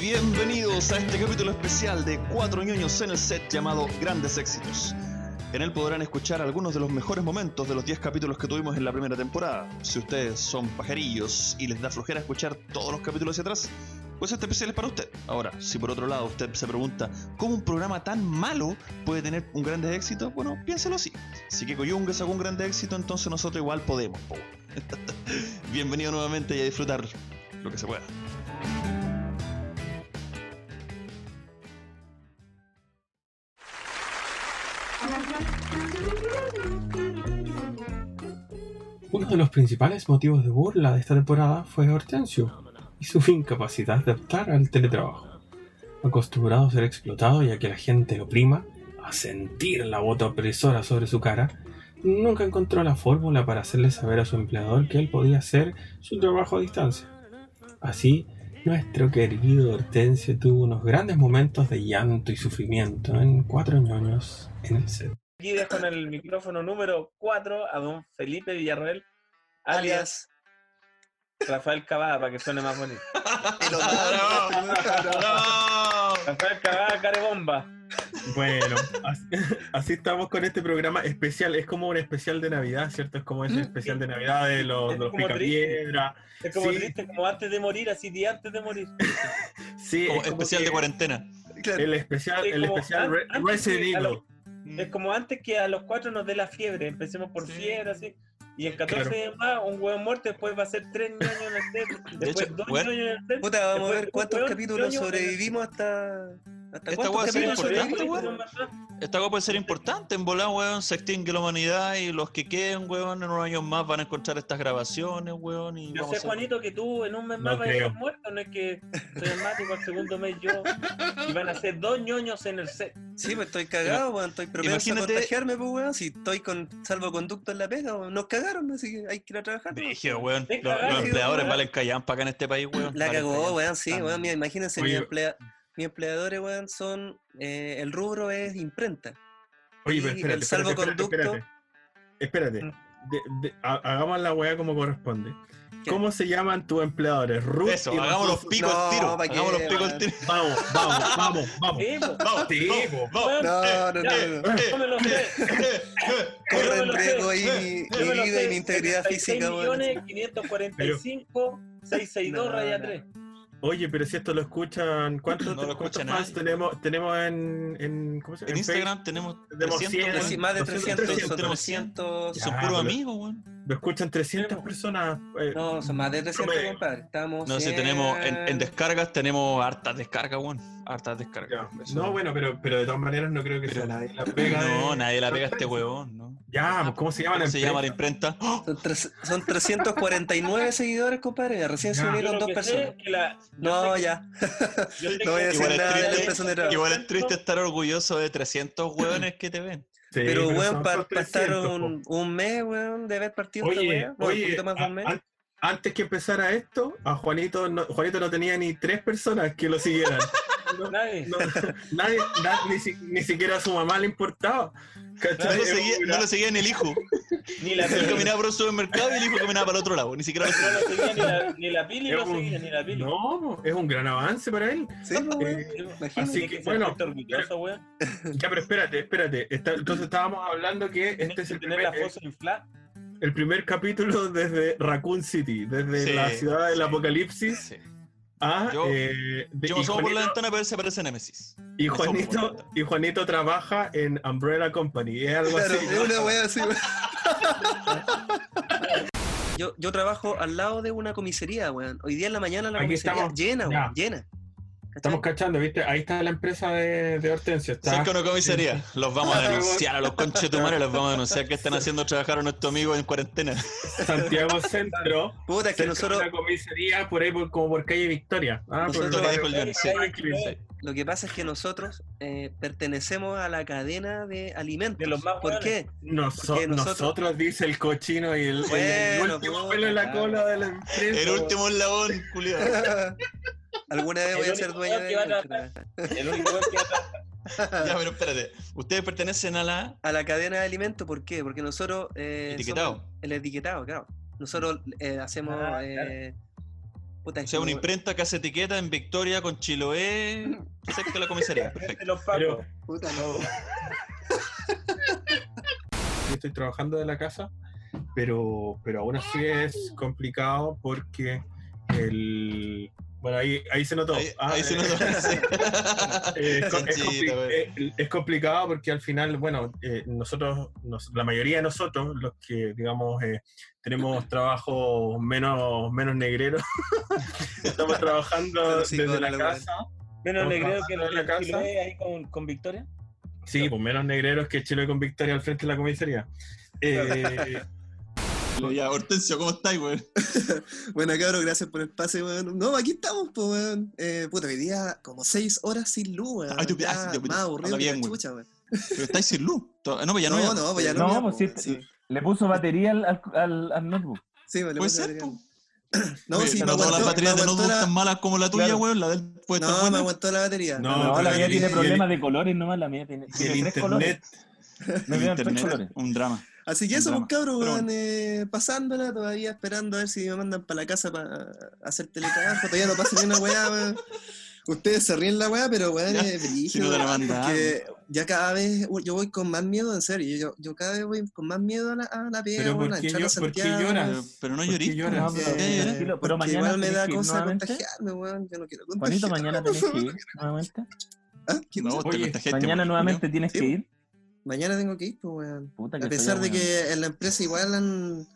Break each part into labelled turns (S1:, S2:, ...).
S1: Bienvenidos a este capítulo especial de Cuatro ñoños en el set llamado Grandes Éxitos. En él podrán escuchar algunos de los mejores momentos de los 10 capítulos que tuvimos en la primera temporada. Si ustedes son pajarillos y les da flojera escuchar todos los capítulos hacia atrás, pues este especial es para usted. Ahora, si por otro lado usted se pregunta cómo un programa tan malo puede tener un grande éxito, bueno, piénselo así. Si que Coyunga sacó un grande éxito, entonces nosotros igual podemos. po. Bienvenido nuevamente y a disfrutar lo que se pueda.
S2: Uno de los principales motivos de burla de esta temporada fue Hortensio y su incapacidad de optar al teletrabajo. Acostumbrado a ser explotado y a que la gente lo prima, a sentir la bota opresora sobre su cara, nunca encontró la fórmula para hacerle saber a su empleador que él podía hacer su trabajo a distancia. Así, nuestro querido Hortensio tuvo unos grandes momentos de llanto y sufrimiento en cuatro ñoños en el set.
S3: Aquí dejo en el micrófono número 4 a don Felipe Villarroel,
S1: Alias.
S3: alias Rafael Cavada, para que suene más bonito.
S1: ¡Bravo!
S3: Rafael Cavada, carebomba.
S4: Bueno, así, así estamos con este programa especial. Es como un especial de Navidad, ¿cierto? Es como ese especial de Navidad de los,
S3: Mm, Es
S4: los
S3: como
S4: picapiedra.
S3: Es como
S4: Sí.
S3: triste, como antes de morir, así día antes de morir.
S4: Sí,
S1: Como
S4: es como
S1: especial
S4: que
S1: de cuarentena.
S4: El especial,
S3: Es
S4: el
S3: como
S4: especial
S3: an-
S4: Re-
S3: antes
S4: Resident
S3: que a
S4: Evil.
S3: Es como antes que a los cuatro nos dé la fiebre, empecemos por
S1: Sí.
S3: fiebre, así. Y el 14
S4: Eh, Claro.
S3: de más, un huevo muerto, después va a ser tres niños en el set, después
S1: hecho,
S3: dos
S1: bueno,
S3: niños en el set.
S5: Puta, vamos a
S3: Después,
S5: ver cuántos
S3: weón,
S5: capítulos
S3: ñoño,
S5: sobrevivimos hasta. ¿Hasta
S1: Esta
S5: cuántos
S1: weá sería
S5: capítulos
S1: importante,
S5: sobrevivimos?
S1: weón. Esta cosa puede ser importante en volar, weón. Se extingue la humanidad y los que queden, weón, en unos años más van a encontrar estas grabaciones, weón. Y
S3: Yo
S1: vamos
S3: sé,
S1: a-
S3: Juanito, que tú en un mes
S4: No
S3: más vas a
S4: creo.
S3: estar muerto, no es que soy asmático al segundo mes yo. Y van a ser dos ñoños en el set.
S5: Sí, pues estoy cagado, weón. Estoy propenso a
S1: Imagínate-
S5: contagiarme, pues, weón. Si estoy con salvoconducto en la pega, weón. Nos cagaron, así que hay que ir a trabajar. weón.
S1: Brígido, weón.
S3: Ven,
S1: Los,
S3: cagado,
S1: los empleadores
S3: weón.
S1: valen callampa acá en este país, weón.
S5: La
S1: Valen
S5: cagó,
S1: callampa.
S5: weón. Sí,
S1: Ah,
S5: weón. mira, Imagínense, mis
S4: Oye.
S5: emplea- mis empleadores, weón, son. eh, el rubro es imprenta.
S4: Oye, pero
S5: Y
S4: espérate,
S5: el
S4: espérate, espérate,
S5: salvoconducto. Mm.
S4: espérate. Espérate. De- de- ha- hagamos la weá como corresponde.
S5: ¿Qué?
S4: ¿Cómo se llaman tus empleadores? Ruth
S1: Eso,
S4: y
S1: hagamos los
S4: Rafael.
S1: picos
S5: pues, No,
S1: al tiro.
S5: ¿pa' qué,
S1: Hagamos los picos al
S5: weón?
S1: tiro.
S4: Vamos, vamos, vamos, vamos.
S3: Sí, po.
S1: Vamos,
S4: Sí,
S1: vamos, vamos.
S3: Weón,
S5: No, no, no,
S3: ya,
S5: no. no.
S1: Eh,
S3: yo me lo sé.
S1: eh, eh.
S3: yo
S5: Corre
S3: me
S5: en
S3: lo sé,
S5: riesgo ahí
S1: eh,
S5: mi,
S3: yo
S5: mi
S3: me lo
S5: vida y
S3: sé,
S5: mi integridad
S3: 76
S5: física, weón.
S3: millones 545 662
S5: No,
S3: raya
S5: no.
S3: 3.
S4: Oye, pero si esto lo escuchan, ¿cuántos,
S1: No lo
S4: cuántos
S1: escucha
S4: fans
S1: nadie.
S4: tenemos, tenemos en, en, ¿cómo se llama?
S1: En
S4: En Facebook.
S1: Instagram tenemos
S4: Tenemos
S1: 300,
S4: cien,
S1: weón.
S5: Así, más de 300,
S4: 200,
S5: son
S1: 300.
S5: 300.
S4: Ya,
S1: Son puros
S4: pero-
S1: amigos, weón.
S4: Lo escuchan 300
S3: Tenemos-
S4: personas. eh,
S5: No, son más de 300,
S4: Promedio.
S5: compadre. Estamos.
S1: No sé, tenemos en, en
S5: en-
S1: descargas tenemos hartas descargas, weón. Hartas descargas.
S4: ya.
S1: Eso-
S4: No, bueno, pero, pero de todas maneras no creo que
S1: Pero-
S4: sea nadie la pega.
S1: No,
S4: de-
S1: nadie la pega a este huevón, ¿no?
S4: Ya, pues, ¿cómo se llama la
S1: ¿Cómo se llama la
S4: empresa?
S1: imprenta? ¡Oh!
S5: Son, tres- son 349 seguidores, compadre. Recién se
S4: Ya.
S3: Yo
S5: unieron
S3: lo
S5: dos
S3: que
S5: personas.
S3: sé que la- yo
S5: No,
S3: sé que-
S5: ya.
S3: yo sé
S5: no voy
S3: que-
S5: a decir
S1: Igual es
S5: nada de la
S1: triste,
S5: empresa de trabajo.
S1: Igual es triste estar orgulloso de 300 hueones que te ven.
S4: Sí,
S5: Pero,
S4: son-
S5: weón, para
S4: son 300,
S5: estar
S4: po.
S5: un, un mes, weón, de haber partido esta
S4: Oye,
S5: weá, bueno, un
S4: oye,
S5: poquito más de un mes.
S4: a- an- antes que empezara esto, a Juanito no, Juanito no tenía ni tres personas que lo siguieran.
S3: Nadie.
S4: No, nadie, na- ni, si- ni siquiera a su mamá le importaba.
S1: No
S4: ¿Cachai?
S1: lo seguía, no lo seguía ni el hijo.
S3: Ni la
S1: Él
S3: Pili.
S1: caminaba por un supermercado y el hijo caminaba para el otro lado. Ni siquiera lo
S3: No
S1: seguía.
S3: lo seguía ni la- ni la Pili,
S4: Es
S3: no
S4: un-
S3: seguía ni la Pili.
S4: No, es un gran avance para él.
S5: Sí, pues, weón,
S4: Eh,
S5: imagínate.
S4: así
S3: Tiene
S4: que,
S3: ser
S4: bueno,
S3: gente orgullosa, weón.
S4: ya, pero espérate, espérate. Está- entonces estábamos hablando que este es el
S3: tener la
S4: primer,
S3: fosa inflada.
S4: el primer capítulo desde Raccoon City, desde
S1: Sí,
S4: la ciudad del
S1: sí.
S4: apocalipsis.
S1: Sí.
S4: A,
S1: Yo-
S4: eh, de-
S1: Yo
S4: y
S1: me asomo por la
S4: Juanito-
S1: ventana para ver si aparece Nemesis. Me asomo por
S4: Y
S1: la
S4: Juanito,
S1: ventana.
S4: y Juanito trabaja en Umbrella Company. Es algo
S5: Claro,
S4: así.
S5: es una weá así, weón. Yo, yo trabajo al lado de una comisaría, weón. Hoy día en la mañana la
S4: Aquí
S5: comisaría
S4: estamos.
S5: llena,
S4: Ya.
S5: weón, llena.
S4: Estamos cachando, ¿viste? Ahí está la empresa de, de Hortensio. Está,
S1: Cerca de una comisaría. Los vamos a denunciar a los conches de los vamos a denunciar que están haciendo trabajar a nuestro amigo en cuarentena.
S4: Santiago Centro.
S5: Puta, es que
S4: cerca
S5: nosotros,
S4: de una comisaría por ahí, por- como por calle Victoria. Ah, por-
S1: Lo
S5: Nosotros-
S1: que dijo el Johnny, sí.
S4: Sí.
S5: lo que pasa es que nosotros eh, pertenecemos a la cadena de alimentos.
S3: De los más
S5: ¿Por
S3: weones.
S5: qué?
S4: Noso-
S5: Porque nosotros-
S4: nosotros, dice el cochino y el, el- el
S5: Bueno,
S4: último
S5: puta,
S4: pelo en la
S5: claro.
S4: cola de la empresa.
S1: El último eslabón, culiado.
S5: Alguna vez
S3: El
S5: voy a
S3: único
S5: ser dueño
S3: weón
S5: de
S3: que va a
S5: ellos,
S3: tratar- El único weón que va a tratar-
S1: Ya, pero espérate. Ustedes pertenecen a la
S5: a la cadena de alimentos, ¿por qué? Porque nosotros... eh, somos-
S1: etiquetado.
S5: El etiquetado, claro. Nosotros eh, hacemos...
S3: Ah,
S5: eh, Puta,
S1: O
S5: es
S1: sea,
S5: que
S1: una
S5: no-
S1: imprenta que hace etiqueta en Victoria con Chiloé, cerca de la comisaría. Perfecto.
S6: De los
S4: Pero
S6: pacos.
S5: Puta, no.
S4: yo estoy trabajando de la casa, pero, pero aún así es complicado porque el... Bueno, ahí, ahí se notó.
S1: Ahí,
S4: Ah,
S1: ahí se
S4: eh,
S1: nos
S4: Eh, es, com- es
S1: Conchita,
S4: compli-
S1: güey.
S4: eh, es complicado porque al final, bueno, eh, nosotros, nos- la mayoría de nosotros, los que, digamos, eh, tenemos trabajos menos, menos negreros, estamos trabajando
S5: Pero sí,
S4: desde
S5: con
S4: la
S5: la
S4: casa.
S6: Menos
S4: Estamos
S6: negreo que
S4: trabajando en la casa.
S6: el Chiloé ahí con, con Victoria.
S4: Sí, pues menos negreros que Chile con Victoria al frente de la comisaría. Eh,
S1: Ya, Hortensio, ¿cómo estáis, güey?
S5: Bueno, cabros, gracias por el pase, weón. No, aquí estamos, pues, weón. Eh, puta, hoy día como seis horas sin luz, weón.
S1: Ay, tú-
S5: Ya,
S1: ah, sí, ya, puta,
S5: más aburrido
S1: habla
S5: que la
S1: bien, weón.
S5: chucha, weón.
S1: Pero estáis sin luz. To- No, pues ya no.
S5: No,
S1: ya.
S5: no, pues ya
S3: No,
S5: ya,
S3: pues
S5: weón,
S3: sí,
S5: sí.
S3: Le puso batería al, al, al- al notebook.
S5: Sí, weón, le
S1: Puede
S5: puse
S1: ser,
S5: batería.
S1: po.
S5: No,
S1: Oye,
S5: sí, me
S1: pero todas las
S5: aguantó- me
S1: baterías de
S5: aguantó
S1: notebook
S5: la-
S1: tan malas como la tuya,
S5: Claro.
S1: weón. La del puede estar
S5: No, me
S1: buena.
S5: aguantó la batería.
S4: No,
S3: No,
S4: pero
S3: la
S4: yo
S3: mía
S4: le-
S3: tiene
S4: yo le-
S3: problemas de colores nomás, la mía tiene, tiene
S4: el
S3: tres colores.
S4: internet,
S3: Me quedan tres colores.
S1: Eh, Internet, un drama.
S5: Así que
S1: Un
S5: eso, pues,
S1: drama.
S5: cabros,
S1: Pero
S5: weón, eh, pasándola todavía, esperando a ver si me mandan para la casa para hacer teletrabajo. Todavía no pasa ni una weá, weón. Ustedes se ríen la weá, pero weón,
S1: Ya,
S5: es
S1: Si no
S5: brígido.
S1: te la
S5: weón,
S1: mandan.
S5: porque ya cada vez u- yo voy con más miedo, en serio. Yo, yo cada vez voy con más miedo a la, a la pega,
S4: Pero
S5: weón,
S4: ¿por
S5: a
S4: qué
S5: entrar a
S4: llo- por qué
S5: Santiago,
S3: Ah,
S4: lloras?
S1: Pero, Eh, pero no
S4: ¿Por qué
S1: llorís.
S4: lloras?
S3: No,
S5: eh,
S3: pero
S1: ya, ya,
S3: tranquilo, pero
S5: porque
S3: mañana
S5: igual me
S3: tenés
S5: da
S3: que ir
S5: cosa
S3: nuevamente.
S5: contagiarme, weón. Yo no quiero
S3: Juanito,
S5: contagiarme.
S3: mañana tenés que ir nuevamente.
S5: Ah, ¿qué
S1: No,
S5: cosa?
S1: te
S4: Oye,
S1: contagiaste,
S3: Mañana
S1: este weón.
S3: nuevamente tienes
S5: Sí,
S3: que ir.
S5: Mañana tengo que ir, pues, weón.
S3: Puta que
S5: A
S3: soy
S5: pesar de
S3: weón.
S5: que en la empresa igual han,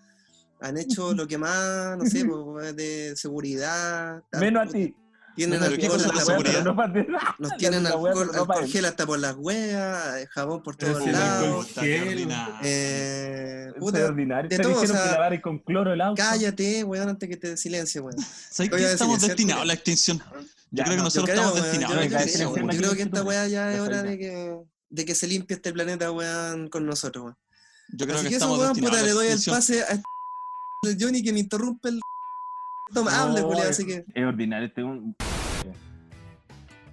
S5: han hecho lo que más, no sé, pues, de seguridad. tal,
S3: Menos a
S5: puta.
S3: ti.
S5: Tienen
S1: Menos a ti,
S5: alcohol
S1: cosa
S5: hasta
S1: la
S5: por-
S1: seguridad.
S3: pero no pases nada.
S5: Nos tienen
S3: La weá,
S5: alcohol,
S3: pero no
S5: alcohol
S3: pagues.
S5: gel hasta por las weas, jabón por
S4: Pero
S5: todos
S4: si el
S5: lados.
S4: alcohol-
S1: Puta, qué
S4: Gel.
S1: ordinaria.
S5: Eh,
S3: Soy
S5: puta,
S3: ordinario.
S5: de
S3: Te
S5: todo, o
S3: dijeron
S5: sea,
S3: que lavares con cloro el auto.
S5: cállate, weón, antes que te silencie, weón.
S1: ¿Sabes
S5: Voy
S1: qué?
S5: a decir,
S1: Estamos
S5: es
S1: destinados
S5: cierto.
S1: a la extinción. Yo
S3: Ya,
S1: creo que
S3: no,
S5: Yo
S1: nosotros
S5: creo,
S1: estamos
S5: weón,
S1: destinados
S5: yo
S1: a la
S3: creo que-
S1: extinción.
S5: yo
S1: weón.
S5: creo que esta weá ya es
S3: Ya
S5: hora
S3: está.
S5: de que, de que se limpie este planeta, weón, con nosotros, weón.
S1: Yo creo
S5: Así
S1: que
S5: que eso,
S1: estamos
S5: weón,
S1: destinados
S5: puta,
S1: a
S5: le
S1: la
S5: doy el
S1: extinción.
S5: pase a este Johnny que me interrumpe el. Toma,
S3: No,
S5: habla, culiao,
S3: eh.
S5: así que.
S3: Es ordinario. Este un...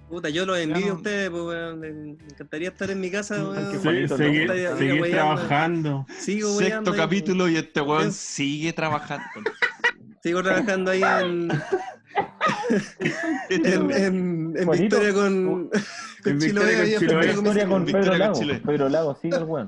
S5: Puta, yo los envidio
S1: no-
S5: a ustedes, pues, weón. Me me encantaría estar en mi casa,
S3: Porque
S5: weón.
S3: fue-
S4: seguir
S3: Juanito,
S4: seguir-
S5: no, está-
S4: seguir
S5: está-
S4: trabajando.
S5: Sigo, pues. weón.
S1: Sexto capítulo y este weón
S5: Bien.
S1: sigue trabajando.
S5: Sigo trabajando ahí en.
S1: Este
S5: en,
S1: weón.
S5: en, en
S3: Juanito,
S5: Victoria con,
S3: Juan-
S5: con
S4: en
S5: Chiloé.
S4: Victoria con
S5: había
S4: Chiloé.
S5: enfermera como
S3: Historia con
S5: si-
S1: Victoria
S3: Pedro
S1: con
S3: Lago.
S1: Chile.
S3: Pedro Lago, sigue el weón.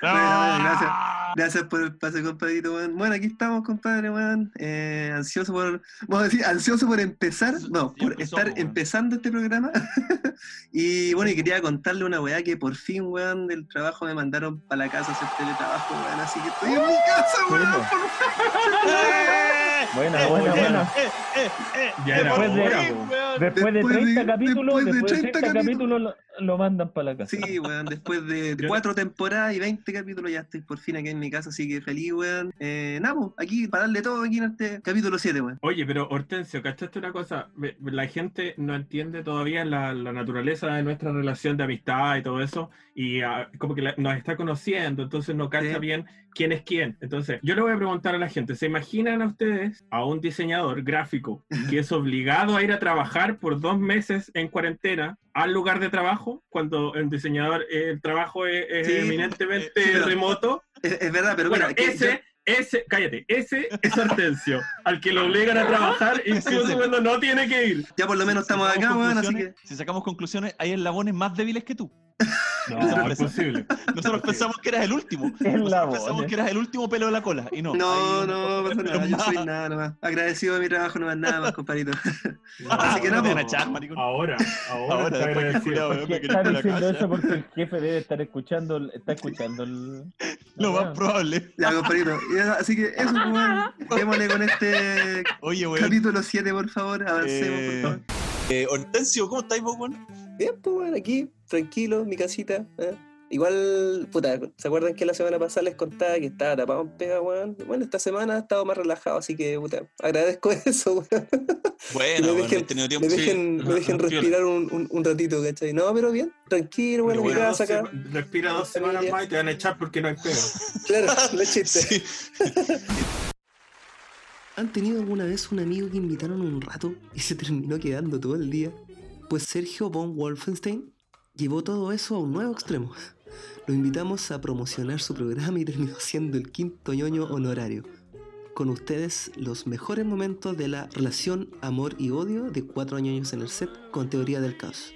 S5: Bueno, gracias. Gracias por el pase, compadrito, weón. Bueno, aquí estamos, compadre, weón. Eh, ansioso por. Vamos a decir, ansioso por empezar. No,
S1: Ya
S5: por
S1: empezó,
S5: estar
S1: po, weón.
S5: empezando este programa. y bueno, y quería contarle una weá que por fin, weón, del trabajo me mandaron para la casa a hacer teletrabajo, weón. Así que estoy en mi casa, weón.
S3: Bueno. Bueno,
S1: Eh,
S3: bueno,
S1: eh,
S3: bueno.
S1: eh, eh, eh,
S4: Ya
S1: eh,
S4: era
S1: por
S3: hora,
S1: fin,
S3: weón.
S1: weón.
S3: Después de
S5: Después de-
S3: 30 capítulos,
S5: después de
S3: después de
S5: 30
S3: 30 capítulos lo, lo mandan para la casa.
S5: Sí, weón, después de
S4: Yo-
S5: cuatro temporadas y 20 capítulos ya estoy por fin aquí en mi casa, así que feliz, weón. Eh, nada, po, aquí para darle todo aquí en este capítulo 7, weón.
S4: Oye, pero Hortensio, ¿cachaste una cosa? Ve- La gente no entiende todavía la, la naturaleza de nuestra relación de amistad y todo eso, y ah, como que la- nos está conociendo, entonces no cacha
S5: Sí.
S4: bien quién es quién. Entonces, yo le voy a preguntar a la gente, ¿se imaginan a ustedes a un diseñador gráfico que es obligado a ir a trabajar por dos meses en cuarentena al lugar de trabajo, cuando el diseñador, eh, el trabajo es, es
S5: Sí,
S4: eminentemente
S1: eh,
S5: sí, pero-
S4: remoto?
S5: Es, es verdad, pero
S4: bueno,
S5: mira, que yo-
S4: ese, ese, cállate, ese es Hortensio, al que lo obligan a trabajar incluso cuando no tiene que ir.
S5: ya por lo menos estamos
S1: Si
S5: acá,
S1: sacamos
S5: weón, así que.
S1: conclusiones- Si sacamos conclusiones, hay eslabones más débiles que tú.
S4: No,
S1: no
S4: es posible.
S1: Nosotros pensamos que eras el último. Nosotros pensamos
S3: Eslabones.
S1: que eras el último pelo de la cola. Y no.
S5: No,
S1: ahí-
S5: no, pasa nada, yo soy nada nomás. Agradecido de mi trabajo nomás, nada más, compadrito. Así que no,
S1: Te
S5: po.
S1: van a echar, maricón.
S4: Ahora, ahora,
S1: Ahora,
S4: está
S1: después que
S4: agradecido.
S1: culiao, weón,
S3: Que
S1: me querés
S3: Está
S1: por la
S3: diciendo
S1: casa.
S3: eso porque el jefe debe estar escuchando, el- está escuchando el...
S1: Lo
S3: la
S1: más
S3: weá.
S1: probable.
S5: Ya, compadrito. Y eso- Así que eso, pues, weón. Démosle con este
S1: Oye, weón.
S5: capítulo 7, por favor. Avancemos,
S1: Eh,
S5: por favor.
S1: eh, Hortensio, ¿cómo estáis vos, weón?
S5: Bien, pues bueno, aquí, tranquilo, en mi casita. ¿eh? Igual, puta, ¿se acuerdan que la semana pasada les contaba que estaba tapado en pega, weón? Bueno, esta semana he estado más relajado, así que, puta, agradezco eso, weón.
S1: Bueno,
S5: Me
S1: weón,
S5: dejen-
S1: he tenido tiempo.
S5: Me dejen, me dejen respirar un, un- un ratito, ¿cachai? No, pero bien, tranquilo, bueno, en mi
S4: Respira dos
S5: casa acá.
S4: sema- Respira dos semanas más y te van a echar porque no hay pega.
S5: Claro, no es chiste.
S1: Sí.
S7: ¿Han tenido alguna vez un amigo que invitaron un rato y se terminó quedando todo el día? Pues Sergio von Wolfenstein llevó todo eso a un nuevo extremo. Lo invitamos a promocionar su programa y terminó siendo el quinto ñoño honorario.
S8: con ustedes los mejores momentos de la relación amor y odio de cuatro años en el set con Teoría del Caos,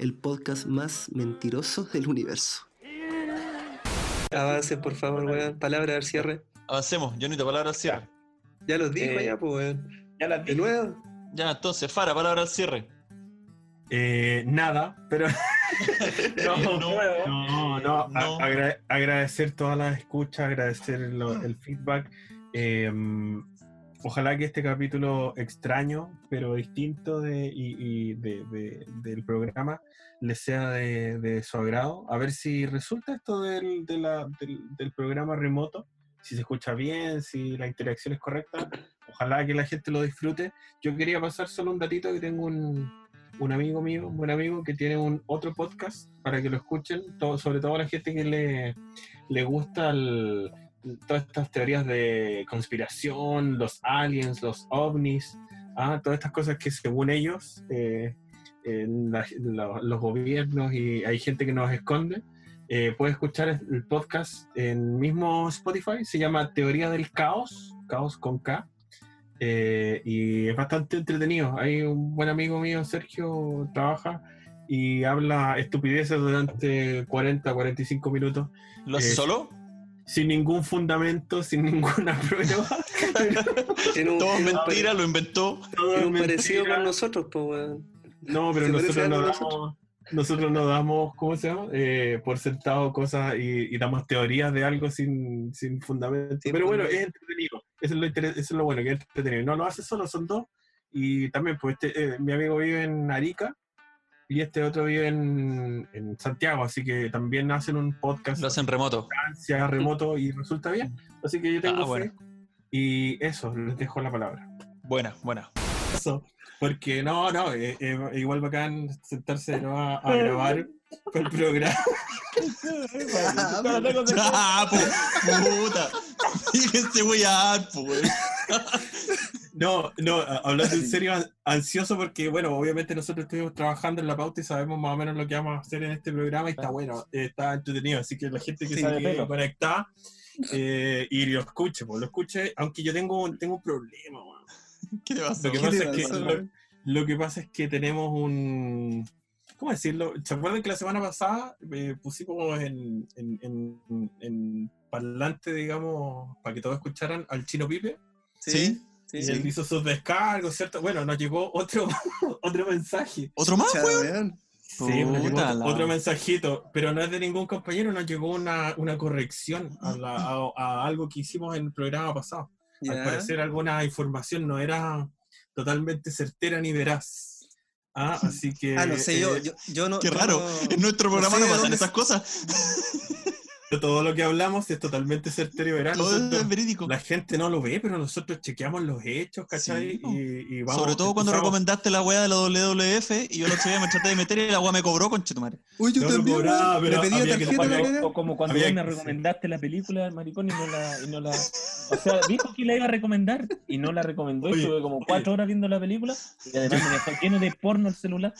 S8: el podcast más mentiroso del universo.
S5: Avance, por favor, weón. Palabra del cierre.
S1: Avancemos, Jonito, palabra al cierre.
S5: Ya los dijo,
S9: Eh,
S5: ya, pues, weón.
S9: Ya las
S5: De
S9: dije.
S5: nuevo.
S1: Ya, entonces, Fara, palabra al cierre.
S4: Eh, nada, pero
S1: Eh,
S9: No, nuevo.
S4: No, no, a-
S1: No.
S4: agra- agradecer todas las escuchas, agradecer lo- el feedback. Eh, ojalá que este capítulo extraño, pero distinto de, y, y de- de- del programa, les sea de, de su agrado. A ver si resulta esto del, de la- del, del programa remoto, si se escucha bien, si la interacción es correcta. Ojalá que la gente lo disfrute. Yo quería pasar solo un datito que tengo un, un amigo mío, un buen amigo, que tiene un otro podcast para que lo escuchen, todo, sobre todo a la gente que le, le gusta el- todas estas teorías de conspiración, los aliens, los ovnis, ah, todas estas cosas que según ellos eh, eh, la- lo- los gobiernos y hay gente que nos esconde. Eh, puede escuchar el podcast en mismo Spotify, se llama Teoría del Caos, Caos con K. Eh, y es bastante entretenido. Hay un buen amigo mío, Sergio, trabaja y habla estupideces durante 40, 45 minutos,
S1: ¿Lo hace
S4: Eh,
S1: solo?
S4: sin ningún fundamento, sin ninguna prueba.
S5: Tiene un,
S1: Todo es
S5: tiene un-
S1: mentira, lo inventó.
S4: Todo
S5: tiene un
S4: mentira.
S5: parecido con nosotros, pues, weón.
S4: No, pero
S5: Se
S4: nosotros
S5: parece algo
S4: no
S5: a
S4: damos,
S5: nosotros.
S4: nosotros no damos, ¿cómo se llama? Eh, por sentado cosas y, y damos teorías de algo sin, sin fundamento.
S5: Sin
S4: pero bueno, es
S5: fundamento.
S4: entretenido. Eso es, lo inter- eso es lo bueno, que es entretenido. No lo hace solo, son dos. Y también, pues, este, eh, mi amigo vive en Arica y este otro vive en, en Santiago, así que también hacen un podcast
S1: Lo hacen remoto.
S4: distancia, remoto y resulta bien. Así que yo tengo
S1: Ah,
S4: fe.
S1: bueno.
S4: Y eso, les dejo la palabra.
S1: Buena, buena.
S4: Eso, porque no, no, eh, eh, igual bacán sentarse de nuevo a, a grabar el programa.
S9: Ahora tengo que-
S1: ¡Ah, po, puta! Fíjense, "Este voy a dar, po, weón.
S4: No, no, a- hablando en serio, an- ansioso porque, bueno, obviamente nosotros estuvimos trabajando en la pauta y sabemos más o menos lo que vamos a hacer en este programa y está bueno, eh, está entretenido, así que la gente que
S5: Sí,
S4: sabe
S3: de
S4: que
S3: pelo.
S4: conectada eh, y lo escuche, pues lo escuche, aunque yo tengo, un- tengo un problema, weón.
S1: ¿Qué te pasa?
S4: Lo que
S1: weón?
S4: pasa
S5: te
S4: es que,
S5: pasa,
S4: lo,
S5: weón?
S4: lo que pasa es que tenemos un. ¿Cómo decirlo? ¿Se acuerdan que la semana pasada eh, pusimos en, en, en- en parlante, digamos, para que todos escucharan al chino Pipe?
S1: ¿Sí?
S5: sí.
S4: Y él hizo sus descargos, ¿cierto? Bueno, nos llegó otro, otro mensaje.
S1: ¿Otro más,
S5: Chao,
S1: weón?
S5: Ah, weón.
S4: Sí, nos llegó
S1: Puta
S4: otro,
S1: la-
S4: otro mensajito, pero no es de ningún compañero, nos llegó una, una corrección a, la- a- a algo que hicimos en el programa pasado. Al
S5: Ya.
S4: parecer alguna información no era totalmente certera ni veraz. Ah, así que...
S5: Ah, no sé, yo,
S4: eh,
S5: yo, yo no.
S1: Qué
S5: yo
S1: raro.
S5: no-
S1: En nuestro programa
S5: No
S1: no,
S5: sé de
S1: pasan
S5: dónde-
S1: esas cosas.
S4: Todo lo que hablamos es totalmente certero y veraz.
S1: Todo
S4: Nosotros-
S1: es verídico.
S4: la gente no lo ve, pero nosotros chequeamos los hechos, ¿cachai?
S1: Sí, po.
S4: y, y vamos,
S1: Sobre todo cuando
S4: empezamos-
S1: recomendaste la weá de la WWF y yo el otro día me traté de meter y la weá me cobró, conchetumare.
S5: Uy, yo
S4: No lo
S5: también,
S4: cobraba,
S5: weón.
S4: pero
S5: Le pedía
S4: había que
S5: tarjeta,
S4: pagar.
S5: la cagada.
S3: O como cuando
S4: Había
S3: vos
S4: que-
S3: me recomendaste la película del maricón y no la, y no la. O sea, dijo que la iba a recomendar y no la recomendó. y
S4: Oye,
S3: estuve como
S4: oye.
S3: cuatro horas viendo la película y además me dejó lleno de porno el celular.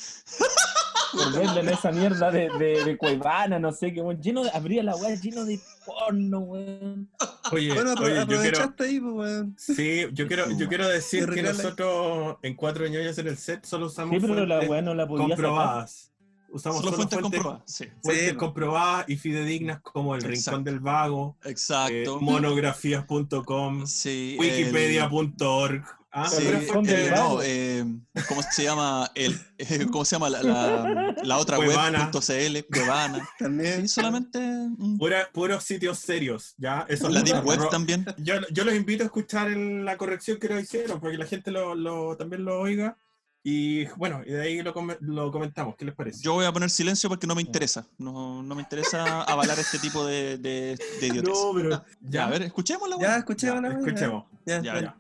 S3: Por verla en esa mierda de, de, de Cuevana, no sé qué, weón. Lleno de. Abría la weá lleno de porno, weón.
S4: Oye,
S5: Bueno, apro-
S4: oye, yo quiero...
S5: aprovechaste ahí, pues, weón.
S4: Sí, yo quiero, yo quiero decir
S5: Te
S4: que
S5: regala-
S4: nosotros en cuatro ñoñas en el set solo usamos
S3: Sí, pero la
S4: fuentes
S3: weá no la podía sacar.
S4: comprobadas. Usamos
S1: Solo
S4: solo,
S1: fuentes
S4: fuentes,
S1: comprobadas. Sí.
S4: fuentes
S5: Sí, po.
S4: comprobadas y fidedignas como el Rincón
S1: Exacto.
S4: del Vago, eh,
S1: Exacto.
S4: monografías.com,
S1: Sí, el-
S4: Wikipedia.org. Ah,
S1: Sí,
S4: pero fue-
S1: eh,
S4: eh,
S1: no, eh, ¿cómo se llama? El, eh, ¿Cómo se llama la, la, la otra
S4: Cuevana.
S1: web.cl? Cuevana.
S5: También.
S1: Sí, solamente mm,
S4: pura- puros sitios serios, ¿ya? Eso
S1: la Deep Web también.
S4: Yo, yo los invito a escuchar el- la corrección que nos hicieron, porque la gente lo, lo- también lo oiga. Y bueno, y de ahí lo, come- lo comentamos. ¿Qué les parece?
S1: Yo voy a poner silencio porque no me interesa. No, no me interesa avalar este tipo de, de, de idiotes.
S4: pero
S1: Ya,
S4: ya,
S1: a ver, escuchémosla.
S5: Ya,
S1: weón.
S5: escuché
S4: ya,
S5: una vez,
S4: escuchemos.
S5: Ya,
S1: Ya,
S5: dale.
S1: ya.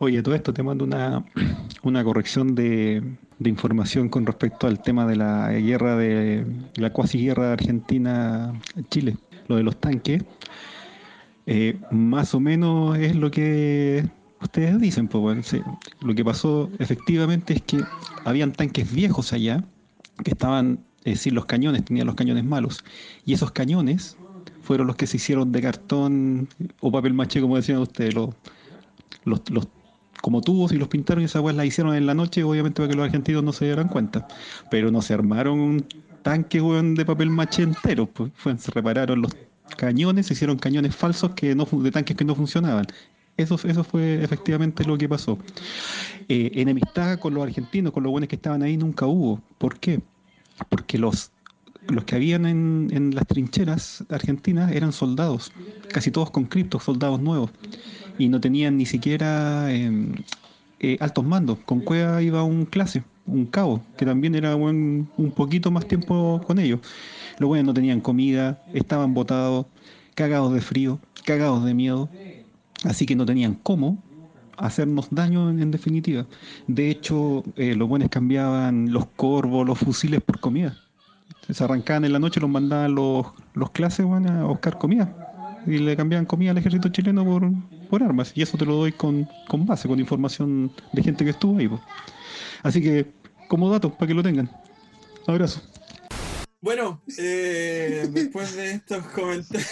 S10: Oye, todo esto te mando una, una corrección de, de información con respecto al tema de la guerra de la cuasi guerra Argentina-Chile, lo de los tanques. Eh, más o menos es lo que ustedes dicen, pues bueno, sí. lo que pasó efectivamente es que habían tanques viejos allá que estaban, es decir, los cañones, tenían los cañones malos, y esos cañones fueron los que se hicieron de cartón o papel maché, como decían ustedes, los los, los como tubos y los pintaron y esas weas las hicieron en la noche, obviamente para que los argentinos no se dieran cuenta. Pero no se armaron un tanque weón, de papel maché entero, pues, fue- se repararon los cañones, se hicieron cañones falsos que no, fun- de tanques que no funcionaban. Eso, eso fue efectivamente lo que pasó. Eh, enemistad con los argentinos, con los buenos que estaban ahí, nunca hubo. ¿Por qué? Porque los, los que habían en, en las trincheras argentinas eran soldados, casi todos conscriptos, soldados nuevos y no tenían ni siquiera eh, eh, altos mandos. Con Cueva iba un clase, un cabo, que también era buen- un poquito más tiempo con ellos. Los buenos no tenían comida, estaban botados, cagados de frío, cagados de miedo, así que no tenían cómo hacernos daño en, en definitiva. De hecho, eh, los buenos cambiaban los corvos, los fusiles por comida. Se arrancaban en la noche, los mandaban los, los clases bueno, a buscar comida y le cambiaban comida al ejército chileno por, por armas. Y eso te lo doy con, con base, con información de gente que estuvo ahí. po. Así que, como dato, para que lo tengan. Abrazo.
S4: Bueno, eh, después de estos comentarios.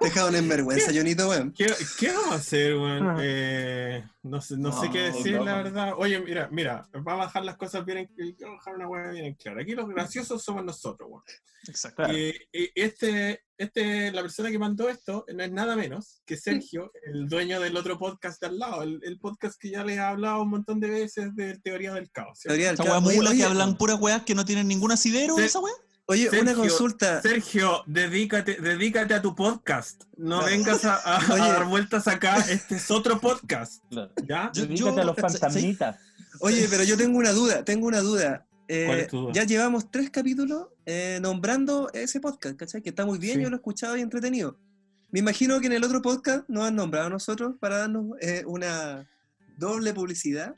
S5: Dejaron en vergüenza, Jonito, weón.
S4: ¿Qué, qué vamos a hacer, weón? Eh, no sé, no sé
S5: No,
S4: qué decir,
S5: no.
S4: la verdad. Oye, mira, mira, vamos a dejar las cosas bien en, vamos a dejar una hueá bien en claro. Aquí los graciosos somos nosotros, weón.
S1: Exacto.
S3: Claro.
S4: Y, y este, este, la persona que mandó esto no es nada menos que Sergio, el dueño del otro podcast de al lado, el, el podcast que ya les he hablado un montón de veces de Teoría del Caos. ¿cierto?
S5: Teoría del
S11: Esa
S5: caos.
S11: weá
S5: Oye,
S11: mula que
S5: oye,
S11: hablan puras weas que no tienen ningún asidero,
S4: Sí.
S11: esa wea.
S5: oye, una
S4: Sergio,
S5: consulta.
S4: Sergio, dedícate, dedícate a tu podcast. No
S5: Claro.
S4: vengas a, a- a
S5: Oye.
S4: dar vueltas acá. Este es otro podcast.
S3: Claro.
S4: ¿Ya?
S11: Yo-
S3: Dedícate
S11: yo-
S3: a los
S11: ¿cachai?
S3: fantasmitas.
S5: Oye, pero yo tengo una duda, tengo una duda. Eh,
S4: ¿Cuál es tu duda?
S5: Ya llevamos tres capítulos eh, nombrando ese podcast, ¿cachai? Que está muy bien,
S4: Sí.
S5: yo lo he escuchado y entretenido. Me imagino que en el otro podcast nos han nombrado a nosotros para darnos eh, una doble publicidad.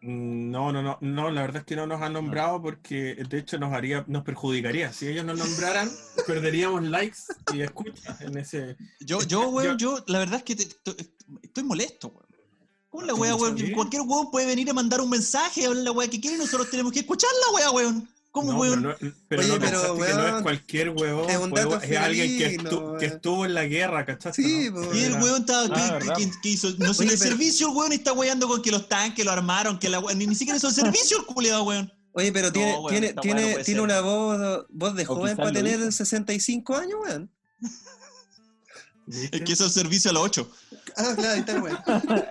S4: Mm, No, no, no, no, la verdad es que no nos han nombrado porque de hecho nos haría, nos perjudicaría. Si ellos nos nombraran, perderíamos likes y escuchas en ese.
S11: Yo, yo, weón, yo, la verdad es que te- te- estoy molesto, weón. ¿Cómo la wea, weón?
S4: ¿Sí?
S11: Cualquier weón puede venir a mandar un mensaje a la wea que quiere y nosotros tenemos que escuchar la wea, weón. ¿Cómo,
S4: No, pero
S11: weón?
S4: no, pero
S5: Oye,
S4: no
S5: pero,
S4: pensaste que no
S5: weón,
S4: es cualquier huevón,
S5: es un
S4: pues,
S5: dato
S4: es alguien que,
S5: fidedigno,
S4: estu- que
S5: weón.
S4: estuvo en la guerra, ¿cachaste?
S5: Sí,
S4: no?
S5: pues.
S11: Y el
S4: Era-
S11: weón estaba, que-
S3: Ah,
S11: que-
S3: verdad.
S11: que- que hizo, no sé,
S5: Oye,
S11: el
S5: pero-
S11: servicio, el weón está weando con que los tanques lo armaron, que la wea, ni, ni siquiera son servicios, el culiado, weón.
S5: Oye, pero
S11: No,
S5: tiene,
S11: weón,
S5: tiene,
S11: esta weá no
S5: tiene,
S11: puede
S5: tiene
S11: ser.
S5: una voz, voz de
S3: O
S5: joven
S3: quizás
S5: para
S3: lo
S5: tener
S3: hizo.
S5: 65 años, weón.
S11: Es que eso es servicio a los ocho.
S5: Ah, claro, ahí está, weón.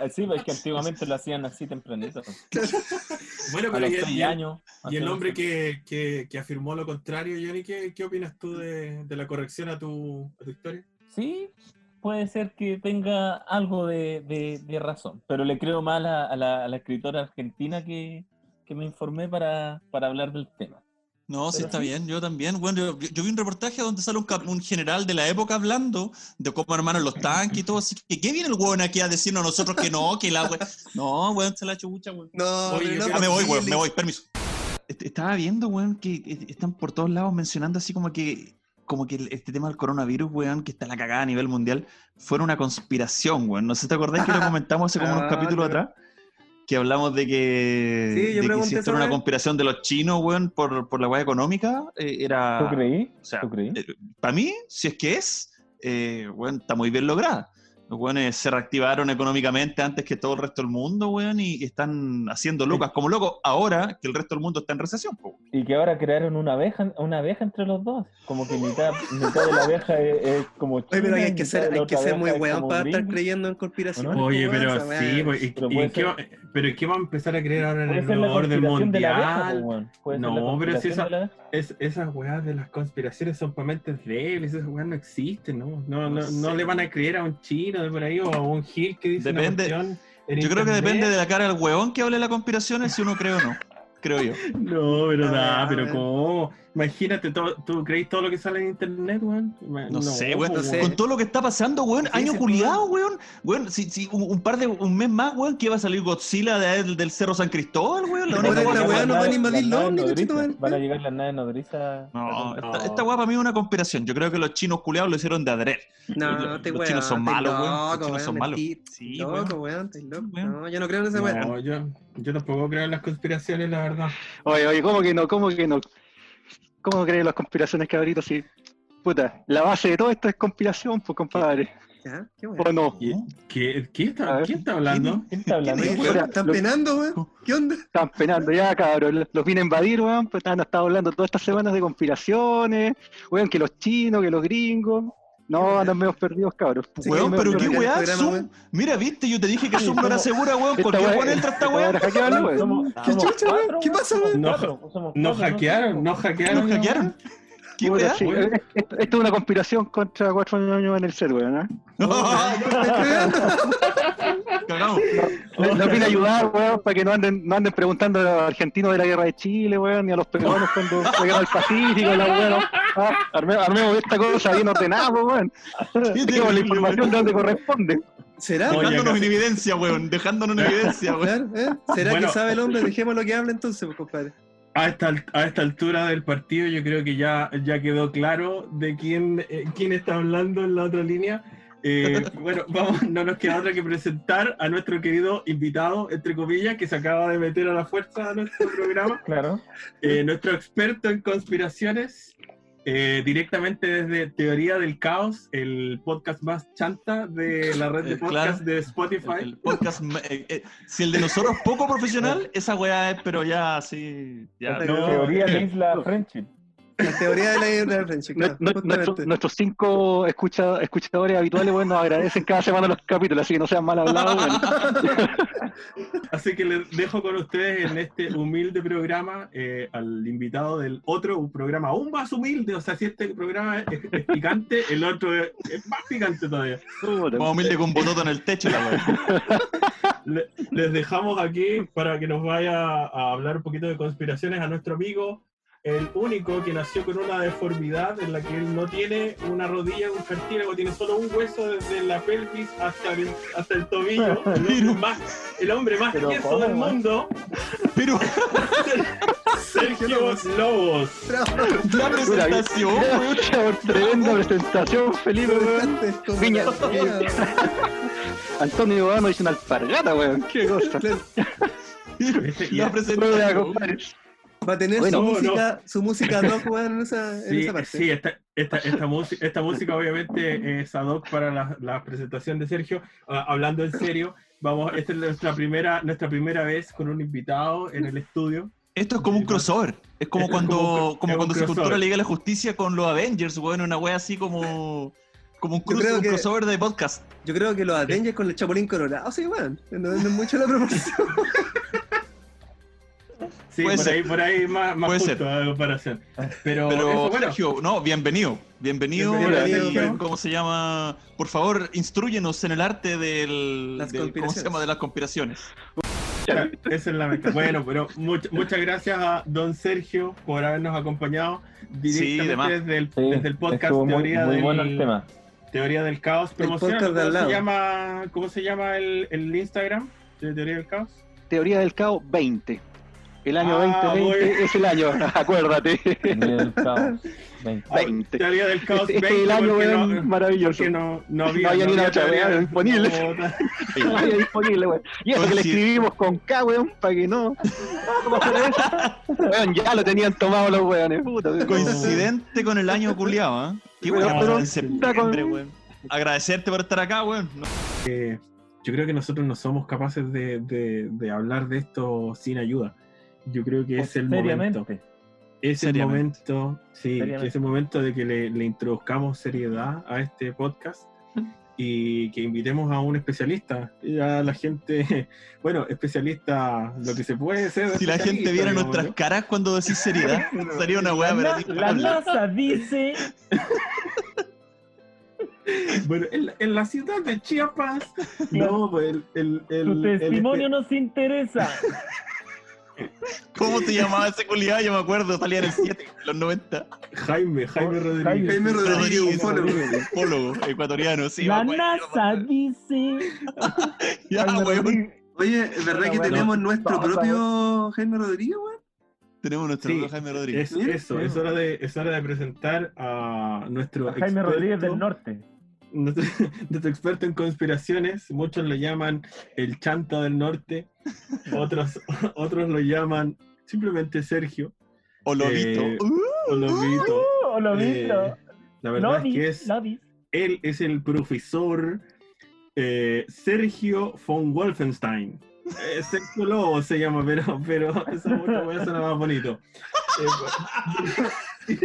S3: sí, pues, es que antiguamente lo hacían así tempranito.
S4: Bueno,
S3: A
S4: pero
S3: los
S4: y, el-
S3: 6
S4: y el-
S3: años.
S4: y el
S3: hacían-
S4: hombre que, que- que afirmó lo contrario, Johnny, ¿qué, qué opinas tú de, de la corrección a tu, a tu historia?
S3: Sí, puede ser que tenga algo de, de- de razón, pero le creo más a la, a la- a la escritora argentina que, que me informé para, para hablar del tema.
S11: No, sí
S3: Pero
S11: está
S3: sí.
S11: bien, yo también. Bueno, yo, yo vi un reportaje donde sale un, cap- un general de la época hablando de cómo armaron los tanques y todo, así que ¿qué viene el weón aquí a decirnos a nosotros que no, que la weón? No, weón, se la chucha, weón.
S5: No,
S4: Oye,
S5: no,
S4: yo-
S11: Ya me voy, weón,
S5: posible.
S11: me voy, permiso.
S1: Est- Estaba viendo, weón, que eh, están por todos lados mencionando así como que como que el- este tema del coronavirus, weón, que está la cagada a nivel mundial, fuera una conspiración, weón. No sé si te acordás que lo comentamos hace como
S5: Ah,
S1: unos capítulos
S5: claro.
S1: atrás, que hablamos de que,
S5: Sí, yo
S1: de que
S5: pregunté
S1: si
S5: esa
S1: esto era una
S5: weá.
S1: conspiración de los chinos, weón, por, por la weá económica, eh,
S3: ¿Tú
S5: Ah,
S1: era...
S3: creí?
S1: O sea,
S3: ¿Tú creí?
S1: para mí, si es que es, eh, weón, está muy bien lograda. Los weones se reactivaron económicamente antes que todo el resto del mundo, weón, y están haciendo lucas como locos ahora que el resto del mundo está en recesión, po, weón.
S3: Y que ahora crearon una abeja, una abeja entre los dos. Como que mitad, mitad de la abeja es, es como
S5: Oye, pero
S3: china
S5: hay
S3: y
S5: que
S3: mitad de
S5: ser,
S3: la
S5: hay que
S3: otra
S5: ser
S3: abeja
S5: muy
S3: es
S5: weón
S3: como
S5: para estar
S3: gringa.
S5: creyendo en conspiraciones.
S4: Oye,
S5: weón,
S4: pero
S5: esa weá.
S4: sí, pues, y-
S3: Pero
S4: y
S3: puede
S4: en qué
S3: ser-
S4: va- pero en qué van a empezar a creer ahora en
S3: Puede
S4: el
S3: ser la
S4: nuevo orden
S3: conspiración de la abeja,
S4: mundial?
S3: po, weón. Puede ser
S4: No,
S3: la
S4: pero si
S3: conspiración
S4: esa-
S3: de la abeja.
S4: Es- esas weas de las conspiraciones son para mentes débiles, esas weas no existen, ¿no? No, no,
S1: No sé.
S4: no le van a creer a un chino de por ahí o a un gil que dice una
S1: Depende.
S4: cuestión en
S1: Yo creo que
S4: internet.
S1: depende de la cara del weón que hable de las conspiraciones si uno cree o no. Creo yo.
S4: No, pero
S1: Ah,
S5: A
S4: da,
S5: ver, a
S4: pero
S5: ver.
S4: cómo. Imagínate, todo- ¿tú crees todo lo que sale en internet, weón? Ma- pues,
S1: No sé,
S4: po,
S1: weón,
S5: no sé.
S1: Con todo lo que está pasando, weón,
S5: Así es
S1: año
S5: el
S1: culiado, weón. Weón, si, si un, un par de, un mes más, weón, que va a salir Godzilla de- del Cerro San Cristóbal, weón. La
S5: Ahora
S1: única
S5: que
S1: weá-
S5: la weá no van a invadir
S3: Las naves
S5: Londres,
S3: nodrizas.
S5: conchetumare.
S3: Van a llegar las naves nodrizas.
S1: No,
S4: No.
S1: esta, esta weá para mí es una conspiración. Yo creo que los chinos culiados lo hicieron de adrede.
S5: No,
S1: Los-
S5: te
S1: los
S5: weón.
S1: chinos son
S5: estáis
S1: malos, weón. Los
S5: loco,
S1: chinos son malos.
S5: mentí.
S1: Sí,
S5: Loco,
S1: weón.
S5: weón, estáis loco.
S1: weón.
S5: No, yo no creo en esa weá.
S4: No, Oh, yo, yo tampoco creo en las conspiraciones, la verdad.
S12: Oye, oye, ¿cómo que no? ¿Cómo que no? ¿Cómo creen las conspiraciones, cabritos? Si, puta, la base de todo esto es conspiración, pues, compadre.
S13: Ya, qué
S12: ¿O
S13: bueno.
S12: no?
S4: ¿Qué- quién
S12: A
S4: está,
S12: ver.
S4: quién está hablando?
S3: ¿Quién está hablando?
S12: Oye,
S13: Weón,
S12: fuera,
S13: Están
S12: lo-
S13: penando, weón. ¿Qué onda?
S12: Están penando ya, cabrón. Los vine a invadir, weón. Pues han estado hablando todas estas semanas de conspiraciones, weón, que los chinos, que los gringos. No, andan medio perdidos, cabros.
S13: Sí,
S14: Weón,
S13: me-
S14: pero
S13: me
S14: qué
S13: carga el
S14: weá,
S13: programa,
S14: Zoom.
S13: weón.
S14: Mira, viste, yo te dije que Zoom no era segura, weón.
S12: Esta
S14: ¿Por qué
S12: weá-
S14: weón entra esta
S12: esta
S14: weón?
S12: weá era hackeable, weón.
S3: Somos-
S13: ¿Qué
S3: somos
S13: chucha, weón?
S3: cuatro,
S13: ¿Qué
S3: weón,
S13: pasa,
S3: somos
S13: weón?
S3: cuatro, somos
S4: ¿Nos
S3: cuatro,
S4: hackearon? ¿Nos hackearon?
S14: ¿Nos hackearon? ¿Qué
S12: Puta,
S14: weá?
S12: sí,
S4: Weón.
S12: eh, Esto, esto es una conspiración contra cuatro niños en el ser, weón. ¿eh?
S14: Cagamos.
S12: Los los vine a ayudar, weón, para que no anden, no anden preguntando a los argentinos de la guerra de Chile, weón, ni a los peruanos cuando la guerra del Pacífico, la weón. Ah, arme- armemos esta cosa bien ordenada, pues, weón. Saquemos la información de donde corresponde.
S13: ¿Será?
S4: Oye,
S14: Dejándonos
S4: acá-
S14: en evidencia, weón. Dejándonos en evidencia,
S13: Claro,
S14: weón.
S13: ¿eh? ¿Será
S4: Bueno.
S13: que sabe el hombre? Dejemos lo que hable entonces, pues, compadre.
S4: A esta, al- a esta altura del partido yo creo que ya, ya quedó claro de quién, eh, quién está hablando en la otra línea. Eh, bueno, vamos, no nos queda otra que presentar a nuestro querido invitado, entre comillas, que se acaba de meter a la fuerza a nuestro programa.
S3: Claro.
S4: Eh, nuestro experto en conspiraciones, eh, directamente desde Teoría del Caos, el podcast más chanta de la red de
S14: Eh, claro.
S4: podcast de Spotify.
S14: El podcast, eh, eh, si el de nosotros es poco profesional, esa weá es, pero ya así.
S1: Ah,
S14: Ya.
S13: No,
S3: Teoría de Isla Friendship.
S13: La teoría de la guerra de French,
S12: No-
S13: claro,
S12: no- nuestro-
S13: justamente.
S12: nuestros cinco escucha- escuchadores habituales, weón, nos agradecen cada semana los capítulos, así que no sean mal hablados, weón.
S4: Así que les dejo con ustedes en este humilde programa eh, al invitado del otro, un programa aún más humilde. O sea, si este programa es, es picante, el otro es, es más picante todavía.
S12: Puta.
S14: Más humilde con bototo en el techo, la weá.
S4: Le- les dejamos aquí para que nos vaya a hablar un poquito de conspiraciones a nuestro amigo, el único que nació con una deformidad en la que él no tiene una rodilla, un cartílago, tiene solo un hueso desde la pelvis hasta el, hasta el tobillo. El hombre más, el hombre más
S3: Pero
S4: tieso
S3: ¿cómo,
S4: del
S3: man?
S4: mundo,
S14: Pero,
S4: Sergio Lobos.
S14: la
S12: Puta, bien.
S14: presentación, weón.
S12: Puta, Tremenda presentación, Felipe, weón.
S13: Antes, como
S12: Viña.
S13: la weá,
S12: Antonio Gano hizo una alpargata, weón. Qué cosa.
S13: claro.
S4: Este- y
S14: La
S4: a-
S12: Puta,
S14: presentación.
S12: compadre.
S13: Va a tener
S12: Bueno.
S13: su
S4: No, no.
S13: música, su música ad hoc, weón, en esa, en
S4: Sí,
S13: esa parte.
S4: sí, esta, esta, esta, música, esta música obviamente es ad hoc para la, la presentación de Sergio. Ah, hablando en serio, vamos, esta es nuestra primera, nuestra primera vez con un invitado en el estudio.
S14: Esto es como un crossover. Es como
S4: pues. Es
S14: cuando,
S4: como un cro- es
S14: como
S4: un
S14: cuando se
S4: crossover.
S14: cultura la Liga de la Justicia con los Avengers, weón. Una weá así como. Como un, cruce,
S13: creo
S14: un
S13: que-
S14: crossover de podcast.
S13: Yo creo que los Avengers con el Chapulín Colorado, sí, weón. No venden mucho la proporción.
S4: Sí,
S14: Puede
S4: por
S14: ser.
S4: ahí, por ahí más, más
S14: Puede
S4: justo
S14: ser. Ah,
S4: la comparación. Pero,
S14: Pero,
S4: eso, bueno,
S14: Sergio, no, bienvenido. Bienvenido.
S4: Bienvenido,
S14: y,
S13: Sergio.
S14: ¿Cómo se llama? Por favor, instruyenos en el arte del,
S13: Las
S14: del- ¿cómo se
S13: conspiraciones.
S14: llama? de las conspiraciones.
S4: esa es la meta. Bueno, pero much- muchas gracias a don Sergio por habernos acompañado
S14: Sí, de
S4: directamente
S14: más.
S4: desde, el,
S3: Sí,
S4: desde el podcast
S3: estuvo muy-
S4: Teoría
S3: muy
S4: del
S3: bueno el tema.
S4: Teoría del Caos. Promociona,
S13: podcast de
S4: ¿cómo
S13: al
S4: se
S13: lado.
S4: llama, cómo se llama el, el Instagram de Teoría del Caos?
S12: Teoría del caos 20. El año
S4: Ah,
S12: 2020
S4: voy.
S12: es el año, acuérdate.
S3: Del caos. Venga.
S4: Ah,
S12: 20.
S4: Teoría del Caos
S12: Este, este
S4: 20.
S12: es el año,
S4: porque
S12: weón,
S4: no-
S12: maravilloso.
S4: porque
S12: No,
S4: no, no había,
S12: había ni una
S4: había
S12: otra
S4: teoría-
S12: weá disponible.
S4: No,
S12: había disponible, weón. Y eso
S14: Oye,
S12: que le
S14: sí.
S12: escribimos con K, weón, para que no. ¿Cómo hacer eso? Weón, ya lo tenían tomado los weones, puta. weón.
S14: Coincidente con el año culiado, ¿eh? Qué
S12: Pero-
S14: weón,
S12: pero-
S14: en septiembre, weón. Agradecerte por estar acá, weón. No,
S4: yo creo que nosotros no somos capaces de, de- de hablar de esto sin ayuda. Yo creo que es el momento.
S3: Seriamente.
S4: Es el
S14: Seriamente.
S4: momento, sí,
S3: Seriamente.
S4: que es el momento de que le, le introduzcamos seriedad a este podcast y que invitemos a un especialista. Ya la gente, bueno, especialista, lo que se puede ser.
S14: si la gente
S4: especialista,
S14: viera
S4: digamos,
S14: nuestras
S4: ¿no?
S14: caras cuando decís seriedad, sería una weá, pero
S3: La, la NASA dice.
S4: Bueno, en, la- en la ciudad de Chiapas, no, pues, el, el, el,
S3: Tu
S4: el- eh,
S3: testimonio nos interesa.
S14: ¿Cómo te llamaba ese culiado? Yo me acuerdo, salía en el 7, en los 90.
S4: Jaime, Jaime Rodríguez.
S13: Jaime Rodríguez,
S14: Rodríguez,
S13: ufólogo.
S14: Rodríguez, ufólogo, ecuatoriano, sí. me
S3: la
S14: acuerdo.
S3: NASA dice.
S14: Ya,
S3: Jaime
S14: weón,
S3: Rodríguez.
S13: Oye, ¿es verdad
S3: Bueno,
S13: que
S3: bueno.
S13: tenemos nuestro
S3: Vamos,
S13: propio Jaime Rodríguez, weón?
S14: tenemos nuestro
S4: Sí,
S14: amigo Jaime Rodríguez.
S4: Es, eso,
S14: Mm.
S4: es hora, de, es hora de presentar a nuestro
S3: A Jaime
S4: experto-
S3: Rodríguez del Norte.
S4: nuestro, nuestro experto en conspiraciones, muchos lo llaman el chanta del norte, otros, otros lo llaman simplemente Sergio
S14: O Lobito.
S4: Eh,
S14: Uh,
S4: o Lobito.
S3: Uh, lo
S4: Eh,
S3: visto.
S4: la verdad
S3: Lo
S4: es que
S3: vi,
S4: es
S3: lo vi.
S4: Él es el profesor eh, Sergio von Wolfenstein. Eh, Sergio Lobo se llama, pero, pero esa otra wea suena más bonito. Eh,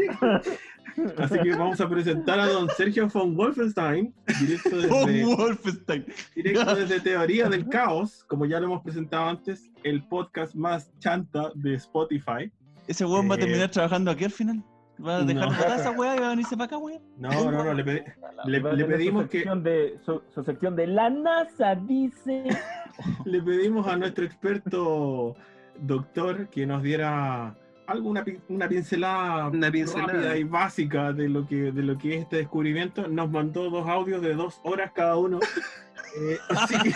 S4: Así que vamos a presentar a don Sergio von Wolfenstein, directo desde,
S14: Von Wolfenstein.
S4: Directo desde Teoría del Caos, como ya lo hemos presentado antes, el podcast más chanta de Spotify.
S14: Ese weón va a
S4: Eh,
S14: terminar trabajando aquí al final. Va a dejar
S4: no.
S14: botada esa weá y va a venirse para acá, weón.
S4: No, no, no, le, pedí- le-
S3: Va a tener
S4: le
S3: su
S4: pedimos que-
S3: sección de- su, su sección de la NASA dice.
S4: le pedimos a nuestro experto doctor que nos diera alguna pin- una pincelada,
S5: Una pincelada.
S4: rápida y básica de lo que de lo que es este descubrimiento. Nos mandó dos audios de dos horas cada uno. Eh, así que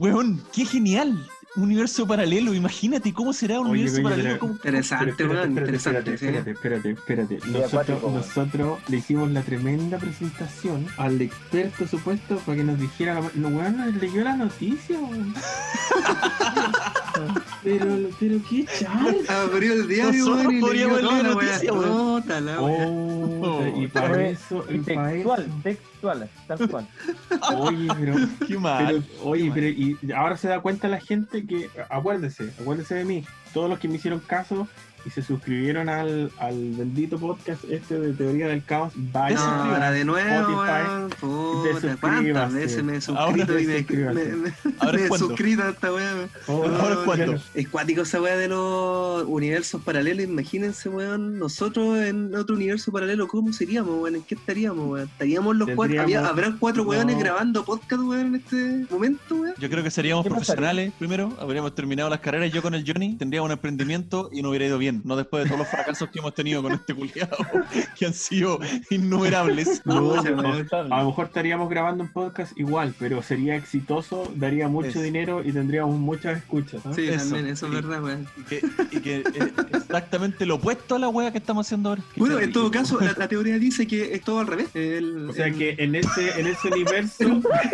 S14: Weón, qué genial. Universo paralelo, imagínate cómo será un
S4: Oye,
S14: universo
S4: coño,
S14: paralelo.
S4: mira.
S14: cómo-
S4: Pero
S5: Interesante, weón, interesante.
S4: espérate, espérate, espérate, espérate. Nosotros,
S3: acuático, weón.
S4: nosotros le hicimos la tremenda presentación al experto supuesto para que nos dijera la no, weón, nos leyó la noticia, weón. pero, pero qué chal.
S5: sí. Abrió el diario,
S14: Nosotros
S5: weón, y
S14: podríamos
S5: leyó
S14: leer
S5: toda la
S14: noticias,
S5: weá.
S14: weón. Oh,
S5: Puta la weá. Oh,
S4: y para
S3: Fue
S4: eso, y para
S3: Textual,
S4: eso-
S3: textual, tal cual.
S4: Oye, pero
S14: Qué mal.
S4: Pero, oye,
S14: mal.
S4: pero y ahora se da cuenta la gente que, acuérdese, acuérdese de mí, todos los que me hicieron caso y se suscribieron al, al bendito podcast este de Teoría del Caos, vayan.
S5: No, ahora de nuevo, weón. Puta,
S4: Desuscríbase.
S5: cuántas veces me he
S14: Ahora
S5: suscrito y me,
S4: desuscríbase.
S5: me- me-
S14: Ahora
S5: me he
S14: es cuando.
S5: suscrito a esta weá. weón.
S4: Oh,
S14: Ahora es cuando.
S5: Es cuático esa weá de los universos paralelos, imagínense, weón. Nosotros en otro universo paralelo, ¿cómo seríamos, weón? ¿En qué estaríamos, weón? ¿Estaríamos los cuatro?
S4: Tendríamos-
S5: había- ¿Habrán cuatro
S4: no.
S5: weones grabando podcast, weón, en este momento, weón?
S14: Yo creo que seríamos
S3: ¿Qué pasaría?
S14: profesionales primero, habríamos terminado las carreras, yo con el Johnny tendría un emprendimiento y no hubiera ido bien, no después de todos los fracasos que hemos tenido con este culiado, que han sido innumerables.
S4: No,
S5: Pucha,
S4: no.
S5: weón.
S4: A lo mejor estaríamos grabando un podcast igual, pero sería exitoso, daría mucho
S14: Es.
S4: dinero y tendríamos muchas escuchas. ¿no?
S5: Sí,
S14: Eso,
S5: también, eso es
S14: sí.
S5: verdad, weón.
S14: Y que, y que es exactamente lo opuesto a la wea que estamos haciendo ahora. Qué
S5: Bueno, en
S14: terrible.
S5: todo caso, la, la teoría dice que es todo al revés. El,
S4: O sea
S5: el-
S4: que en ese, en ese universo,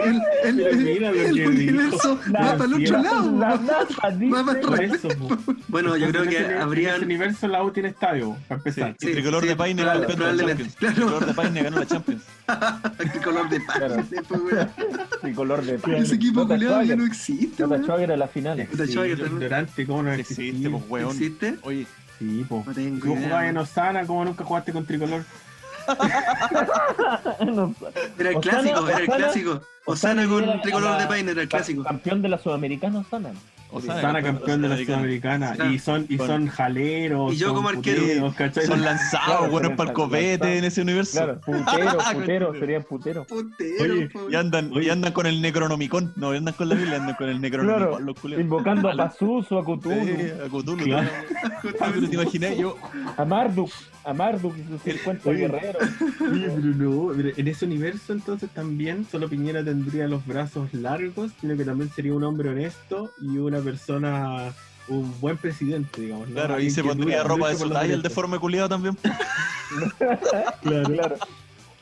S5: el, el-
S4: Pero
S5: el-
S4: mira lo
S5: el
S4: que
S5: universo va para el otro
S4: mierda.
S5: lado.
S3: La
S5: weón.
S3: NASA
S5: Va para
S3: dice.
S4: por eso, po.
S5: Bueno, yo
S4: Entonces,
S5: creo
S4: en
S5: que
S4: ese- En ese
S5: habrían.
S4: universo la U tiene estadio, para
S14: Sí,
S4: empezar.
S14: y
S5: Sí,
S14: Tricolor
S5: sí,
S14: de Paine ganó
S5: probable-
S14: la
S5: probablemente,
S14: Champions.
S5: claro.
S14: Tricolor de Paine ganó la Champions.
S5: ¿Qué color de
S3: Claro.
S5: página, weón?
S3: Y color de piel.
S5: Ese equipo
S3: Nota
S5: culiado ya
S3: Schwager.
S5: no existe,
S3: Nota
S5: weón.
S3: Schwager a las finales.
S5: Puta,
S4: Sí,
S5: Schwager
S4: yo
S5: también.
S4: ignorante, ¿cómo no
S14: No existe, pues weón.
S5: ¿Existe?
S14: Oye,
S4: Sí, po.
S5: No tengo
S4: Tú
S5: idea,
S4: jugabas en
S5: weón.
S4: Osana, ¿cómo nunca jugaste con tricolor?
S3: No,
S5: Era el
S3: Osana-
S5: clásico, era el
S3: Osana-
S5: clásico. Osana
S3: Osana era
S5: con
S3: la-
S5: tricolor de
S3: la-
S5: paine, era el clásico.
S3: Campeón de la Sudamericana, Osana.
S14: Osana,
S4: Osana, campeón de la
S14: Sudamericana.
S4: Sudamericana.
S5: Claro.
S4: Y son, y son jaleros.
S5: Y yo
S4: son
S5: como arquero.
S4: puteros, ¿cachai?
S14: Son lanzados,
S3: Claro,
S14: weón,
S3: pero
S14: para el
S3: está-
S14: copete en ese universo.
S3: Claro, putero, putero, serían putero.
S5: Puntero,
S4: Oye,
S5: po,
S14: Y andan, y andan con el Necronomicon. No, andan con la Biblia, andan con el Necronomicon.
S3: Claro.
S14: Los culiados.
S3: Invocando a Pazuzu, a Cthulhu,
S14: Sí, a Cthulhu,
S4: Claro.
S14: Ah, pero te imaginas yo.
S3: a Marduk, a Marduk y sus 50
S4: Oye.
S3: guerreros.
S4: Oye, pero no, pero en ese universo entonces también solo Piñera tendría los brazos largos, sino que también sería un hombre honesto y una persona, un buen presidente, digamos. ¿no?
S14: Claro, y
S4: Alguien
S14: se
S4: que
S14: pondría
S4: dura,
S14: ropa
S4: lucha por
S14: de
S4: los
S14: soldado y el
S4: derechos.
S14: deforme culiado también.
S4: Claro,
S3: Claro.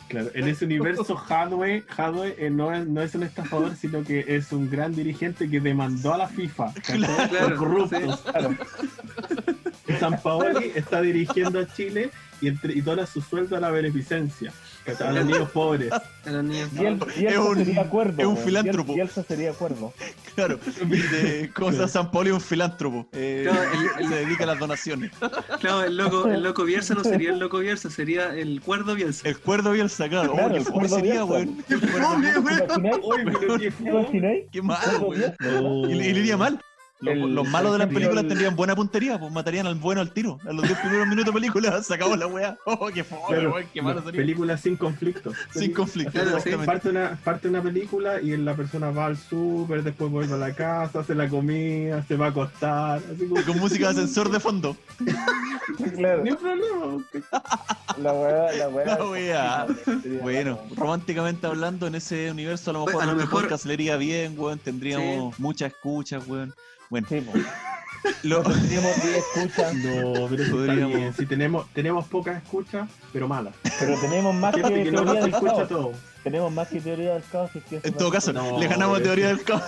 S4: claro. En ese universo, Hadwe, Hadwe eh, no, es, no es un estafador, sino que es un gran dirigente que demandó a la FIFA. ¿cachai?
S5: Claro,
S4: Por corruptos.
S3: claro.
S4: San Paoli está dirigiendo a Chile y, entre, y dona su sueldo a la beneficencia, ¿cachai? a los niños pobres.
S5: a los niños.
S3: Y él, y él
S14: Es un-
S3: sería acuerdo.
S14: es un
S3: weón.
S14: filántropo.
S3: Y él, y él sería acuerdo.
S14: Claro. Y de cosas San Poli un filántropo. Eh,
S5: Claro, el- el-
S14: se dedica a las donaciones.
S5: Claro, el loco, el loco Bielsa no sería el loco Bielsa, sería el cuerdo Bielsa.
S14: El cuerdo bien sacado.
S3: Claro,
S14: oh, qué
S3: el
S14: fome
S3: cuerdo
S14: sería,
S3: Bielsa.
S14: weón.
S5: ¡Qué fome,
S3: ¿Te imagináis?
S4: Oye,
S5: weón!
S4: pero qué
S3: ¿Te
S4: fome.
S3: imagináis?
S14: Qué malo, weón. Y, le- y le iría mal. Los,
S3: El-
S14: los malos de las
S3: el-
S14: películas tendrían buena puntería, pues matarían al bueno al tiro. A los 10 primeros minutos de película sacamos la weá. Oh, qué fome,
S4: Claro,
S14: weón, qué malo sería.
S4: película sin conflicto.
S14: Sin conflicto,
S5: Claro, sí.
S14: exactamente.
S4: Parte una, parte una película y la persona va al súper, después vuelve a la casa, hace la comida, se va a acostar. Así como,
S14: Y con música de ascensor de fondo.
S3: Claro,
S4: ni un problema.
S3: la weá, la weá.
S14: La weá. Bueno, románticamente hablando, en ese universo a lo
S5: Pues,
S14: mejor
S5: a lo
S14: nuestro
S5: mejor-
S14: podcast le iría bien, weón. Tendríamos muchas escuchas, weón. Bueno,
S3: Sí, po.
S14: lo-
S3: Tendríamos 10 escuchas,
S4: No, pero eso está
S14: Podríamos.
S4: bien. Si tenemos, tenemos pocas escuchas, pero malas.
S3: pero tenemos más que
S4: Gente que no
S3: teoría
S4: nos
S3: del
S4: escucha
S3: caos.
S4: todo.
S3: Tenemos más que teoría del caos. es que eso
S14: en
S3: no-
S14: todo caso,
S4: No,
S14: le ganamos a
S4: pero
S14: teoría del caos.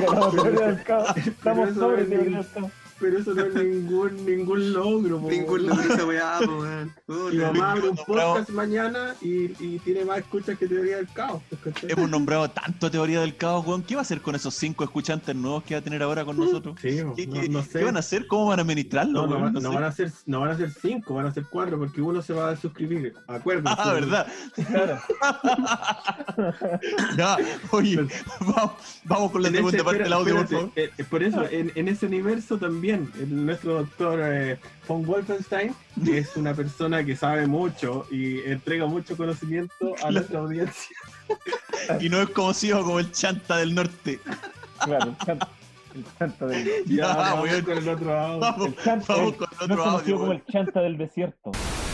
S3: Ganamos teoría del caos.
S4: Pero
S3: Estamos
S4: eso
S3: sobre
S4: es-
S3: teoría del caos.
S4: Pero eso no es ningún, ningún logro, po,
S15: Ningún
S4: weón.
S15: logro esa weá, po, weón.
S4: Mi
S15: Puta.
S4: mamá abre un podcast mañana y, y tiene más escuchas que teoría del caos. pues, ¿cachai?
S14: Hemos nombrado tanto teoría del caos, weón. ¿Qué va a hacer con esos cinco escuchantes nuevos que va a tener ahora con nosotros?
S4: Sí, po,
S14: ¿Qué,
S4: no,
S14: qué-
S4: no
S14: qué
S4: sé.
S14: van a hacer? ¿Cómo van a administrarlo?
S4: No, no,
S14: weón?
S4: va-
S14: No
S4: no
S14: sé.
S4: van a ser, no van a ser cinco, van a ser cuatro, porque uno se va a suscribir. Acuérdense.
S14: Ah, ¿verdad? ya, oye, vamos, vamos con la
S4: En
S14: segunda
S4: ese-
S14: parte del
S4: espera,
S14: audio, por
S4: espérate,
S14: favor.
S4: eh, eh, por eso, en, en ese universo también, el- nuestro doctor eh, von Wolfenstein que es una persona que sabe mucho y entrega mucho conocimiento a nuestra audiencia.
S14: Y no es conocido como el chanta del norte.
S3: Claro, el canto, el canto del.
S14: Ya,
S4: ahora vamos
S14: weón.
S4: con el otro audio.
S14: Vamos,
S3: El chanta,
S14: vamos
S3: el-
S14: con
S3: no
S14: otro
S3: es
S14: audio,
S3: conocido como
S14: weón.
S3: el chanta del desierto.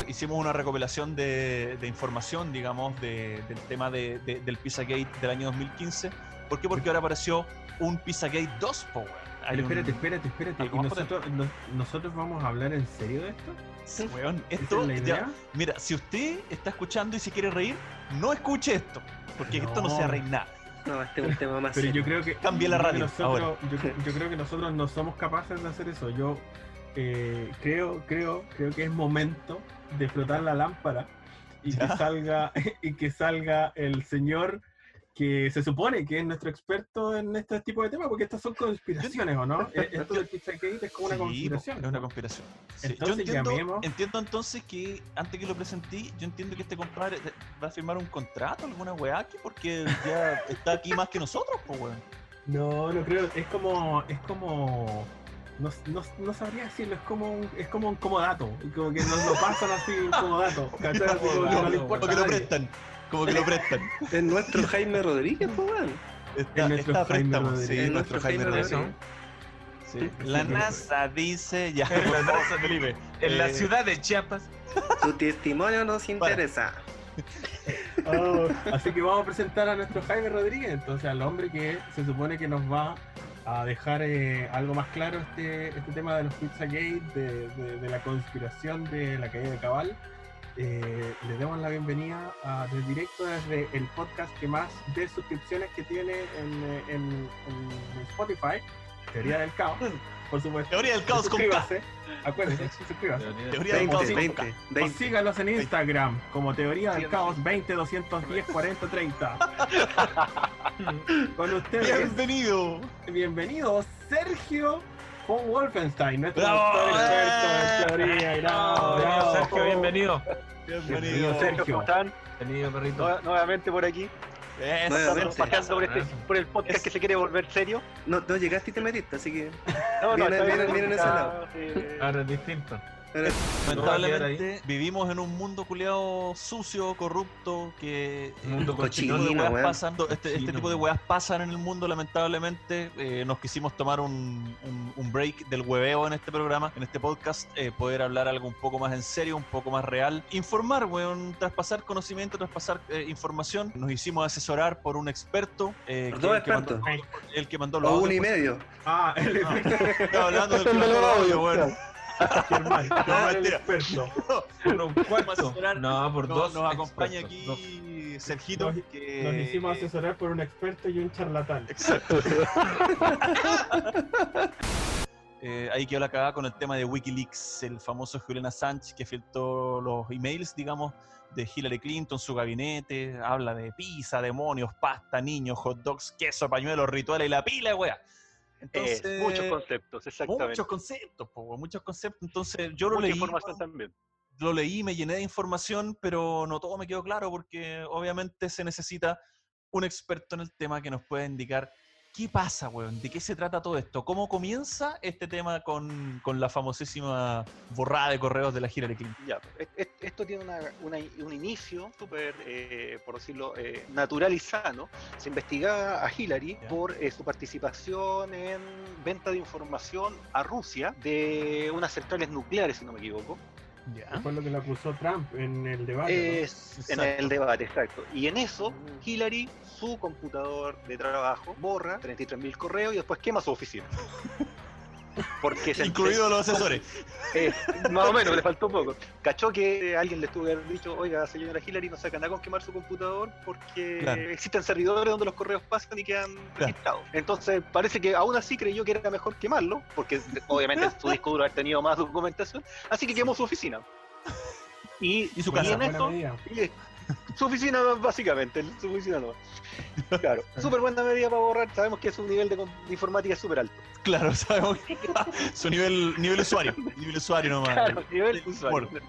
S14: hicimos una recopilación de, de información, digamos, de- del tema de, de- del Pizzagate del año 2015. ¿Por qué? Porque ahora apareció un Pizzagate 2, po, weón. Hay
S4: Pero
S14: un-
S4: espérate, espérate, espérate.
S14: algo
S4: ¿Y
S14: más
S4: nosotros, nos- ¿Nosotros vamos a hablar en serio de esto?
S14: weón,
S4: ¿Esa
S14: esto,
S4: es la
S14: ya-
S4: idea?
S14: mira, si usted está escuchando y se quiere reír, no escuche esto, porque esto no se
S4: No.
S14: arregla en nada.
S13: No, este es un tema más.
S4: Pero
S13: serio.
S4: yo creo que.
S14: Cambié la
S4: yo creo que
S14: radio,
S4: Nosotros, yo, yo creo que nosotros no somos capaces de hacer eso. Yo eh, creo, creo, creo que es momento de flotar la lámpara y que
S14: Ya.
S4: salga y que salga el señor que se supone que es nuestro experto en este tipo de temas, porque estas son conspiraciones, ¿o no? Eh, Esto del Pizzagate es como una
S14: Sí, po,
S4: conspiración.
S14: Es una conspiración. Sí,
S4: Entonces,
S14: yo entiendo,
S4: llamemos-
S14: entiendo entonces que, antes que lo presenté, yo entiendo que este compadre te- va a firmar un contrato, alguna weá, aquí, porque ya está aquí más que nosotros, po, weón.
S4: No, no creo. Es como, es como, no, no, no sabría decirlo. Es como, un- es como un comodato. Como que nos lo pasan así como dato. ¿cachai? Así como que no le
S14: Como
S4: importa
S14: que
S4: a
S14: lo
S4: nadie.
S14: prestan. Como que lo prestan.
S13: Es nuestro Jaime Rodríguez, po, weón.
S14: Está,
S4: Es nuestro
S14: está a
S4: Jaime
S14: préstamo,
S4: Rodríguez.
S14: sí,
S13: Es
S14: nuestro,
S13: nuestro
S14: Jaime
S13: Jaime
S14: Rodríguez.
S13: Rodríguez.
S14: Sí. La
S4: sí.
S14: NASA dice ya. La NASA, Felipe.
S16: En la
S14: Eh,
S16: ciudad de Chiapas.
S13: Tu testimonio nos interesa.
S4: Oh, así que vamos a presentar a nuestro Jaime Rodríguez, entonces al hombre que se supone que nos va a dejar eh, algo más claro este, este tema de los Pizzagate, de, de, de la conspiración de la caída de Cabal. Eh, le damos la bienvenida a, de directo desde el podcast que más de suscripciones que tiene en, eh, en- en Spotify, Teoría del Caos, por supuesto.
S14: Teoría del caos con K.
S4: suscríbase, acuérdense, suscríbase.
S14: Teoría del
S13: 20,
S14: caos
S13: 20,
S14: con K.
S13: 20.
S4: O síganos en Instagram como Teoría del Caos 20 210 40 30. Con ustedes,
S14: Bienvenido.
S4: bienvenido Sergio von Wolfenstein, nuestro
S14: ¡Bravo!
S4: doctor experto en teoría. Bravo,
S16: Bienvenido,
S4: bravo.
S16: ¡Eh! Sergio, bienvenido.
S14: Bienvenido.
S4: Sergio.
S12: ¿Cómo están?
S16: Bienvenido, perrito.
S12: Nue- Nuevamente por aquí,
S14: Eso,
S13: Nuevamente.
S12: pasando por, este, por el podcast que se quiere volver serio.
S13: No, no llegaste y te metiste, así que.
S12: No,
S13: Vienen-
S12: está bien,
S13: vienen- vienen ese lado.
S12: está, eh,
S16: Ahora es distinto.
S14: Lamentablemente vivimos en un mundo culeado sucio, corrupto, que eh,
S16: Mundo
S14: este
S13: cochino,
S14: tipo de
S13: weón.
S14: weas pasan, este, este
S16: Cochino,
S14: tipo de
S16: weón.
S14: weas pasan en el mundo, lamentablemente. Eh, nos quisimos tomar un, un- un break del hueveo en este programa, en este podcast, eh, poder hablar algo un poco más en serio, un poco más real, informar, weón, traspasar conocimiento, traspasar eh, información. Nos hicimos asesorar por un experto, eh,
S13: Por
S14: que-
S13: dos
S14: el que mandó-
S13: expertos.
S14: el que mandó los
S13: O uno y
S14: audios,
S13: medio.
S4: Ah, el experto.
S14: pues. Estaba hablando del
S12: El
S14: que
S12: de
S14: mandó
S12: los
S14: los audios,
S12: audios,
S14: weón.
S4: Germán,
S14: No,
S4: el
S14: mentira.
S4: experto.
S16: Por un cuarto.
S14: asesorar.
S16: No, por
S14: No,
S16: dos.
S14: nos acompaña aquí eh,
S16: expertos, dos.
S14: Sergito.
S4: Nos-
S14: que,
S4: Nos hicimos asesorar por un experto y un charlatán.
S14: Exacto. Eh, ahí quedó la cagada con el tema de Wikileaks, el famoso Julian Assange que filtró los emails, digamos, de Hillary Clinton, su gabinete, habla de pizza, demonios, pasta, niños, hot dogs, queso, pañuelos, rituales y la pila, wea. Entonces,
S1: Eh,
S12: Eh,
S1: muchos conceptos, exactamente.
S14: muchos conceptos, po, weón, muchos conceptos. Entonces, yo lo
S1: Mucha
S14: leí,
S1: información
S14: weón,
S1: también.
S14: lo leí, me llené de información, pero no todo me quedó claro porque obviamente se necesita un experto en el tema que nos pueda indicar qué pasa, weón, de qué se trata todo esto, cómo comienza este tema con, con la famosísima borrada de correos de la Hillary Clinton.
S1: Ya, es- es- esto tiene una- una- un inicio súper, eh, por decirlo, eh, natural y sano. Se investigaba a Hillary
S14: Ya.
S1: por eh, su participación en venta de información a Rusia de unas centrales nucleares, si no me equivoco.
S14: Ya.
S4: Fue lo que le acusó Trump en el debate. ¿no?
S1: Es- en el debate, exacto. Y en eso, Hillary, su computador de trabajo, borra 33.000 correos y después quema su oficina.
S12: Porque se-
S14: Incluidos los asesores.
S12: Eh, más o menos, le faltó poco. Cachó que alguien le tuvo que haber dicho, oiga, señora Hillary, no se nada con quemar su computador porque
S14: Claro.
S12: existen servidores donde los correos pasan y quedan
S14: Claro.
S12: registrados. Entonces, parece que aún así creyó que era mejor quemarlo, porque obviamente su disco duro haber tenido más documentación, así que quemó su oficina. Y,
S14: Y su casa.
S12: en esto-
S2: Buena
S12: y- su oficina, básicamente, su oficina no. Claro, súper buena medida para borrar, sabemos que su nivel de, com- de informática es súper alto.
S14: Claro, sabemos que su nivel, nivel usuario. Nivel usuario nomás.
S12: Claro, nivel usuario.
S14: humor.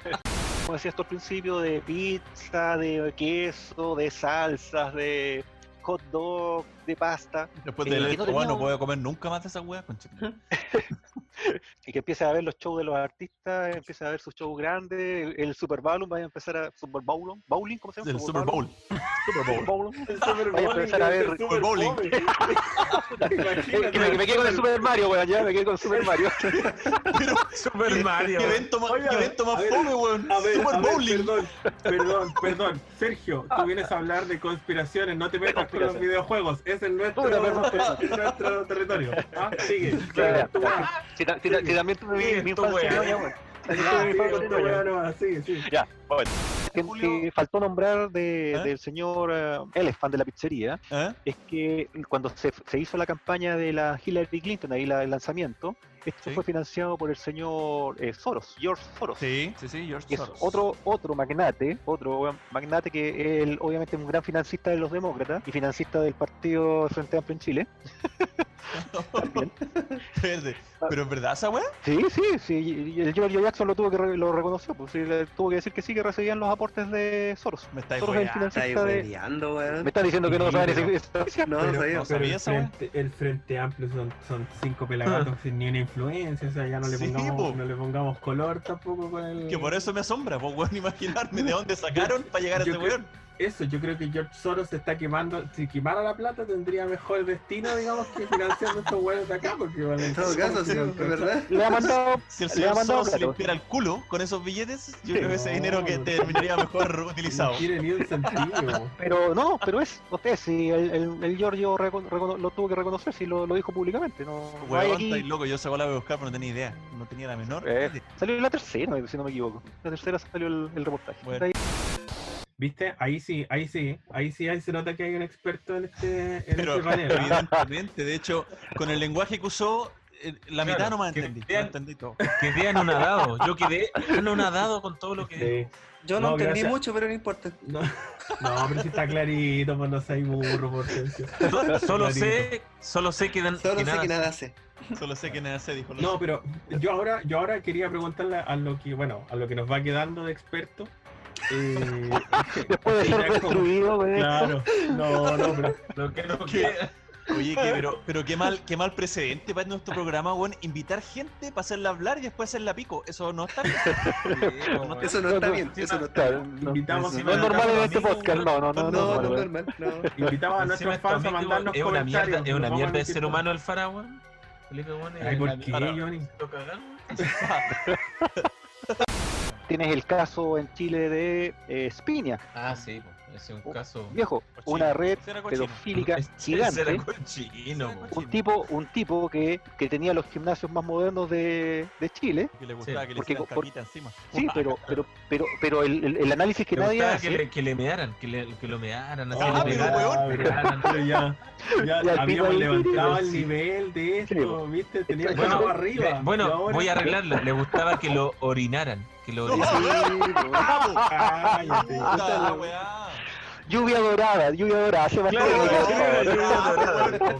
S12: Como decías tú al principio, de pizza, de queso, de salsas, de hot dog, de pasta.
S14: Después
S12: Eh,
S14: de
S12: que
S14: la
S12: no
S14: no,
S12: tenía
S14: no
S12: un-
S14: puedo comer nunca más de esa weá, concha.
S12: Y que empieces a ver los shows de los artistas, empieces a ver sus shows grandes, el Super Bowl, vaya a empezar a... ¿Super Bowl? ¿Bowling? ¿Cómo se llama?
S14: El Super Bowl.
S12: Super Bowl. Vaya a
S17: Bowling
S12: empezar a
S17: debe
S12: ver...
S17: ser
S14: Super Bowling.
S12: Eh, que me, me quedé con el Super Mario, weón, ya, me quedé con Super Mario.
S4: Super Mario.
S14: ¿Qué evento más,
S4: Oye,
S14: qué evento más
S4: a ver,
S14: fome, weón?
S4: A ver,
S14: Super
S4: a ver,
S14: Bowling.
S4: perdón, perdón, perdón. Sergio, tú vienes a hablar de conspiraciones, no te metas con los
S12: Conspiraciones.
S4: videojuegos. Es en nuestro,
S12: Una persona.
S4: es nuestro territorio. Ah, sigue.
S12: Claro, Ah,
S4: tu weá.
S12: Si, ta- si ta- si también tuve mi, mi
S4: Esto,
S12: infancia,
S4: weón.
S12: ya, weón. También
S4: Ah,
S12: tuve mi
S4: sigue,
S12: infancia,
S4: tu
S12: ya,
S4: weá
S12: weón.
S4: nomás, sigue, sigue.
S12: Ya, bueno. Que, que faltó nombrar de-
S14: ¿Eh?
S12: del señor eh, Elefant de la pizzería
S14: ¿Eh?
S12: es que cuando se, se hizo la campaña de la Hillary Clinton, ahí la- el lanzamiento, esto
S14: Sí.
S12: fue financiado por el señor eh, Soros, George Soros.
S14: Sí, sí, sí, George
S12: que es
S14: Soros.
S12: otro otro magnate, otro weón, magnate que él obviamente es un gran financista de los demócratas y financista del partido Frente Amplio en Chile.
S14: Verde. Pero es verdad esa weá?
S12: Ah. Sí, sí, sí, y- y el Giorgio Jackson lo tuvo que re- lo reconoció, pues sí, le tuvo que decir que sí que recibían los aportes de Soros.
S14: Me estáis
S12: Soros es el
S14: weá.
S5: Estáis
S12: financista de...
S5: hueveando, weón.
S12: Me están diciendo que no
S2: Sí,
S12: saben
S2: pero-
S12: ese- esa noticia.
S5: No, no sabía.
S14: No sabía
S2: el,
S14: esa weá. Ah.
S2: frente, el Frente Amplio son, son cinco pelagatos sin ni una influencia, o sea, ya no le
S14: Sí,
S2: pongamos,
S14: po.
S2: no le pongamos color tampoco con el...
S14: Que por eso me asombra, pues weón, imaginarme de dónde sacaron para llegar a
S2: Yo
S14: ese
S2: creo-
S14: weón.
S2: Eso, yo creo que George Soros se está quemando. Si quemara la plata, tendría mejor destino, digamos, que financiando estos huevos de acá. Porque, bueno,
S5: En todo caso, sí, es verdad.
S12: Le ha mandado,
S14: Si el
S12: le ha
S14: señor
S12: mandado
S14: Soros se
S12: plata.
S14: limpiara el culo con esos billetes, yo creo que ese
S2: No.
S14: dinero que terminaría mejor utilizado.
S2: No tiene ni un sentido.
S12: Pero no, pero es, no sé, si el, el, el Giorgio recono- recono- lo tuvo que reconocer, si lo, lo dijo públicamente. No, no hay
S14: Weón,
S12: aquí-
S14: estáis loco, yo esa weá la voy a buscar, pero no tenía idea. No tenía la menor.
S12: Eh.
S14: idea.
S12: Salió en la tercera, si no me equivoco. La tercera salió el, el reportaje.
S14: Bueno.
S2: ¿Viste? Ahí sí, ahí sí. Ahí sí ahí se nota que hay un experto en este, en
S14: Pero
S2: este panel.
S14: evidentemente, de hecho, con el lenguaje que usó, eh, la mitad
S3: Claro,
S14: no me
S3: que
S14: entendí. No
S3: vean-
S14: entendí todo.
S3: Quedé anonadado. Yo quedé anonadado con todo lo que dijo.
S2: Sí.
S5: Yo no,
S2: No,
S5: entendí
S2: gracias.
S5: mucho, pero no importa.
S2: No, no, pero sí está clarito, pues no seas burro, por Dios.
S3: So- Solo sé, solo sé que, dan-
S5: Solo
S3: que
S5: sé
S3: nada-
S5: que nada hace.
S14: Solo sé que nada se dijo. lo
S2: No,
S14: sé.
S2: pero yo ahora, yo ahora quería preguntarle a lo que, bueno, a lo que nos va quedando de experto. eh,
S12: Después de
S2: porque
S12: ser
S2: ya como-
S12: destruido, eh. weón.
S2: Claro, no, no, pero
S3: lo que no
S14: ¿Qué?
S3: queda.
S14: Oye, que- pero, pero qué mal, qué mal precedente para nuestro programa, weón. Invitar gente para hacerla hablar y después hacerla pico. Eso no está bien.
S3: No te-
S5: Eso no está bien. Eso no está
S12: Claro,
S5: bien.
S12: no,
S2: invitamos
S12: no
S2: y
S12: es normal en este podcast, no, no, no, no,
S5: No,
S12: no,
S5: no,
S12: no.
S5: normal. No.
S2: invitamos a
S3: Encima
S2: nuestros
S3: estos
S2: fans a
S3: amigos,
S2: mandarnos
S3: es una
S2: comentarios.
S3: mierda, es
S2: nos
S3: una
S2: vamos a
S3: mierda de
S2: decir
S3: ser
S2: todo.
S3: humano el Fara, weón. Felipe, weón,
S2: Ay,
S3: es
S2: ¿por
S3: la-
S2: qué,
S3: para-
S2: Johnny?
S3: lo cagaron.
S12: Tienes el caso en Chile de eh, Spinia,
S3: Ah, sí, po, ese es un caso.
S12: viejo,
S14: Cochino.
S12: una red
S14: Será cochino.
S12: pedofílica
S3: Ese
S12: gigante.
S3: era cochino, po.
S12: Un tipo, un tipo que, que tenía los gimnasios más modernos de, de Chile,
S14: Que le gustaba
S3: Sí,
S14: que le
S12: porque-
S14: hicieran
S12: por-
S14: capita encima.
S12: sí, pero, pero, pero, pero el, el- el análisis que
S3: Le
S12: nadie
S3: gustaba
S12: hace.
S3: que, le, que le mearan, que, le, que lo mearan, así
S14: Ah,
S3: le
S14: pero
S3: pegaran,
S14: weón.
S3: le pegaran.
S2: Pero ya, ya
S12: Y al
S2: habíamos
S12: final-
S2: levantado el
S12: Sí.
S2: nivel de esto, ¿viste? Teníamos
S3: Bueno,
S2: bueno, arriba.
S3: le-
S2: y
S3: bueno
S2: ahora-
S3: voy a arreglarlo. Le gustaba que lo orinaran. Que lo orinaran.
S12: Sí, weón.
S2: Cállate.
S14: Puta la weá.
S12: lluvia dorada, lluvia dorada, hace bastante
S3: Claro,
S12: que-
S3: claro,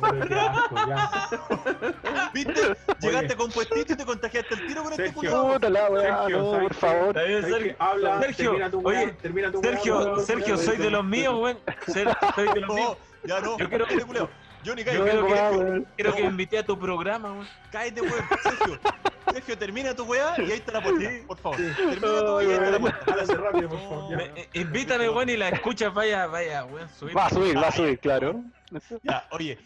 S2: Hombre, qué asco, ya.
S14: ¿Viste? Llegaste compuestito y te contagiaste el tiro con este
S2: Sergio.
S14: culo.
S12: Puta la weá,
S2: Sergio,
S12: no,
S2: ¿sabes
S12: por
S2: qué?
S12: favor.
S3: Está bien,
S2: ¿Sabes qué?
S3: Sergio.
S2: Habla,
S3: Sergio,
S2: termina tu
S3: oye,
S2: weá, termina tu weá,
S3: Sergio,
S2: weón,
S3: Sergio,
S2: weón.
S3: soy de los míos, weón. Ser- soy de los míos.
S14: No, ya no.
S3: Yo quiero-
S14: Cállate, culeo. Johnny,
S3: Yo
S14: cállate.
S3: creo
S12: Vengo
S3: que-
S12: más, weón.
S3: Quiero que me invité a tu programa, weón.
S14: Cállate, weón. Sergio. Sergio, termina tu weá y ahí está la puerta. Por favor. Termina tu weá y ahí está la puerta.
S2: Háblase rápido, por favor, ya.
S3: Me- eh, invítame, weón, y la escuchas, vaya, vaya, weón, subir.
S12: Va a subir, va a subir, claro.
S14: Ya, oye.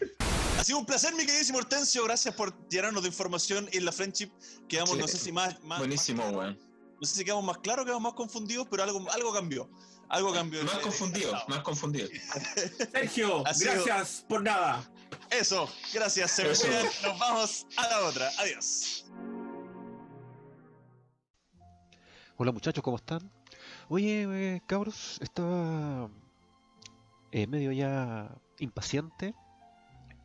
S14: Ha sido un placer, mi queridísimo Hortensio. Gracias por llenarnos de información en la friendship. Quedamos, no sé si más. más
S1: Buenísimo,
S14: más claro.
S1: weón.
S14: No sé si quedamos más claros, quedamos más confundidos, pero algo, algo cambió. Algo cambió.
S1: Más confundido, más confundido.
S2: Sergio,
S14: Ha sido-
S2: gracias por nada.
S18: Eso, gracias, se
S1: Eso.
S18: cuidan. Nos vamos a la otra. Adiós.
S14: Hola muchachos, ¿cómo están? Oye, eh, cabros, estaba eh, medio ya impaciente.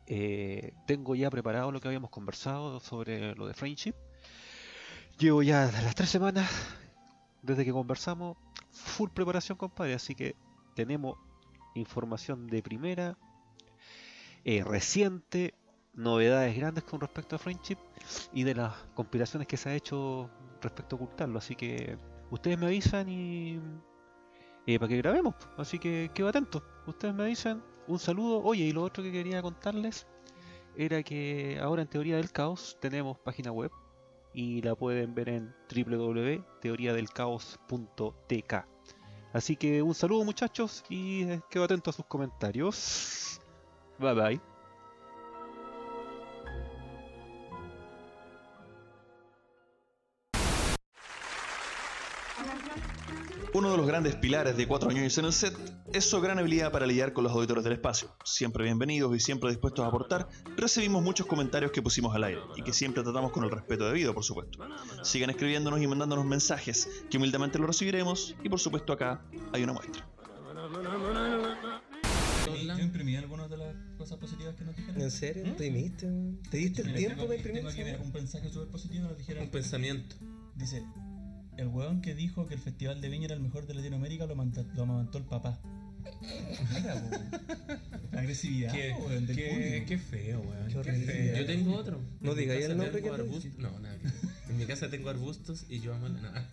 S14: Eh, tengo ya preparado lo que habíamos conversado sobre lo de friendship. Llevo ya de las tres semanas desde que conversamos, full preparación, compadre. Así que tenemos información de primera, eh, reciente, novedades grandes con respecto a friendship y de las conspiraciones que se ha hecho respecto a ocultarlo. Así que ustedes me avisan y eh, para que grabemos. po. Así que quedo atento. Ustedes me avisan. Un saludo. Oye, y lo otro que quería contarles era que ahora en Teoría del Caos tenemos página web y la pueden ver en www.teoriadelcaos.tk. Así que un saludo muchachos y eh, quedo atento a sus comentarios. Bye bye.
S18: Uno de los grandes pilares de Cuatro Años en el set es su gran habilidad para lidiar con los auditores del espacio. Siempre bienvenidos y siempre dispuestos a aportar, recibimos muchos comentarios que pusimos al aire y que siempre tratamos con el respeto debido, por supuesto. Sigan escribiéndonos y mandándonos mensajes, que humildemente los recibiremos y por supuesto acá hay una muestra.
S2: Yo imprimí algunas de las cosas positivas que nos dijeron.
S19: ¿En serio?
S2: ¿Mm?
S19: ¿Imprimiste? weón? ¿Te diste el
S2: Mira,
S19: tiempo
S2: tengo
S19: de
S2: aquí-
S19: imprimir?
S2: tengo aquí,
S19: esa
S2: mira,
S19: weá?
S2: un mensaje súper positivo nos dijeron.
S19: Un pensamiento.
S2: Dice, el huevón que dijo que el Festival de Viña era el mejor de Latinoamérica lo, manta- lo amamantó el papá. Mira, po, weón. La agresividad,
S19: Qué-
S2: po, weón, del
S19: qué-
S2: público.
S19: qué feo, weón. Qué
S2: Qué
S19: horrible.
S2: feo.
S19: Yo tengo otro. No
S2: En mi
S19: digáis
S2: casa
S19: el nombre
S2: tengo
S19: que te
S2: arbustos-
S19: dije.
S2: No, nada. que ver. En mi casa tengo arbustos y yo amo la nada.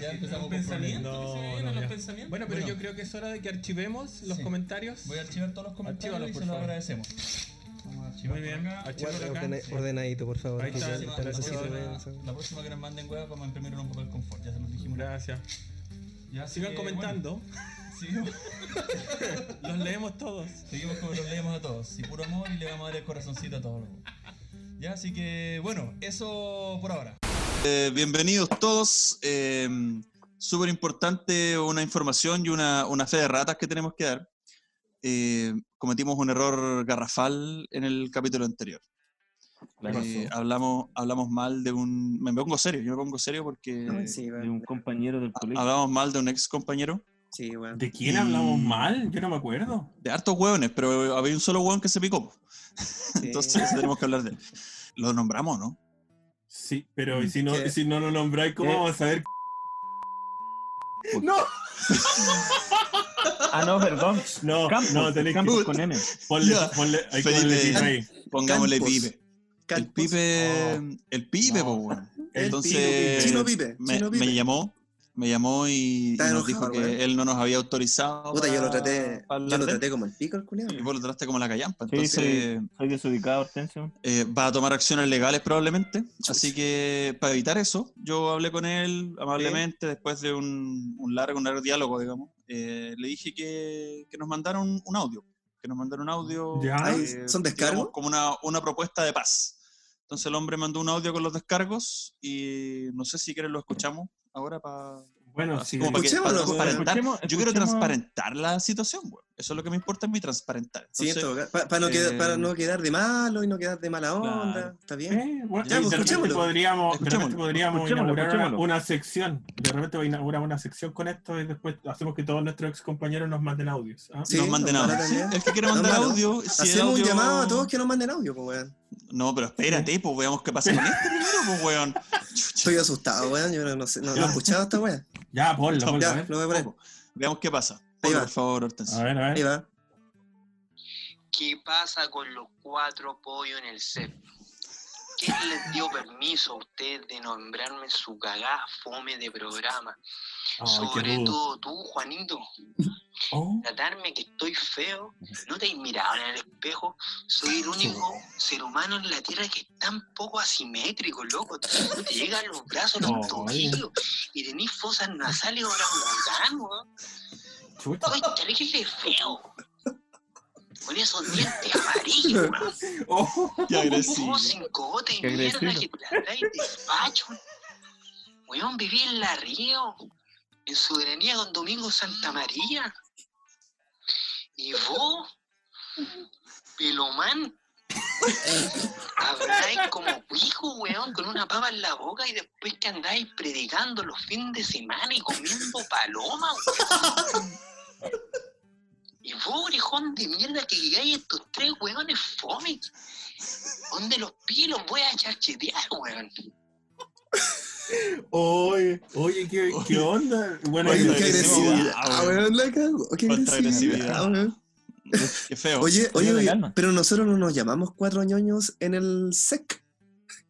S19: Ya empezamos con
S2: Un pensamiento,
S19: problemas.
S2: que se
S19: No,
S2: vayan a
S19: no,
S2: los
S19: ya.
S2: pensamientos.
S19: Bueno, pero yo creo que es hora de que archivemos los
S2: Sí.
S19: comentarios.
S2: Voy a archivar todos los comentarios
S19: Archívalos,
S2: y
S19: por
S2: se los
S19: favor.
S2: agradecemos. Vamos a archivar
S19: Muy bien,
S2: por acá.
S19: archívalo
S2: Guarda
S19: acá.
S2: acá.
S19: Ordena-
S2: Sí.
S19: ordenadito, por favor,
S2: Ahí
S19: que
S2: está,
S19: ya
S2: sí,
S19: está
S2: la,
S19: necesito
S2: próxima,
S19: ver eso.
S2: la próxima que nos manden hueá vamos a imprimir un poco el confort, ya se los dijimos.
S19: Gracias.
S2: Ya, así
S19: Sigan
S2: que,
S19: comentando.
S2: bueno, sigamos. los leemos todos. Seguimos como los leemos a todos. Y puro amor y le vamos a dar el corazoncito a todos. los hueones. Ya, así que bueno, eso por ahora.
S1: Eh, bienvenidos todos. eh, Súper importante una información y una, una fe de ratas que tenemos que dar. Eh, cometimos un error garrafal en el capítulo anterior. Eh, hablamos, hablamos mal de un... Me pongo serio, yo me pongo serio porque
S3: de un compañero del colegio.
S14: Ah,
S1: hablamos mal de un ex compañero.
S5: Sí, bueno.
S4: ¿De quién hablamos mal? Yo no me acuerdo.
S1: De hartos hueones, pero había un solo hueón que se picó. Entonces tenemos que hablar de él. Lo nombramos, ¿no?
S4: Sí, pero
S1: Mm,
S4: ¿y si no,
S1: ¿Qué?
S4: si no lo nombráis, ¿cómo
S1: ¿Qué?
S4: vamos a saber?
S1: ¡No!
S3: Ah, no, perdón.
S4: No, no, tenéis
S3: Campos
S4: que
S3: con M.
S4: Ponle,
S1: Ya.
S4: ponle, hay que ponerle
S1: Felipe,
S4: pip ahí.
S1: Pongámosle
S4: Campos.
S1: pibe. El pibe. El pibe, po, weón.
S4: El
S1: Entonces.
S4: Chino Pipe,
S1: Me,
S4: Chino
S1: me
S4: Pipe.
S1: llamó. Me llamó y, y
S5: Está
S1: nos dijo
S5: enojado,
S1: que
S5: weón.
S1: él no nos había autorizado.
S5: Puta, yo lo traté,
S1: para
S5: yo
S1: hablar
S5: lo
S1: de él.
S5: traté como el pico el culiao.
S1: Y vos lo trataste como la callampa.
S3: Sí,
S1: Entonces.
S3: soy, soy desubicado, Hortensio.
S1: eh, va a tomar acciones legales probablemente. Así que para evitar eso, yo hablé con él amablemente después de un, un largo, un largo diálogo, digamos. Eh, le dije que, que nos mandara un, un audio, que nos mandara un audio.
S4: Ya.
S1: eh,
S4: ¿Son descargos?
S1: digamos, como una, una propuesta de paz. Entonces el hombre mandó un audio con los descargos y no sé si quieren lo escuchamos ahora para...
S4: Bueno,
S1: así
S4: sí.
S1: como para que- para
S4: Escuchémoslo,
S1: transparentar.
S4: escuchemos-
S1: Yo quiero
S4: escuchemos-
S1: transparentar la situación, güey. Eso es lo que me importa, es mi transparentar.
S5: Sí, en
S1: Entonces,
S5: todo caso, pa- pa no queda-
S1: eh,
S5: para no quedar de malo y no quedar de mala onda.
S1: Claro.
S5: Está bien.
S4: Eh, Bueno,
S5: ya, pues,
S4: de repente
S5: escuchémoslo.
S4: podríamos, de repente podríamos
S5: Escuchémoslo,
S4: inaugurar
S5: escuchémoslo.
S4: Una, una sección. De repente inauguramos una sección con esto y después hacemos que todos nuestros ex compañeros nos manden audios. ¿ah?
S1: Sí, Nos manden nos audios. mandan- Sí, el que quiera mandar
S5: Claro.
S1: audio, si el
S5: Hacemos
S1: audio-
S5: un llamado a todos que nos manden audio, pues, weón.
S1: No, pero espérate, pues veamos qué pasa con esto primero, pues weón.
S5: Estoy asustado, weón. Yo no, no sé, no, no he escuchado esta weón.
S4: Ya,
S5: ponla, ponla, Ya, eh. lo voy a poner.
S1: Veamos qué pasa. Ponlo, por favor, Hortensio.
S4: A ver, a ver.
S5: Ahí va.
S12: ¿Qué pasa con los cuatro pollos en el set? ¿Quién les dio permiso a usted de nombrarme su cagá fome de programa?
S4: Ay, qué
S12: Sobre
S4: rudo. Oh.
S12: todo tú, Juanito. Tratarme que estoy feo, no te has mirado en el espejo. Soy el único ser humano en la tierra que es tan poco asimétrico, loco. No te llegan los brazos, los
S4: Ay.
S12: tobillos, y tenés fosas nasales orangután, weón.
S4: Chuta.
S12: Soy terrible feo. Con esos dientes amarillos, weón.
S1: Qué agresivo.
S12: Vos sin cogote y
S1: Qué
S12: mierda que
S1: agresivo.
S12: te andáis despacho. Weón, viví en la Río, en soberanía con Domingo Santa María. Y vos, pelomán,
S10: Habláis como pico, weón, con una pava en la boca y después que andáis predicando los fines de semana y comiendo paloma, weón. Y vos, orejón de mierda, que llegáis estos tres weones fome. ¿Dónde los pies los voy a charchetear, weón?
S4: Oye, oye, ¿qué, qué onda? Bueno,
S5: Oye,
S4: yo-
S5: qué agresividad,
S4: Ah, bueno.
S5: weón, la cago. Qué
S4: Contra
S5: agresividad, weón.
S1: Qué feo.
S5: Oye, oye,
S4: Oye,
S5: oye,
S4: calma.
S5: pero nosotros no nos llamamos cuatro ñoños en el SEC.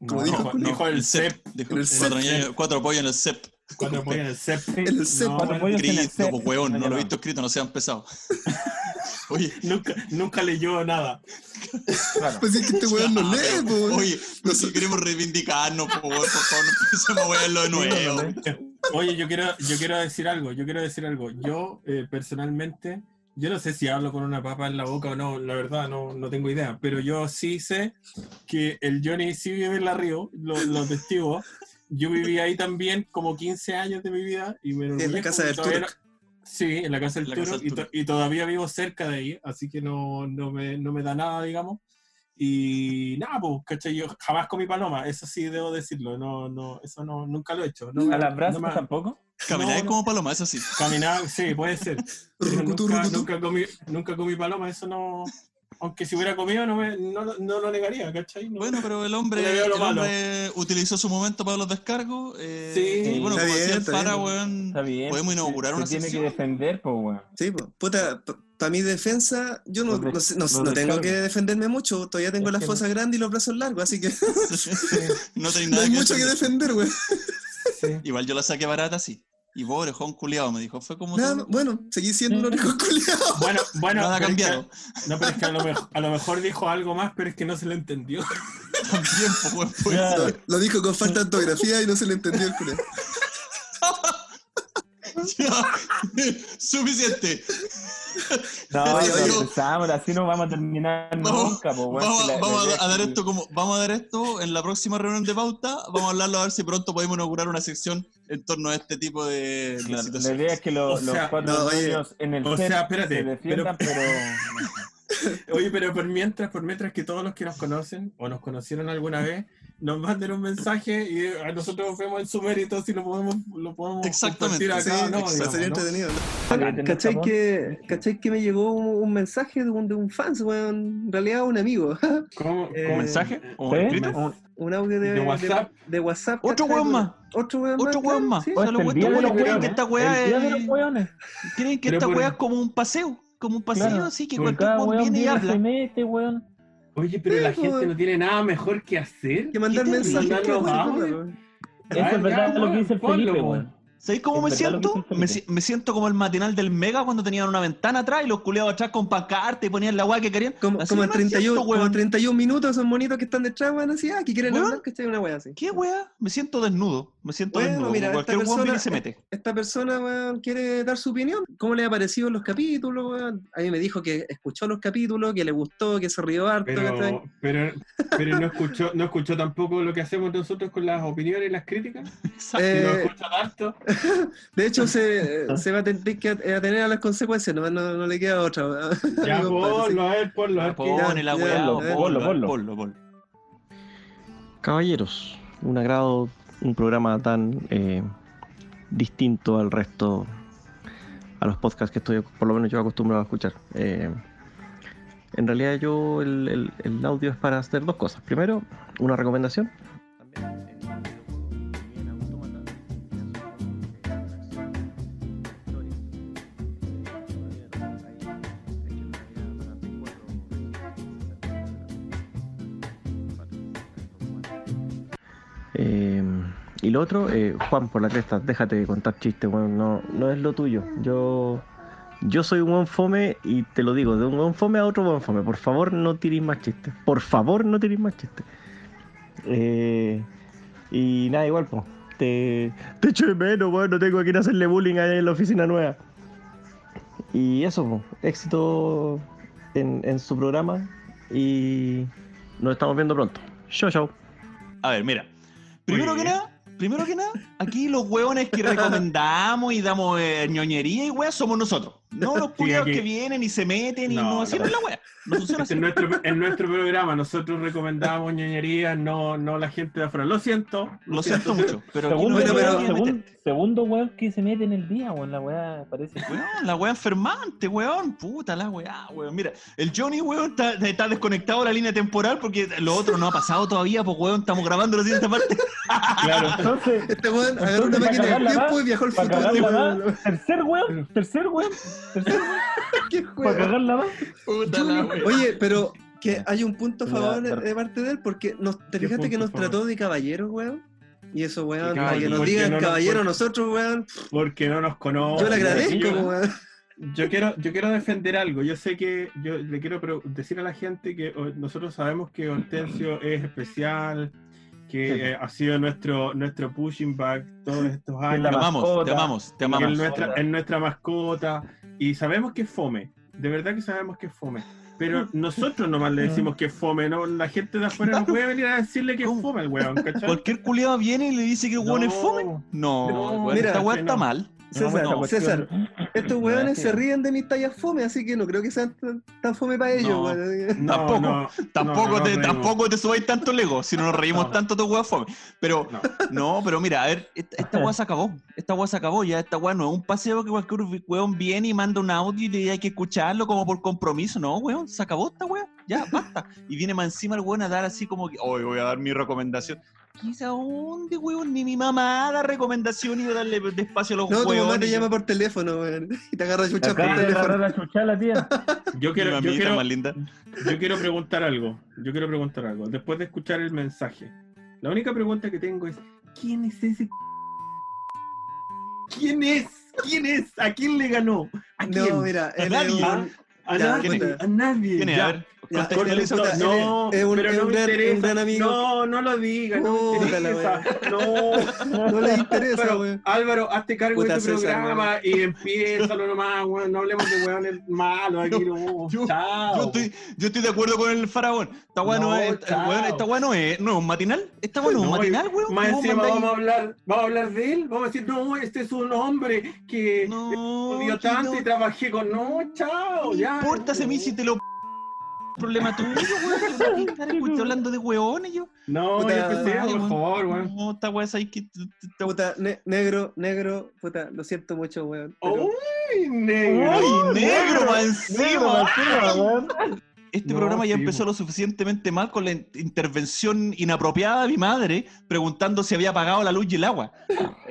S5: Como
S1: No,
S5: dijo
S1: no,
S5: Julio.
S1: dijo el CEP. Dijo
S5: En el
S1: cuatro,
S5: CEP.
S1: años- cuatro pollos en el CEP.
S4: Cuatro pollos en el CEP.
S5: El CEP.
S1: No,
S5: Cuatro pollos en el
S1: escrito,
S5: CEP.
S1: pues, weón, no lo he visto escrito, no sean pesados. Oye,
S4: nunca, nunca leyó nada.
S5: Pues es que este weón no lee, po, weón.
S1: Oye, nosotros queremos reivindicarnos, po, weón, por favor, no empecemos a wearlo de nuevo.
S4: Oye, yo quiero, yo quiero decir algo, yo quiero decir algo. Yo, eh, personalmente, yo no sé si hablo con una papa en la boca o no, la verdad, no, no tengo idea, pero yo sí sé que el Johnny sí vive en la Río, lo- los testigos. Yo viví ahí también como 15 años de mi vida y me enorgullezco
S5: casa
S4: porque
S5: del
S4: todavía
S5: Turok.
S4: no- Sí, en la casa del
S5: La casa
S4: Turok,
S5: del
S4: y, to- y todavía vivo cerca de ahí, así que no, no, me, no me da nada, digamos. Y nada, pues, ¿cachai? Yo jamás comí paloma, eso sí debo decirlo, no, no, eso no, nunca lo he hecho. No,
S3: ¿A las brasas
S4: no me-
S3: tampoco?
S1: Camináis
S4: no.
S1: como paloma, eso sí.
S4: Caminaba, sí, puede ser. Pero nunca, nunca comí, nunca comí paloma, eso no. Aunque si hubiera comido, no, me- no, lo- no lo negaría, ¿cachai? No-
S1: Bueno, pero el
S4: no le
S1: hombre,
S4: veo
S1: el
S4: lo malo.
S1: hombre utilizó su momento para los descargos. eh,
S4: Sí.
S1: y bueno,
S5: Está
S1: como
S5: bien,
S1: decía el
S5: está
S1: Fara,
S5: bien.
S1: weón,
S3: Está bien.
S1: podemos inaugurar
S3: se,
S1: una
S3: se tiene que
S1: sección.
S3: defender, pues, weón.
S5: Sí, pues, puta, para mi defensa, yo no,
S3: Los de-
S5: no sé- no-
S3: los
S5: no tengo
S3: descargos.
S5: que defenderme mucho. Todavía tengo
S3: Es
S5: las
S3: que no.
S5: fosas grandes y los brazos largos, así que
S1: No tenéis
S5: no
S1: nada
S5: hay
S1: que
S5: mucho que
S1: defender.
S5: defender, weón.
S1: Igual yo la saqué barata, sí. Y vos, orejón culiado, me dijo. Fue como.
S5: Nada,
S1: todo-
S5: bueno, seguí siendo un orejón culiado.
S4: Bueno, bueno,
S1: Nada ha
S4: pero es que-
S1: cambiado.
S4: no, pero es que a lo, mejor, a lo mejor dijo algo más, pero es que no se lo entendió.
S1: También, pues, weón, pues.
S5: Lo, lo dijo con falta de ortografía y no se le entendió el culiado.
S1: Ya. Suficiente.
S3: No,
S1: Oye,
S3: pero
S1: oye.
S3: empezamos, así no vamos a terminar
S1: Vamos-
S3: nunca, pues, weón.
S1: Vamos,
S3: Si la-
S1: a- vamos
S3: la idea
S1: a, a dar
S3: es que-
S1: esto como vamos a dar esto en la próxima reunión de pauta. Vamos a hablarlo a ver si pronto podemos inaugurar una sección en torno a este tipo de, de
S3: Claro, la
S1: situaciones.
S3: idea es que lo-
S4: O
S3: los
S4: sea,
S3: cuatro
S4: no, oye,
S3: niños en el
S4: o
S3: set
S4: sea, espérate,
S3: se defiendan, pero...
S4: Oye, pero por mientras, por mientras que todos los que nos conocen o nos conocieron alguna vez, nos manden un mensaje y a nosotros vemos en su mérito si lo podemos, lo podemos
S1: Exactamente,
S4: compartir acá.
S5: Sí,
S4: o no,
S5: exacto,
S4: digamos,
S5: sería
S4: ¿no?
S5: entretenido.
S3: Oye, ¿tenés
S5: ¿Cachai
S3: jabón?
S5: que, ¿Cachai que me llegó un, un mensaje de un, de un fans, weón? En realidad un amigo.
S4: ¿Cómo-
S5: Eh,
S4: cómo-
S1: mensaje? ¿O
S3: ¿Sí?
S1: escrito?
S3: Un-
S5: Un audio de,
S4: ¿De WhatsApp?
S5: de WhatsApp,
S1: Otro
S5: ¿cachai,
S1: weón más.
S5: Otro weón más.
S1: Otro
S5: claro,
S1: weón más.
S5: sí.
S1: O sea, los
S3: Pues,
S1: weones-
S3: el día de
S1: weones
S3: los
S1: creen que
S3: weones,
S1: esta
S3: el día de
S1: weá
S3: los
S1: es-
S3: weones.
S1: creen que
S4: Pero
S1: esta
S4: por-
S1: weá es como un paseo. Como un paseo,
S3: Claro,
S1: así que
S3: que
S1: cualquier
S3: cada
S1: weón
S3: weón
S1: viene y
S3: viene, se
S1: habla.
S3: mete, weón.
S2: Oye, pero la
S5: Sí,
S2: gente
S5: weón.
S2: no tiene nada mejor que hacer.
S5: Que mandar
S1: ¿Qué te
S5: mensajes.
S1: mandan
S5: qué
S2: los
S5: weón,
S2: audios?
S5: weón.
S3: Eso es verdad lo que dice el Felipe, weón.
S1: ¿Sabéis cómo
S3: Es
S1: me
S3: verdad lo que
S1: siento?
S3: dice el
S1: Me, si-
S3: Felipe.
S1: me siento como el matinal del Mega cuando tenían una ventana atrás y los culeados atrás con pancarta y ponían la weá que querían.
S5: Como,
S1: Así
S5: como, en
S1: me
S5: 31,
S1: siento,
S5: como en
S1: weón.
S5: 31 minutos son monitos que están detrás, weón, así, ah, que quieren
S1: Weón.
S5: hablar, ¿cachai? Una weá así.
S1: ¿Qué weá? Me siento desnudo. Me siento
S5: Bueno,
S1: desnudo.
S5: mira,
S1: como
S5: esta
S1: cualquier weón viene y
S5: persona-
S1: se mete.
S5: esta persona weón, quiere dar su opinión. ¿Cómo le ha parecido los capítulos? weón? A mí me dijo que escuchó los capítulos, que le gustó, que se rió harto. ¿cachai?
S2: Pero, pero, pero no, escuchó, no escuchó tampoco lo que hacemos nosotros con las opiniones y las críticas.
S5: Eh,
S2: no escucha tanto.
S5: de hecho, se, se va a tener que atener a las consecuencias, no, no, no le queda otra. weón.
S2: Ya,
S5: Mi compadre, sí.
S2: ponlo, a ver, ponlo. a ver qué-
S1: Pone la
S5: ya,
S1: weá.
S5: ya,
S1: Ponlo,
S3: ponlo,
S1: ponlo,
S3: ponlo.
S1: ponlo, ponlo.
S14: Caballeros, un agrado, un programa tan eh, distinto al resto, a los podcasts que estoy, por lo menos yo acostumbrado a escuchar. Eh, en realidad yo el, el- el audio es para hacer dos cosas. Primero, una recomendación. Eh, y lo otro, eh, Juan, por la cresta, déjate de contar chistes, weón, no, no es lo tuyo. Yo, yo soy un buen fome y te lo digo, de un buen fome a otro buen fome. Por favor, no tiréis más chistes. Por favor, no tiréis más chistes. Eh, y nada, igual, pues. Te, te echo de menos, weón, no tengo a quién hacerle bullying allá en la oficina nueva. Y eso, po, éxito en, en su programa y nos estamos viendo pronto. Chau, chau.
S1: A ver, mira. Primero que nada, Primero que nada, aquí los hueones que recomendamos y damos eh, ñoñería y weá somos nosotros. No los culiados
S4: aquí-
S1: que vienen y se meten y
S4: No,
S1: no hacen
S4: no.
S1: la weá. No funciona
S4: Este es nuestro, en nuestro programa nosotros recomendábamos ñoñerías, no, no la gente de afuera. Lo siento.
S1: Lo siento mucho, pero aquí
S4: Segundo,
S1: no
S4: pero-
S1: hay-
S4: segun-
S3: segundo weón que se mete en el día, weón. La weá parece.
S1: Weón, la weá enfermante, weón. Puta la weá, weón. Mira, el Johnny, weón, está, está desconectado de la línea temporal porque lo otro no ha pasado todavía, pues weón, estamos grabando en esta parte.
S4: Claro,
S3: entonces.
S5: Este weón agarró una
S3: Entonces, para
S5: máquina del
S3: cagarla
S5: tiempo
S3: más,
S5: y viajó al
S3: para
S5: futuro.
S3: cagarla
S5: weón.
S3: más. Tercer weón, tercer weón, tercer weón. Para cagarla más.
S5: Junior, Oye, pero que hay un punto a favor
S3: Ya,
S5: de,
S3: per-
S5: de parte de él, porque nos, te
S3: ¿Qué
S5: fijaste
S3: punto
S5: que nos
S3: a favor?
S5: trató de caballero, weón. Y eso, weón,
S4: Sí,
S5: para que
S4: caballero,
S5: nos
S4: porque
S5: digan
S4: no nos-
S5: caballero
S4: porque-
S5: nosotros, weón.
S4: Porque no nos conoce.
S5: Yo le agradezco,
S4: Yo-
S5: weón.
S4: Yo quiero, yo quiero defender algo. Yo sé que yo le quiero pro- decir a la gente que o- nosotros sabemos que Hortensio es especial, que eh, ha sido nuestro, nuestro pushing back todos estos
S1: la
S4: años.
S1: amamos, te amamos, te amamos.
S4: Es nuestra, es nuestra mascota y sabemos que es fome. De verdad que sabemos que es fome. Pero nosotros nomás le decimos que es fome, ¿no? La gente de afuera no puede venir a decirle que es fome el weón, ¿cachai?
S1: Cualquier culiado viene y le dice que el weón es fome. No, weón, esta weá está mal.
S5: César, pues,
S1: No, no.
S5: César, estos weones
S1: sí.
S5: se ríen de mis tallas fome, así que no creo que sean tan, tan fome para ellos,
S1: No,
S5: weón.
S1: tampoco, tampoco,
S4: no, no,
S1: te,
S4: no, no.
S1: tampoco te subáis tanto el ego, si no nos reímos tanto, tu weá fome. Pero, no. pero mira, a ver, esta, esta weá se acabó. Esta weá se acabó, ya esta weá no es un paseo que cualquier weón viene y manda un audio y le- hay que escucharlo como por compromiso. No, weón, se acabó esta weá, ya, basta. Y viene más encima el weón a dar así como que, hoy voy a dar mi recomendación. Quizá dónde, weón, ni mi mamá da recomendación y darle despacio a los
S5: No, tu mamá
S1: hueones.
S5: te llama por teléfono, weón. Y te agarra chucha por
S4: Acá te agarró
S5: teléfono.
S3: la chucha la tía.
S4: Yo quiero, yo,
S1: mamita
S4: quiero,
S1: más linda.
S4: yo quiero preguntar algo. Yo quiero preguntar algo. Después de escuchar el mensaje, la única pregunta que tengo es: ¿Quién es ese? ¿Quién es? ¿Quién es? ¿A quién le ganó? ¿A
S5: No,
S4: quién?
S5: mira,
S4: ¿A
S5: él
S4: nadie?
S5: es un-
S4: ¿A,
S5: Ya,
S4: nadie?
S5: puta.
S4: ¿A nadie?
S5: ¿Quién es?
S4: Ya.
S5: A ver,
S4: Ya,
S5: es-
S4: corta
S5: él es-
S4: esto.
S5: puta, él es-
S4: no,
S5: es un-
S4: pero
S5: es
S4: no
S5: un
S4: me
S5: gran-
S4: interesa.
S5: un gran amigo.
S4: No, no lo diga, no me
S5: Puta la
S4: interesa. No,
S5: No le interesa,
S4: Pero,
S5: weón.
S4: Álvaro, hazte cargo
S5: Puta
S4: de tu
S5: César,
S4: programa
S5: weón.
S4: y empiézalo nomás, weón. No hablemos de weones malos aquí, no. Chao.
S1: Yo estoy, yo estoy de acuerdo con el faraón. Esta weá no,
S4: No,
S1: es, esta-
S4: chao.
S1: weón, esta weá no es, no es un matinal. Esta weá no es un
S4: No,
S1: matinal,
S4: y-
S1: weón.
S4: Más
S1: ¿Cómo
S4: encima
S1: mandáis-
S4: vamos a hablar, vamos a hablar de él, vamos a decir, no, este es un hombre que estudió
S1: que
S4: tanto
S1: no.
S4: y trabajé con. No,
S1: No
S4: chao, ya.
S1: importa si a mí si te lo problema tuyo, weón. Yo no tengo que estar escuchando hablando de weones yo.
S4: No,
S5: Puta,
S4: yo
S1: madre,
S4: pensé, pues por
S1: weón.
S4: favor, weón.
S1: No, esta weá es ahí que.
S5: Puta, ne- negro, negro, puta, lo siento mucho, weón.
S4: Oh,
S5: pero-
S4: ¡Uy, negro!
S1: ¡Uy, negro, más
S4: negro,
S1: encima!
S4: más encima,
S1: ¡Ay!
S4: weón.
S1: Este
S4: No,
S1: programa ya
S4: sí,
S1: empezó lo suficientemente mal con la in- intervención inapropiada de mi madre preguntando si había pagado la luz y el agua.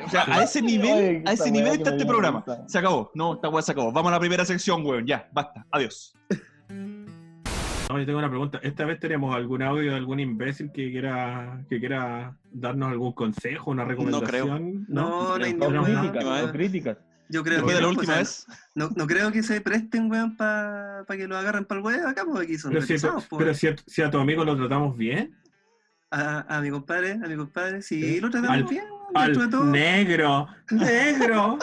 S1: O sea, a ese nivel,
S3: Oye,
S1: a ese
S3: esta
S1: nivel
S3: weá
S1: está
S3: que me
S1: este
S3: dio
S1: programa.
S3: risa.
S1: Se acabó. No, esta weá se acabó. Vamos a la primera sección, weón. Ya, basta. Adiós.
S4: No, yo tengo una pregunta. ¿Esta vez tenemos algún audio de algún imbécil que quiera, que quiera darnos algún consejo, una recomendación?
S5: No, no hay
S4: creo.
S5: ninguna.
S4: Tenemos nada.
S5: No.
S14: eh.
S3: críticas.
S5: Yo creo
S4: Después
S5: que
S4: de la
S5: no,
S4: última
S5: pues, No, no creo que se presten, weón, para que lo agarren para el weón. Acá, pues aquí son
S4: Pero, si,
S5: retrasados, po,
S4: pero
S5: weón.
S4: si, a, si a tu amigo lo tratamos bien,
S5: a, a mi compadre, a mi compadre, sí, lo tratamos
S4: al,
S5: bien, weón.
S4: al
S5: dentro de todo.
S4: negro, negro.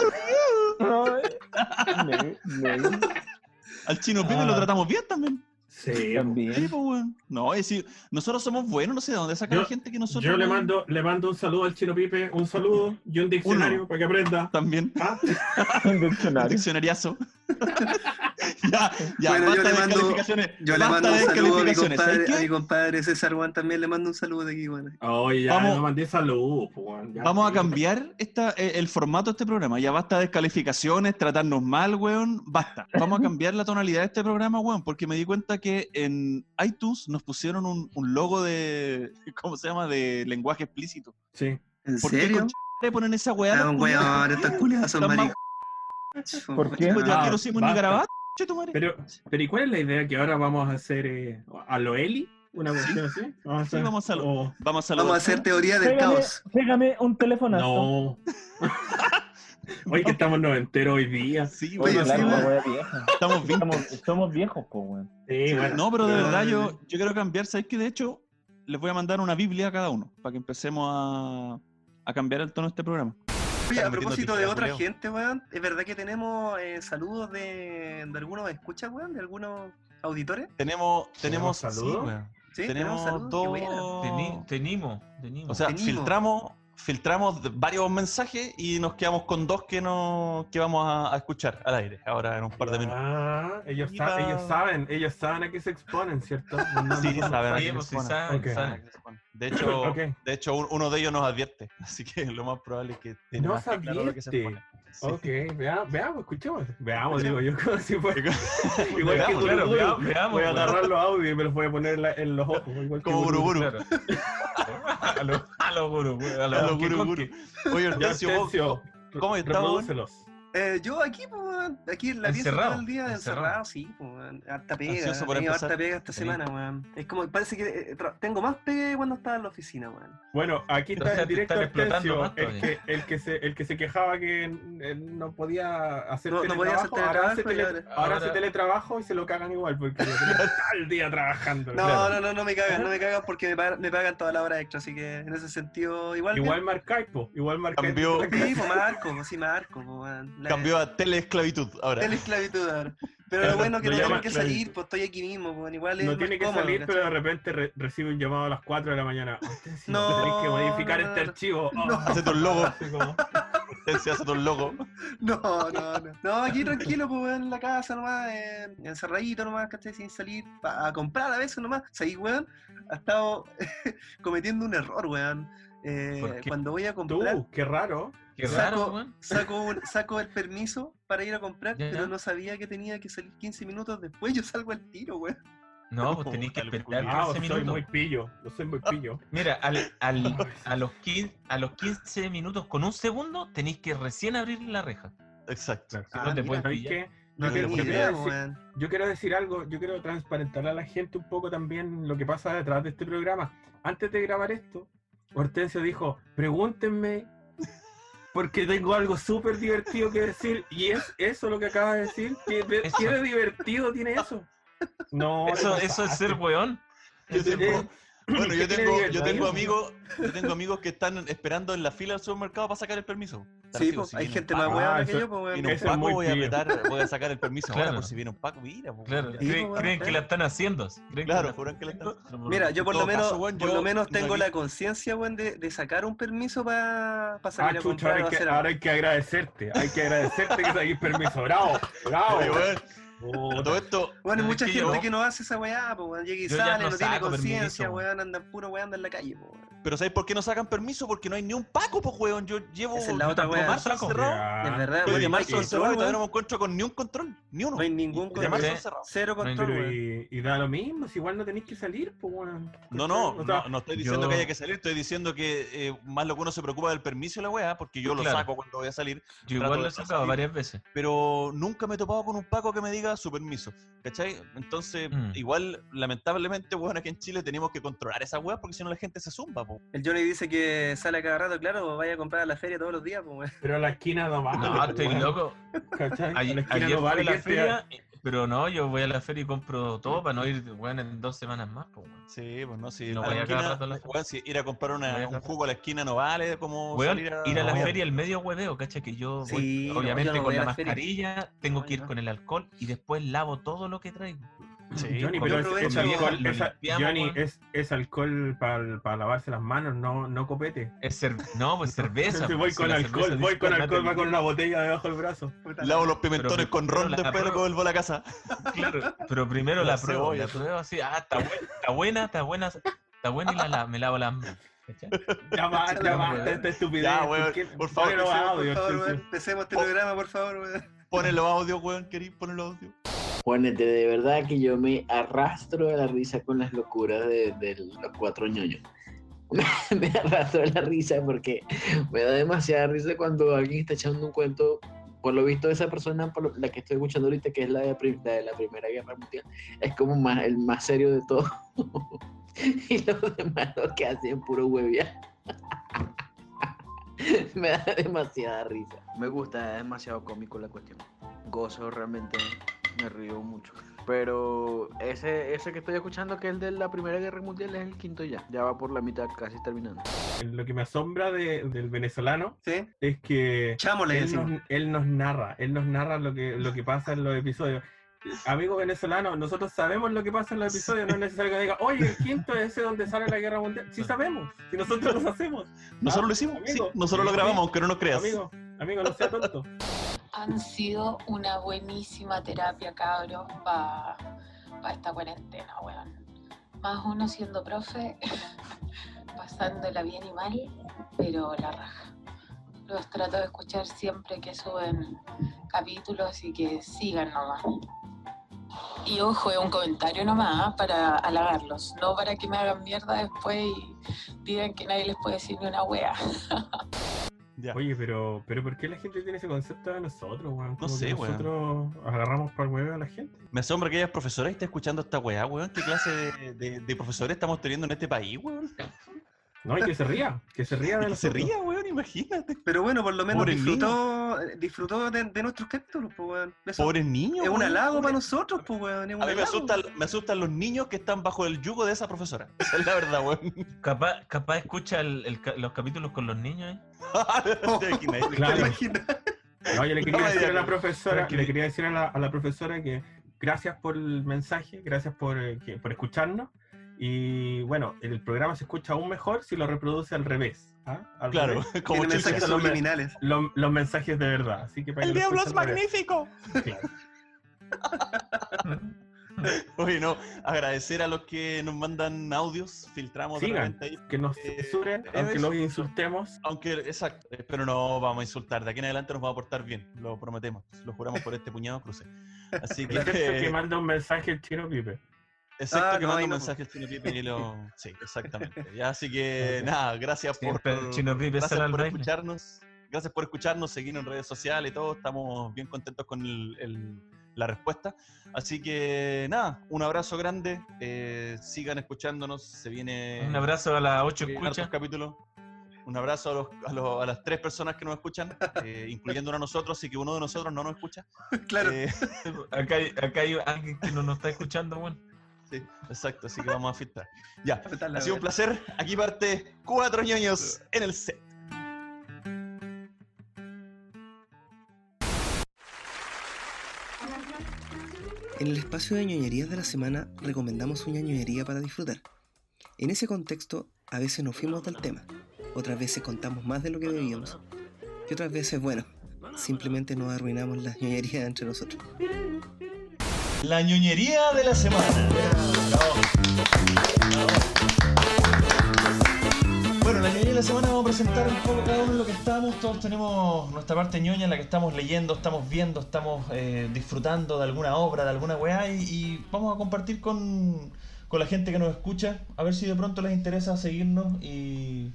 S1: Al chino
S3: Ah.
S1: pibe lo tratamos bien también.
S4: Sí,
S1: Sí, pues, weón. No, es decir, nosotros somos buenos, no sé de dónde saca
S4: Yo-
S1: la gente que nosotros.
S4: Yo le
S1: weón,
S4: mando, le mando un saludo al Chino Pipe, un saludo y un diccionario para que aprenda.
S1: También.
S4: ¿Ah?
S3: Un diccionario.
S1: Diccionariazo. ya, ya,
S5: bueno, yo
S1: basta
S5: le
S1: de
S5: mando,
S1: calificaciones.
S5: yo le
S1: Basta
S5: mando un
S1: de
S5: saludo a mi
S1: calificaciones. ¿Sabes
S5: compadre,
S1: qué?
S5: a mi compadre César Juan también le mando un saludo de aquí, weón.
S4: Oye, ya
S1: Vamos.
S4: no mandé saludos. po, weón, ya.
S1: Vamos a cambiar esta, eh, el formato de este programa. Ya basta de descalificaciones, tratarnos mal, weón. Basta. Vamos a cambiar la tonalidad de este programa, weón, porque me di cuenta que en iTunes nos pusieron un, un logo de. ¿Cómo se llama? De lenguaje explícito.
S4: Sí.
S5: ¿En
S1: ¿Por qué
S5: serio?
S1: concha le ponen esa weá?
S5: Ah,
S1: los
S5: weón, estos culiados son
S1: Tan
S5: maricones.
S3: ¿Por qué?
S1: Pues ya
S4: Ah,
S1: que lo hicimos en
S4: basta.
S1: Nicaragua, che, tu madre.
S4: Pero, pero ¿y cuál es la idea que ahora vamos a hacer eh, a lo Eli? ¿Una cuestión así? Vamos a Oh,
S1: Sí, vamos a-
S4: o-
S1: Vamos a saludar.
S5: Vamos a hacer teoría del
S3: Pégame,
S5: caos.
S3: pégame un telefonazo.
S4: No. Oye, que estamos noventeros hoy día.
S1: Sí,
S3: Oye,
S1: weón.
S3: claro,
S5: sí,
S3: la
S5: weón.
S3: wea vieja.
S1: Estamos bien.
S3: Estamos, somos viejos, po, weón.
S4: Sí, bueno.
S1: No, pero de
S5: No,
S1: verdad
S5: no,
S1: yo, yo quiero cambiar. ¿Sabes qué? De hecho, les voy a mandar una Biblia a cada uno para que empecemos a, a cambiar el tono de este programa.
S5: Oye, a
S1: Están metiendo
S5: propósito de
S1: tijera,
S5: otra
S1: culiao.
S5: gente, weón, ¿es verdad que tenemos eh, saludos de, de algunos escuchas, weón? ¿De algunos auditores?
S1: Tenemos, tenemos,
S20: saludos?
S1: sí, weón.
S5: Sí,
S1: tenemos
S5: saludos, qué buena.
S1: dos.
S20: Teni- tenimo, tenimo.
S1: O sea,
S5: Tenimos.
S1: filtramos, filtramos de- varios mensajes y nos quedamos con dos que no que vamos a, a escuchar al aire ahora en un par de minutos.
S2: Ah, ellos,
S1: Iba-
S2: sa- ellos saben, ellos saben a qué se exponen, ¿cierto? No, no,
S1: Ah, Sí,
S2: no, no,
S1: saben a
S2: no.
S14: pues,
S1: quién se
S2: Ok.
S1: expone. Saben a quién se expone. De hecho,
S2: Ok.
S1: de hecho un- uno de ellos nos advierte, así que lo más probable es que tiene
S2: No
S1: más que claro lo que se
S2: advierte.
S1: expone. Sí.
S2: Ok, vea- veamos, escuchemos. Veamos, digo yo, como si fuera.
S14: pues,
S2: Igual que
S1: Veamos, claro,
S2: Guruguru.
S1: vea- veamos,
S2: Voy a
S1: weón.
S2: agarrar los audios y me los voy a poner en, la- en los ojos. Igual
S1: Como
S2: Guruguru.
S1: Guruguru.
S2: A los
S1: A los gurú, a
S2: los
S1: los gurú, gurú. Oye,
S2: Ya,
S1: Hortensio, vos-
S2: Hortensio,
S1: ¿cómo estás? weón?
S2: reprodúcelos.
S5: Eh, yo aquí, po, weón, aquí en la pieza
S1: Encerrado,
S5: todo el día
S1: encerrado.
S5: encerrado, sí, po, weón. harta pega,
S1: Ansioso por
S5: he tenido
S1: empezar.
S5: harta pega esta
S1: Sí.
S5: semana, weón. Es como, parece que eh, tra- tengo más pega que cuando estaba en la oficina, weón.
S2: Bueno, aquí
S5: O
S2: está
S5: sea,
S2: en
S5: te
S2: directo
S5: están explotando
S2: Hortensio,
S5: más
S2: el que,
S5: todavía.
S2: el, que se, el que se quejaba que eh, no podía hacer
S5: No- no podía hacer
S2: teletrabajo. ahora, hace
S5: teletrabajo y
S2: tele-
S5: ahora-
S2: ahora hace
S5: ahora-
S2: teletrabajo y se lo cagan igual porque lo tienen todo el día trabajando.
S5: No,
S2: claro.
S5: no, no, no me cagan, no me cagan porque me pagan, me pagan todas las horas extra, así que en ese sentido, igual.
S2: Igual marcáis, po, igual marcáis.
S1: Cambió-
S5: Sí, po, marco, po, sí, marco, po, weón. La-
S1: Cambió a teleesclavitud ahora.
S5: Teleesclavitud ahora. Pero lo bueno es que
S2: Lo
S5: no
S2: llaman
S5: tengo que salir,
S2: esclavitud.
S5: pues estoy aquí mismo, weón. Igual es
S2: No
S5: más
S2: tiene que
S5: cómodo,
S2: salir,
S5: ¿cachai?
S2: pero de repente re- recibe un llamado a las 4 de la mañana. Hortensio,
S5: No,
S2: tenés que modificar este archivo.
S1: Hace tu logo. Hortensio, hace tu logo.
S5: No, no, no. No, aquí tranquilo, pues, weón, en la casa nomás, eh, encerradito nomás, ¿cachai? Sin salir pa- a comprar a veces nomás. Seguí, weón, ha estado cometiendo un error, weón. Eh,
S2: ¿Por qué?
S5: cuando voy a
S2: Tú,
S5: comprar,
S2: qué raro.
S5: saco, saco, un- saco el permiso para ir a comprar,
S14: Ya,
S5: pero
S14: ya.
S5: no sabía que tenía que salir 15 minutos después. Yo salgo al tiro, weón.
S14: No, pues tenéis que esperar
S2: Ah,
S14: 15
S2: soy muy
S14: minutos.
S2: pillo, yo soy muy pillo.
S14: Mira, al, al- a, los 15, a los 15 minutos con un segundo tenéis que recién abrir la reja. Ah,
S1: Exacto.
S14: Si no te puedes
S2: ¿Sabéis
S14: pillar.
S2: qué?
S14: No
S2: Yo
S14: te
S2: quiero-
S14: puedes
S2: yo quiero
S14: pillar.
S2: decir- yo quiero decir algo, yo quiero transparentar a la gente un poco también lo que pasa detrás de este programa. Antes de grabar esto, Hortensio dijo, pregúntenme porque tengo algo súper divertido que decir y es eso lo que acaba de decir. ¿Qué, de-
S14: Eso.
S2: qué de divertido tiene eso? No,
S14: Eso,
S2: te
S14: eso es
S2: pasaste.
S14: ser weón.
S1: Yo
S14: Eso es
S1: tengo-
S14: weón.
S1: Bueno, yo
S2: ¿Qué
S1: tengo,
S2: tiene
S1: yo
S2: divertido?
S1: tengo amigos, yo tengo amigos que están esperando en la fila del supermercado para sacar el permiso. Están
S5: Sí,
S1: así,
S5: pues,
S1: si
S5: hay
S1: viene un
S5: gente más
S1: Paco,
S5: hueona
S1: ah,
S5: que
S1: eso-
S5: yo, pues, weón.
S1: viene un
S5: Eso es
S1: Paco,
S5: muy
S1: voy a
S5: pillo.
S1: apretar, voy a sacar el permiso ahora,
S14: Claro.
S1: por si viene un Paco, mira, pues,
S14: Claro,
S1: weón.
S14: creen,
S5: weón,
S14: creen que
S5: claro.
S14: la están haciendo.
S1: Claro, pues.
S14: Creen que la
S1: juran que la están-
S5: Mira, yo por
S1: En
S5: lo
S1: todo
S5: menos,
S1: caso, weón,
S5: por
S1: yo
S5: lo menos
S1: no
S5: tengo
S1: he
S5: la conciencia, weón, de, de sacar un permiso para salir
S2: Ah, chucha,
S5: a comprar
S2: ahora
S5: o
S2: hay, que,
S5: hacer
S2: ahora hay que agradecerte, hay que agradecerte que saquís permiso. Bravo, bravo.
S1: Oye, weón,
S2: Puta.
S1: a todo esto,
S5: Bueno,
S1: es
S5: hay mucha
S1: que
S5: gente
S1: yo-
S5: que no hace esa weá, pues weón. Llega y
S1: Yo ya
S5: sale,
S1: no
S5: no, tiene
S1: saco
S5: conciencia,
S1: permiso.
S5: weón, andan puro weón en la calle, po, weón.
S1: Pero ¿sabes por qué no sacan permiso? Porque no hay ni un Paco, pues, weón. Yo llevo
S5: Esa es la
S1: yo
S5: otra
S1: tampoco
S5: weá.
S1: marzo
S5: Saco.
S1: encerrado.
S2: Ya.
S5: Es verdad,
S1: Ah, Yo
S5: weón.
S1: de
S5: no hay
S1: marzo encerrado y
S5: control,
S1: todavía no me
S5: weón.
S1: encuentro con ni un control, ni uno.
S5: No hay ningún
S1: De marzo
S5: control.
S1: encerrado.
S5: Cero control,
S2: Pero
S5: weón.
S2: y, y da lo mismo, si igual no tenéis que salir, pues weón.
S1: No, no,
S2: O sea,
S1: no, no estoy diciendo
S14: yo-
S1: que haya que salir, estoy diciendo que eh, más lo que uno se preocupa del permiso y la weá, porque yo
S14: Claro.
S1: lo saco cuando voy a salir,
S14: Yo
S1: trato
S14: igual
S1: de
S14: lo he
S1: no
S14: sacado
S1: salir.
S14: varias veces.
S1: pero nunca me he topado con un Paco que me diga su permiso, ¿cachai? Entonces,
S14: Mm.
S1: igual, lamentablemente, weón, aquí en Chile tenemos que controlar esa weá porque si no la gente se zumba, po.
S5: El Johnny dice que sale a cada rato, claro, vaya a comprar a la feria todos los días, pues weón.
S2: Pero a la esquina no vale.
S14: No,
S2: pues,
S14: estoy
S2: weón.
S14: loco.
S2: ¿Cachai? A
S14: Ay-
S2: la esquina
S14: ayer
S2: no
S14: fui
S2: vale.
S14: a la
S2: que sea-
S14: feria, pero no, yo voy a la feria y compro todo para no ir bueno, en dos semanas más. po, weón.
S1: Sí, pues no, si,
S14: No
S1: a la
S14: voy a cada
S1: esquina-
S14: rato a la
S1: weón, si ir a comprar una-
S14: voy a
S1: un
S14: cada
S1: jugo a la esquina no vale como
S14: Weón,
S1: salir
S14: ir a la
S1: no,
S14: feria el medio hueveo, cacha que yo voy,
S5: Sí, no,
S14: obviamente
S5: yo no
S14: con
S5: voy a
S14: la
S5: la feria.
S14: mascarilla tengo
S5: No,
S14: que ir
S5: yo no.
S14: con el alcohol y después lavo todo lo que traigo.
S1: Sí,
S2: Johnny,
S14: con
S2: pero
S14: mi-
S2: es,
S14: con
S2: es
S14: mi vieja
S2: alcohol,
S14: lo
S2: es, a-
S14: limpiamos,
S2: Johnny, eh.
S14: weón.
S2: es, es alcohol para lavarse las manos, no, no copete.
S14: Es cer- no, pues cerveza.
S2: Entonces voy
S14: pues, si
S2: con
S14: la cerveza
S2: alcohol,
S14: dice
S2: voy con
S14: que
S2: alcohol,
S14: mata
S2: va
S14: el
S2: con una botella debajo del brazo.
S5: Puta
S1: Lavo los
S14: Pero
S1: pimentones
S14: me-
S1: con
S14: pero
S1: ron
S14: la
S1: después lo
S14: pruebo.
S1: vuelvo a la casa.
S14: Claro, pero primero
S1: La
S14: la pruebo,
S1: cebolla.
S14: la pruebo así, ah, está buena, está buena, está buena, está buena y la, la- me lavo las manos. ¿cachai?
S2: Ya va, ya va, esta estupidez.
S1: Ya, weón,
S2: ¿Qué-
S1: por favor,
S2: ponelo
S1: que sea-
S2: audio,
S5: Por favor,
S2: sí, sí.
S5: weón, empecemos este programa, por favor, weón.
S1: Ponen los audios, weón, querido, ponen los audios.
S4: Juanete, de verdad que yo me arrastro de la risa con las locuras de, de los cuatro ñoños. me arrastro de la risa porque me da demasiada risa cuando alguien está echando un cuento. Por lo visto, esa persona, por lo- la que estoy escuchando ahorita, que es la de, prim- la de la Primera Guerra Mundial, es como más, el más serio de todos. y los demás lo que hacen es puro huevía. me da demasiada risa. Me gusta, es demasiado cómico la cuestión. Gozo realmente, me río mucho. Pero ese, ese que estoy escuchando, que es el de la Primera Guerra Mundial, es el quinto ya. Ya va por la mitad, casi terminando.
S2: Lo que me asombra de- del venezolano
S5: Sí.
S2: es que
S5: Chamo, le
S2: él
S5: decimos.
S2: nos, él nos narra, él nos narra lo que, lo que pasa en los episodios. Amigo venezolano, nosotros sabemos lo que pasa en los episodios, no es necesario que diga, oye, el quinto es ese donde sale la guerra mundial. Sí sabemos, si nosotros lo hacemos.
S14: Nosotros lo hicimos, Ah, sí, nosotros lo grabamos, aunque no nos creas.
S2: Amigo, amigo, no sea tonto.
S12: Han sido una buenísima terapia, cabros, para esta cuarentena, weón. Más uno siendo profe, pasándola bien y mal, pero la raja. Los trato de escuchar siempre que suben capítulos y que sigan nomás. Y ojo, es un comentario nomás ¿ah? para halagarlos, no para que me hagan mierda después y digan que nadie les puede decir ni una wea.
S2: Oye, pero, pero ¿por qué la gente tiene ese concepto de nosotros, weón? Como
S14: sé,
S2: que
S14: weón.
S2: Nosotros agarramos para el huevo a la gente.
S14: Me asombra que hayas profesora y esté escuchando esta weá, weón. ¿Qué clase de, de- de profesores estamos teniendo en este país, weón?
S2: No, y que se ría, que se ría de
S14: Que se
S2: nosotros.
S14: ría, weón, imagínate.
S1: Pero bueno, por lo menos
S14: Pobres
S1: disfrutó, disfrutó de, de nuestros capítulos, pues, weón. Eso
S14: Pobres niños.
S1: Es un
S14: weón,
S1: halago
S14: pobres-
S1: para nosotros, pues, weón. es un
S14: A mí me
S1: halago.
S14: asustan, me asustan los niños que están bajo el yugo de esa profesora. Esa es la verdad, weón.
S4: Capaz, capaz escucha el- el ca- los capítulos con los niños. ¿eh?
S14: Te imaginas, te
S2: Claro.
S14: imaginas.
S2: No, yo le quería
S14: No,
S2: decir a
S14: ya,
S2: la profesora,
S14: tranquilo.
S2: le quería decir a la, a la profesora que gracias por el mensaje, gracias por, eh, que- por escucharnos. Y bueno, el programa se escucha aún mejor si lo reproduce al revés. ¿ah? Al
S14: Claro,
S2: revés.
S14: como Tiene Chicho. mensajes
S2: Los me-
S14: subliminales.
S2: Los, los mensajes de verdad. Así que para que lo escuchen al revés. Claro.
S14: Oye, no, agradecer a los que nos mandan audios, filtramos de
S2: Sigan,
S14: repente ahí.
S2: que nos
S14: Eh,
S2: censuren,
S14: eh,
S2: aunque
S14: eso.
S2: los insultemos.
S14: Aunque, exacto, eh, pero no vamos a insultar. De aquí en adelante nos va a portar bien, lo prometemos. Lo juramos por este puñado cruce. Así que.
S2: Excepto que manda un mensaje el chino Pipe.
S14: Excepto
S2: Ah,
S14: que
S2: no,
S14: manda
S2: ahí
S14: un
S2: no.
S14: mensaje al Chino Pipe y lo... Sí, exactamente. Ya, así que nada, gracias
S4: Siempre
S14: por,
S4: el Chino Pipe sale
S14: gracias
S4: al
S14: por
S4: baile.
S14: escucharnos. Gracias por escucharnos, seguirnos en redes sociales y todo. Estamos bien contentos con el- el- la respuesta. Así que nada, un abrazo grande. eh, sigan escuchándonos. Se viene.
S4: Eh, Un abrazo a las ocho
S14: se vienen
S4: escuchas.
S14: hartos capítulos. Un abrazo a, los- a los- a las tres personas que nos escuchan, eh, incluyendo a nosotros, así que uno de nosotros no nos escucha. Eh,
S1: Claro.
S4: Acá hay, acá hay alguien que no nos está escuchando, bueno.
S14: Sí, exacto, así que vamos a filtrar. Ya,
S4: la
S14: ha sido
S4: buena.
S14: un placer. Aquí parte Cuatro Ñoños en el set.
S5: En el espacio de ñoñerías de la semana recomendamos una ñoñería para disfrutar. En ese contexto, a veces nos fuimos del tema, otras veces contamos más de lo que debíamos, y otras veces, bueno, simplemente nos arruinamos las ñoñerías entre nosotros.
S14: La ñoñería de la semana. Bueno, en la ñoñería de la semana vamos a presentar un poco cada uno lo que estamos. Todos tenemos nuestra parte ñoña en la que estamos leyendo, estamos viendo, estamos eh, disfrutando de alguna obra, de alguna weá. Y, y vamos a compartir con, con la gente que nos escucha, a ver si de pronto les interesa seguirnos y,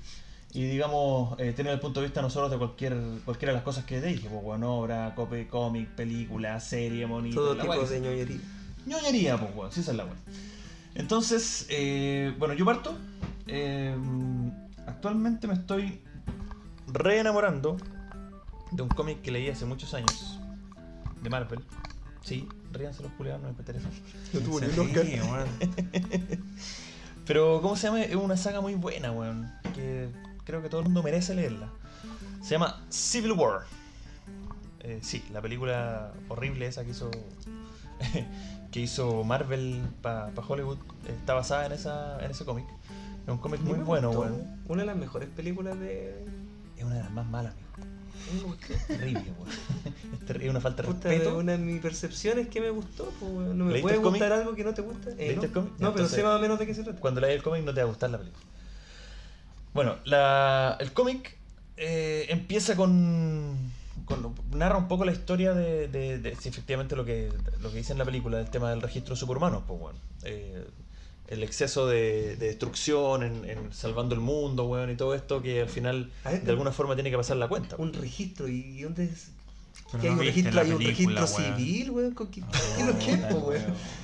S14: y, digamos, eh, tener el punto de vista nosotros de cualquier cualquiera de las cosas que dije. Pues, weón, obra, cope, cómic, película, serie, monito.
S5: Todo
S14: la
S5: tipo
S14: weá.
S5: de ñoñería.
S14: ñoñería, pues, weón, si esa es la weá. Entonces, eh, bueno, yo parto. Eh, actualmente me estoy reenamorando de un cómic que leí hace muchos años, de Marvel. Sí, ríanse los culiados, no me interesa.
S5: No tuvo ni un Oscar.
S14: Sí, weón. Pero, ¿cómo se llama? Es una saga muy buena, weón. Que creo que todo el mundo merece leerla. Se llama Civil War. Eh, sí, la película horrible esa que hizo que hizo Marvel para Hollywood eh, está basada en, esa, en ese cómic. Es un cómic muy bueno, weón.
S5: Una de las mejores películas de.
S14: Es una de las más malas, amigo. Terrible, weón. Es terrible, una falta de
S5: Puta,
S14: respeto.
S5: una de mis percepciones que me gustó, pues, weón. no me
S14: ¿Leíste
S5: puede
S14: el cómic?
S5: gustar algo que no te gusta. Eh,
S14: ¿Leíste
S5: no,
S14: el cómic?
S5: No, pero
S14: Entonces-
S5: sé más o menos de qué se trata.
S14: Cuando leas el cómic no te va a gustar la película. Bueno, la- el cómic eh, empieza con, con- narra un poco la historia de, de- de- sí, efectivamente lo que, lo que dice en la película, el tema del registro de superhumanos, pues bueno. Eh, el exceso de, de destrucción en, en salvando el mundo, weón, y todo esto que al final
S5: este
S14: de alguna forma tiene que pasar la cuenta.
S5: Un registro, ¿y y dónde es?
S14: Pero
S5: ¿Qué
S14: no
S5: hay un
S14: viste
S5: registro,
S14: la
S5: hay un
S14: película,
S5: registro
S14: weón.
S5: civil, weón. ¿Con ¿Qué, qué es lo que es, po, weón?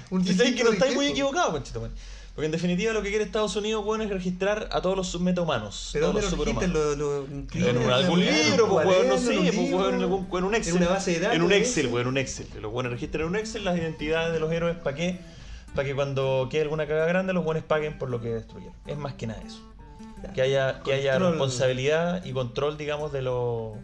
S5: Un
S14: Y sabes que
S5: registro
S14: no
S5: de
S14: estáis
S5: qué,
S14: muy
S5: po?
S14: equivocados, conchetumare. Porque en definitiva lo que quiere Estados Unidos, weón, es registrar a todos los metahumanos.
S5: ¿Pero
S14: todos
S5: dónde
S14: los
S5: lo registran?
S14: superhumanos.
S5: ¿Lo- lo
S14: en
S5: inscriben
S14: un-
S5: en
S14: algún
S5: la-
S14: libro, pues,
S5: cuaderno,
S14: weón, no
S5: en
S14: sé,
S5: un
S14: pues,
S5: libro?
S14: weón, en, algún- en un Excel.
S5: una base de datos,
S14: En un
S5: ¿no?
S14: Excel, weón, en un Excel. Los buenos registran en un Excel las identidades de los héroes, ¿para qué? Para que cuando quede alguna cagada grande, los buenos paguen por lo que destruyeron. Es más que nada eso. Que haya, que haya
S5: Control.
S14: responsabilidad y control, digamos, de lo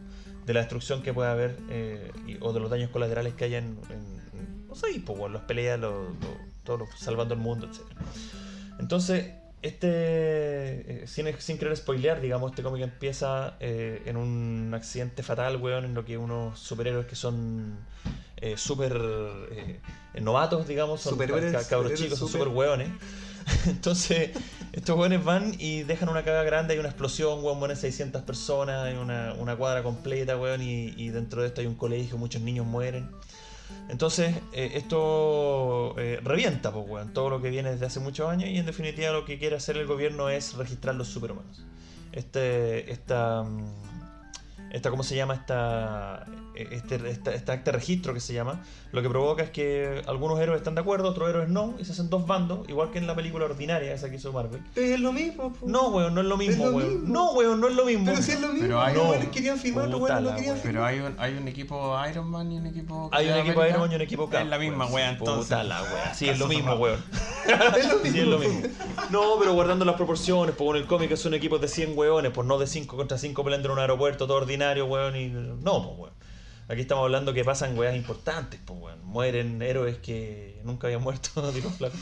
S14: de la destrucción que pueda haber eh, y- o de los daños colaterales que haya en, en- en- no ahí, pues, weón, los peleas, los, los- todos los- salvando el mundo, etc. Entonces, este, eh, sin, sin querer spoilear, digamos, este cómic empieza eh, en un accidente fatal, weón, en lo que unos superhéroes que son eh, súper eh, novatos, digamos, son
S5: Superhéroes,
S14: ca- cabros
S5: superhéroes
S14: chicos, son
S5: súper-
S14: súper hueones. Entonces, estos hueones van y dejan una caga grande, hay una explosión, hueón, mueren 600 personas, hay una, una cuadra completa, hueón, y, y dentro de esto hay un colegio, muchos niños mueren. Entonces, eh, esto eh, revienta, pues, weón, todo lo que viene desde hace muchos años y en definitiva lo que quiere hacer el gobierno es registrar los superhumanos. Este, esta, mm, esta, ¿cómo se llama? Esta, este, esta, este acta de registro que se llama, lo que provoca es que algunos héroes están de acuerdo, otros héroes no, y se hacen dos bandos, igual que en la película ordinaria esa que hizo Marvel.
S5: Es lo mismo, po.
S14: No, weón, no es lo mismo,
S5: lo
S14: weón. No, weón, no es lo mismo.
S5: Pero si es lo mismo,
S12: Pero hay-
S5: los
S12: No.
S5: buenos querían firmar, los buenos no querían firmar.
S12: Pero hay un, hay un equipo Iron Man y un equipo.
S14: Hay un
S12: Capitán
S14: equipo
S12: América.
S14: Iron Man y un equipo Cap.
S12: Es la misma,
S14: weón,
S12: wea,
S14: sí, puta
S12: entonces.
S14: la wea. Sí, es lo mismo, weón. sí, es lo mismo. No, pero guardando las proporciones, pues bueno, el cómic es un equipo de 100 weones, pues no de 5 contra 5 peleando en un aeropuerto todo ordinario, weón, y no, pues weón. Aquí estamos hablando que pasan weas importantes, pues weón. Mueren héroes que nunca habían muerto, digo, flaco.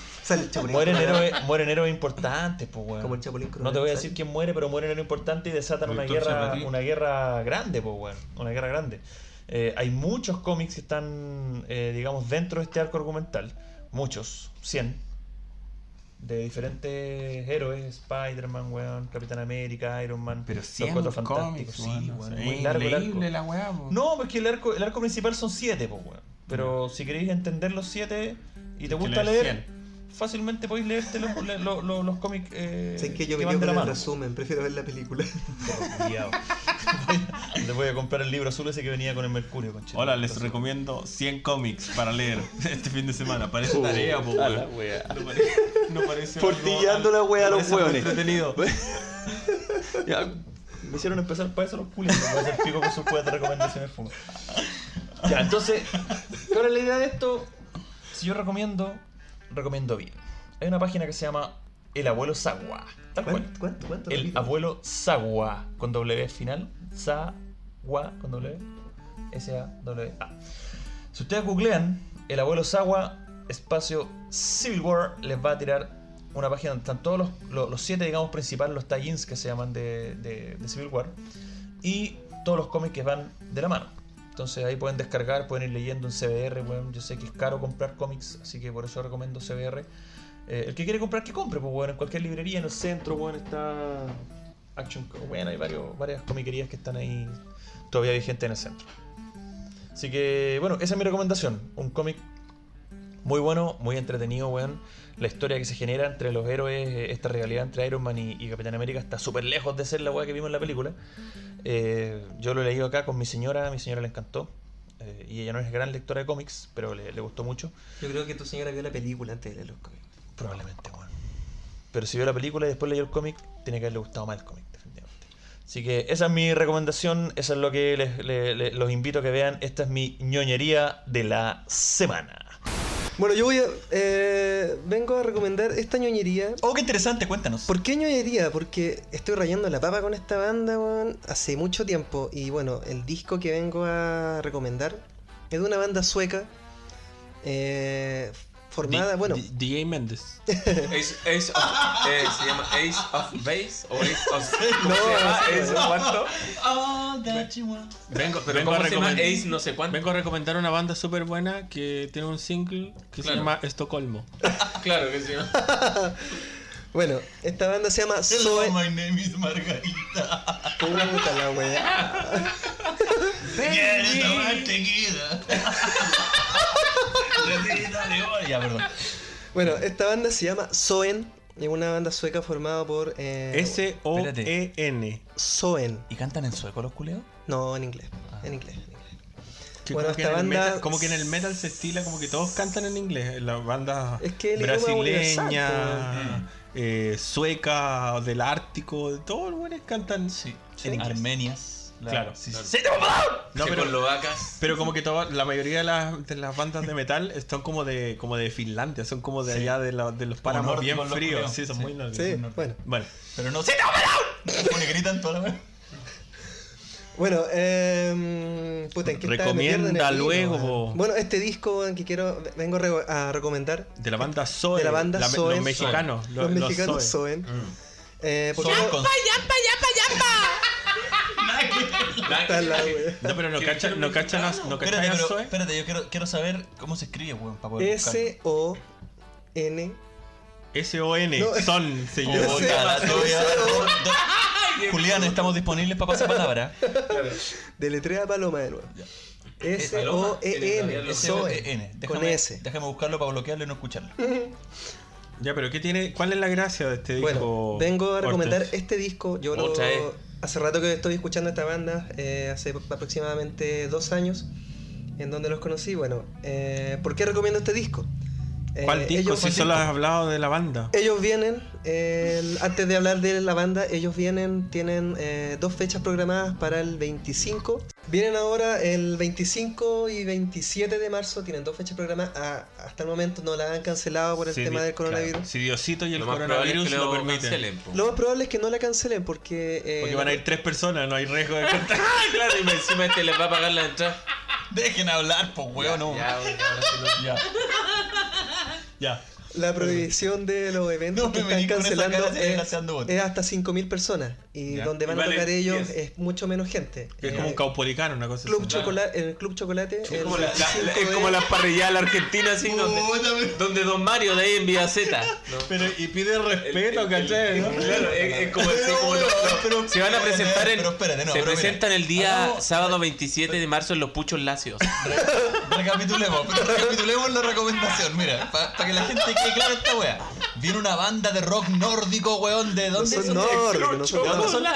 S14: Mueren héroes, mueren héroes importantes, pues weón.
S5: Como el Chapulín
S14: No te voy a
S5: Colorado,
S14: decir quién muere, pero mueren héroes importantes y desatan una
S5: Doctor
S14: guerra,
S5: Chapatín.
S14: una guerra grande, pues weón. Una guerra grande. Eh, hay muchos cómics que están, eh, digamos, dentro de este arco argumental. Muchos, 100. De diferentes héroes, Spider-Man, weón, Capitán América, Iron Man, pero
S12: cien cómics,
S14: sí,
S12: weón,
S14: weón,
S12: o sea,
S14: muy
S12: es
S14: largo el arco.
S12: increíble la weá, po.
S14: No, porque el arco, el arco principal son 7, pues weón. Pero si queréis entender los 7 y te
S12: que
S14: gusta
S12: leer
S14: leer, fácilmente podéis leerte los, le- lo- lo- los cómics eh,
S5: Sé que yo me
S14: que van
S5: quedo
S14: de
S5: con
S14: la
S5: el
S14: mano.
S5: resumen, prefiero ver la película.
S14: Culiao. Te voy a comprar el libro azul ese que venía con el Mercurio, conchete.
S12: Hola, les recomiendo 100 cómics para leer este fin de semana. Parece
S14: Uh,
S12: tarea, po,
S14: a
S12: weón.
S14: la wea.
S12: No parece, no parece algo
S14: Portillando la wea a los
S12: parece algo
S14: hueones.
S12: entretenido.
S14: Ya, me hicieron empezar para eso los culiados. Voy a hacer pico con sus weas de recomendaciones fuma. Ya, entonces, ¿cuál es la idea de esto? Si yo recomiendo, recomiendo bien. Hay una página que se llama El Abuelo Sagua. Tal cual.
S5: ¿Cuánto, cuánto?
S14: El abuelo Sagua, con W final. Sagua, con W. S-A-W-A. Si ustedes googlean el abuelo Sagua, espacio Civil War, les va a tirar una página donde están todos los, los- los siete, digamos, principales, los tie-ins que se llaman de, de- de Civil War. Y todos los cómics que van de la mano. Entonces ahí pueden descargar, pueden ir leyendo en CBR. weón. yo sé que es caro comprar cómics, así que por eso recomiendo CBR. Eh, el que quiere comprar, que compre, pues bueno, en cualquier librería, en el centro, bueno, está Action Co- Bueno, hay varios, varias comiquerías que están ahí todavía vigentes en el centro. Así que, bueno, esa es mi recomendación. Un cómic muy bueno, muy entretenido, weón. La historia que se genera entre los héroes, eh, esta rivalidad entre Iron Man y, y Capitán América está súper lejos de ser la weá que vimos en la película. Eh, yo lo he leído acá con mi señora, a mi señora le encantó. Eh, y ella no es gran lectora de cómics, pero le- le gustó mucho.
S5: Yo creo que tu señora vio la película antes de leer los cómics.
S14: Probablemente, weón. Pero si vio la película y después leyó el cómic, tiene que haberle gustado más el cómic, definitivamente. Así que esa es mi recomendación, eso es lo que les, le- le- los invito a que vean. Esta es mi ñoñería de la semana.
S5: Bueno, yo voy a. eh, vengo a recomendar esta ñoñería.
S14: Oh, qué interesante, cuéntanos.
S5: ¿Por qué ñoñería? Porque estoy rayando la papa con esta banda, weón, hace mucho tiempo. Y bueno, el disco que vengo a recomendar es de una banda sueca. eh, formada,
S12: Di-
S5: bueno.
S12: di- DJ Méndez.
S13: Ace, Ace of, eh, se llama Ace of Base o Ace of. ¿Cómo
S12: No,
S13: se llama?
S12: no,
S13: Ace
S12: no.
S13: cuánto?
S14: All Oh, that you want.
S13: Vengo, pero ¿cómo se llama?
S12: recomend-
S13: Ace no sé cuánto.
S12: Vengo a recomendar una banda súper buena que tiene un single que se
S13: Claro.
S12: llama Estocolmo.
S13: Claro que se llama.
S5: Bueno, esta banda se llama Zoe.
S14: my name is Margarita.
S5: Puta la weá.
S14: ¿Quieres tomar tequila? Dale, dale, voy. Ya, perdón.
S5: Bueno, esta banda se llama Soen. Es una banda sueca formada por. eh,
S12: E S-O-E-N.
S5: Soen.
S14: ¿Y cantan en sueco los culeos?
S5: No, en inglés. En inglés. en inglés.
S12: Que
S5: Bueno,
S12: como, que
S5: esta
S12: en el
S5: banda-
S12: metal- como que en el metal se estila como que todos cantan en inglés. Eh, La banda
S5: Es que el idioma universal,
S12: brasileña, eh, sueca, del Ártico, todos los buenos cantan en inglés.
S14: Armenias.
S12: claro.
S13: Sí,
S12: claro.
S13: sí.
S12: No, pero,
S13: Checoslovacas.
S12: pero como que toda, la mayoría de las, de las bandas de metal son como de, como de Finlandia, son como de
S14: Sí.
S12: allá de, la- de los
S14: Como
S12: páramos bien
S14: nórdicos los
S12: fríos.
S14: culiaos.
S12: Sí, son
S14: Sí.
S12: muy nórdicos.
S14: Sí,
S12: muy nórdicos. bueno.
S14: Pero no. ¡Sí, no, perdón! Como que gritan toda la
S5: Bueno, eh, puta, ¿en qué estaba? Me pierdo en el
S2: Recomienda
S5: hilo,
S2: luego,
S5: weón.
S2: po.
S5: Bueno, este disco weón, que quiero, vengo re- a recomendar
S2: De la banda Zoe.
S5: de la banda
S2: la-
S5: Soen.
S2: Los mexicanos.
S5: Los, mexicanos Soen. Eh, porque-
S2: Está la wea. No, pero no cachan no cacha eh. las- no
S14: Espérate,
S2: cachan a
S14: pero-
S5: ¿eh?
S2: Zoe.
S14: espérate, yo quiero, quiero saber cómo se escribe, weón, para poder buscarlo.
S5: S-O-N.
S2: S-O-N.
S14: No, es-
S2: Son. Se
S14: Puta,
S2: llama.
S14: la tuya. Julián, estamos disponibles para pasar palabra.
S5: Deletrea Paloma de nuevo.
S14: Eh,
S5: E S-O-E-N.
S14: S-O-E-N.
S5: Soen.
S14: Déjame-
S5: E Con S.
S14: Déjame buscarlo para bloquearlo y no escucharlo.
S2: Ya, pero ¿qué tiene? ¿Cuál es la gracia de este disco?
S5: Vengo a recomendar
S2: Hortense?
S5: este disco. Yo lo,
S2: Otra vez.
S5: hace rato que estoy escuchando esta banda, eh, hace aproximadamente dos años, en donde los conocí. Bueno, eh, ¿por qué recomiendo este disco? Eh,
S2: ¿Cuál disco?
S5: ellos-
S2: si solo has hablado de la banda.
S5: Ellos vienen, eh, antes de hablar de la banda, ellos vienen, tienen eh, dos fechas programadas para el 25. Vienen ahora el 25 y 27 de marzo, tienen dos fechas programadas. Ah, hasta el momento no las han cancelado por el
S2: Si
S5: tema
S2: di-
S5: del coronavirus.
S2: claro, si Diosito y el
S4: Lo más probable
S2: coronavirus
S4: es que
S2: lo,
S4: lo
S2: permiten.
S4: cancelen, po.
S5: Lo más probable es que no la cancelen porque... eh,
S2: Porque van a ir tres personas, no hay riesgo de contagio.
S4: Ah, claro, y encima este les va a pagar la entrada.
S14: Dejen hablar,
S2: pues,
S14: po, weón. no.
S2: Ya.
S5: La prohibición de los eventos que están
S14: venís con esa
S5: cancelando
S14: cara, se
S5: es,
S14: desgraciando, bueno.
S5: es hasta 5.000 personas. Y
S2: Ya.
S5: donde
S2: Y
S5: van
S2: vale,
S5: a tocar
S2: ¿qué
S5: ellos
S2: es?
S5: es mucho menos gente. Eh,
S2: Es como un caupolicano, una cosa
S5: Club
S2: así.
S5: Chocolate, el Club Chocolate.
S2: Es como
S5: el
S2: la- la-
S5: 25
S4: Es
S5: de-
S4: como las parrilladas de la Argentina, así, donde, donde Don Mario de ahí en Vía Z.
S2: Pero, y pide respeto,
S4: ¿cachai? Claro, es, es como, es como los- los- Se van a presentar en.
S14: no,
S4: se
S14: pero mira,
S4: presentan el día
S14: hagamos-
S4: sábado 27 de marzo en los Puchos Lacios.
S14: Recapitulemos, pero recapitulemos la recomendación, mira, para que la gente quede clara esta wea. Viene una banda de rock nórdico, weón, ¿de dónde
S5: son nórdicos, no son
S14: ¿De dónde
S5: nórdicos.
S14: son las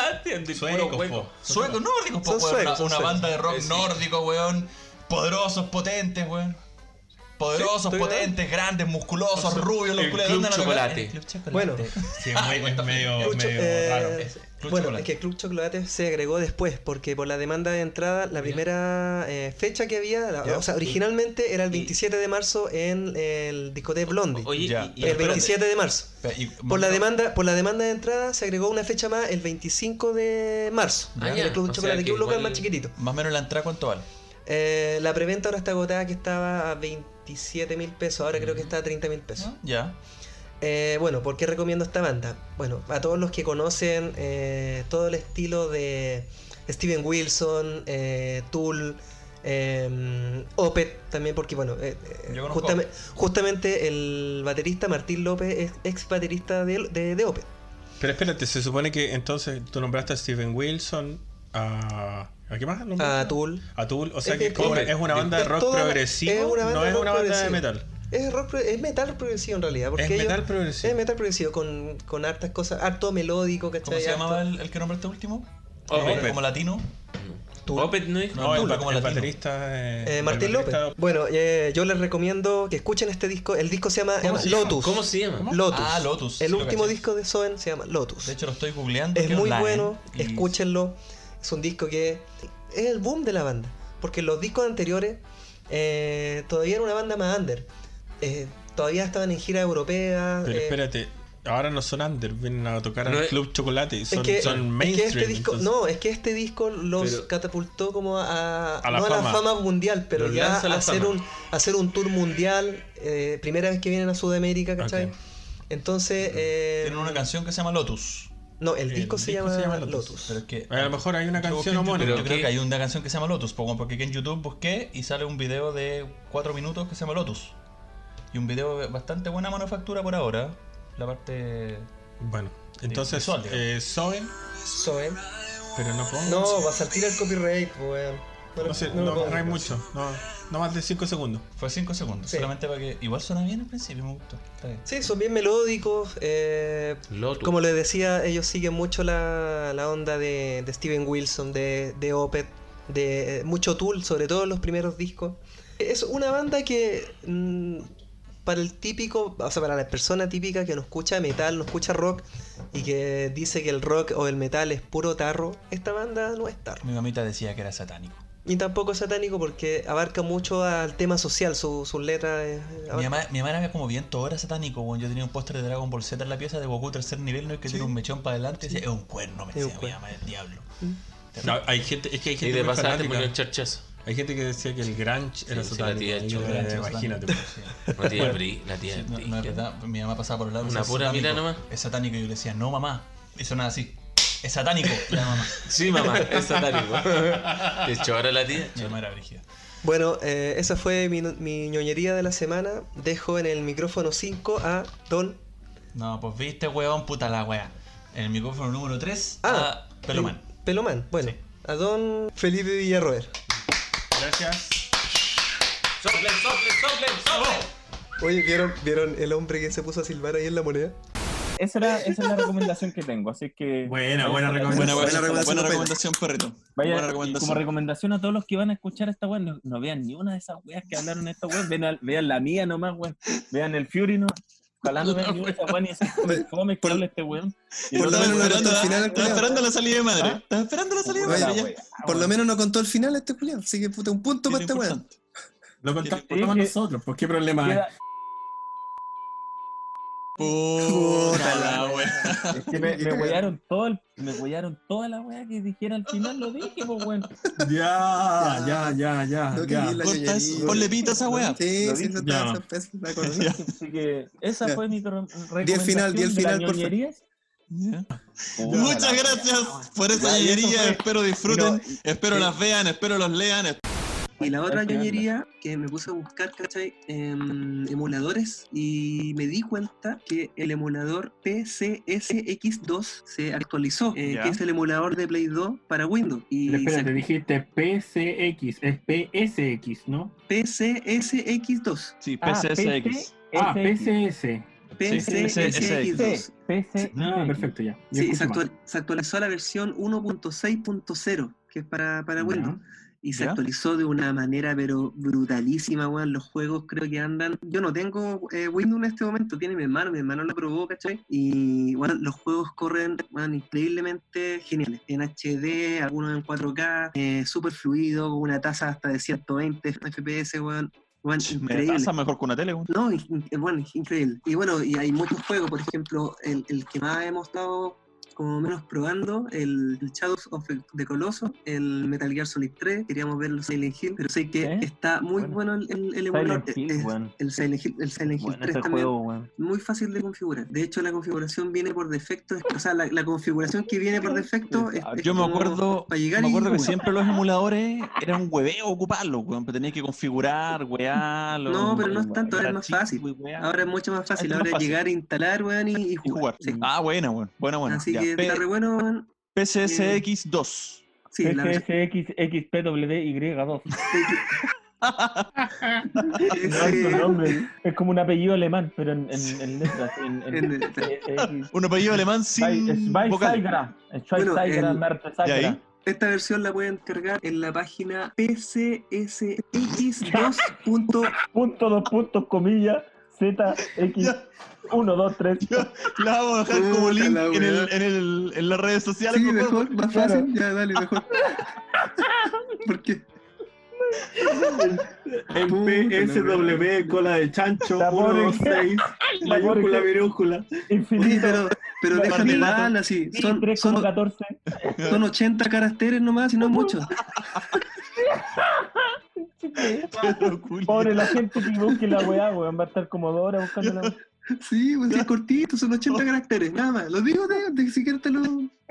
S2: Suecos, po.
S14: Suecos, nórdicos, po,
S5: Son
S14: weón.
S5: suecos, son
S14: una una
S5: suecos.
S14: banda de rock
S5: Eh, sí.
S14: nórdico, weón. Poderosos, potentes, weón.
S5: Sí,
S14: Poderosos,
S5: estoy
S14: potentes, grandes, musculosos, rubios, los
S5: el
S14: culos.
S5: Club
S14: ¿Dónde van a Eh, tocar?
S5: Chocolate.
S14: El Club Chocolate.
S5: Bueno.
S2: Sí, es muy- es medio,
S5: Club Cho-
S2: medio
S5: eh,
S2: raro.
S5: bueno, es que Club Chocolate se agregó después, porque por la demanda de entrada, la primera eh, fecha que había, la-
S4: Ya.
S5: o sea, originalmente era el 27 de marzo en el discoteca Blondie.
S4: Oye,
S5: el
S4: y- y- espérate.
S5: 27 de marzo. Por la, demanda, por la demanda de entrada se agregó una fecha más el 25 de marzo
S14: Ah,
S5: en
S14: ya.
S5: el Club
S14: O
S5: Chocolate,
S14: sea
S5: que
S14: que
S5: es un local
S14: igual-
S5: más chiquitito.
S14: Más o menos la entrada, ¿cuánto vale?
S5: Eh, la preventa ahora está agotada que estaba a 27 mil pesos, ahora
S14: Mm.
S5: creo que está a 30 mil pesos.
S14: Ya.
S5: Eh, bueno, ¿por qué recomiendo esta banda? Bueno, a todos los que conocen eh, todo el estilo de Steven Wilson, eh, Tool, eh, Opet también, porque bueno, eh, eh,
S14: Yo conozco
S5: justame-
S14: Opeth.
S5: justamente el baterista Martín López es ex baterista de, de, de Opet.
S2: Pero espérate, se supone que entonces tú nombraste a Steven Wilson, a. ¿A qué más? nombraste?
S5: A Tool.
S2: A Tool, o sea
S5: Es
S2: que
S5: de-
S2: como
S5: es de-
S2: es una banda de
S5: es
S2: rock
S5: toda-
S2: progresivo,
S5: es una banda
S2: no
S5: de
S2: es
S5: rock
S2: una banda de
S5: progresivo.
S2: metal.
S5: Es, rock, pro- es metal progresivo en realidad. Porque
S2: Es
S5: ellos-
S2: metal progresivo.
S5: Es metal progresivo, con, con hartas cosas, harto melódico, ¿cachai?
S14: ¿Cómo se
S5: Harto-
S14: llamaba el, el que nombraste último?
S5: Opeth.
S14: Era Como latino.
S4: Opet no dijo.
S2: No, el,
S14: Tool,
S2: ba-
S14: como
S2: el
S14: latino.
S2: baterista.
S5: Eh,
S2: eh,
S5: Martín
S2: el
S5: López.
S2: baterista-
S5: Bueno, eh, yo les recomiendo que escuchen este disco. El disco se llama,
S14: ¿Cómo
S5: se
S14: se
S5: llama
S14: llama?
S5: Lotus.
S14: ¿Cómo se llama? ¿Cómo?
S5: Lotus.
S14: Ah, Lotus, sí,
S5: El
S14: lo
S5: último
S14: caché.
S5: disco de Soen se llama Lotus.
S14: De hecho, lo estoy googleando.
S5: es
S14: quiero
S5: muy
S14: online,
S5: bueno,
S14: y-
S5: escúchenlo. Es un disco que es el boom de la banda. Porque los discos anteriores eh, todavía era una banda más under. Eh, todavía estaban en gira europea.
S2: Pero
S5: eh,
S2: espérate, ahora no son under, vienen a tocar al
S5: No es-
S2: Club Chocolate, y son,
S5: es que,
S2: son
S5: es
S2: mainstream.
S5: que este disco,
S2: entonces-
S5: no, es que este disco los
S2: Pero-
S5: catapultó como a,
S2: A la
S5: no a la
S2: fama.
S5: fama mundial, pero
S2: Los
S5: ya
S2: lanza a la
S5: a hacer
S2: fama.
S5: un a hacer un tour mundial, eh, primera vez que vienen a Sudamérica, ¿cachai? Entonces, eh,
S14: Tienen una canción que se llama Lotus.
S5: no,
S2: eh,
S5: el, disco, se, llama Lotus.
S14: Pero es que,
S2: A lo mejor hay una
S14: Yo busqué
S2: canción
S14: en YouTube,
S2: homónima.
S14: Yo creo que hay una canción que se llama Lotus, po, weón, porque aquí en YouTube busqué y sale un video de 4 minutos que se llama Lotus. Y un video de bastante buena manufactura por ahora. La parte.
S2: Bueno, entonces,
S14: Visual, digamos.
S2: eh, Soen,
S5: Soen,
S2: pero no pongo.
S5: No, va a saltar el copyright, pues, weón. No, lo-
S2: No sé,
S5: no
S2: no,
S5: lo pongo.
S2: agarráis mucho, no, no más de 5 segundos.
S14: Fue 5 segundos, solamente para que. Igual suena bien al principio, me gustó. Está bien.
S5: Sí, son bien melódicos. eh,
S14: Lotus.
S5: Como les decía, ellos siguen mucho la, la onda de, de Steven Wilson, de, de Opeth, de eh, mucho Tool, sobre todo en los primeros discos. Es una banda que mm, para el típico, o sea, para la persona típica que no escucha metal, no escucha rock y que dice que el rock o el metal es puro tarro, esta banda no es tarro.
S14: Mi mamita decía que era satánico.
S5: Y tampoco es satánico porque abarca mucho al tema social, su- sus letras. eh,
S14: Mi
S5: abarca-
S14: mamá, mi mamá era como bien todo era satánico, weón. Yo tenía un póster de Dragon Ball Z en la pieza de Goku tercer nivel, no es que tiene un mechón para adelante y decía, es un cuerno, me decía mi mamá del diablo.
S5: Este
S2: No, hay gente, es que hay gente
S1: Y de
S2: muy
S1: pasada te
S2: fanática.
S1: ponían charchazo.
S2: Hay gente que decía que el grunge era
S1: Sí, sí,
S2: satánico.
S1: la tía
S2: y yo,
S1: Chola,
S2: eh,
S1: Chola.
S2: Imagínate.
S1: La tía
S2: Bueno,
S1: Bri, la tía
S14: pues, Sí, no,
S1: Bri.
S14: no, es verdad, mi mamá pasaba por el lado.
S1: Una
S14: es
S1: pura
S14: satánico,
S1: mira nomás.
S14: Es satánico. Y yo le decía, no, mamá. Y sonaba así. Es satánico. La mamá.
S1: Sí, mamá, es satánico. De hecho, ahora la tía.
S14: Mi mamá era brígida.
S5: Bueno, eh, esa fue mi, no- mi ñoñería de la semana. Dejo en el micrófono 5 a Don.
S14: No, pues viste, weón, puta la wea. En el micrófono número 3, ah, Peloman.
S5: Peloman, bueno, a Don Felipe Villarroel.
S14: Gracias.
S1: ¡Soplen, soplen, soplen, soplen!
S5: Oye, ¿vieron, ¿vieron el hombre que se puso a silbar ahí en la moneda?
S3: Esa, era- esa es la recomendación que tengo, así que...
S5: Buena,
S3: Vayan
S5: buena
S3: a-
S5: recomendación. Buena recomendación,
S1: Buena recomendación, perrito. Buena
S3: Vaya, y
S1: recomendación.
S3: como recomendación a todos los que van a escuchar esta weá, no, no vean ni una de esas weas que hablaron esta weá, vean, al- vean la mía nomás, weón. Vean el Fury nomás. Ojalá no vean ni una de esas weas ni esas come- come que habla este weón. Y el
S1: Por lo
S3: otro
S1: menos
S3: weón-
S1: esperando la-
S5: final,
S1: estaba
S5: culiao.
S1: esperando la salida de madre.
S3: ¿Ah?
S1: Estaba esperando la salida de
S5: Oye,
S1: madre. ya.
S5: por lo menos no contó el final este culiao, así que puta, un punto para este weón.
S4: Lo contamos nosotros, pues qué problema hay.
S3: Queda-
S1: Puta la
S3: Es que me, me huellaron todo el- me huellaron toda la weá que dijera al final, lo dije, pues weón.
S4: Ya, ya, ya, ya.
S3: No
S4: ya.
S3: quería la Corta eso, ñoñería. ponle pito a esa weá.
S5: Sí,
S3: Lo
S5: sí,
S3: dije.
S5: no
S3: Ya.
S5: te esa la cosa.
S3: Así que esa
S5: Ya.
S3: fue mi cor-
S5: Di el
S3: recomendación
S5: final, di el
S3: de las
S5: final, por favor.
S3: ñoñerías.
S1: Muchas gracias por esa
S3: Ya, y eso
S1: ñería.
S3: fue.
S1: Espero disfruten. Espero las vean. Espero los lean.
S5: Y la otra ñoñería que me puse a buscar, ¿cachai? Em, emuladores. Y me di cuenta que el emulador PCSX2 se actualizó, eh,
S4: Ya.
S5: que es el emulador de Play 2 para Windows. Y
S4: Pero espera,
S5: se-
S4: te dijiste PCX, es PSX, ¿no?
S5: PCSX2.
S1: Sí,
S5: PCSX.
S4: Ah, PCS.
S5: PCSX2.
S3: PCS.
S4: Ah, perfecto, ya. Ya
S5: Sí, se,
S4: escucho más.
S5: actual- se actualizó la versión 1.6.0, que es para, para Windows. Y se
S4: Ya.
S5: actualizó de una manera, pero brutalísima, weón. Los juegos creo que andan. Yo no tengo eh, Windows en este momento, tiene mi hermano, mi hermano lo probó, ¿cachai? Y, weón, los juegos corren, weón, increíblemente geniales. En HD, algunos en 4K, eh, súper fluido, con una tasa hasta de 120 FPS, weón. Weón,
S1: Me
S5: increíble.
S1: pasa mejor que una tele. weón.
S5: No, in- in- eh, bueno, es increíble. Y bueno, y hay muchos juegos, por ejemplo, el, el que más hemos estado como menos probando, el Shadows of the- the Colossus, el Metal Gear Solid 3, queríamos verlo Silent Hill, pero sé que está muy bueno, el, el, el emulador,
S3: ¿Eh? Silent Hill,
S5: eh,
S3: weón.
S5: el Silent Hill, el Silent Hill
S3: Bueno,
S5: 3
S3: ese
S5: también.
S3: juego, weón.
S5: Muy fácil de configurar. De hecho, la configuración viene por defecto, es- o sea, la, la configuración que viene por defecto
S14: Ah,
S5: es, es
S1: Yo me
S5: como
S1: acuerdo,
S5: para llegar
S1: me
S5: y
S1: acuerdo que
S5: jugar.
S1: siempre los emuladores era un hueveo ocuparlos, weón. pero Tenías que configurar, wearlo.
S5: No, pero no es tanto, ahora es más fácil.
S1: weá.
S5: Ahora es mucho más fácil,
S1: Antes
S5: ahora
S1: más
S5: es
S1: fácil.
S5: llegar, instalar, weón, y, y jugar. Sí.
S1: Ah, buena, weón. Buena, buena.
S5: Así
S1: Ya,
S5: que
S1: P-
S5: está re bueno, weón.
S1: PSSX 2.
S5: Sí, la verdad.
S3: PSXXPWY2. No es un
S5: Sí.
S3: nombre, es como un apellido alemán, pero en, en, en letras. En,
S5: En
S3: en,
S5: letras.
S1: Un apellido alemán
S3: sin Schweizeigra. Schweizeigra, Merte Zeigra.
S5: esta versión la pueden cargar en la página pcsx2.
S3: Punto, dos puntos, comillas, ZX. 1, 2, 3.
S1: La vamos a dejar como link en, el, en, el, en las redes sociales. por favor.
S5: más
S1: Claro.
S5: fácil, ya dale, mejor.
S4: En PSW, cola de chancho,
S3: pobre-
S4: 126,
S3: la
S4: mayúscula,
S3: pobre-
S4: virúscula.
S3: Infinito.
S5: pero, pero
S4: La
S5: déjame
S4: parte
S5: mal
S4: de
S5: así.
S4: Sí,
S5: Son,
S4: tres
S5: son,
S4: como 14.
S5: son 80 caracteres nomás y no es mucho.
S3: Pobre la gente que busque la weá, weón. Va a estar como dos horas buscando la weá.
S5: Sí, pues sí, es cortito, son
S4: Oh.
S5: 80 caracteres, nada más. Lo digo, te, te- si quieres te lo,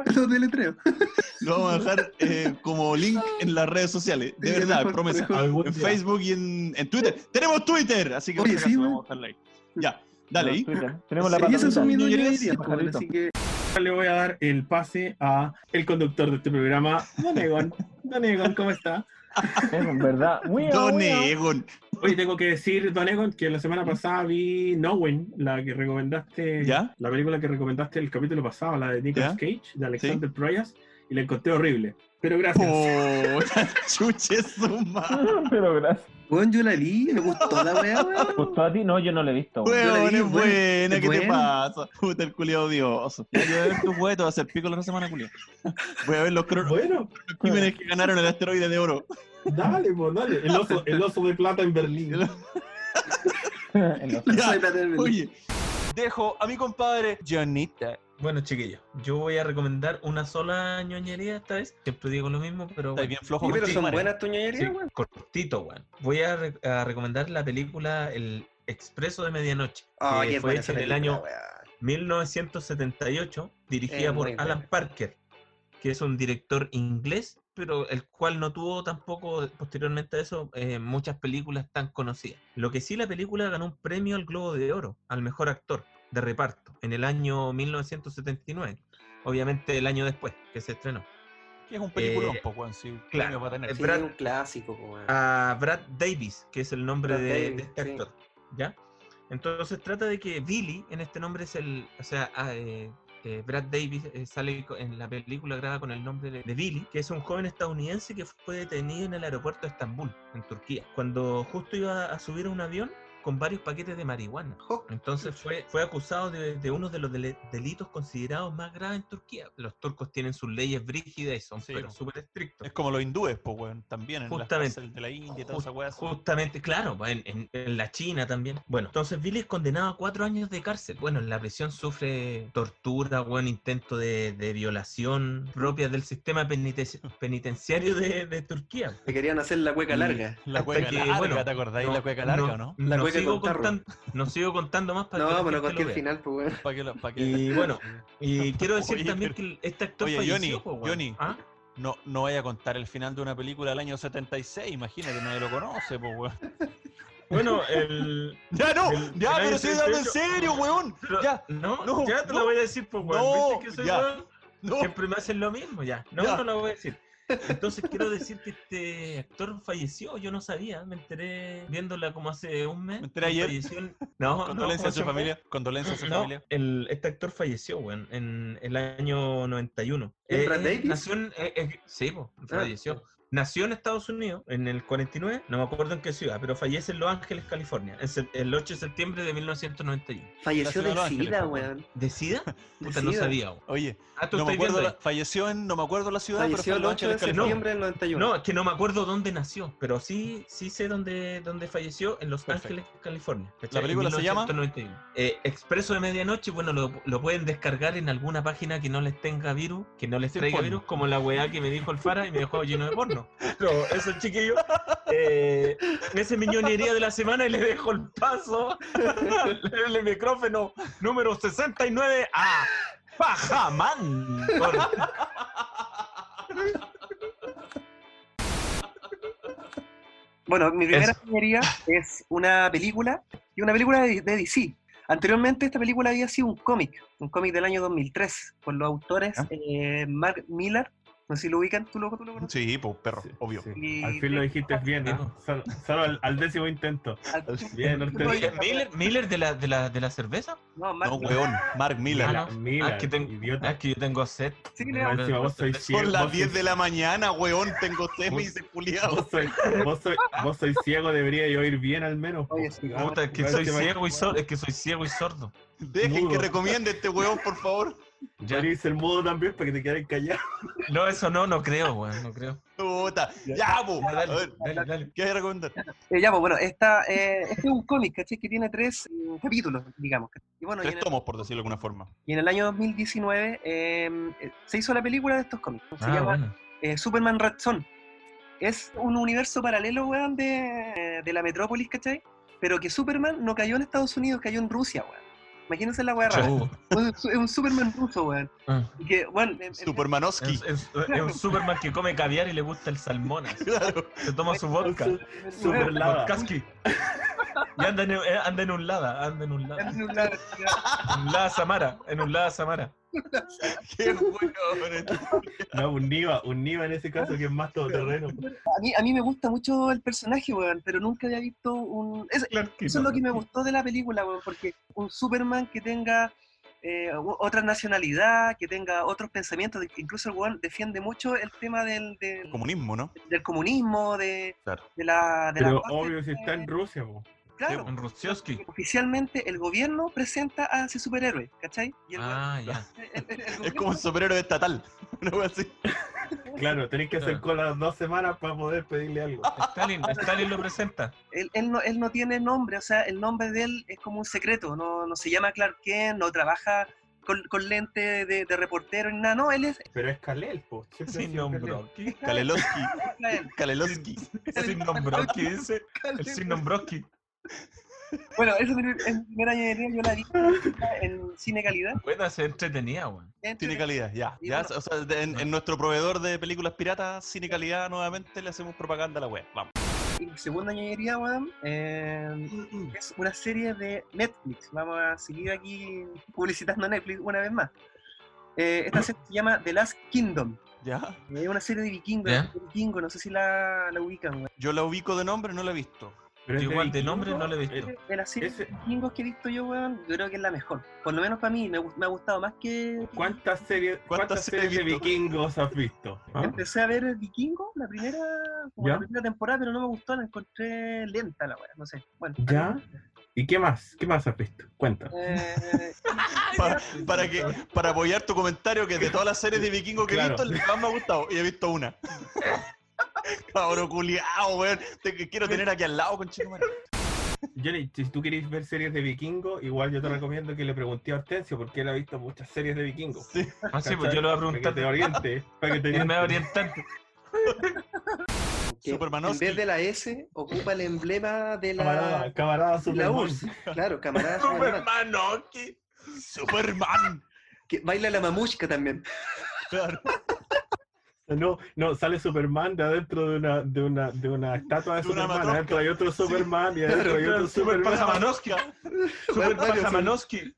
S5: te lo deletreo.
S1: Lo vamos a dejar eh, como link en las redes sociales. De
S5: Sí,
S1: verdad,
S5: mejor,
S1: promesa.
S3: Ah,
S5: mejor. Algún
S1: En
S5: día.
S1: Facebook y en, en Twitter. ¡Tenemos Twitter! Así que
S5: Oye,
S1: por si
S5: sí,
S1: acaso
S5: weón.
S1: vamos a dejarla ahí. Ya, dale. ahí.
S3: Tenemos
S5: Y esas son mis dos
S1: Ñoñerías.
S5: ñoñerías, pues, bueno, así que.
S4: Le voy a dar el pase a el conductor de este programa, Don Egon. Don Egon, ¿cómo está?
S3: Egon, ¿verdad?
S4: Don Egon. Hoy tengo que decir, Don Egon, que la semana pasada vi Nowen, la que recomendaste,
S1: ¿Ya?
S4: la película que recomendaste el capítulo pasado, la de Nicolas
S1: ¿Ya?
S4: Cage, de Alexander Proyas, y la encontré horrible. Pero gracias.
S1: Oh. chuches,
S3: Pero gracias.
S5: Weón, yo la vi, me gustó la weá, weón.
S3: ¿Gustó a ti? No, yo no la he visto. weón.
S1: Weón, es
S3: weón.
S1: buena, ¿qué te
S3: Buena.
S1: pasa? Puta, el culiao odioso. Ya, Yo voy a ver tus huevos, te voy a hacer pico la otra semana, culiao. Voy a ver los cronos.
S4: Bueno.
S1: Los crímenes que ganaron el asteroide de oro.
S4: Dale, pues, dale. El oso, el oso de plata en Berlín.
S1: Ya, Oye, dejo a mi compadre Johnita
S4: Bueno, chiquillos, yo voy a recomendar una sola ñoñería esta vez. Siempre digo lo mismo, pero.
S1: Estás bien flojo Sí, pero con son ti, buenas tus ñoñerías, weón.
S4: Cortito, weón. Voy a, re- a recomendar la película El Expreso de Medianoche.
S5: Ah,
S4: que
S5: qué
S4: fue
S5: buena
S4: hecha
S5: esa
S4: en el
S5: película,
S4: año 1978, dirigida
S5: Es
S4: por
S5: muy buena.
S4: Alan Parker, que es un director inglés, pero el cual no tuvo tampoco, posteriormente a eso, eh, muchas películas tan conocidas. Lo que sí, la película ganó un premio al Globo de Oro, al mejor actor de reparto, en el año 1979. Obviamente el año después que se estrenó.
S14: Que es un peliculón,
S4: Eh,
S14: po, weón. Sí, un
S4: claro.
S14: premio va a tener.
S4: Sí, Brad- un
S21: clásico, weón.
S4: a Brad Davis, que es el nombre
S21: Brad
S4: de, de
S21: Davis,
S4: este
S21: sí.
S4: actor. ¿Ya? Entonces trata de que Billy, en este nombre es el. O sea, ah, eh, eh, Brad Davis eh, sale co- en la película grabada con el nombre de, de Billy, que es un joven estadounidense que fue detenido en el aeropuerto de Estambul, en Turquía, cuando justo iba a subir a un avión con varios paquetes de marihuana. Entonces fue, fue acusado de, de uno de los dele- delitos considerados más graves en Turquía. Los turcos tienen sus leyes brígidas y son pero súper estrictos.
S14: Es como los hindúes, pues, weón. También en
S4: Justamente.
S14: las cárceles de la India y toda esa
S4: Ju-
S14: weá.
S4: Justamente, claro, pues, en, en- en la China también. Bueno, entonces Billy es condenado a cuatro años de cárcel. Bueno, en la prisión sufre tortura, buen intento de, de violación propias del sistema penitenci- penitenciario de, de Turquía.
S5: Me querían hacer la cueca
S4: Y
S5: larga.
S4: hasta que, bueno,
S5: La cueca
S4: sigo
S5: con tarro.
S4: contan- no sigo contando más para que la
S5: No, me lo
S4: gente
S5: conté al
S4: vea.
S5: final, pues, weón.
S4: Y bueno, y quiero decir
S14: Oye,
S4: también
S14: pero-
S4: que el- este actor
S14: Oye,
S4: falleció,
S14: Johnny,
S4: po, weón.
S14: Johnny,
S4: ¿Ah?
S14: no, no vaya a contar el final de una película del año 76, imagínate, nadie lo conoce, pues, weón.
S4: Bueno, el.
S14: Ya no,
S4: el-
S14: ya,
S4: el
S14: pero
S4: año
S14: sí, dame en
S4: 78.
S14: serio, weón.
S4: Pero-
S14: ya,
S4: no,
S14: no,
S4: ya te
S14: no,
S4: lo voy a decir, pues, weón.
S14: no,
S4: ¿Viste que soy
S14: ya,
S4: weón? Siempre me hacen lo mismo, ya. No,
S14: Ya.
S4: no lo voy a decir. Entonces quiero decir que este actor falleció, yo no sabía, me enteré viéndola como hace un mes. Me
S14: enteré ayer.
S4: Falleció en- No,
S14: Condolencias
S4: no,
S14: a su
S4: fue hace un
S14: familia,
S4: mes.
S14: condolencias a su
S4: No,
S14: familia.
S4: El, este actor falleció, weón, en el año 91.
S14: ¿El Brad Davis?
S4: nació en- eh, eh, sí, po, falleció. Nació en Estados Unidos en el 49, no me acuerdo en qué ciudad, pero fallece en Los Ángeles, California, en se- el 8 de septiembre de 1991.
S5: Falleció
S4: La ciudad
S5: de
S4: Los Ángeles,
S5: SIDA,
S4: po,
S5: weón.
S4: ¿De SIDA? Puta,
S5: De
S4: no
S5: sida.
S4: sabía. weón.
S14: Oye,
S4: Ah, tú
S14: no me
S4: estás
S14: acuerdo,
S4: viendo
S14: la-
S4: ahí.
S14: falleció en, no me acuerdo la ciudad,
S5: Falleció el
S14: pero fue en Los
S5: 8 de
S14: Ángeles, California.
S5: septiembre del 91.
S4: No, es que no me acuerdo dónde nació, pero sí, sí sé dónde, dónde falleció, en Los
S14: Perfecto.
S4: Ángeles, California.
S14: ¿La película se llama?
S4: 1991. Eh, Expreso de Medianoche, bueno, lo, lo pueden descargar en alguna página que no les tenga virus, que no les
S14: Sin
S4: traiga
S14: porno.
S4: virus, como la weá que me dijo el Fara y me dejó lleno de porno. Pero eso, chiquillo, eh, esa es mi ñoñería de la semana y le dejo el paso, el, el micrófono número 69 a Pajamán.
S5: Bueno, mi primera serie es una película y una película de, de DC. Anteriormente esta película había sido un cómic, un cómic del año 2003, por los autores
S4: ¿Ah?
S5: eh, Mark Miller, no sé si lo ubican, tú lo, tú lo conoces.
S14: Sí, pues, perro, obvio.
S5: Y-
S22: Al fin lo dijiste bien, ¿no? Solo, solo al, al décimo intento. Bien, Ortega.
S4: Oye, ¿Miller, Miller de, la, de, la, de la cerveza?
S5: No, Mark
S14: No,
S5: Miller.
S14: weón, Mark Miller.
S4: Ah, no. Ah, es que tengo, ah, es que yo tengo sed.
S5: Leo.
S14: Encima vos sois ciego, Son las vos 10 sois- de la mañana, weón, tengo sed, me dice culiao.
S22: Vos sois, vos, sois, vos sois ciego, debería yo ir bien al menos. Ah, po.
S4: Puta, es que
S22: Igual
S4: soy
S22: te va-
S4: ciego y sordo. Es que soy ciego y sordo.
S14: Dejen que recomiende este weón, por favor.
S22: Ya eres el mudo también para que te quedes callado.
S4: No, eso no, no creo, weón, no creo.
S14: Puta, ya, po.
S4: Ya, dale,
S14: A ver,
S4: dale, dale.
S14: ¿Qué hay que recomendar?
S5: Eh, ya, pues bueno, esta, eh, este es un cómic, ¿cachai? Que tiene tres eh, capítulos, digamos. ¿cachai? Y bueno, y en,
S14: Tres
S5: el,
S14: tomos, por decirlo de alguna forma.
S5: y en el año 2019 eh, eh, se hizo la película de estos cómics.
S4: Ah,
S5: Se llama eh, Superman Red Son. Es un universo paralelo, weón, de, de la metrópolis, ¿cachai? Pero que Superman no cayó en Estados Unidos, cayó en Rusia, weón. Imagínense la weá rara.
S4: Chau.
S5: Un su- Es un Superman ruso, weón.
S4: Ah.
S5: Y que, weón, en- en-
S14: Supermanowski.
S4: Es, es- es un Superman que come caviar y le gusta el salmón. así. Se toma su vodka.
S22: Superlada.
S4: Vodkaski. Y anda en, eh, anda en un lada, anda en un lada.
S5: en un lado,
S4: En un lada Samara, en un lada Samara.
S14: Qué weón.
S22: No, un Niva, un Niva en ese caso que es más todoterreno.
S5: A mí, a mí me gusta mucho el personaje, weón, pero nunca había visto un... es- eso es lo que me gustó de la película, weón, porque un Superman que tenga eh, u- otra nacionalidad, que tenga otros pensamientos, de- incluso el weón defiende mucho el tema del, del,
S14: Comunismo, ¿no?
S5: del comunismo, de,
S14: Claro.
S5: de la... De
S22: Pero
S5: la
S22: obvio, si está en Rusia, po.
S5: claro,
S4: Un Rusioski.
S5: oficialmente el gobierno presenta a ese superhéroe, ¿cachai? Y el
S4: Ah, ya.
S14: Es como un superhéroe estatal. Una wea así.
S22: Claro, tenéis que hacer
S4: Claro.
S22: cola dos semanas para poder pedirle algo.
S14: Ah,
S4: Stalin, Stalin lo presenta.
S5: él, él no, él no tiene nombre, o sea, el nombre de él es como un secreto, no, no se llama Clark Kent, no trabaja con, con lente de, de reportero ni nada, no, él es...
S2: Pero es Kalel, po. Siempre ha
S5: Sin
S2: sido
S5: nombre.
S2: Kalel.
S5: Kalelowski.
S14: Kalelowski. Sin Broski dice. El Sin Broski.
S5: Bueno, eso es mi primera ingeniería, yo la vi en cine calidad.
S14: Buena, se entretenía, weón. Tiene calidad, ya. ya o sea, de- en, en nuestro proveedor de películas piratas, cine calidad, nuevamente le hacemos propaganda a la web. Vamos.
S5: Y mi segunda ñoñería, weón, eh,
S4: Mm,
S5: es una serie de Netflix. Vamos a seguir aquí publicitando a Netflix una vez más. Eh, esta serie se llama The Last Kingdom.
S14: Ya.
S5: Es una serie de vikingos,
S14: Ya.
S5: de vikingos, no sé si la, la ubican, weón.
S14: Yo la ubico de nombre, no la he visto.
S4: Pero es
S22: este
S4: de
S14: igual, de
S4: vikingo,
S14: nombre no la he
S4: es-
S14: visto.
S5: De las series de vikingos que he visto yo, weón, yo creo que es la mejor. Por lo menos para mí, me, gu- me ha gustado más que...
S4: ¿Cuántas series, cuántas series de vikingos has visto? Ah,
S5: Empecé a ver Vikingo, la primera, como
S4: ¿Ya?
S5: la primera temporada, pero no me gustó, la encontré lenta la weá, no sé. Bueno,
S4: ¿Ya? ¿Y qué más? ¿Qué más has visto? Cuenta.
S5: eh,
S14: Para, para que, para apoyar tu comentario, que de todas las series de vikingos que
S4: Claro.
S14: he visto, la que más me ha gustado. Y he visto una. Cabro culiao, weón. Te que quiero tener aquí al lado con chico
S4: Johnny, si tú querés ver series de vikingo, igual yo te recomiendo que le pregunté a Hortensio porque él ha visto muchas series de vikingos.
S3: Ah, sí, pues yo lo voy a preguntar.
S4: Para que te oriente. Para que te
S3: Él me va a
S5: que en vez de la S, ocupa el emblema de la...
S4: Camarada, camarada
S5: de la
S4: Superman.
S5: URSS. Claro, camarada Superman.
S14: Superman, no, que- Superman.
S5: Que baila la mamushka también.
S14: Claro.
S4: No, no, sale Superman de adentro de una, de una, de una estatua de, Superman.
S14: matrosca.
S4: adentro hay otro Superman y adentro hay otro
S14: Super
S4: Superman.
S14: Pasamanovsky.
S4: Bueno,
S14: Super
S4: varios,
S14: Pasamanovsky.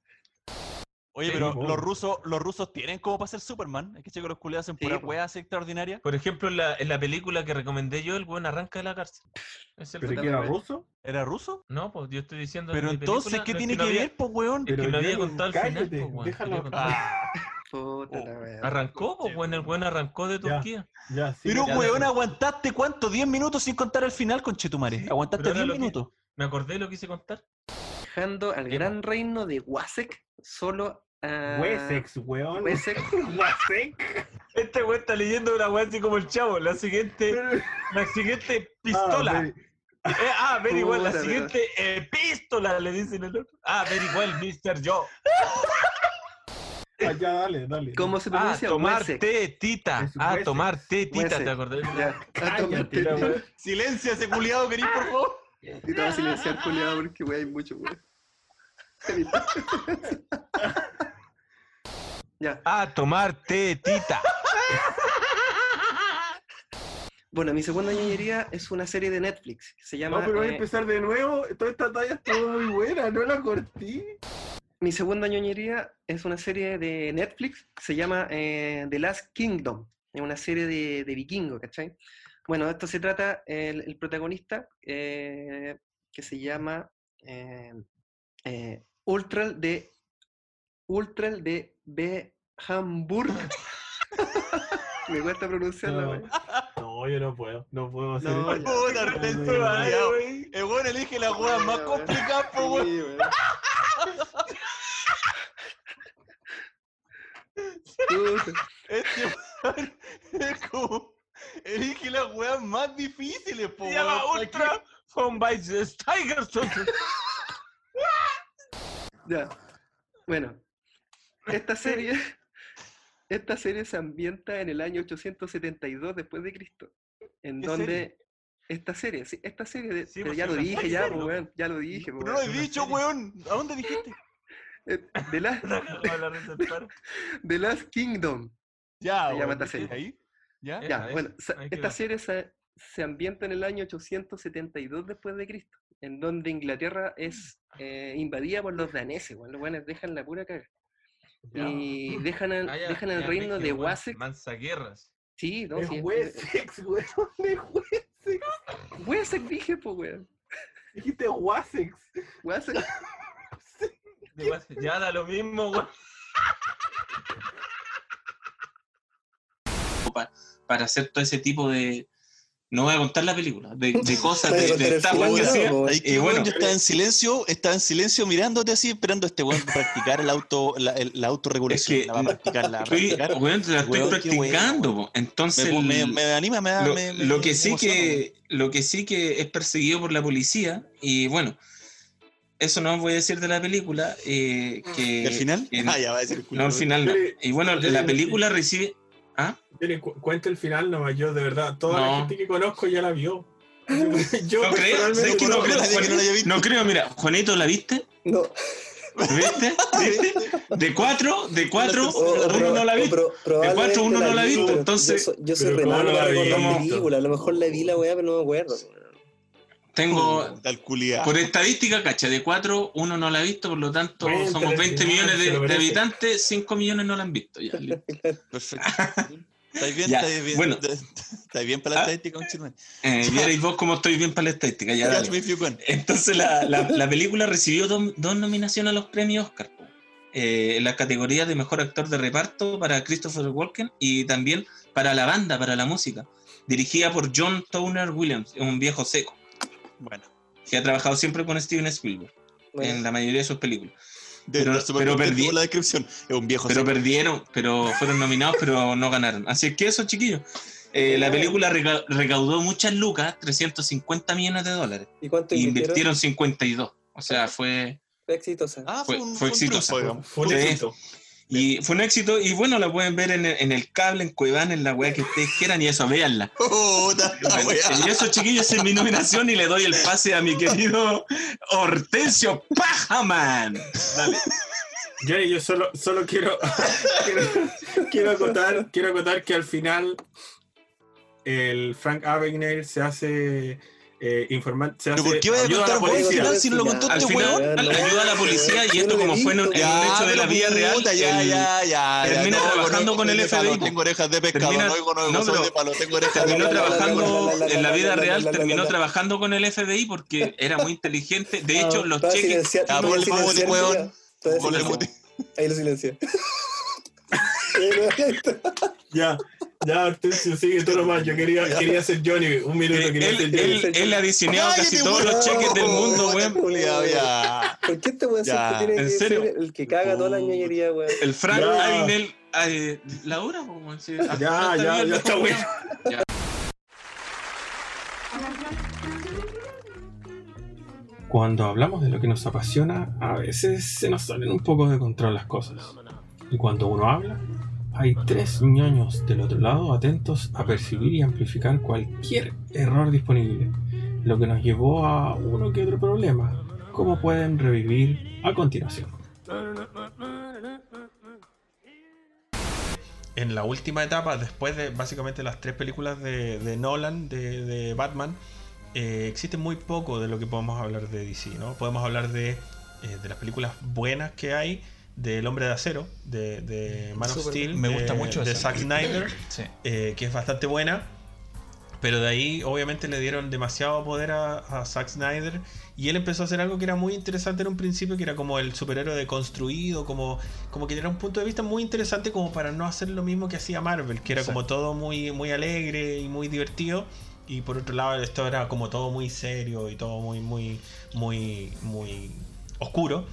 S14: Oye,
S3: Sí,
S14: pero
S3: po.
S14: los rusos, los rusos tienen como para ser Superman. Es que chicos, los culiados hacen pura weá así extraordinaria.
S3: Por ejemplo, en la, en la película que recomendé yo, el weón arranca de la cárcel. Es el
S14: ¿Pero
S3: que
S14: que era
S3: recomendé.
S14: ruso? ¿Era ruso?
S3: No, pues yo estoy diciendo.
S14: Pero
S3: mi
S14: entonces,
S3: película,
S14: ¿qué
S3: no,
S14: tiene
S3: no
S14: que
S3: había-
S14: ver, pues, weón?
S3: Es que
S14: Pero
S3: no había
S14: Johnny,
S3: contado al final,
S14: cállate,
S3: pues, weón.
S14: déjalo
S3: Quería contar.
S5: Puta la weá.
S3: Arrancó, pues, weón. El weón arrancó de Turquía.
S4: Ya, sí,
S14: pero
S3: ya,
S14: weón,
S3: ya.
S14: aguantaste cuánto? 10 minutos sin contar el final, conchetumare. aguantaste
S3: pero ahora
S14: 10
S3: lo que-
S14: minutos.
S3: Me acordé de lo que hice contar.
S5: Dejando al gran reino de Wasek solo a...
S4: Wessex, weón.
S5: Wessex.
S3: Este weón está leyendo una weón así como el chavo. La siguiente. La siguiente pistola.
S4: Ah,
S3: Eh, Ah, ver igual. La
S4: Puta, pero-
S3: siguiente eh, pistola le dicen el otro. Ah, ver igual, Mr. Yo.
S4: Ah, ya, dale, dale.
S5: ¿Cómo se pronuncia?
S3: Ah, tomar
S5: Wessex.
S3: té, tita. Ah,
S5: Wessex.
S3: tomar té, tita.
S5: Wessex.
S3: ¿Te acordás?
S5: Cállate, la weá.
S14: Silencia ese culiado, querido, por favor.
S5: Y te vas a silenciar, culiado, porque weá, hay mucho weón.
S3: Ah, tomar té, tita.
S5: Bueno, mi segunda ñoñería es una serie de Netflix que se llama...
S4: No, pero voy a
S5: eh,
S4: empezar de nuevo. Toda esta talla estuvo muy buena, no la corté.
S5: Mi segunda ñoñería es una serie de Netflix que se llama eh, The Last Kingdom. Es una serie de, de vikingos, ¿cachai? Bueno, de esto se trata el, el protagonista eh, que se llama eh, eh, Ultrel de Ultrel de B. Hamburg. Me cuesta pronunciarlo.
S4: No.
S5: güey.
S4: No, yo no puedo. No puedo hacer
S5: No,
S4: eso.
S5: ya. Puta, Ernesto,
S4: No, no, no.
S14: Culiao. El weón elige las weas más complicadas, pues, weón. Este weón es como. Elige las weas más difíciles, po.
S3: Se llama
S14: weón.
S3: Ultra From by the Tiger Soldier.
S5: Ya. Bueno, esta serie, esta serie se ambienta en el año 872 después de Cristo, en
S14: ¿Qué
S5: donde
S14: serie?
S5: esta serie, sí, esta serie, de- pero
S14: pues
S5: ya
S14: sí,
S5: lo
S14: la
S5: dije,
S14: puedes
S5: ya,
S14: hacer,
S5: pues,
S14: loco.
S5: weón, ya lo dije,
S14: No lo he dicho, weón. ¿A dónde dijiste?
S5: De Last, The Last Kingdom.
S14: Ya,
S5: se llama
S14: weón,
S5: esta
S14: ¿viste?
S5: serie.
S14: Ahí, ya.
S5: Ya,
S14: Ahí,
S5: bueno, sa-
S14: ahí
S5: esta
S14: quedó.
S5: serie se, se ambienta en el año 872 después de Cristo, en donde Inglaterra es eh, invadida por los daneses, weón, los weones dejan la pura caga. Y dejan, al-
S3: Ah, ya,
S5: dejan el
S3: ya,
S5: reino
S3: dije,
S5: de
S3: weón,
S5: Wasek.
S3: Mansa guerras.
S5: Sí, no,
S3: Es
S5: sí,
S4: Wessex, weón, es Wessex.
S5: Wessex dije, pues, weón.
S4: Dijiste Wessex.
S5: Wessex.
S3: De Wasek. Ya da lo mismo, weón.
S1: pa- para hacer todo ese tipo de. No voy a contar la película, de, de cosas,
S14: Ahí
S1: de, de estafas que hacía.
S14: que,
S1: Y
S14: weón,
S1: bueno,
S14: yo estaba en silencio, estaba en silencio mirándote así, esperando a este weón practicar el auto, la, el- la autorregulación. la va a practicar, la va a
S1: estoy-
S14: practicar.
S1: weón, la estoy
S14: Weón, qué weón.
S1: practicando, po. entonces.
S14: Me- me- me anima, me da-
S1: Lo,
S14: me- me-
S1: lo
S14: me
S1: que sí
S14: emociona,
S1: que, lo que sí que es perseguido por la policía, y bueno,
S14: eso no voy a decir de la película. eh, que,
S1: ¿Del final?
S14: que-
S1: Ah, ya va a decir el culo.
S14: No, el final no. Y bueno, la película recibe. ¿Ah?
S4: Dile, cu- cuenta el final, no, yo de verdad, toda
S14: No.
S4: la gente que conozco ya la vio. Yo
S14: No creo,
S4: personalmente
S14: ¿sabes que no
S4: conozco a
S14: creo,
S4: nadie que no la haya
S14: Juanito?
S4: visto.
S14: No creo, mira, Juanito, ¿la viste?
S5: No.
S14: ¿Viste? ¿Viste? De cuatro, de cuatro,
S5: O- o
S14: uno
S5: proba-
S14: no la
S5: o
S14: viste.
S5: pro-
S14: De cuatro, uno
S5: probablemente
S14: no
S5: la
S14: la
S5: vi,
S14: viste.
S5: pero
S14: Entonces,
S5: yo soy- yo soy re malo para recordar películas, a lo mejor la vi la weá, pero no me acuerdo.
S14: Tengo,
S1: Calculidad.
S14: por estadística, cacha, de cuatro, uno no la ha visto, por lo tanto,
S1: Cuéntale
S14: somos
S1: al
S14: 20
S1: final,
S14: millones
S1: se
S14: de,
S1: lo
S14: de
S1: merece.
S14: habitantes, 5 millones no la han visto. Ya, listo.
S1: Perfecto. ¿Estáis bien?
S14: Ya,
S1: ¿Estáis bien?
S14: bueno. Ah.
S1: ¿Estáis bien para la estadística, un chileno?
S14: Eh, vierais vos cómo estoy bien para la estadística. Ya,
S1: Ya,
S14: dale.
S1: Smith, you win.
S14: Entonces la, la- la película recibió dos, dos nominaciones a los premios Oscar. po. Eh, en las categorías de mejor actor de reparto para Christopher Walken y también para la banda, para la música. Dirigida por John Towner Williams, un viejo seco.
S1: Bueno.
S14: Que ha trabajado siempre con Steven Spielberg
S1: Bueno.
S14: en la mayoría de sus películas.
S1: De-
S14: pero
S1: de- súper
S14: pero
S1: contento
S14: perdi-
S1: con la descripción. Es un viejo
S14: pero
S1: seco.
S14: perdieron, pero fueron nominados, pero no ganaron. Así es que eso, chiquillos. Eh, la película rega- recaudó muchas lucas, 350 millones de dólares.
S5: ¿Y cuánto
S14: Y
S5: invirtieron?
S14: invirtieron 52. O sea, fue,
S5: Fue exitosa.
S1: Ah,
S14: fue, fue exitosa.
S4: Fue un
S14: Sí.
S4: éxito.
S14: Y fue un éxito. Y bueno, la pueden ver en el, en el cable, en Cueván, en la weá que ustedes quieran. Y eso, véanla. Y eso, chiquillos, esa es mi nominación. Y le doy el pase a mi querido Hortensio Pajaman.
S4: Yo, yo solo, solo quiero, quiero, quiero acotar, quiero acotar que al final el Frank Abagnale se hace eh, informal- se hace
S1: ¿Pero por qué voy a
S4: ayuda
S1: contar vos al final si no lo contó
S4: Al
S1: este
S4: final,
S1: weón?
S14: ayuda a la policía y esto como fue en un, en un hecho de la vida real
S1: Ya,
S14: el-
S1: ya, ya.
S14: termina
S1: ya, no,
S14: trabajando
S1: oigo,
S14: con el
S1: oigo,
S14: FBI
S1: palo, Tengo orejas de pescado,
S14: Termina-
S1: no oigo, no oigo,
S14: no,
S1: soy
S14: pero
S1: de palo, tengo orejas de
S14: terminó
S1: pescado.
S14: trabajando en la vida real terminó trabajando con el FBI porque era muy inteligente de hecho los
S5: Estaba
S14: cheques
S5: silenciado-
S14: Ah,
S5: estaba
S14: ponle
S5: silenciado,
S14: mute,
S5: mira,
S14: weón.
S5: estaba
S14: Ponle
S5: silenciado. Ahí lo silencié.
S4: Ya, ya, Hortensio, sigue tú nomás. Yo quería, quería ser Johnny, un minuto. Quería ser
S14: Eh, él,
S4: Johnny.
S14: él- él ha diseñado
S4: Cállate,
S14: casi todos los
S4: weón.
S14: cheques del mundo weón.
S5: ¿Por qué este weón
S14: Oh, Ya,
S5: siempre tiene
S14: ¿en
S5: que
S14: serio?
S5: ser el que caga toda la ñoñería, weón?
S14: el Frank
S5: Ya.
S14: Agnel eh, la hora po, weón, sí. Ah,
S4: Ya,
S14: está
S4: ya,
S14: bien,
S4: ya está
S14: weón.
S4: bueno.
S14: Ya.
S23: Cuando hablamos de lo que nos apasiona, a veces se nos salen un poco de control las cosas. Y cuando uno habla, hay tres ñoños del otro lado atentos a percibir y amplificar cualquier error disponible, lo que nos llevó a uno que otro problema, como pueden revivir a continuación.
S2: en la última etapa, después de básicamente las tres películas de, de Nolan, de, de Batman, eh, existe muy poco de lo que podemos hablar de DC, ¿no? Podemos hablar de, eh, de las películas buenas que hay, del Hombre de Acero, de, de Man of
S1: Súper.
S2: Steel,
S1: Me
S2: de-
S1: gusta mucho
S2: Eh, de
S1: esa.
S2: Zack Snyder,
S1: Sí.
S2: eh, que es bastante buena. Pero de ahí obviamente le dieron demasiado poder a, a Zack Snyder y él empezó a hacer algo que era muy interesante en un principio, que era como el superhéroe deconstruido, como, como que era un punto de vista muy interesante como para no hacer lo mismo que hacía Marvel, que era como todo muy, muy alegre y muy divertido. Y por otro lado esto era como todo muy serio y todo muy, muy, muy, muy oscuro.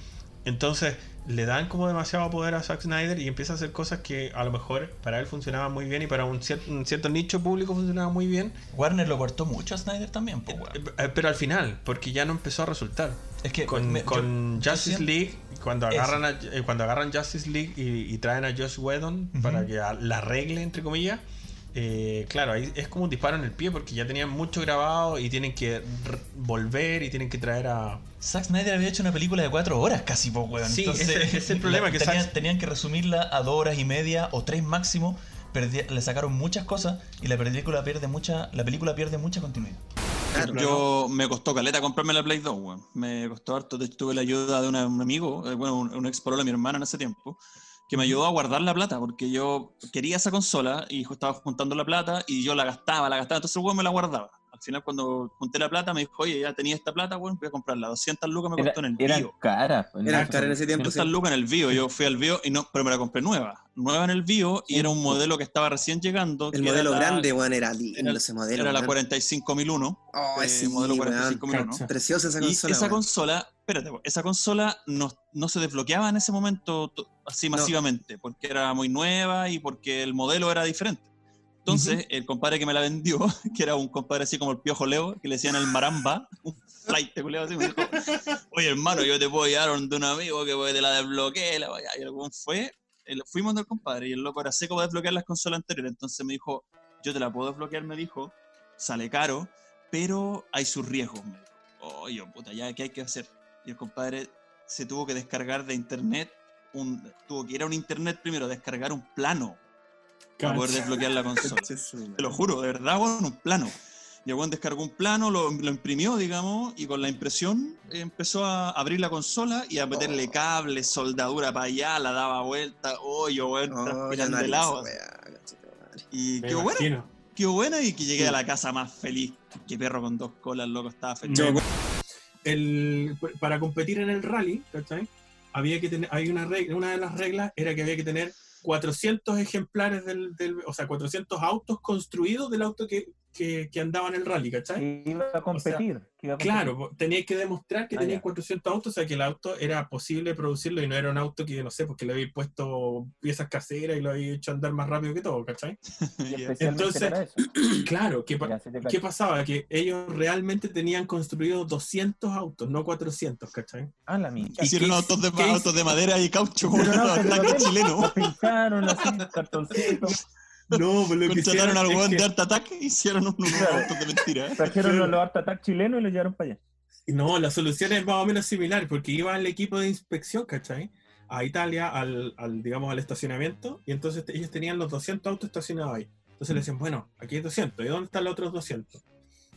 S2: Entonces le dan como demasiado poder a Zack Snyder y empieza a hacer cosas que a lo mejor para él funcionaban muy bien y para un, cier- un cierto nicho público funcionaba muy bien.
S1: Warner lo cortó mucho a Snyder también, pues, weón.
S2: Eh, Pero al final, porque ya no empezó a resultar.
S1: Es que
S2: con,
S1: me-
S2: con
S1: yo- yo
S2: Justice
S1: siempre-
S2: League, cuando
S1: Eso.
S2: agarran, a- eh, cuando agarran Justice League y, y traen a Josh Whedon para que a- la arregle, entre comillas, eh, claro, ahí es como un disparo en el pie porque ya tenían mucho grabado y tienen que r- volver y tienen que traer a,
S1: Zack Snyder había hecho una película de cuatro horas casi, po, weón.
S2: Sí, ese- ese es el problema, que
S1: tenían,
S2: Zack-
S1: tenían que resumirla a dos horas y media o tres máximo. Perdi- le sacaron muchas cosas y la película pierde mucha, la película pierde mucha continuidad. Yo me costó caleta comprarme la Play 2, weón. Me costó harto. De hecho, tuve la ayuda de una- un amigo, eh, bueno, un, un ex polola de mi hermana en ese tiempo, que me ayudó a guardar la plata porque yo quería esa consola y jo- estaba juntando la plata y yo la gastaba, la gastaba. Entonces, el weón, me la guardaba. Al final, cuando junté la plata, me dijo, oye, ya tenía esta plata, weón, voy a comprarla. 200 lucas me
S24: Era-
S1: costó en el
S24: eran
S1: vivo.
S24: caras. pues,
S1: Eran
S24: ¿no?
S1: caras en ese tiempo.
S24: sí.
S1: lucas en el bio. Yo fui al bio y no, pero me la compré nueva. Nueva en el bio y era un modelo que estaba recién llegando.
S5: El
S1: que era
S5: modelo
S1: la-
S5: grande, weón, era lindo ese modelo.
S1: Era la
S5: weón.
S1: 45001.
S5: Oh,
S1: eh,
S5: sí,
S1: modelo
S5: weón,
S1: 45001.
S5: cacha. Preciosa esa
S1: Y
S5: consola,
S1: esa
S5: weón.
S1: consola, espérate, po, esa consola no, no se desbloqueaba en ese momento to- así
S5: No.
S1: masivamente, porque era muy nueva y porque el modelo era diferente. Entonces, el compadre que me la vendió, que era un compadre así como el Piojo Leo, que le decían el Maramba,
S14: flight, te culeo así, me dijo, oye hermano, yo te puedo llevar donde un amigo que pues, te la desbloquee, la vaya, y el weón fue, el- fuimos del compadre, y el loco era seco para desbloquear las consolas anteriores, entonces me dijo, yo te la puedo desbloquear, me dijo, sale caro, pero hay sus riesgos, me dijo, oye, yo, puta, ya, ¿qué hay que hacer? Y el compadre se tuvo que descargar de internet, un, tuvo que ir a un internet primero, descargar un plano, para poder
S25: Cacha.
S14: desbloquear la consola.
S25: Conche su madre.
S14: Te lo juro, de verdad, weón, un plano. Y el weón descargó un plano, lo, lo imprimió, digamos, y con la impresión eh, empezó a abrir la consola y a meterle
S5: Oh.
S14: cables, soldadura para allá, la daba vuelta, hoyo, weón,
S5: Oh, ya no
S14: transpirando
S5: haría
S14: helado.
S5: esa
S14: Y
S5: Me
S14: qué bueno.
S5: imagino.
S14: Qué buena y que llegué a la casa más feliz. Qué perro con dos colas, loco, estaba feliz.
S4: Me acuerdo- el- para competir en el rally, ¿cachai? Había que tener, hay una regla, una de las reglas era que había que tener 400 ejemplares del, del- o sea, 400 autos construidos del auto que, que, que andaba en el rally, ¿cachai?
S3: Que iba a competir. que iba a competir.
S4: Claro, po- tenías que demostrar que
S3: Ah,
S4: tenías
S3: ya.
S4: 400 autos, o sea, que el auto era posible producirlo y no era un auto que, no sé, porque le había puesto piezas caseras y lo había hecho andar más rápido que todo, ¿cachai?
S3: especialmente
S4: Entonces,
S3: para
S4: claro, ¿qué, pa-
S3: cacho.
S4: ¿qué pasaba? Que ellos realmente tenían construido 200 autos, no 400, ¿cachai?
S3: Ah, la mía.
S14: Hicieron autos de, autos de madera y caucho, weón,
S4: Pero no, pero
S14: ataque
S4: no.
S14: chileno.
S3: Pintaron así, cartoncito.
S4: No, pues lo que
S14: Contrataron
S4: hicieron
S14: al
S4: es
S14: weón
S4: que-
S14: de Art Attack y hicieron un unos
S4: Claro.
S14: autos de mentira.
S3: Trajeron los Art Attack chilenos y los llevaron para allá.
S4: No, la solución es más o menos similar, porque iba el equipo de inspección, ¿cachai? A Italia, al, al, digamos, al estacionamiento, y entonces te- ellos tenían los 200 autos estacionados ahí. Entonces le decían, bueno, aquí hay 200, ¿y dónde están los otros 200?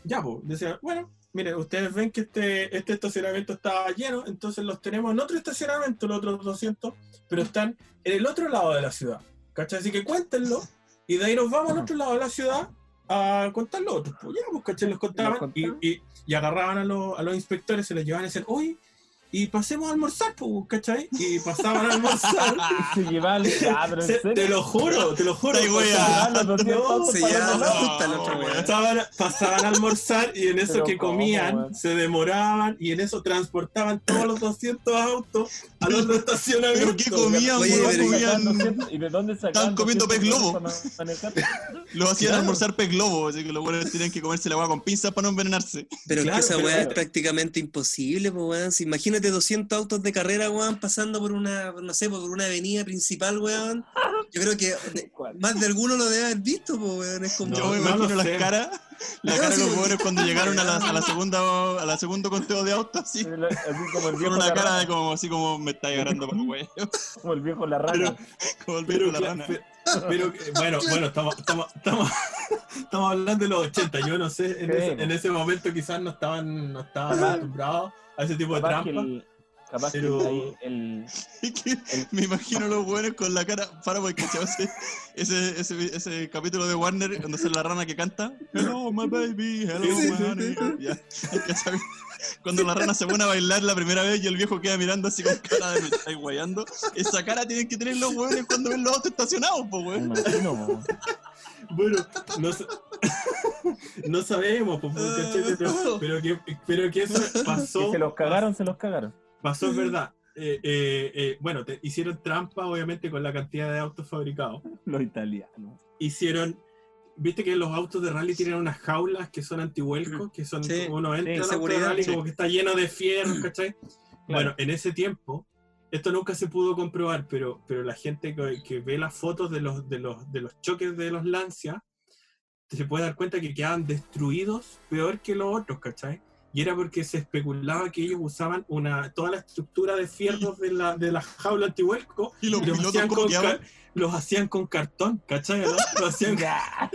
S4: Ya, pues, decían, bueno, miren, ustedes ven que este, este estacionamiento está lleno, entonces los tenemos en otro estacionamiento, los otros 200, pero están en el otro lado de la ciudad, ¿cachai? Así que cuéntenlo, y de ahí nos vamos al otro lado de la ciudad a contar los otros. Pues ya, pues, ¿cachai? Los contaban y, y- y agarraban a, los- a los inspectores, se los llevaban y decían, oye, y pasemos a almorzar, pues, ¿cachai? Y pasaban a almorzar.
S3: Se llevaban cabros,
S4: Se- Te lo juro, te lo juro.
S3: Ay, wea. Los
S4: pasaban-
S3: 200
S4: No,
S3: autos
S4: se
S3: para
S4: llevaban-
S3: los lados.
S4: no,
S14: Ah,
S4: pasaban a- Pasaban a almorzar y en eso
S3: Pero
S4: que
S3: cómo,
S4: comían,
S3: wea.
S4: se demoraban y en eso transportaban todos los 200 autos al otro estacionamiento.
S14: qué comían,
S4: Oye,
S14: weón?
S4: pero-
S14: Comían-
S3: ¿Y de dónde sacaban?
S14: Estaban
S3: 200
S14: comiendo pez globo.
S3: para manejar?
S14: Lo hacían
S3: Claro.
S14: almorzar pez globo, así que los buenos tenían que comerse la agua con pinzas para no envenenarse.
S5: Pero es que esa weá es prácticamente imposible, pues weón. Si imagínate 200 autos de carrera, weón, pasando por una, no sé, por una avenida principal, weón. Yo creo que más de alguno lo debe haber visto, pues weón. Es como...
S14: Yo me imagino las caras, la
S5: No,
S14: cara
S5: sí,
S14: de
S5: porque-
S14: los jugadores cuando llegaron a la, a la segunda a la segundo conteo de autos así.
S3: como el
S14: con una cara de como así como me está agarrando por huevo.
S3: Como el viejo la rana.
S14: Como el
S4: Pero,
S14: viejo la
S4: cla-
S14: rana.
S4: pe- pero, eh, bueno, bueno, estamos, estamos, estamos, estamos hablando de los 80. Yo no sé, en, ese, en ese momento quizás no estaban, no estaban acostumbrados a ese tipo de
S3: Capaz que
S4: trampas.
S3: el- capaz que ahí el,
S14: Me imagino los buenos con la cara. Para porque cachado ese, ese, ese, ese capítulo de Warner donde es la rana que canta. Hello, my baby, hello,
S25: Sí, sí,
S14: my
S25: sí,
S14: honey. Ya, cachai. Cuando la rana se pone a bailar la primera vez y el viejo queda mirando así con cara de me estáis guayando. Esa cara tienen que tener los hueones cuando ven los autos estacionados, pues, weón.
S4: Bueno, no, sa- no sabemos, pues, pues, ¿cachai? pero, pero que, pero que eso pasó.
S3: que se los cagaron, se los cagaron.
S4: Pasó, es verdad. Eh, eh, eh, bueno, te- hicieron trampa, obviamente, con la cantidad de autos fabricados.
S3: Los italianos.
S4: Hicieron. Viste que los autos de rally tienen unas jaulas que son antihuelcos, que son
S5: Sí,
S4: como uno entra
S5: sí,
S4: al auto de
S5: seguridad,
S4: rally
S5: sí.
S4: como que está lleno de fierros, ¿cachai? Bueno, en ese tiempo, esto nunca se pudo comprobar, pero, pero la gente que, que ve las fotos de los, de, los, de los choques de los Lancia, se puede dar cuenta que quedaban destruidos peor que los otros, ¿cachai? Y era porque se especulaba que ellos usaban una, toda la estructura de fierros de la, de la jaula antihuelco y los,
S14: pilotos
S4: hacían
S14: cómo
S4: con
S14: quedaban?
S4: car- los hacían con cartón, ¿cachai? no? Los hacían para,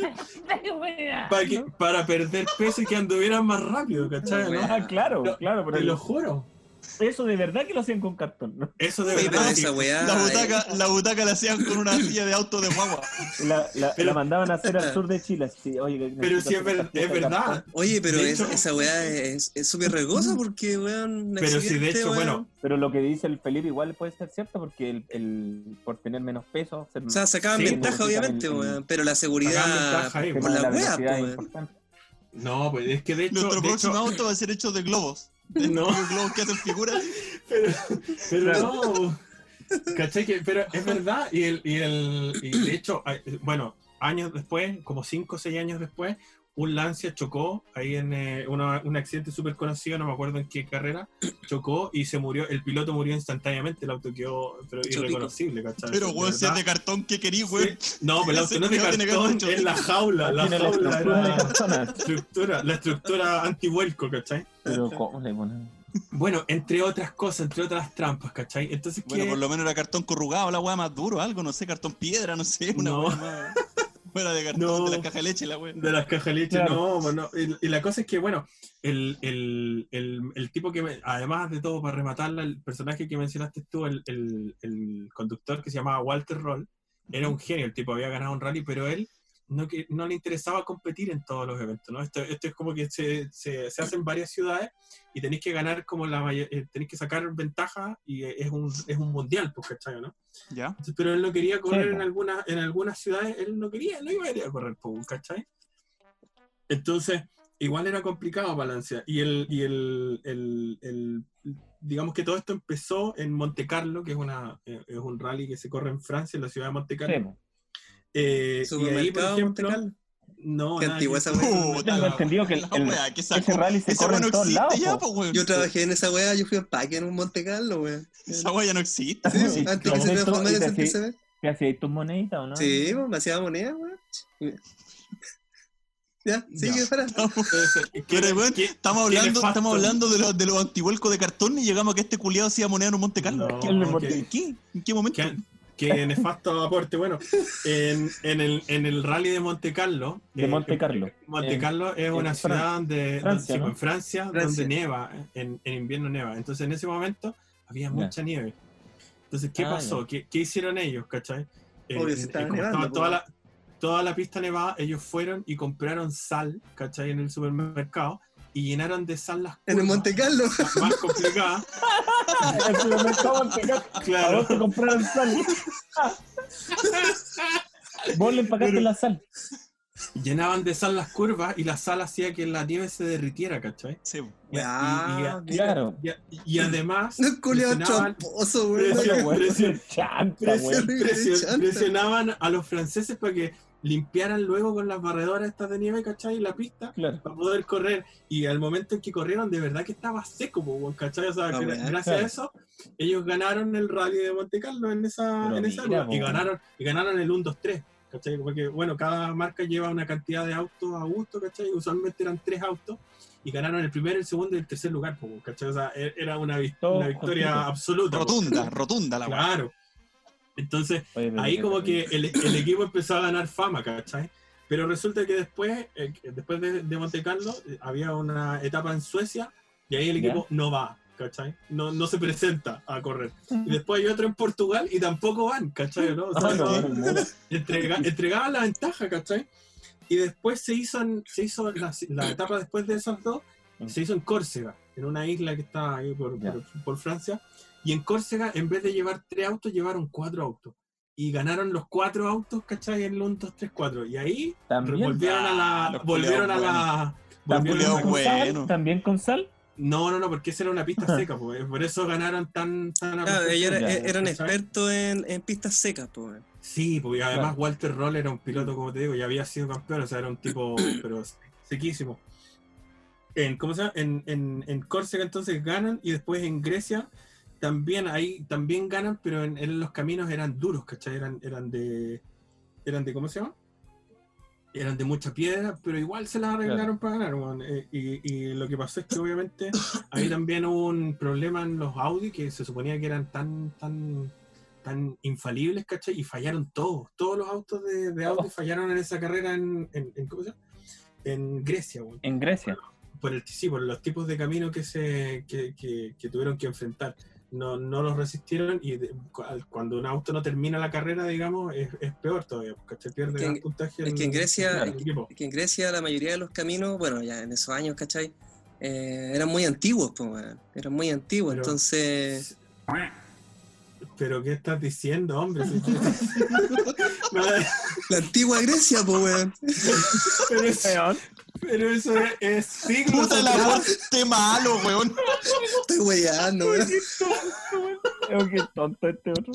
S4: que- para perder peso y que anduvieran más rápido, ¿cachai? no?
S3: Ah, claro, claro. Pero
S4: te lo juro.
S3: Eso de verdad que lo hacían con cartón. ¿no?
S4: Eso
S3: de Oye, verdad, pero sí. esa weá-
S14: La butaca, la butaca la hacían con una silla de auto de guagua.
S3: La, la- la mandaban a hacer al sur de Chile. así, oye, necesito hacer esta pieza de cartón.
S5: Oye, pero es- esa weá es es súper riesgosa porque, weón. un accidente, weón.
S3: Pero lo que dice el Felipe igual puede ser cierto porque el, el- por tener menos peso.
S5: O sea, sacaban ventaja, obviamente, weón. Pero la seguridad
S4: ventaja ahí,
S5: por
S4: weón.
S5: la
S4: La
S5: weá,
S4: velocidad
S5: pues, weón.
S4: No, pues es que de hecho.
S14: Nuestro
S4: de
S14: próximo
S4: hecho-
S14: auto va a ser hecho de globos. De
S4: No.
S14: estos globos que hacen figuras.
S4: Pero no. ¿Cachai? Que- pero es verdad.
S2: eh,
S4: Y, el, y, el, y de hecho, a- bueno, años después, como 5 o 6 años después,
S2: un Lancia chocó ahí en eh, una- un accidente súper conocido, no me acuerdo en qué carrera, chocó y se murió, el piloto murió instantáneamente, el auto quedó pero
S14: Chupico.
S2: irreconocible, ¿cachai?
S14: Pero, weón, si es
S2: ¿Verdad?
S14: de cartón, ¿qué querís, weón?
S2: No, pero el auto
S14: Ese
S2: no es de
S14: culiao tiene
S2: cartón,
S14: cartucho.
S2: es la jaula, la
S4: Tiene la
S2: jaula
S4: estructura
S2: era
S4: de cartón.
S2: la estructura, la estructura antivuelco, ¿cachai?
S4: Pero ¿cómo le ponen?
S2: Bueno, entre otras cosas, entre otras trampas, ¿cachai? Entonces, ¿qué?
S14: Bueno, por lo menos era cartón corrugado, la weá más duro, algo, no sé, cartón piedra, no sé, una
S2: No.
S14: weá más. Fuera de cartón,
S2: No.
S14: de las cajas de leche, la weá.
S2: De las cajas de leche,
S14: Claro.
S2: no, bueno, y- y la cosa es que, bueno, el, el- el- el tipo que, me- además de todo, para rematarla, el personaje que mencionaste tú, el, el- el conductor que se llamaba Walter Roll, era un genio, el tipo había ganado un rally, pero él no, que, no le interesaba competir en todos los eventos, ¿no? Esto, esto es como que se, se, se hacen varias ciudades y tenéis que ganar como la mayor, tenéis que sacar ventaja y eh, es un, es un mundial, pues, ¿cachai, no?
S14: ¿Ya?
S2: Pero él no quería correr
S14: Sí,
S2: en,
S14: po.
S2: algunas, en algunas ciudades, él no quería, no iba a ir a correr, po, ¿cachai? Entonces, igual era complicado balancear. Y el, y el, el- el- digamos que todo esto empezó en Monte Carlo, que es una eh, es un rally que se corre en Francia, en la ciudad de Monte
S4: Sí,
S2: Carlo.
S4: po.
S2: Eh, y ahí, por
S4: ¿Supermercado Monte
S2: ejemplo, no,
S4: Qué
S2: nada
S4: antigua
S2: que-
S4: esa wea. Puta, Tengo entendido que el- la el- wea que sacó- ese rally se esa corre en wea no todos existe lados,
S1: pues,
S4: ya, po. po, weón.
S5: Yo trabajé en esa weá, yo fui empaque en un Monte Carlo, weón.
S14: Esa weá ya no existe.
S5: Sí, antes que se transformara en
S4: ¿Te
S5: CTCB.
S4: hacías- te hacías tus moneditas o no?
S5: Sí, pues, me hacía moneda, weón. Ya, sigue, para.
S14: Pero, weón, estamos
S5: quién es
S14: hablando,
S5: Faston?
S14: estamos hablando de los de los antivuelcos de cartón y llegamos a que este culiado hacía moneda en un Monte Carlo.
S2: No,
S14: ¿Qué,
S2: no,
S14: qué-
S2: que-
S14: qué? ¿En qué momento?
S2: Qué, qué nefasto aporte. Bueno, en, en el, en el rally de Monte Carlo. eh,
S4: De Monte Carlo.
S2: Monte
S4: En-
S2: Carlo es
S4: en
S2: una
S4: Fran-
S2: ciudad donde,
S4: Francia,
S2: donde-
S4: ¿no?
S2: en Francia,
S4: Francia.
S2: donde nieva, en, en invierno nieva. Entonces en ese momento había
S4: Ya.
S2: mucha nieve. Entonces, ¿qué
S4: Ah,
S2: pasó?
S4: ya.
S2: ¿Qué, qué hicieron ellos, cachai? Eh,
S4: Obvio, se
S2: eh,
S4: estaba
S2: como
S4: nevando,
S2: estaba toda
S4: po.
S2: la, toda la pista nevada, ellos fueron y compraron sal, ¿cachai? En el supermercado y llenaron de sal las
S5: En el
S2: curvas
S5: Monte Carlo.
S2: más complicadas
S4: Claro. te compraron sal. Vos le empacaste la sal.
S2: llenaban de sal las curvas y la sal hacía que la nieve se derritiera, ¿cachai?
S14: Sí.
S2: Y, y- y-
S5: Ah,
S2: y-
S4: claro.
S2: y- y
S4: Ah.
S2: además...
S5: No, culiao
S2: presionaban-
S5: tramposo, weón.
S2: presion- presion-
S4: Chanta,
S2: presion-
S4: weón.
S2: presion-
S4: Chanta.
S2: Presionaban a los franceses para que limpiaran luego con las barredoras estas de nieve, ¿cachai? La pista para poder correr. Y al momento en que corrieron, de verdad que estaba seco, po, weón, ¿cachai? O sea,
S4: Ah,
S2: que
S4: weón,
S2: gracias
S4: claro.
S2: a eso, ellos ganaron el rally de Monte Carlo en esa,
S4: Pero
S2: Ah, en esa
S4: mira,
S2: época. y
S4: po.
S2: ganaron y ganaron el 1, 2, 3. ¿cachai? Porque, bueno, cada marca lleva una cantidad de autos a gusto, ¿cachai? Usualmente eran tres autos y ganaron el primer, el segundo y el tercer lugar, po, ¿cachai? O sea, e- era una, vi-
S4: Todo
S2: una victoria
S4: cortito.
S2: absoluta. po.
S14: Rotunda, rotunda
S4: Ah,
S14: la weá.
S2: Claro. Entonces,
S4: pero
S2: ahí
S4: qué
S2: como que
S4: terrible.
S2: el, el equipo empezó a ganar fama, ¿cachai? Pero resulta que después, eh, que después de, de Monte Carlo, eh, había una etapa en Suecia y ahí el
S4: ¿Ya?
S2: equipo no va, ¿cachai? No, no se presenta a correr. Y después hay otro en Portugal y tampoco van, ¿cachai? ¿no? O sea,
S4: Ah, no,
S2: no-
S4: no.
S2: entrega- entregaban la ventaja, ¿cachai? Y después se hizo, en- se hizo la, la etapa después de esas dos,
S4: Mm.
S2: se hizo en Córcega, en una isla que está ahí por, por- por Francia. Y en Córcega, en vez de llevar tres autos, llevaron cuatro autos. Y ganaron los cuatro autos, ¿cachai? En el 1, 2, 3, 4. Y ahí
S4: También.
S2: volvieron a
S4: Ah,
S2: la.
S4: los
S2: Volvieron a
S4: culiaos
S2: la.
S4: ¿También,
S2: volvieron a la-
S4: con sal? ¿También con sal?
S2: No, no, no, porque esa era una pista seca, pues, por eso ganaron tan. tan a
S5: Claro, ellos era-
S2: profundidad,
S5: eran
S2: ¿cachai?
S5: expertos en, en pistas secas, po, weón.
S2: Sí, pues y además
S5: Claro.
S2: Walter Roll era un piloto, como te digo, ya había sido campeón, o sea, era un tipo, pero sequísimo. En, ¿cómo se llama? En, en, en Córcega entonces ganan y después en Grecia también ahí también ganan, pero en, en los caminos eran duros, ¿cachai? Eran, eran de. Eran de, ¿cómo se llama? Eran de mucha piedra, pero igual se las arreglaron para ganar, weón. Eh, y, y lo que pasó es que obviamente ahí también hubo un problema en los Audi que se suponía que eran tan, tan tan infalibles, ¿cachai? Y fallaron todos, todos los autos de, de
S4: Oh.
S2: Audi fallaron en esa carrera en, en, en- ¿cómo se llama? En Grecia, weón.
S4: En Grecia.
S2: Por, el, sí, por los tipos de camino que, se, que, que- que tuvieron que enfrentar. No, no los resistieron y de- cu- al- cuando un auto no termina la carrera, digamos, es, es peor todavía, ¿cachai? Pierde
S5: Es que en-
S2: gran puntaje.
S5: Es
S2: el-
S5: que en Grecia,
S2: el equipo.
S5: es que en Grecia la mayoría de los caminos, bueno, ya en esos años, ¿cachai? Eh, eran muy antiguos, po, weón. Eran muy antiguos,
S2: Pero-
S5: entonces.
S2: Pero ¿qué estás diciendo, hombre? Si-
S5: La antigua Grecia, po, weón.
S2: pero, eso, pero eso es, es siglos
S14: Puta la
S2: atrás.
S14: Qué malo, weón.
S5: Estoy weyando, weón.
S4: Creo que tonto este otro.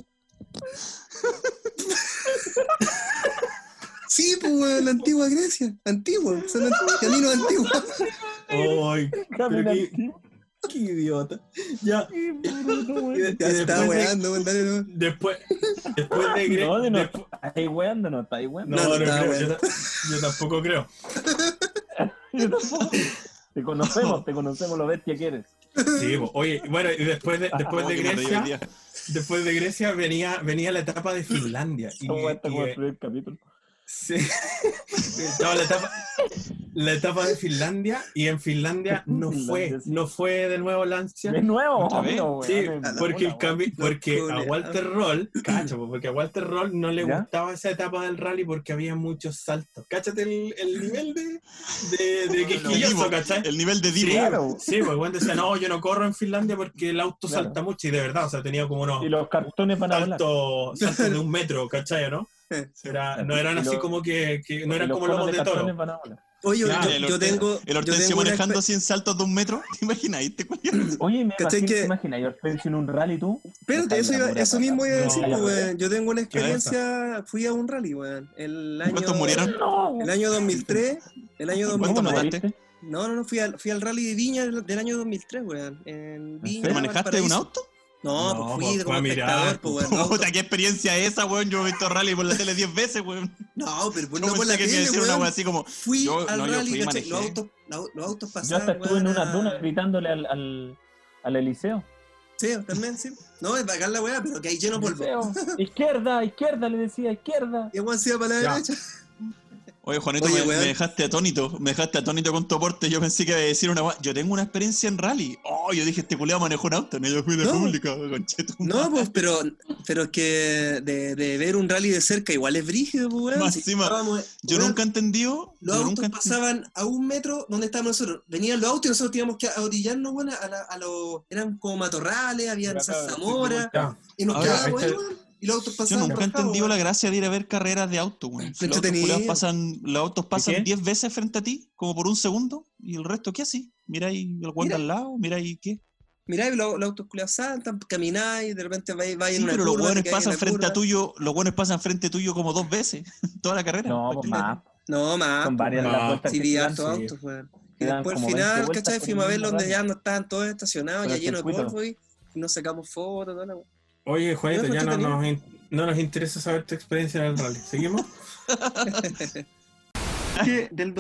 S5: Sí, pues, weón, la antigua Grecia. Antigua, son ant- caminos antiguos.
S26: Ay, pero qué, qué idiota. Ya.
S5: Ya se estaba weando, weón, dale, no.
S4: Después, después
S3: de
S4: Gre-
S3: No, de no, ahí weando, no, está ahí weando.
S4: No, no, creo, yo, ta- yo tampoco creo.
S3: Yo tampoco. Te conocemos, te conocemos lo bestia que eres. Ah,
S4: Sí, bo- oye, bueno, y después de, después de Grecia, después de Grecia venía, venía la etapa de Finlandia. Y,
S3: ¿Cómo está
S4: y-
S3: como el primer capítulo?
S4: sí. No, la etapa, la etapa de Finlandia y en Finlandia no fue, no fue de nuevo Lancia.
S3: De nuevo,
S4: Otra vez.
S3: no, weón.
S4: sí,
S3: A la
S4: porque, el
S3: bola,
S4: cambi-
S3: weón.
S4: porque a Walter Roll, cacha, po, porque a Walter Roll no le
S3: ¿Ya?
S4: gustaba esa etapa del rally porque había muchos saltos. Cáchate el, el nivel de, de, de quisquilloso, ¿cachai?
S1: El nivel de
S4: Sí,
S1: divo.
S4: po. Sí, pues Juan decía, no, yo no corro en Finlandia porque el auto salta mucho y de verdad, o sea, tenía como unos
S3: Y los cartones van a volar.
S4: saltos, saltos de un metro, ¿cachai? o ¿no? Era- no eran
S3: Y
S4: así
S3: los-
S4: como que, que no
S3: y
S4: eran
S3: los
S4: como
S3: conos
S4: lomos de
S3: cartones
S4: toro.
S3: van a volar.
S5: Oye, yo- yo tengo-
S1: El
S5: yo tengo
S1: Hortensio
S5: una
S1: manejando
S5: exper-
S1: así en saltos de un metro. ¿Te imaginas? Ahí te cuelgas.
S3: Oye, me
S5: ¿Cachai
S3: imagino,
S5: que-
S3: te imaginas, yo estoy en un rally tú.
S5: Espérate, eso, iba- eso mismo iba a
S3: No,
S5: decir,
S3: ya,
S5: pues, weón. Yo tengo una
S3: ¿Qué pasa?
S5: experiencia, fui a un rally, weón. El año,
S1: ¿Cuántos murieron?
S5: El año 2003, el año
S1: ¿Cuántos
S5: 2003.
S1: mataste?
S5: No, no, no, fui al, fui al rally de Viña del del año 2003, weón. En Viña,
S1: ¿Pero manejaste
S5: Valparaíso.
S1: un auto?
S5: No, pues fui como espectador, pues, weón.
S1: Puta, qué experiencia esa, weón. Yo he visto rally por la tele 10 veces, weón.
S5: No, pero
S1: pues
S5: no por la
S1: que me iba a
S5: tele,
S1: decir una
S5: weón.
S1: weón así como.
S5: Fui
S1: yo,
S5: al
S1: no, yo
S5: rally,
S1: fui,
S5: ¿cachai? Los
S1: manejé.
S5: autos, los, los autos
S3: Yo hasta
S5: pasaban,
S3: estuve en
S5: weón,
S3: una
S5: a-
S3: duna gritándole al, al, al Eliseo.
S5: Sí, también, sí. No, es bacán la weá, pero que hay lleno de polvo.
S3: izquierda, izquierda, le decía, izquierda.
S5: Y weón se iba para la
S1: Ya.
S5: derecha.
S1: Oye, Juanito,
S5: Oye,
S1: me,
S5: weón.
S1: me dejaste atónito. Me dejaste atónito con tu aporte. Yo pensé que iba a decir una weón. Yo tengo una experiencia en rally. Oh, yo dije, este culeado manejó un auto. No, yo fui de pública, concheto.
S5: No, pues, pero, pero es que de, de ver un rally de cerca igual es brígido, pues, weón.
S1: Más
S5: Si
S1: encima,
S5: estábamos-
S1: Yo
S5: weón,
S1: nunca he entendido.
S5: Los
S1: yo
S5: autos
S1: nunca he
S5: pasaban a un metro donde estábamos nosotros. Venían los autos y nosotros teníamos que ahorillarnos, weón, a, la- a los... Eran como matorrales, habían zarzamora, y nos
S1: Ahora,
S5: quedábamos ahí,
S1: este-
S5: weón. Y los autos
S1: Yo
S5: pasaban
S1: nunca he
S5: por acá,
S1: entendido
S5: weón.
S1: la gracia de ir a ver carreras de auto, weón. Si Los autos,
S5: Entretenido.
S1: culiados pasan, los autos pasan 10 veces frente a ti, como por un segundo, y el resto, ¿qué así? Miráis el guante al lado, miráis qué.
S5: Miráis los, los autos culiados saltan, pues, camináis, de repente vais, vais
S1: Sí,
S5: en una
S1: pero los
S5: curva, te
S1: hueones
S5: caes en
S1: pasan
S5: la
S1: frente
S5: curva.
S1: a tuyo, los hueones pasan frente tuyo como dos veces, toda la carrera.
S3: No, pues más.
S5: No, más.
S3: Son varias
S1: pues,
S3: las
S1: más.
S3: vueltas
S5: Sí,
S3: que
S5: vi
S3: se dan,
S5: hartos
S3: sí.
S5: autos, weón. Y
S3: dan
S5: después al
S3: como 20
S5: final,
S3: vueltas
S5: ¿cachai?
S3: por
S5: Fuimos a
S3: el
S5: ver
S3: mismo
S5: donde
S3: radio.
S5: ya no estaban todos estacionados,
S3: Por
S5: ya
S3: el
S5: lleno de
S3: circuito.
S5: polvo y y nos sacamos fotos, toda la weón.
S4: Oye, Juanito,
S5: Yo
S4: ya no
S5: entretenido.
S4: nos, in- no nos interesa saber tu experiencia en el rally. ¿Seguimos?
S27: Es que del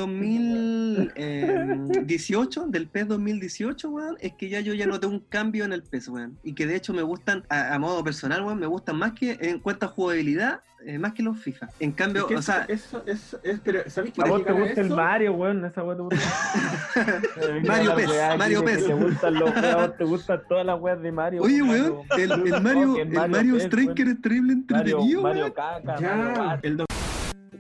S27: 2018, del PES 2018, weón, es que ya yo ya noté un cambio en el PES, weón. Y que de hecho me gustan, a, a modo personal, weón, me gustan más que en cuanto a jugabilidad, eh, más que los FIFA. En cambio,
S28: Es que
S27: o sea.
S28: Eso, eso, es, pero, ¿sabes
S3: A vos te gusta el Mario, weón, esa weón te gusta.
S27: Mario
S3: La
S27: Pez,
S3: weá que
S27: Mario
S3: te-
S27: Pez.
S3: Te gustan los weón, te gustan todas las weas de Mario.
S27: Oye,
S3: Mario-
S27: weón, el, el
S3: Oh,
S27: Mario,
S3: que
S27: el Mario
S3: Pez,
S27: Striker es terrible
S3: Mario-
S27: entretenido,
S3: Mario
S27: weón.
S3: Caca, Mario Bar-
S5: eh,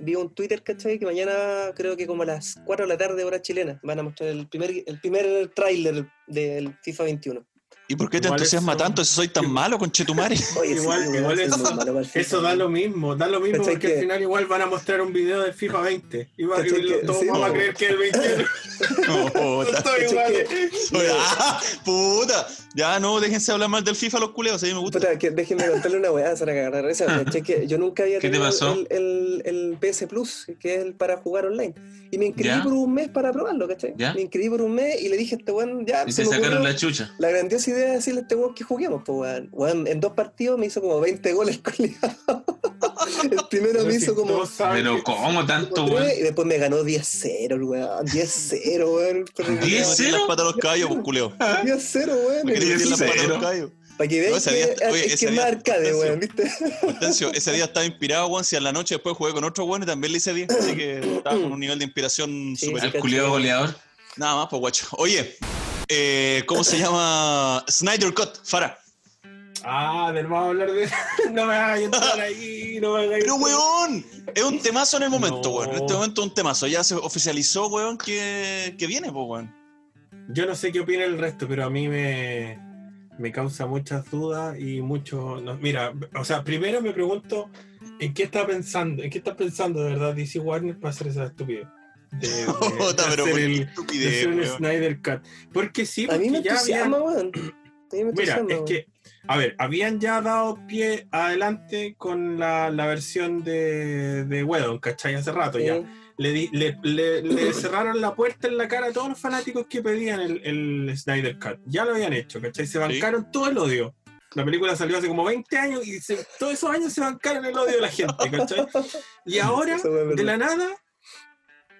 S5: Vi un Twitter, ¿cachai? Que mañana creo que como a las 4 de la tarde, hora chilena, van a mostrar el primer, el primer tráiler del FIFA 21.
S1: ¿Y por qué te
S5: Igual
S1: entusiasma tanto si soy tan malo con Chetumare?
S5: Igual- sí,
S4: igual es- Eso da lo mismo, da lo mismo
S1: ¿Cachai
S4: porque
S1: que-
S4: al final igual van a mostrar un video de FIFA 20 y, va, y
S1: ¿Cachai
S4: lo-
S1: que-
S4: todos
S1: sí,
S4: vamos a
S1: no.
S4: creer que es el 21.
S1: Puta,
S4: Estoy igual.
S1: Soy- ¡Ah! puta. Ya no, déjense hablar más del FIFA los culeos, a mí me gusta.
S5: Puta, que déjenme contarle una weá, se van a cagar de risa, ¿cachai? Que yo nunca había
S1: ¿Qué te
S5: tenido
S1: pasó?
S5: El, el, el PS Plus, que es el para jugar online. Y me inscribí
S14: ¿Ya?
S5: por un mes para probarlo, ¿cachai?
S14: ¿Ya?
S5: Me inscribí por un mes y le dije a este weón, ya.
S14: Y
S5: se
S14: se
S5: me
S14: sacaron
S5: ocurrió-
S14: la chucha.
S5: La grandiosa idea es decirle a este weón que juguemos, pues weón. Weón, en dos partidos me hizo como 20 goles, culiao. El primero me hizo como.
S14: Pero ¿cómo tanto,
S5: como tres,
S14: weón?
S5: Y después me ganó 10-0, el weón. 10-0, weón. Pero-
S1: 10-0. Las patas a los caballos, pues, culeo.
S5: 10-0, weón.
S1: Me quería decir las patas a los
S5: 10-0.
S1: caballos.
S5: Para que veas
S1: No, ese
S5: que
S1: día-
S5: es-
S1: oye,
S5: es
S1: ese
S5: que es
S1: día-
S5: más arcade, weón, ¿viste?
S1: Hortensio, ese día estaba inspirado, weón. Si a la noche después jugué con otro weón y también le hice 10. Así que estaba con un nivel de inspiración superior.
S14: Al culiao goleador.
S1: Nada más, pues guacho. Oye, eh, ¿cómo se llama? Snyder Cut, Farah.
S4: Ah, de nuevo a hablar de. No me hagas entrar ahí, no me hagas
S1: Pero weón, es un temazo en el momento, weón. En este momento es un temazo. Ya se oficializó, weón, que, que viene, pues weón.
S4: Yo no sé qué opina el resto, pero a mí me, me causa muchas dudas y mucho. no, mira, o sea, primero me pregunto en qué está pensando, en qué está pensando de verdad DC Warner para hacer esa estupidez. De, de-
S1: Jota,
S4: de
S1: pero
S4: hacer
S1: por qué
S4: Eh, el,
S1: estupidez,
S4: de hacer el
S1: weón.
S4: Snyder Cut. Porque sí,
S5: A
S4: porque
S5: mí me
S4: ya habían-
S5: entusiasma, weón. A mí me
S4: Mira,
S5: entusiasma,
S4: es que A ver, habían ya dado pie adelante con la, la versión de, de Wedon, ¿cachai? Hace rato ya. Le, di- le- le- le cerraron la puerta en la cara a todos los fanáticos que pedían el, el Snyder Cut. Ya lo habían hecho, ¿cachai? Se bancaron todo el odio. La película salió hace como 20 años y se- todos esos años se bancaron el odio de la gente, ¿cachai?
S5: Eh.
S4: Y ahora, de la nada,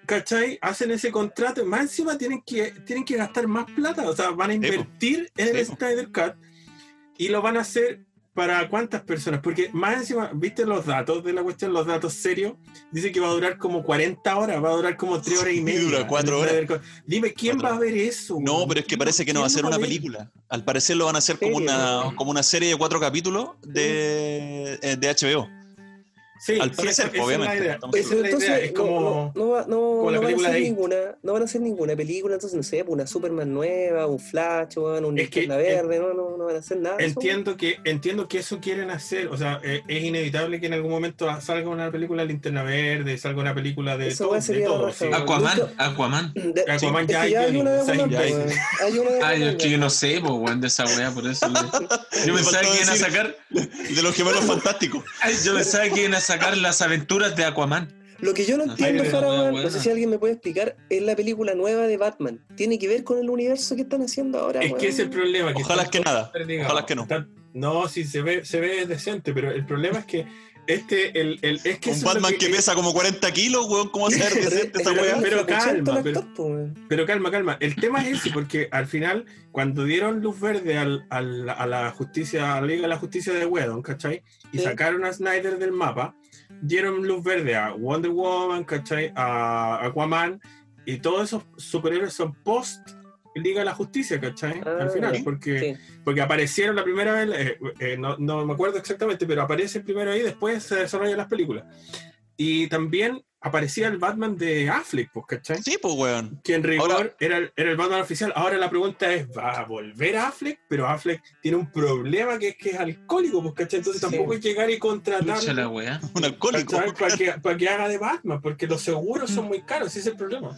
S4: ¿cachai? Hacen ese contrato, más encima tienen que, tienen que gastar más plata, o sea, van a invertir en el Snyder Cut y lo van a hacer para cuántas personas, porque más encima, ¿viste los datos de la cuestión? Los datos serios, dice que va a durar como 40 horas, va a durar como 3 horas y
S1: Sí,
S4: media.
S1: dura cuatro
S4: el
S1: horas.
S4: Snyder Cut. Dime, ¿quién va a ver eso?
S1: No, pero es que parece que no va a ser una
S4: ver?
S1: película. Al parecer lo van a hacer como
S4: Serie,
S1: una, como una serie de cuatro capítulos de, eh, de HBO.
S4: Sí,
S1: Al
S4: sí,
S1: parecer,
S4: esa- esa es
S1: obviamente.
S4: la idea.
S1: Estamos
S4: Esa es la
S1: seguros.
S4: idea, es como-
S5: no, no, va- no-
S4: como la
S5: no van a
S4: película
S5: hacer
S4: de It.
S5: ninguna, no van a hacer ninguna película, entonces no sé, pues, una Superman nueva, un Flash, weón, un Linterna Verde, no, no, no van a hacer nada. de eso,
S4: Entiendo que, entiendo que eso quieren hacer, o sea, eh, es inevitable que en algún momento salga una película de Linterna Verde, salga una película de,
S5: Esa
S4: todo,
S5: weá
S4: de
S5: sería la
S4: todo,
S5: raja,
S4: sí.
S5: weón.
S14: Aquaman, Aquaman.
S5: weón. De-
S4: Aquaman
S5: es que
S4: ya hay,
S5: hay una de
S14: o sea,
S5: Aquaman,
S14: ya
S5: po,
S14: hay.
S5: weón. Hay una de
S14: Ah, yo,
S5: Aquaman,
S14: es que yo no sé, po, weón, de esa weá, por eso. le- Yo
S1: Me
S14: pensaba
S1: faltó
S14: que iban a
S1: decir-
S14: sacar.
S1: De los gemelos fantásticos.
S14: Ay, Yo pensaba que iban a sacar las aventuras de Aquaman.
S5: Lo que yo no entiendo,
S14: Ay,
S5: Jara,
S14: weón,
S5: weón,
S14: weón.
S5: no sé si alguien me puede explicar, es la película nueva de Batman. Tiene que ver con el universo que están haciendo ahora,
S4: Es que
S5: weón.
S4: es el problema.
S1: Ojalá que nada.
S4: Ojalá que no. no, sí, se ve, se ve decente, pero el problema es que este, el, el, es que... eso es
S1: Un
S4: lo
S1: Batman que,
S4: que-
S1: pesa como 40 kilos, weón, ¿cómo va a ser decente esa
S4: Pero-
S1: weá?
S4: Pero calma, pero,
S5: pues,
S4: pero calma, calma. El tema es ese, porque al final, cuando dieron luz verde al, al- a la justicia, a la Liga de la Justicia de Whedon, ¿cachai? Y
S2: Sí.
S4: sacaron a Snyder del mapa, dieron luz verde a Wonder Woman, ¿cachai? A Aquaman, y todos esos superhéroes son post Liga de la Justicia, ¿cachai? al final,
S2: ok.
S4: porque, porque aparecieron la primera vez, eh, eh, no, no me acuerdo exactamente, pero aparecen primero ahí, después se desarrollan las películas. Y también aparecía el Batman de Affleck, pues, ¿cachai?
S1: Sí, pues, weón.
S4: Que en rigor era, el, era el Batman oficial. Ahora la pregunta es, ¿va a volver a Affleck? Pero Affleck tiene un problema que es que es alcohólico, pues, ¿cachai? Entonces tampoco hay que llegar y
S14: Lucha la
S4: contratarlo
S14: weá.
S1: Un alcohólico.
S4: ¿cachai? Para que, para que haga de Batman, porque los seguros son muy caros, ese es el problema.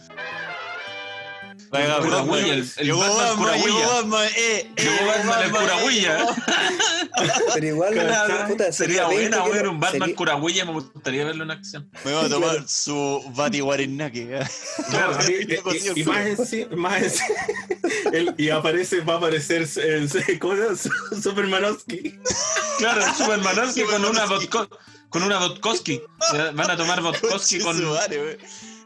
S1: Venga,
S4: Pura
S1: Batman,
S4: huella,
S1: weón.
S4: el- el
S1: Llegó
S4: Batman
S1: Batman,
S4: pura
S1: llegó
S4: huella.
S1: Batman, eh, eh,
S14: Llegó Batman, el
S1: Batman,
S14: pura
S1: eh,
S14: huella.
S1: llegó-
S5: Pero igual,
S14: Claro,
S5: puta,
S14: sería buena,
S5: veinte que
S14: weón,
S5: no-
S14: un Batman
S5: sería-
S14: curagüeya, me gustaría verlo en acción.
S1: Me va a tomar su Bati Guarinaki.
S4: Claro, a mí, eh, y, y más enci- más enci- el- y aparece, va a aparecer el, ¿cómo se llama? Supermanowski.
S14: Claro, Supermanowski con una vodko, con una vodkoski. Van a tomar vodkoski con.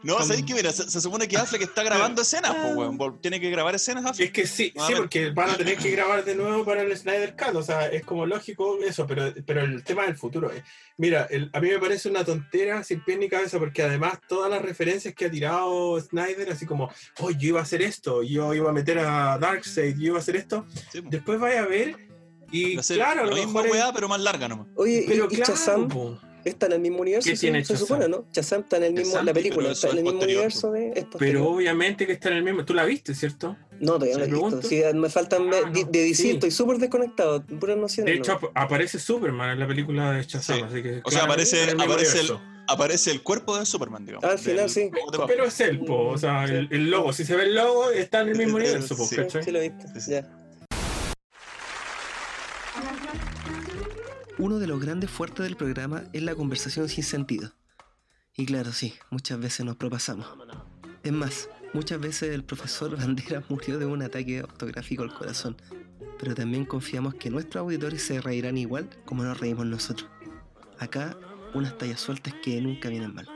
S1: No,
S14: con-
S1: ¿sabéis que mira? Se, se supone que Affleck está grabando escenas, pues, weón. Vol- Tiene que grabar escenas, Affleck.
S4: Es que sí, sí, porque van a tener que grabar de nuevo para el Snyder Cut, o sea, es como lógico eso, pero, pero el tema del futuro. eh. Mira, el- a mí me parece una tontera sin pie ni cabeza, porque además todas las referencias que ha tirado Snyder, así como, oh, yo iba a hacer esto, yo iba a meter a Darkseid, yo iba a hacer esto, después vaya a ver y
S1: Va a ser
S4: claro, a lo
S1: la misma
S4: mejor es-
S1: weá, pero más larga nomás.
S5: Oye,
S4: Pero
S5: ¿y, y
S4: claro,
S5: Shazam
S4: po.
S5: está en el mismo universo?
S4: ¿Qué
S5: sí,
S4: tiene
S5: se
S4: Shazam?
S5: supone, ¿no? Shazam está en el mismo,
S4: Shazam,
S5: la
S4: sí,
S5: película
S4: pero
S5: está
S4: eso
S5: en el
S4: es
S5: mismo
S4: posterior,
S5: universo de... Es
S4: Pero
S5: posterior.
S4: obviamente que está en el mismo, tú la viste, ¿cierto?
S5: no, todavía no
S4: ¿se
S5: la he visto.
S4: pregunta?
S5: Sí, me faltan me- di- de DC,
S4: sí.
S5: estoy súper desconectado, puras nociones.
S4: Ah, De hecho, ap- aparece Superman en la película de Shazam, así que...
S1: O sea, aparece,
S4: claramente en el mismo
S1: aparece, el,
S4: universo. Ah,
S1: aparece el cuerpo de Superman, digamos.
S5: Al final,
S1: Del-
S5: sí.
S1: de Batman.
S4: Pero es él, po, o sea, el, el logo. Si se ve el logo, está en el mismo universo, po,
S5: Sí,
S4: ¿cachai?
S5: sí lo he visto, ya.
S29: Uno de los grandes fuertes del programa es la conversación sin sentido. Y claro, sí, muchas veces nos propasamos. Es más, muchas veces el profesor Bandera murió de un ataque ortográfico al corazón. Pero también confiamos que nuestros auditores se reirán igual como nos reímos nosotros. Acá, unas tallas sueltas que nunca vienen mal.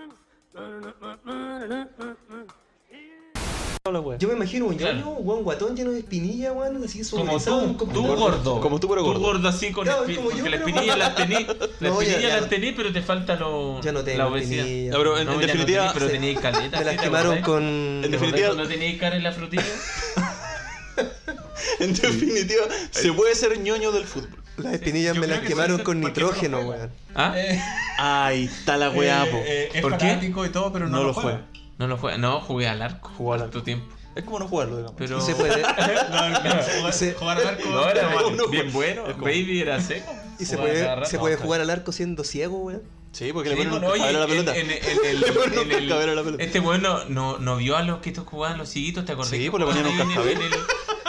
S30: Yo me imagino un ñoño, un buen guatón lleno de espinilla, weón, así que
S14: Como tú, tú gordo. Como tú, pero gordo. Tú gordo así con espi- Porque la espinilla la tení, la
S30: No, ya-
S14: espinilla
S30: ya
S14: la tení, pero te falta lo,
S30: Ya no tengo
S14: la obesidad.
S30: espinilla.
S1: No, pero en- en
S14: ya
S1: definitiva-
S14: tenés, pero tenías caleta.
S30: Me las
S14: ¿sí? ¿Te
S30: quemaron
S14: acordás?
S30: con-
S14: ¿Te
S1: En
S14: acordás
S1: definitiva-
S14: cuando tenías cara en la frutilla?
S1: En definitiva, se puede ser ñoño del fútbol.
S30: Las espinillas me las quemaron con nitrógeno, weón.
S14: ¿Ah?
S1: Ahí está la
S14: Eh,
S30: weá, po.
S14: ¿Por qué?
S30: fanático
S14: y todo, pero
S30: no lo juega.
S14: No lo juega. No, jugué al arco. Jugó al arco. tiempo.
S1: Es como no jugarlo, digamos.
S14: Pero...
S30: Se puede.
S14: jugar al arco. No, era bien bueno. Baby era seco.
S30: Y se
S14: Jugaba
S30: puede,
S14: cada rato.
S30: se puede jugar al arco siendo ciego, weón.
S1: Sí, porque
S14: Sí, bueno, oye, en- en- en- en- en- en- Este weón no, no, no vio a los que estos jugaban los ciguitos, ¿te acordás? Sí, pues
S1: le ponían un cascabel.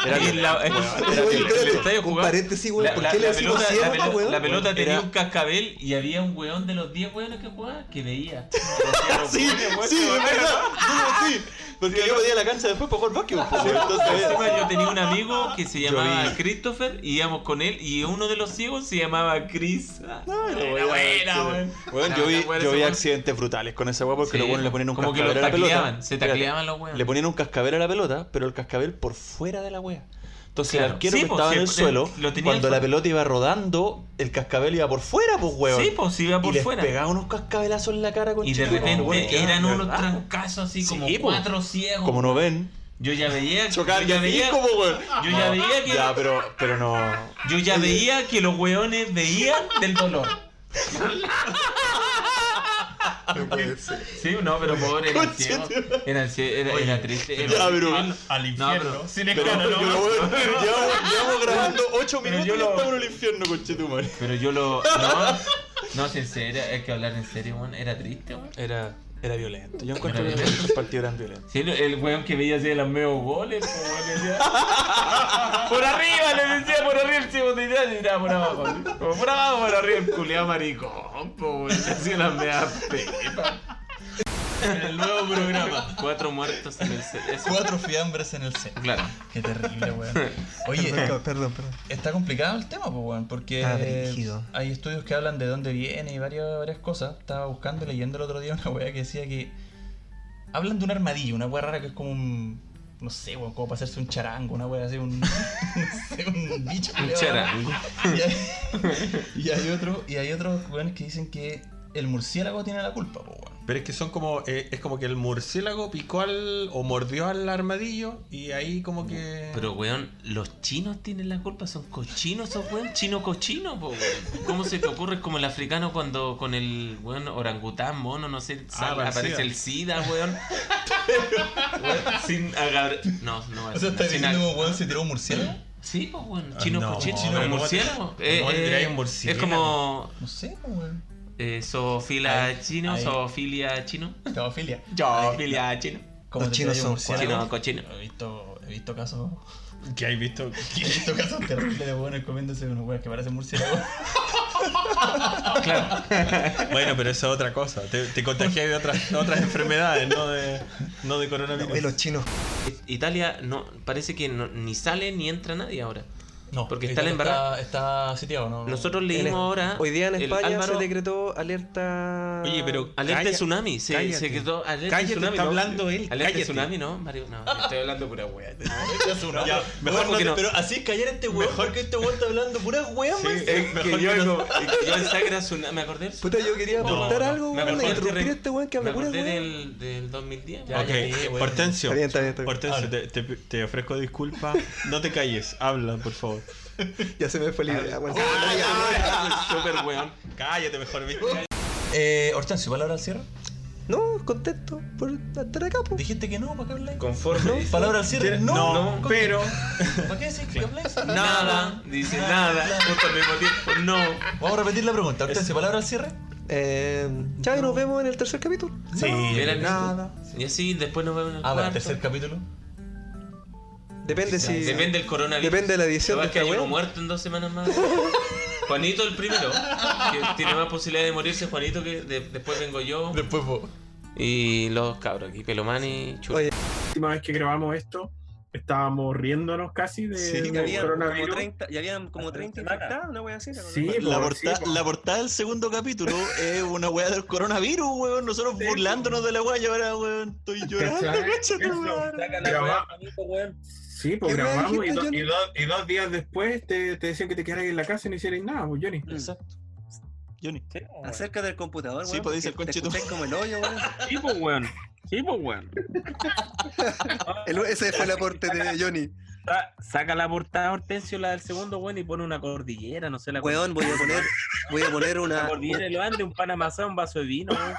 S31: Era
S32: Y la-
S31: violento, weón. Oye,
S32: Era violento.
S31: espérate,
S32: El estadio
S31: un
S32: jugaba-
S31: paréntesis, weón,
S32: la-
S31: ¿por
S32: la-
S31: qué le
S32: la
S31: decimos
S32: pelota-
S31: ciego
S32: la
S31: a esta
S32: pelota-
S31: weón?
S32: La pelota
S31: Era-
S32: tenía
S14: un cascabel y había un weón de los 10 weones que jugaban que veía.
S1: Sí, sí, es verdad. No, sí. Porque yo pedía la cancha después para jugar básquetbol. pues, weón. Entonces,
S14: Encima yo tenía un amigo que se llamaba Christopher y íbamos con él y uno de los ciegos se llamaba Chris.
S1: Ah,
S14: No,
S1: Pero,
S14: era
S1: weón,
S14: buena,
S1: sí.
S14: weón.
S1: Weón,
S14: La
S1: yo vi,
S14: buena,
S1: yo
S14: ese
S1: vi
S14: weón.
S1: accidentes brutales con ese weón porque
S14: Sí,
S1: los weones le ponían un
S14: como que
S1: cascabel
S14: los
S1: a la pelota.
S14: tacleaban, se tacleaban los weones.
S1: Le ponían un cascabel a la pelota, pero el cascabel por fuera de la wea. Entonces el
S14: Claro.
S1: arquero
S14: Sí,
S1: que
S14: po,
S1: estaba
S14: sí,
S1: en el
S14: el-
S1: suelo,
S14: lo tenía
S1: cuando
S14: el-
S1: la pelota iba rodando, el cascabel iba por fuera, pues weón.
S14: Sí, pues iba por
S1: y les
S14: fuera.
S1: pegaba unos cascabelazos en la cara con pues,
S14: Y de repente eran unos trancazos así
S1: Sí,
S14: como
S1: po.
S14: cuatro ciegos.
S1: Como no ven.
S14: Yo ya veía
S1: Chocar
S14: yo ya veía-
S1: como weón.
S14: yo ya veía que-
S1: Ya, pero, pero no.
S14: Yo ya veía que los weones veían del dolor. Sí, no, pero pobre, eran
S12: Conche
S14: ciegos.
S12: tu-
S14: Eran cie- era, era triste. era-
S12: Ya, pero-
S14: Al, al infierno.
S12: sin escándalo, ¿no?
S1: Llevamos, llevamos grabando 8
S14: Pero
S1: minutos
S14: yo
S1: y
S14: lo-
S1: estamos en el infierno, conchetumare.
S14: Pero yo lo. No, no, si en serio, hay que hablar en serio, weón. Era triste, weón.
S1: Era, era violento. Yo
S14: encuentro que
S1: los partidos eran violentos.
S14: Sí, el weón que veía así los meos goles, po, weón, le decía, Por arriba, le decía por arriba el chico de Italia y tiraba por abajo. así, Como por abajo, por arriba el culiao maricón, po, weón. Le hacía las meas pepas. En el nuevo programa. Cuatro muertos en el set.
S12: Cuatro fiambres en el set.
S14: Claro.
S12: Qué terrible, weón. Oye,
S14: Perdón,
S12: perdón, Está complicado el tema, pues, weón, porque
S14: Ah,
S12: eh,
S14: brígido.
S12: hay estudios que hablan de dónde viene y varias, varias cosas. Estaba buscando, leyendo el otro día una weá que decía que. Hablan de un armadillo, una weá rara que es como un. No sé, weón, como para hacerse un charango, una weá así, un. No sé, un bicho.
S14: Un
S12: culiao,
S14: charango.
S12: Y hay, y hay otro, y hay otros weones que dicen que el murciélago tiene la culpa, pues, weón.
S32: Pero es que son como. eh, es como que el murciélago picó al. o mordió al armadillo y ahí como que.
S14: Pero, weón, los chinos tienen la culpa, son cochinos esos weón, chino cochino, po, weón. ¿Cómo se te ocurre? Es como el africano cuando con el weón orangután, mono, no sé,
S12: Ah,
S14: sale-
S12: el
S14: aparece
S12: SIDA.
S14: el SIDA, weón. Weón, sin agarrar. No, no,
S12: O sea,
S14: sin
S12: está diciendo
S14: ag-
S12: como weón se tiró un murciélago.
S14: Sí, pues, weón, chino
S12: Ah, no,
S14: cochino,
S12: chino
S14: un
S12: cochino.
S14: murciélago. Eh,
S12: ¿Cómo le tiráis un murciélago?
S14: Es como.
S12: No sé, pues, weón.
S14: Eh, zoofilia chino,
S12: ahí.
S14: zoofilia chino.
S12: Zoofilia.
S14: Zoofilia chino.
S12: Como te digo,
S14: cochinos.
S12: murciélago.
S14: cochino.
S12: He visto, he visto casos.
S32: ¿Qué hay visto?
S12: He visto casos terribles de buenos comiéndose unos weas que parecen murciélagos.
S32: Bueno, pero eso es otra cosa. Te, te contagias de otras, otras enfermedades, no de, no de coronavirus.
S14: de los chinos. Italia no, parece que no- ni sale ni entra nadie ahora.
S12: No,
S14: porque está la embarrada.
S12: está, está sitiado, ¿no?
S14: Nosotros leímos
S33: En es-
S14: ahora.
S33: Hoy día en
S14: Ah, el
S33: España
S14: Álvaro-
S33: se decretó alerta.
S14: Oye, pero alerta de tsunami, se, se quedó alerta
S33: Cállate,
S14: tsunami.
S33: está
S14: ¿no?
S33: hablando él,
S14: Alerta
S33: cállate.
S14: tsunami, no, Mario, no, yo estoy hablando pura wea.
S12: Ya,
S14: mejor
S12: mejor
S14: no te-
S12: no,
S33: ah,
S14: pero
S12: pero así callar este weón porque este weón está hablando puras weas,
S14: Sí, es que yo, es que yo el Sagra Tsunami, me acordé del
S33: Puta, yo quería
S14: No,
S33: aportar
S14: no,
S33: algo,
S14: me
S33: weón.
S14: acordé
S33: y
S14: del
S33: Interrumpir a
S14: terreno.
S33: este weón que
S14: Me
S33: habla pura
S14: acordé
S33: weón.
S14: del, del 2010.
S33: Ya,
S32: ok, Hortensio, Hortensio, te, te- te ofrezco disculpas. No te calles, habla, por favor.
S33: Ya se me fue la idea, weón.
S14: Super weón.
S32: Cállate mejor, viste.
S12: Eh, Hortensio, ¿palabra al cierre?
S33: No, contento por estar acá, po.
S12: Dijiste que no, ¿para qué habláis?
S14: Conforme.
S12: ¿No? ¿Palabra al cierre? No,
S32: no,
S12: Con-
S32: pero.
S12: ¿Para qué decís que habláis?
S14: Nada, dice nada, justo al mismo tiempo, no.
S12: Vamos a repetir la pregunta. Hortensio, ¿palabra al cierre?
S33: Eh, chao, y nos vemos en el tercer capítulo.
S14: Sí,
S33: No.
S14: nada. Y así después nos vemos en el
S33: Ah, bueno,
S14: cuarto.
S33: tercer
S12: capítulo.
S33: Depende si.
S14: Depende del coronavirus.
S33: Depende de la edición
S14: Lo
S33: de
S14: que hay
S33: esta
S14: uno
S33: weón.
S14: muerto en dos semanas más. Juanito el primero, que tiene más posibilidad de morirse Juanito que de- después vengo yo.
S12: Después vos.
S14: Y los cabros aquí, Pelomani, Chulo.
S4: La última vez que grabamos esto, estábamos riéndonos casi de
S5: Sí,
S4: del
S5: y habían como
S4: coronavirus.
S5: 30, y habían como 30 infectados, una wea así. ¿no?
S4: Sí,
S2: la,
S4: po, sí, pues.
S2: porta-
S4: po.
S2: la portada del segundo capítulo es una weá del coronavirus, weón. Nosotros burlándonos de la weá y ahora, weón, estoy llorando,
S4: ¿Cachai?
S2: cacha tu
S4: Eso,
S2: madre.
S4: Graba- Sí, pues
S2: ¿Qué weá
S4: grabamos y,
S2: dijiste,
S4: do- y
S2: Johnny?
S4: do- y dos días después te, te decían que te quedaras en la casa y no hicierais nada, pues Johnny.
S2: Exacto. Johnny.
S5: Acerca del computador, weón.
S2: Sí, pues dice el
S5: porque te
S2: conche tu-
S5: escucháis como el hoyo, weón.
S4: Sí, pues weón. Sí, pues weón.
S5: El- ese fue el aporte de Johnny.
S3: Saca la portada Hortensio, la del segundo, weón, y pone una cordillera, no sé la
S33: Weón, voy a poner- voy a poner una-
S3: La cordillera de los Andes, un pan amasado, un vaso de vino, weón.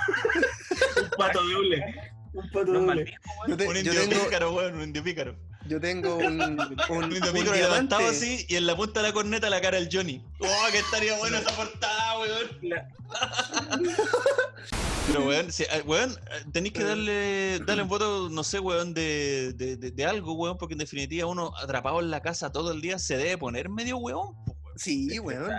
S4: un pato doble. Un pato
S3: doble.
S33: Yo, te-
S2: un
S33: yo
S2: indio
S33: tengo,
S2: pícaro, weón, un indio pícaro.
S33: yo tengo un, un,
S2: Un
S33: un
S2: indio pícaro levantado
S33: diamante.
S2: así y en la punta de la corneta la cara del Johnny. Oh, que estaría bueno esa portada, weón.
S1: Pero, weón, si- eh, weón,
S2: ah,
S1: eh, tenéis que darle, darle un voto, no sé, weón, de, de, de- de algo, weón, porque en definitiva uno atrapado en la casa todo el día se debe poner medio weón.
S5: Sí,
S1: weón.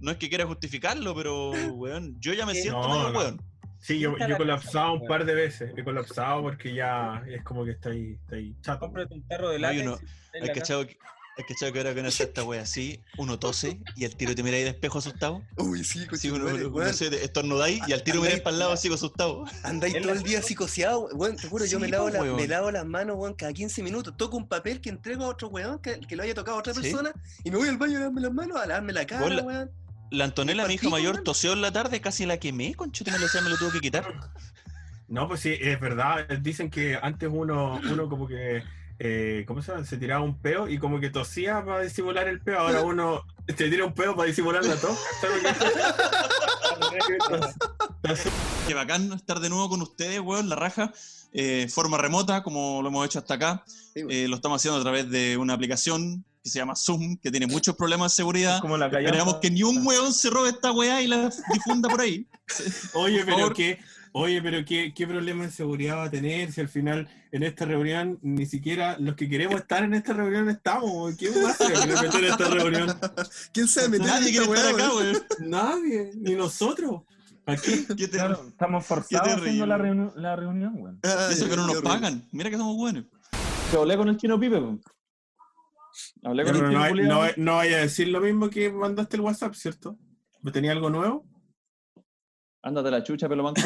S1: No es que quiera justificarlo, pero, weón, yo ya me siento
S4: No,
S1: medio
S4: no.
S1: weón.
S4: Sí, yo, yo he colapsado un par de veces. He colapsado porque ya es como que está ahí, está ahí chato. Cómprate un tarro de
S1: No, y uno, ¿Has cachado que, has cachado que ahora que uno hace esta wea así, uno tose y al tiro te mira ahí de espejo asustado?
S5: Uy, sí,
S1: sí uno,
S5: madre,
S1: uno-
S5: weón.
S1: no sé, te estornudáis y al tiro miráis para el lado así asustado.
S5: Andáis todo el día psicoseado, weón, te juro, yo
S1: Sí,
S5: me lavo,
S1: pues,
S5: la-
S1: weón.
S5: me lavo las manos, weón, cada 15 minutos, toco un papel que entrego a otro weón, que, que lo haya tocado a otra
S1: Sí.
S5: persona, y me voy al baño a lavarme las manos, a lavarme la cara,
S1: Weón, la-
S5: weón.
S1: La Antonella, mi hija mayor, toseó en la tarde, casi la quemé, conchete, me lo me lo tuve que quitar.
S4: No, pues sí, es verdad. Dicen que antes uno, uno como que, eh, ¿cómo se llama? Se tiraba un peo y como que tosía para disimular el peo. Ahora uno se tira un peo para disimular la tos.
S1: Qué bacán estar de nuevo con ustedes, weón, la raja. Eh, forma remota, como lo hemos hecho hasta acá. Eh, lo estamos haciendo a través de una aplicación que se llama Zoom, que tiene muchos problemas de seguridad. Como la
S4: callampa.
S1: Esperamos que ni un weón se robe esta weá y la difunda por ahí.
S4: Oye,
S1: Por
S4: pero
S1: favor.
S4: qué, oye, pero qué, qué problema de seguridad va a tener si al final en esta reunión ni siquiera los que queremos estar en esta reunión estamos. ¿Quién va a ser de meter en esta reunión?
S5: ¿Quién se
S4: metió
S3: Nadie quiere estar acá,
S4: Nadie, ni nosotros. Aquí
S3: Claro, estamos forzados haciendo la, reunión- la reunión, weón.
S1: Eso que no nos pagan. Mira que somos buenos.
S3: Que hablé con el chino Pipe, weón. Hablé con
S4: Pero
S3: el
S4: no,
S3: chino
S4: hay-
S3: culiao.
S4: no hay- no vaya a decir lo mismo que mandaste el WhatsApp, ¿cierto? ¿Tenía algo nuevo?
S3: Ándate a la chucha, pelo manco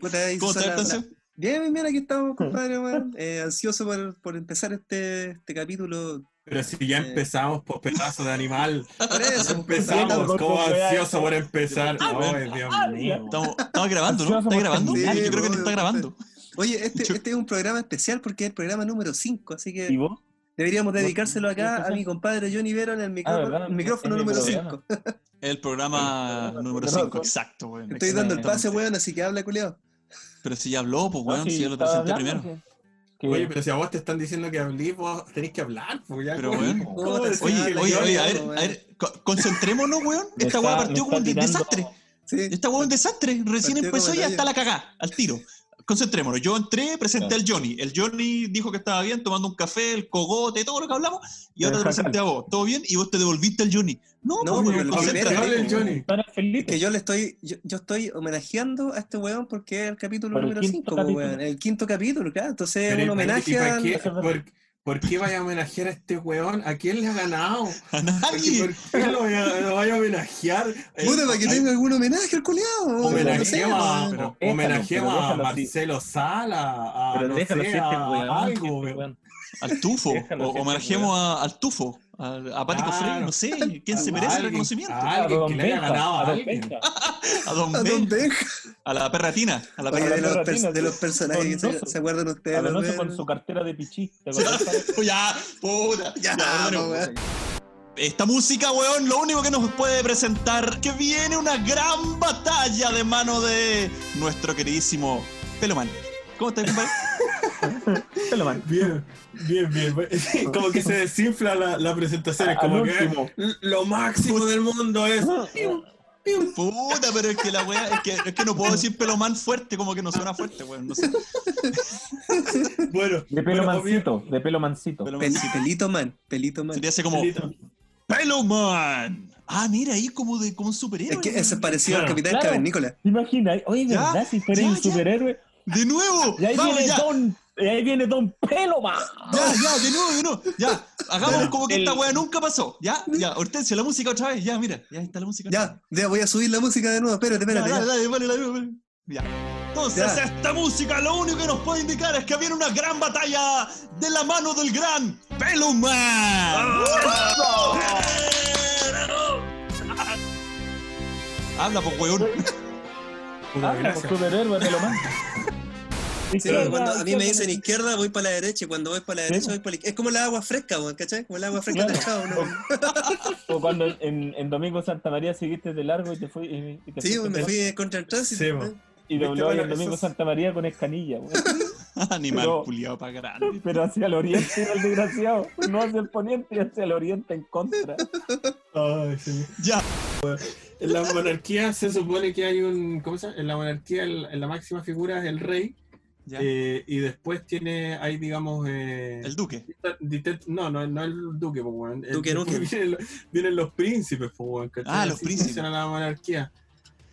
S5: Puta, ahí
S3: ¿Cómo
S5: se
S3: estás,
S5: la-
S3: Tanseo?
S5: Bien, bien, bien, aquí estamos, compadre, weón. Eh, ansioso por, por empezar este, este capítulo.
S4: Pero si ya empezamos, por pedazo de animal.
S5: Por eso,
S4: empezamos,
S5: por-
S4: como
S5: por-
S4: ansioso por empezar.
S5: Ah,
S4: Ay,
S5: bueno.
S4: Dios
S5: Ah,
S4: mío.
S1: Estamos, estamos grabando, ¿no?
S5: Ansioso
S1: ¿Está
S5: por
S1: grabando?
S5: terminar.
S1: Yo creo que
S5: Sí,
S1: no está
S5: weón.
S1: grabando.
S5: Oye, este, este es un programa especial porque es el programa número 5, así que
S3: ¿Y vos?
S5: deberíamos
S1: ¿Vos-
S5: dedicárselo acá a mi compadre Johnny Vero en el
S3: Ah,
S5: micrófono,
S1: ¿verdad?
S5: el Ah, micrófono
S1: Es mi
S5: número
S1: programa.
S5: 5.
S1: El programa número
S5: perdón,
S1: 5,
S5: perdón.
S1: exacto, weón.
S5: Estoy dando el pase, weón, así que habla, culiao.
S1: Pero si ya habló, pues, weón,
S4: sí,
S1: si ya lo
S4: estaba
S1: presenté
S4: hablando,
S1: primero.
S4: Oye, pero si a vos te están diciendo que hablís, vos tenés que hablar. Pues ya,
S1: Pero,
S4: ¿cómo-
S1: weón.
S4: cómo decís que
S1: Oye,
S4: le
S1: oye,
S4: hablo,
S1: oye, a ver,
S4: weón?
S1: a ver, co- concentrémonos, weón. Esta weá partió como un de- desastre. Esta weá es un desastre. Recién
S4: Partió
S1: empezó
S4: como
S1: y ya
S4: el
S1: está
S4: hoyo.
S1: la cagá, al tiro. Concentrémonos. Yo entré, presenté al Johnny. El Johnny dijo que estaba bien, tomando un café, el cogote, todo lo que hablamos. Y ahora te
S5: Exacto.
S1: presenté a vos. ¿Todo bien? Y vos te devolviste al Johnny. No,
S5: No,
S1: pues,
S5: porque
S1: weón,
S5: lo
S1: concéntrate.
S5: primero es que yo le estoy, yo, yo estoy homenajeando a este weón porque es el capítulo
S4: Por el
S5: número
S4: quinto
S5: 5,
S4: capítulo.
S5: weón. El quinto capítulo, claro. Entonces es
S4: Pero,
S5: un
S4: ¿y para- y
S5: homenaje
S4: para
S5: al-
S4: qué- por, por qué vaya a homenajear a este weón? ¿A quién le ha ganado?
S1: ¿A
S4: nadie? ¿Por qué lo vaya, lo vaya a homenajear?
S5: Puta, para que tenga algún homenaje al culiao. weón, no sé,
S4: Homenajeemos a,
S5: weón.
S4: pero- homenajeemos a Marcelo Sala, a,
S1: Pero
S4: no
S1: déjalo
S4: sé,
S1: si este
S4: a
S1: weón,
S4: algo,
S3: este
S4: weón.
S1: Al tufo.
S4: Déjalo,
S1: O
S4: gente,
S1: homenajeemos a- al tufo. A, a Pático
S4: Claro.
S1: Freire, no sé. ¿Quién se
S4: A
S1: merece el
S4: alguien-
S1: reconocimiento?
S14: ah.
S4: a alguien que le haya ganado
S1: Ah,
S4: a alguien.
S1: A Don Ben. A la perratina. A la
S5: Oye, de los,
S1: perratina.
S5: pers- de los personajes que se, se acuerdan ustedes.
S1: Adornoso
S5: los
S1: con
S5: weones.
S3: su cartera de pichí.
S1: ya, puta. Ya, bueno.
S3: pues,
S5: po, weón.
S1: Esta música, weón, lo único que nos puede presentar que viene una gran batalla de mano de nuestro queridísimo Peloman. ¿Cómo estás, compadre?
S4: Bien, bien, bien. Sí, Como que se desinfla la, la presentación. Es como
S1: Al
S4: que
S1: último.
S4: lo máximo del mundo es.
S1: Puta, pero es que la weá, es que, es que no puedo decir Peloman fuerte, como que no suena fuerte, weón. No sé.
S4: Bueno,
S3: de pelo mansito, de pelo mansito.
S5: Pel- pelito man, pelito man.
S1: Sería así como Peloman. Ah, mira, ahí como de como un superhéroe.
S5: Es que
S1: weón.
S5: ese es parecido al Capitán Cavernícola.
S3: Imagina, oye,
S1: Ya,
S3: ¿verdad? Si fuera
S1: ya,
S3: un
S1: ya.
S3: superhéroe.
S1: ¡De nuevo!
S3: Y ahí,
S1: Vamos,
S3: viene
S1: ya.
S3: Don, y ahí viene Don Peloma.
S1: Ya, ya, de nuevo, de nuevo. Ya, hagamos
S3: Ya,
S1: como que
S3: el-
S1: esta weá nunca pasó. Ya, ya, Hortensio, la música otra vez. Ya, mira, ya está la música. otra
S5: Ya, ya, voy a subir la música de nuevo. Espérate,
S1: vez. Ya,
S5: espérate.
S1: dale, dale,
S5: ya.
S1: vale, dale, vale. Ya. Entonces,
S5: Ya.
S1: esta música lo único que nos puede indicar es que viene una gran batalla de la mano del gran Peluman. Habla, pues, weón.
S3: Ah, como superhéroe, Peloma.
S5: Sí, cuando a mí me dicen izquierda, voy para la derecha. y Cuando voy para la derecha, voy para la izquierda. Es como la agua fresca, weón, ¿cachai? Como el agua fresca
S3: Claro.
S5: del chavo, ¿no?
S3: O cuando en, en Domingo Santa María seguiste de largo y te fui. Y, y te
S5: Sí,
S3: fuiste
S5: weón, me
S3: con-
S5: fui de contra el tránsito.
S3: Sí,
S5: weón.
S3: Y dobló
S5: Viste,
S3: ahí en
S5: bueno,
S3: Domingo
S5: eso-
S3: Santa María con escanilla, weón.
S1: Animal
S3: Pero-
S1: puliado para grande.
S3: Pero hacia el oriente era el desgraciado. No hacia el poniente y hacia el oriente en contra.
S4: Ay, señor.
S1: Ya.
S4: En la monarquía se supone que hay un. ¿Cómo se llama? En la monarquía, el- en la máxima figura es el rey. eh, y después tiene, hay, digamos. eh, el
S5: duque.
S4: No, no, no el duque, pues, weón. El-
S5: Duque, duque.
S4: Vienen, los- vienen los príncipes, pues, weón, ¿cachai?
S5: Ah, los
S4: Así
S5: príncipes.
S4: funciona la monarquía.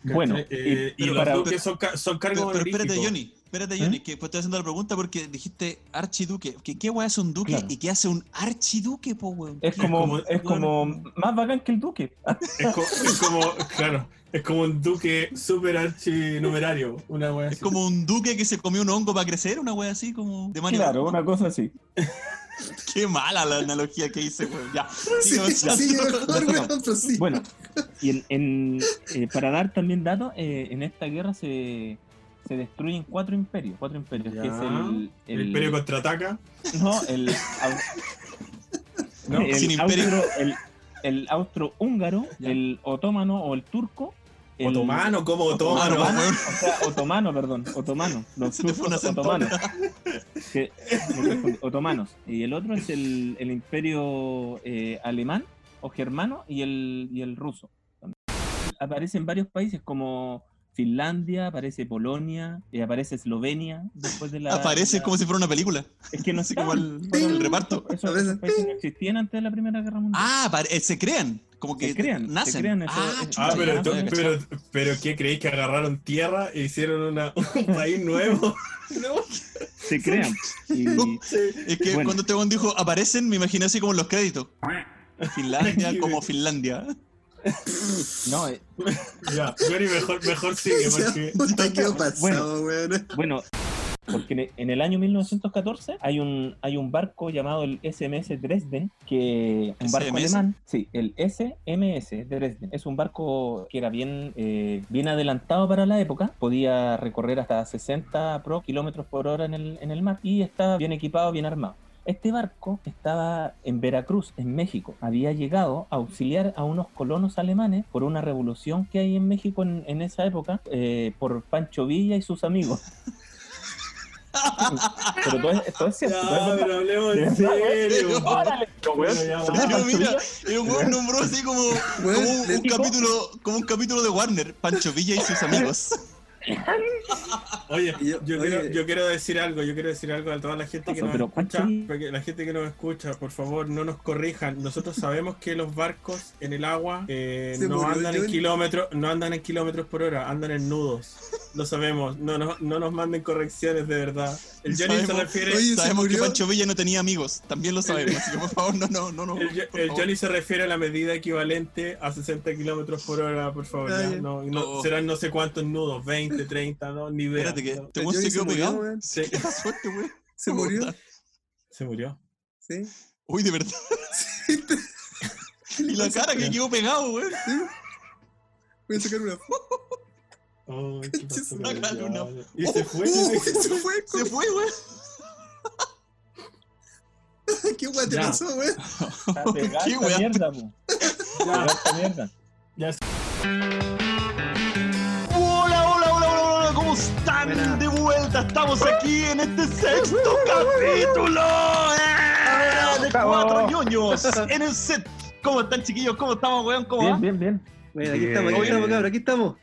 S4: ¿cachai?
S34: Bueno,
S4: Eh,
S34: y-
S4: y,
S34: y
S4: los
S34: para-
S4: duques son, ca- son cargos
S5: Pero, pero espérate,
S4: honoríficos.
S5: Johnny, espérate, Johnny, que pues, estoy haciendo la pregunta porque dijiste archiduque. ¿Qué, qué weá es un duque y qué hace un archiduque, po, weón?
S14: Es como, es como más bacán que el duque.
S4: Es, co- es como, claro, es como un duque super archinumerario, una wea
S5: Es como un duque que se comió un hongo para crecer, una wea así como de Mario.
S14: Claro, una cosa así.
S5: Qué mala la analogía que hice, weón. Ya. sigamos hablando.
S14: Bueno, y en, en, eh, para dar también datos, eh, en esta guerra se, se destruyen cuatro imperios. Cuatro imperios, que es el,
S4: el imperio contraataca.
S14: No, el. au-
S4: No,
S14: el
S4: sin imperio.
S14: austro- eh, el, el austrohúngaro, el otomano o el turco. el-
S4: Otomano, ¿cómo otomano, weón?
S14: o sea, otomano, perdón, otomano. Los
S4: Se te fue un
S14: turcos
S4: acento.
S14: otomanos. Que- me confundí, otomanos. Y el otro es el, el imperio eh, alemán o germano y el, y el ruso. Aparece en varios países como Finlandia, aparece Polonia, eh, aparece Eslovenia. Después de la,
S5: Aparece
S14: la-
S5: como si fuera una película.
S14: Es que no sé
S5: como el, el reparto.
S14: esos- esos países no existían antes de la Primera Guerra Mundial.
S5: Ah, pare- eh, se crean. Como que
S14: Se crean, se
S5: nacen.
S14: crean eso-
S5: ah,
S14: eso-
S5: chucha,
S4: Ah, pero,
S5: ya,
S4: tú-
S5: ya, cachai.
S4: pero, pero ¿qué creéis que agarraron tierra e hicieron una- un país nuevo?
S14: Se crean. Y-
S5: Es que
S14: Bueno.
S5: cuando este weón dijo aparecen, me imaginé así como en los créditos. Finlandia como Finlandia.
S14: No, eh,
S4: ya, Johnny, mejor, mejor sigue, porque.
S14: bueno, bueno, porque en- en el año 1914 hay un, hay un barco llamado el SMS Dresden, que un barco
S5: SMS.
S14: alemán, sí, el SMS Dresden, es un barco que era bien, eh, bien adelantado para la época, podía recorrer hasta 60 pro kilómetros por hora en el, en el mar y estaba bien equipado, bien armado. Este barco estaba en Veracruz, en México. Había llegado a auxiliar a unos colonos alemanes por una revolución que hay en México en, en esa época eh, por Pancho Villa y sus amigos. pero todo es, todo es cierto. todo
S4: Ya,
S14: es verdad.
S4: pero hablemos
S14: De
S4: en
S14: verdad, weón.
S4: serio.
S14: Órale, weón.
S5: Pero mira, el weón nombró así como, como un, un
S4: le-
S5: capítulo, como un capítulo de Warner, Pancho Villa y sus amigos.
S4: Oye, yo, quiero, yo quiero decir algo, yo quiero decir algo a toda la gente que nos
S14: Pero,
S4: escucha,
S14: Pancho-
S4: porque la gente que nos escucha, por favor, no nos corrijan. Nosotros sabemos que los barcos en el agua eh,
S35: Se
S4: no
S35: murió
S4: andan en
S35: Johnny.
S4: kilómetros, no andan en kilómetros por hora, andan en nudos. Lo sabemos, no nos, no nos manden correcciones de verdad. El Johnny se
S5: Sabemos-
S4: refiere
S5: sabemos que Pancho Villa no tenía amigos, también lo sabemos. Así que por favor, no, no, no, no.
S4: El, Jo-
S5: por
S4: el
S5: favor.
S4: Johnny se refiere a la medida equivalente a 60 kilómetros por hora, por favor.
S5: Ah,
S4: ya.
S5: ya.
S4: No, no,
S5: Oh.
S4: Serán no sé cuántos nudos, 20, 30, no, ni veas.
S5: Espérate, que
S4: no.
S5: este weón se quedó pegado.
S4: Sí.
S5: Qué mala suerte, weón.
S4: Se
S5: murió.
S4: Se murió.
S5: Sí. Uy, de verdad. y la cara que quedó pegado, weón.
S36: Voy a sacar una
S4: Oh, qué pasó,
S5: Sácale
S4: weón.
S5: una-
S4: Y
S5: Oh,
S4: se fue.
S5: oh,
S3: Eh,
S4: ¿no?
S5: se fue, se fue, weón.
S36: ¿Qué guay te
S4: Ya.
S36: pasó, güey?
S14: Pegá esta
S36: weá?
S14: mierda, po. Pegá esta mierda.
S1: Hola, hola, hola, hola, hola, ¿cómo están? De vuelta, estamos aquí en este sexto capítulo ¡eh! de
S5: Bravo.
S1: Cuatro Ñoños en el set. ¿Cómo están, chiquillos? ¿Cómo estamos, weón? ¿Cómo va?
S3: Bien,
S14: bien, bien.
S3: Bueno, aquí estamos, aquí estamos, cabrón, aquí estamos.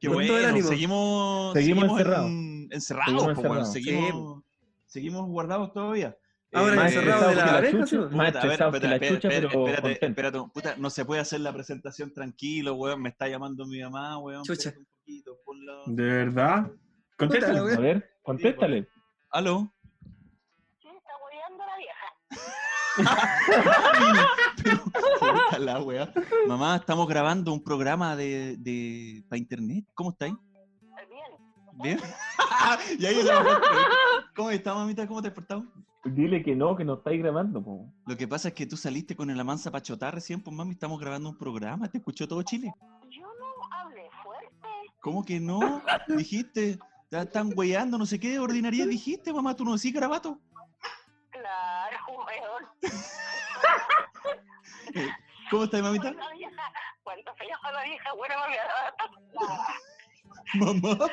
S1: Qué
S3: Con todo el
S1: bueno,
S3: ánimo.
S1: seguimos,
S3: Seguimos
S1: seguimos
S3: encerrados.
S1: en- encerrados, po,
S3: Seguimos
S1: weón,
S3: encerrados.
S1: seguimos, seguimos guardados todavía.
S3: Ahora Más encerrados de
S1: puta,
S3: la oreja, sí,
S1: puta,
S3: más
S1: a ver,
S3: estresados que Eh, la
S1: espérate,
S3: chucha,
S1: espérate,
S3: pero
S1: espérate,
S3: contentos.
S1: espérate, un- puta, no se puede hacer la presentación tranquilo, weón, me está llamando mi mamá, weón.
S36: Chucha.
S1: espérate un poquito, ponlo.
S4: ¿De verdad?
S1: Contéstale.
S14: A ver, contéstale.
S1: ¿Aló? Puta la wea. Mamá, estamos grabando un programa de, de para internet. ¿Cómo estáis? Bien. Bien. y ahí se bajó el tren. ¿Cómo está, mamita? ¿Cómo te has portado?
S14: Dile que no, que no estáis grabando, po.
S1: Lo que pasa es que tú saliste con el amanza para chotar recién, pues mami, estamos grabando un programa, te escuchó todo Chile. ¿Cómo que no? Dijiste, ya están weyando, no sé qué, ordinaria dijiste, mamá, tú no decís grabato. Eh, ¿Cómo estás, mamita?
S37: Cuando se llama la vieja, bueno, me voy a dar
S1: Mamá.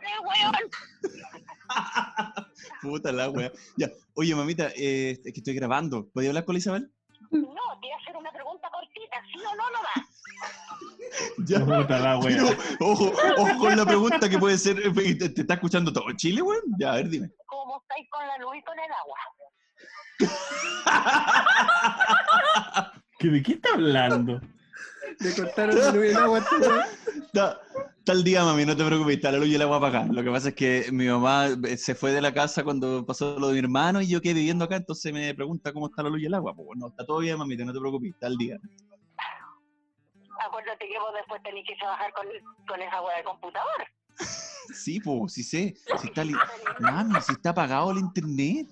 S37: ¡Qué weón!
S1: Puta la wea. Ya. Oye, mamita, eh, es que estoy grabando. ¿Podía hablar con la Isabel?
S37: No, te voy a hacer una pregunta cortita, ¿sí o no nomás?
S1: Ya.
S4: Puta la wea.
S1: Pero, ojo, ojo con la pregunta que puede ser. eh, ¿Te, te está escuchando todo Chile, weón? Ya, a ver, dime.
S38: ¿Cómo estáis con la luz y con el agua?
S4: ¿Qué- ¿De qué está hablando?
S5: Le cortaron la luz y el agua. a este weón.
S1: Está, está el día, mami, no te preocupes, está la luz y el agua para acá. Lo que pasa es que mi mamá eh, se fue de la casa cuando pasó lo de mi hermano y yo quedé viviendo acá, entonces me pregunta cómo está la luz y el agua. Pues no, está todo bien, mamita, no te preocupes, está el día.
S38: Acuérdate que vos después tenés que trabajar con, con esa wea de computador.
S1: Sí, pues, sí sé. Si está li- Mami, si está apagado el internet.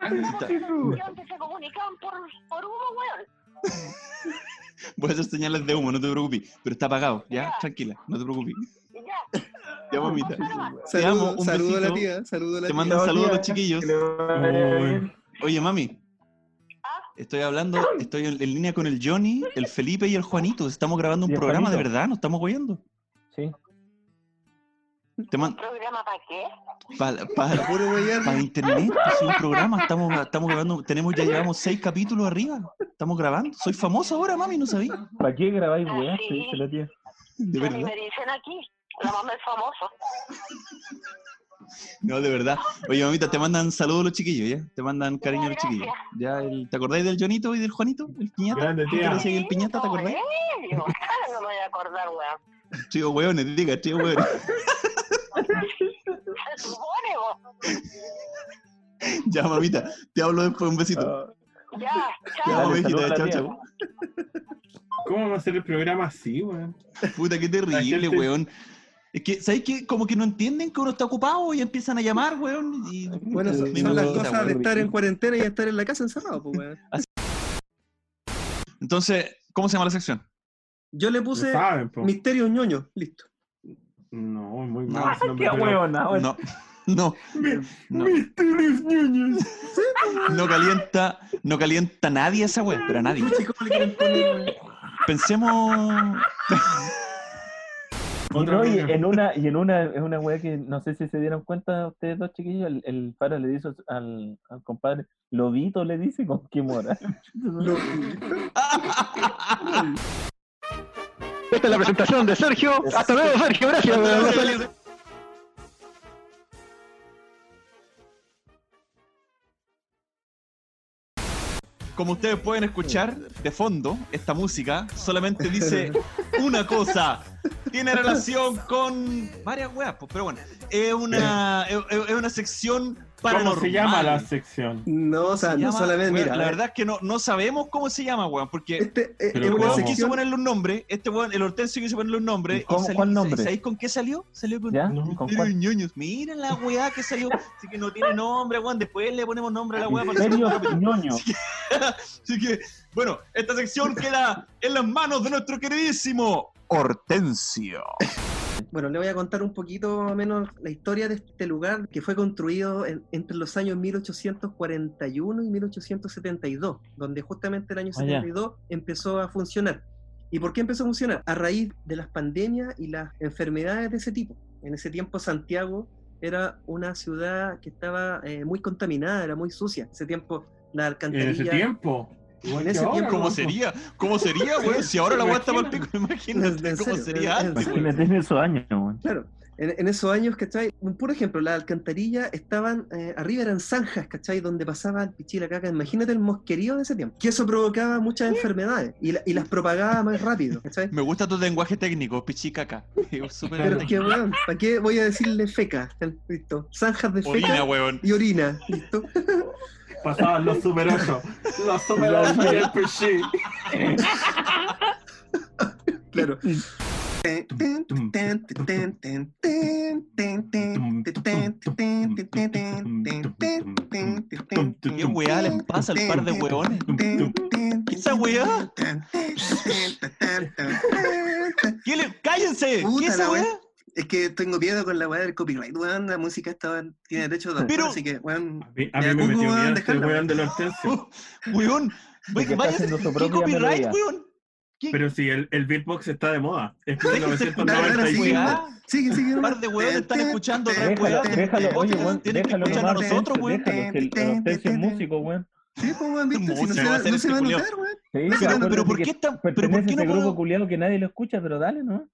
S1: Está-
S38: Antes se comunicaban por, por humo, weón.
S1: Voy a hacer señales de humo, no te preocupes. Pero está apagado, ya, tranquila, no te preocupes. Ya, mamita. Te amo,
S5: Saludo,
S1: un
S5: saludo a la
S1: besito.
S5: tía, saludo a la
S1: Te
S5: tía.
S1: mandan saludos los chiquillos. Oye, mami. Estoy hablando, estoy en, en línea con el Johnny, el Felipe y el Juanito. Estamos grabando un
S3: Y el
S1: programa de
S3: Juanito.
S1: verdad, nos estamos guiando.
S3: Sí.
S1: Te man-
S38: ¿Programa para qué?
S1: para internet, es un programa, estamos, estamos grabando, tenemos, ya llevamos seis capítulos arriba, estamos grabando, soy famoso ahora, mami, no sabía.
S3: ¿Para qué grabáis
S38: Ah,
S3: weá? Te dice la tía.
S1: De
S38: Y
S1: verdad,
S38: me dicen aquí, la mamá es famoso.
S1: no, de verdad. Oye, mamita, te mandan saludos los chiquillos, ¿ya? Te mandan cariño los chiquillos. Ya el- ¿Te acordáis del Jonito y del Juanito? El piñata.
S4: Grande,
S1: ¿Qué
S4: tía.
S1: te decía el piñata, te acordás?
S38: Sí, yo, claro, no me voy a acordar, weón.
S1: Trío hueones, diga, trío hueones.
S38: Se supone, vos.
S1: Ya, mamita, te hablo después, un besito.
S38: Ya,
S1: Ya,
S38: chao.
S1: mamita, chao, chao.
S4: ¿Cómo va a ser el programa así, weón?
S1: Puta, qué terrible, weón. Es que, ¿sabes qué? Como que no entienden que uno está ocupado y empiezan a llamar, weón. Y...
S5: Bueno, son,
S1: Me
S5: son las
S1: mata,
S5: cosas de
S1: weón.
S5: estar en cuarentena y estar en la casa encerrado, pues, weón.
S1: Entonces, ¿cómo se llama la sección?
S5: Yo le puse
S1: Lo saben, po.
S5: Misterios Ñoño, listo.
S4: No, muy
S1: No.
S4: mal. Ah, ese nombre,
S1: Qué
S4: pero-
S1: huevona, weón. No. No,
S4: Misterios Ñoños.
S1: no calienta, no calienta a nadie esa weón, pero a nadie. Pensemos.
S3: No, y en una, y en una, es una weá que no sé si se dieron cuenta ustedes dos chiquillos, el, el Faro le dice al, al compadre, Lobito le dice con Kimora.
S12: Esta es la presentación de Sergio. Hasta luego, Sergio. Gracias. weón.
S1: Como ustedes pueden escuchar de fondo, esta música solamente dice una cosa. Tiene relación con varias weas, pues, pero bueno. Es una, es, es- es una sección paranormal.
S4: ¿Cómo se llama la sección?
S5: No, o sea,
S1: Se
S5: no
S1: llama-
S5: solamente,
S1: weón,
S5: mira,
S1: la
S5: a ver.
S1: verdad es que no, no sabemos cómo se llama, weón, porque
S5: Pero
S1: el
S5: ¿cómo?
S1: weón quiso ponerle un nombre, este weón, el Hortensio quiso ponerle un nombre. y
S3: ¿Cómo-
S1: salió-
S3: cuál nombre?
S1: ¿Sabéis con qué salió? Salió con
S3: ¿Ya? ¿Con
S1: Misterios
S3: cuál?
S1: ñoños. Mira la weá que salió, así que no tiene nombre, weón, después le ponemos nombre a la weá para el
S3: Misterios
S1: segundo capítulo.
S3: ñoños.
S1: Así que, bueno, esta sección queda en las manos de nuestro queridísimo Hortensio.
S5: Bueno, le voy a contar un poquito más o menos la historia de este lugar que fue construido en- entre los años 1841 y 1872, donde justamente el año
S3: Ah, ya.
S5: 72 empezó a funcionar. ¿Y por qué empezó a funcionar? A raíz de las pandemias y las enfermedades de ese tipo. En ese tiempo Santiago era una ciudad que estaba eh, muy contaminada, era muy sucia. En ese tiempo la
S4: En
S5: alcantarilla...
S4: ese tiempo.
S5: En ese tiempo,
S1: ¿Cómo
S5: loco.
S1: sería? ¿Cómo sería, weón? Si ahora la weá está para el pico, imagínate
S5: En
S1: cómo
S5: serio,
S1: sería
S5: en- en
S1: antes,
S5: serio.
S1: weón.
S3: Imagínate en esos años, weón.
S5: Claro, en, en esos años, ¿cachai? Un puro ejemplo, las alcantarillas estaban, eh, arriba eran zanjas, ¿cachai? Donde pasaba el pichí y la caca. Imagínate el mosquerío de ese tiempo. Que eso provocaba muchas enfermedades y, la- y las propagaba más rápido, ¿cachai?
S1: Me gusta tu lenguaje técnico, pichicaca. Es súper
S5: Pero es que,
S1: técnico.
S5: weón, ¿para qué voy a decirle feca? Listo. Zanjas de feca
S1: Orina, weón.
S5: y orina. ¿Listo?
S4: Pasaban los Super 8. Los Super 8 y el Pichí.
S5: Claro. Ten, ten, ten, ten, ten, ten, ten, ten, ten, ten, ten, ten, ten, ten, ten, ten, ten, ten.
S1: ¿Qué weá les pasa al par de weones? ¿Qué es esa weá? ¿Qué le- ¡Cállense!
S5: Puta
S1: ¿Qué es
S5: la
S1: esa
S5: weá.
S1: weá?
S5: Es que tengo miedo con la weá del copyright, weón. La música estaba, tiene derecho de autor,
S1: Pero-
S5: así que, weón.
S4: A mí
S5: ya,
S4: me
S5: Cucu,
S4: metió
S5: weón,
S4: miedo este
S5: dejarla.
S4: weón de los Hortensio.
S1: Weón,
S3: Porque está
S1: váyase,
S3: haciendo su
S1: ¿qué
S3: propia
S1: copyright,
S3: melodía.
S1: weón?
S4: Pero si el, el beatbox está de moda. Es
S5: Ahora sí,
S4: 1995.
S5: weón. Sigue, sigue. Un par de
S1: weones están escuchando otra
S3: Déjalo,
S1: weá.
S3: déjalo, oye, weón,
S1: Tienen que
S3: déjalo
S1: escuchar
S3: nomás,
S1: a nosotros, weón.
S3: déjalo, que el- el Hortensio es músico, weón.
S5: Sí, pues, weón, viste, si no se, va- no se va a notar, weón.
S3: Sí,
S5: No se va a notar.
S3: pero ¿por qué está, pero por qué no grupo culiado que nadie lo escucha, pero dale, ¿no?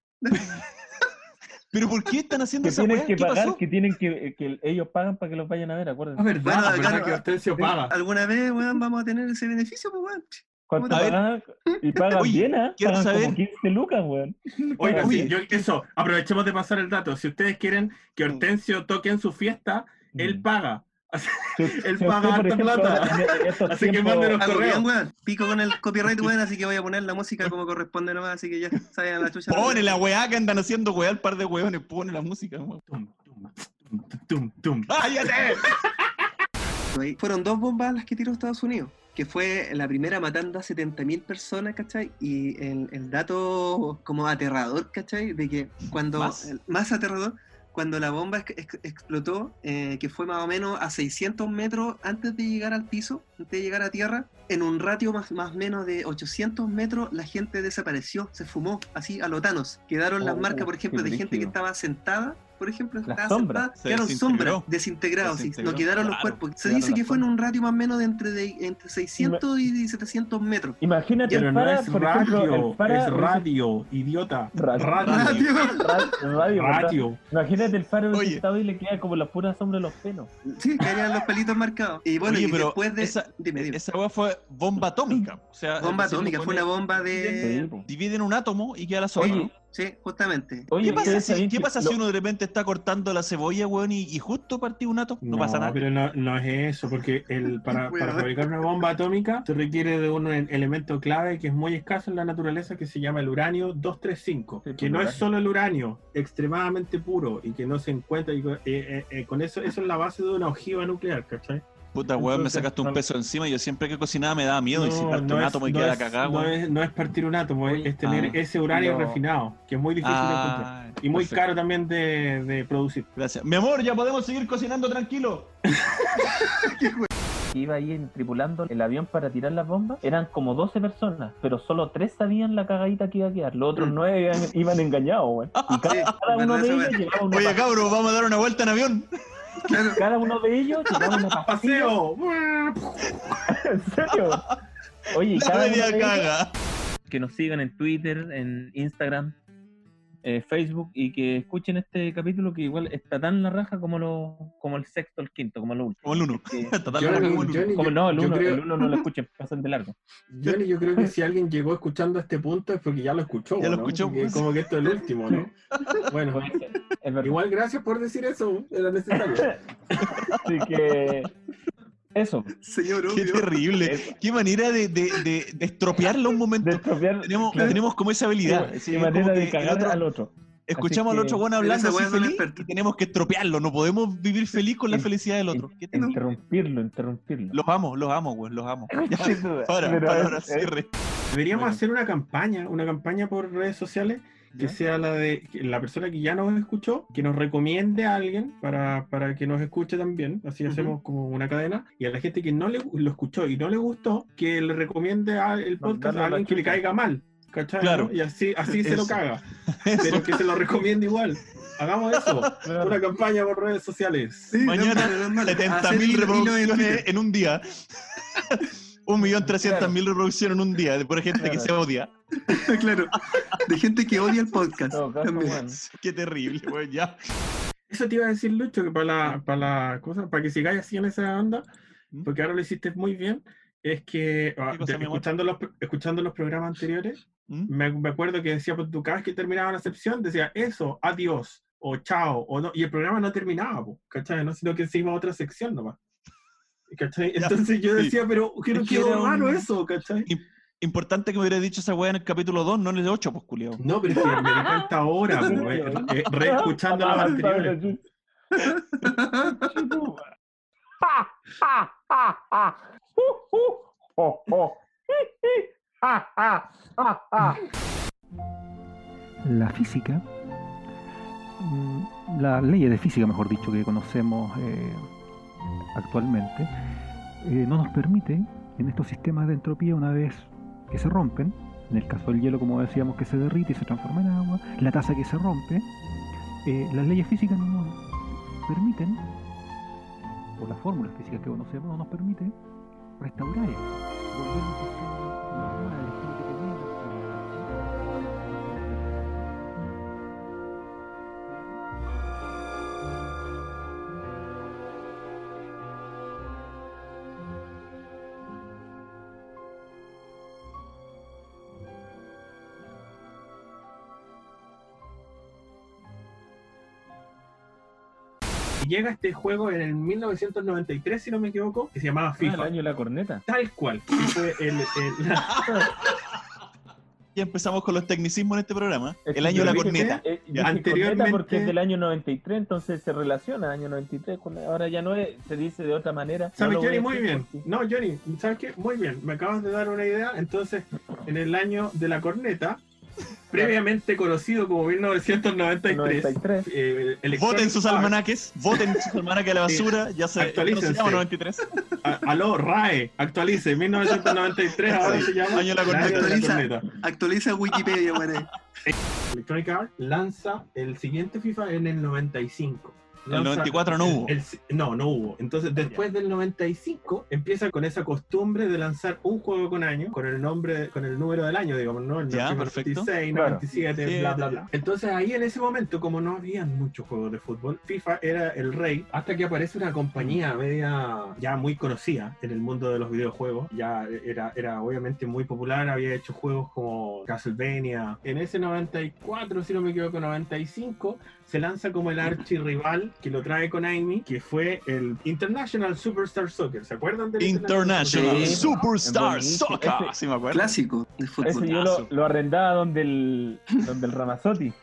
S1: pero ¿por qué están haciendo
S3: que
S1: esa
S3: tienen
S1: weá?
S3: que
S1: ¿Qué
S3: pagar,
S1: pasó?
S3: que tienen que, que ellos pagan para que los vayan a ver, acuérdense.
S5: Ah, verdad, Bueno, verdad claro. que
S4: Hortensio
S3: paga.
S5: Alguna vez, weón, vamos a tener ese beneficio, pues, weón.
S3: ¿Cuánto
S5: A ver.
S3: pagan? Y pagan
S5: Oye,
S3: bien, ¿ah?
S5: quiero
S3: Pagan
S5: saber-
S3: como 15 lucas, weón.
S4: Oiga,
S3: Oye.
S4: sí, yo, eso, aprovechemos de pasar el dato. Si ustedes quieren que Hortensio toque en su fiesta, él paga. él
S3: si usted,
S4: paga
S3: por
S4: harta
S3: ejemplo,
S4: plata.
S3: en estos
S4: Así que
S3: tiempos-
S4: mándenos
S5: Algo
S4: correos.
S5: bien, weón. Pico con el copyright, weón, así que voy a poner la música como corresponde nomás, así que ya saben a la chucha.
S1: Pone la weá que andan haciendo weá al par de weones, pone la música. weón.
S4: Tum, tum.
S1: Ah, ¡Cállate!
S5: Ahí Fueron dos bombas las que tiró Estados Unidos, que fue la primera matando a 70.000 personas, ¿cachai? Y el, el dato como aterrador, ¿cachai? De que cuando...
S1: ¿Más?
S5: el- más aterrador, cuando la bomba ex- ex- explotó, eh, que fue más o menos a 600 metros antes de llegar al piso, antes de llegar a tierra, en un ratio más más o menos de 800 metros la gente desapareció, se fumó, así a lotanos. Quedaron las
S3: Oh,
S5: marcas, por ejemplo,
S3: qué
S5: de gente que
S3: brígido.
S5: estaba sentada, por ejemplo,
S3: Las
S5: estaba
S3: sombras.
S5: sentada,
S3: Se
S5: quedaron
S3: desintegró.
S5: sombras, desintegrados,
S3: Se
S5: y no
S3: desintegró,
S5: quedaron los
S3: claro,
S5: cuerpos. Se
S3: quedaron
S5: dice que
S3: las
S5: fue en un ratio más o menos de entre, de- entre 600 y 700 metros.
S3: Imagínate,
S4: Pero
S3: el
S4: no
S3: Fara,
S4: es
S3: por ejemplo,
S4: radio,
S3: el Fara-
S4: es radio, idiota.
S3: Radio.
S4: Radio.
S3: Radio. radio, ¿verdad?
S4: Radio.
S3: Imagínate el faro estado y le queda como la pura sombra de los pelos.
S5: Sí, quedarían los pelitos marcados. Y bueno,
S1: Oye,
S5: y
S1: pero
S5: después de...
S1: esa,
S5: dime, dime.
S1: esa weá fue bomba atómica. O sea,
S5: Bomba
S1: es decir,
S5: atómica, fue
S1: ponen-
S5: una bomba de...
S1: Dividen un átomo y queda la sombra.
S5: Oye,
S1: ¿no?
S5: Sí, justamente.
S1: ¿Qué pasa, si, qué pasa si uno de repente está cortando la cebolla, weón, y, y justo partió un átomo? No, pasa nada.
S4: pero no, no es eso, porque el, para, para
S1: Weón.
S4: fabricar una bomba atómica se requiere de un e- elemento clave que es muy escaso en la naturaleza, que se llama el uranio 235, que
S3: pues,
S4: no
S3: uranio.
S4: es solo el uranio, extremadamente puro y que no se encuentra. y co- eh, eh, eh, con eso, eso es la base de una ojiva nuclear, ¿cachai?
S1: Puta, weón, me
S4: Entonces,
S1: sacaste un
S4: no-
S1: peso encima. Yo siempre que cocinaba me daba miedo. y si parto un átomo y
S4: no
S1: queda
S4: es-
S1: cagada,
S4: no
S1: weón.
S4: es, no es partir un átomo, es, es tener
S1: Ah,
S4: ese uranio
S1: pero-
S4: refinado, que es muy difícil
S1: Ah,
S4: de encontrar y muy
S1: perfecto.
S4: caro también de, de producir.
S1: Gracias. Mi amor, ya podemos seguir cocinando tranquilo.
S3: que iba ahí en- tripulando el avión para tirar las bombas eran como 12 personas, pero solo 3 sabían la cagadita que iba a quedar. Los otros 9 iban, iban engañados, weón. Y cada, cada uno de ellos llevaba una
S1: Oye, cabro, vamos a dar una vuelta en avión.
S3: pa- Cada uno de ellos llevaba una pastilla.
S4: ¡Paseo!
S3: ¿En serio? Oye, y
S1: La
S3: cada uno
S1: media
S3: de ellos-
S1: caga.
S3: Que nos sigan en Twitter, en Instagram, eh, Facebook y que escuchen este capítulo que igual está tan la raja como lo, como el sexto, el quinto, como lo último.
S1: Como el uno.
S3: Está
S4: tan Yo- la raja como el uno. Johnny, yo-
S3: Como, no, el
S4: yo
S3: uno,
S4: creo-
S3: el uno no lo escuchen, pasan de largo.
S4: Johnny, yo creo que si alguien llegó escuchando a este punto es porque ya lo escuchó.
S3: Ya lo
S4: ¿no?
S3: escuchó,
S4: Porque
S3: pues.
S4: Como que esto es el último, ¿no? Bueno, igual gracias por decir eso, era necesario.
S3: Así que eso.
S5: Señor,
S1: Qué terrible. Qué manera de, de, de, de estropearlo un momento. tenemos,
S3: claro.
S1: tenemos como esa habilidad.
S3: Qué-
S1: Sí,
S3: qué
S1: es
S3: manera
S1: como
S3: de
S1: que el
S3: cagar
S1: otro-
S3: al otro.
S1: Escuchamos
S3: Así
S1: al otro
S3: que-
S1: buen hablando así feliz y tenemos que estropearlo. No podemos vivir feliz con la felicidad del otro. Qué terrible.
S3: Interrumpirlo, interrumpirlo.
S1: Los amo, los amo, güey, los amo. Ya,
S3: Sin duda.
S1: para,
S3: Pero,
S1: palabra,
S3: eh,
S1: cierre.
S4: Deberíamos hacer una campaña, una campaña por redes sociales que sea la de que la persona que ya nos escuchó, que nos recomiende a alguien para, para que nos escuche también, así hacemos como una cadena, y a la gente que no le, lo escuchó y no le gustó, que le recomiende a- el podcast
S3: Mandarlo a
S4: a
S3: la
S4: alguien que le
S3: chucha.
S4: caiga mal, ¿cachai?
S1: Claro.
S4: no? Y así, así se lo
S1: Eso.
S4: caga, pero que se lo recomiende igual. Hagamos eso, una campaña por redes sociales.
S1: Mañana 70.000 reproducciones en un día. 1.300.000 reproducciones en un día. De pura gente que se odia.
S5: claro. De gente que odia el podcast. también.
S1: Qué terrible, güey, ya.
S4: Eso te iba a decir, Lucho, que para la, para la cosa, para que sigáis así en esa onda, porque ahora lo hiciste muy bien, es que ah,
S1: cosa,
S4: de-
S1: ¿Mm? mi amor? ¿Mm?
S4: escuchando, los, escuchando los programas anteriores, me, me acuerdo que decía, pues, tú cada vez que terminaba una sección, decía eso, adiós, o chao, o no, y el programa no terminaba, po, ¿cachai? ¿no? Sino que se iba a otra sección nomás. ¿Cachai?
S1: Ya,
S4: Entonces yo
S1: sí.
S4: decía, pero creo
S1: Es
S4: que
S1: que era
S4: era
S1: un-
S4: raro eso, ¿cachai?
S1: Importante que me hubiera dicho esa weá en el capítulo 2, no en el 8, pues, culiao.
S4: No, pero es que me di cuenta ahora, po, eh, eh, reescuchando los anteriores.
S3: ¡Pa! ¡Pa! ¡Pa! ¡Pa! ¡Uh! ¡Uh! ¡Oh! ¡Oh! ¡Ja! ¡Ja! ¡Ja! ¡Ja!
S39: la física, mm, las leyes de física, mejor dicho, que conocemos eh, actualmente, eh, no nos permite en estos sistemas de entropía, una vez que se rompen, en el caso del hielo, como decíamos, que se derrite y se transforma en agua, la taza que se rompe, eh, las leyes físicas no nos permiten, o las fórmulas físicas que conocemos, no nos permiten
S10: restaurar eso, volver a un sistema normal, el estado que tenía.
S2: Y llega este juego en el 1993, si no me equivoco, que se llamaba FIFA.
S3: el año de la corneta.
S2: Tal cual. que Fue el, el- la-
S1: Ya empezamos con los tecnicismos en este programa. El año de la corneta. Ya.
S3: Anteriormente. Porque es del año 93, entonces se relaciona al año 93. con- ahora ya no es, se dice de otra manera.
S2: ¿Sabes,
S3: No lo
S2: Johnny?
S3: voy a
S2: Muy
S3: decir
S2: bien. No, Johnny, ¿sabes qué? Muy bien. Me acabas de dar una idea. Entonces, en el año de la corneta, previamente conocido como 1993, eh, el
S1: Voten
S2: Electronic
S1: sus
S2: Arts-
S1: almanaques, voten sus almanaques a la basura, ya se
S2: Actualícense.
S1: no se llama 93.
S2: A- Aló, RAE, actualice, 1993, ahora se llama
S1: Año de la corneta.
S5: Actualiza-
S2: actualiza Wikipedia, Electronic Arts lanza el siguiente FIFA en el 95.
S1: El
S2: Lanza-
S1: 94 no hubo. Ah,
S2: el- el- no, no hubo. Entonces, después del 95, empieza con esa costumbre de lanzar un juego con año, con el nombre, con el número del año, digamos, ¿no? El
S1: Ya,
S2: 96,
S1: perfecto. Claro.
S2: 97, bla, bla, bla. Entonces, ahí en ese momento, como no habían muchos juegos de fútbol, FIFA era el rey, hasta que aparece una
S1: Mm.
S2: compañía media ya muy conocida en el mundo de los videojuegos. Ya era, era obviamente muy popular, había hecho juegos como Castlevania. En ese 94, si no me equivoco, 95, se lanza como el archirrival que lo trae Konami, que fue el International Superstar Soccer. ¿Se acuerdan del
S1: International Superstar
S3: buenísimo.
S1: Soccer.
S3: Ese-
S1: Sí, me acuerdo.
S5: Clásico de fútbol.
S3: Eso yo lo, lo arrendaba donde el, donde el Ramazotti.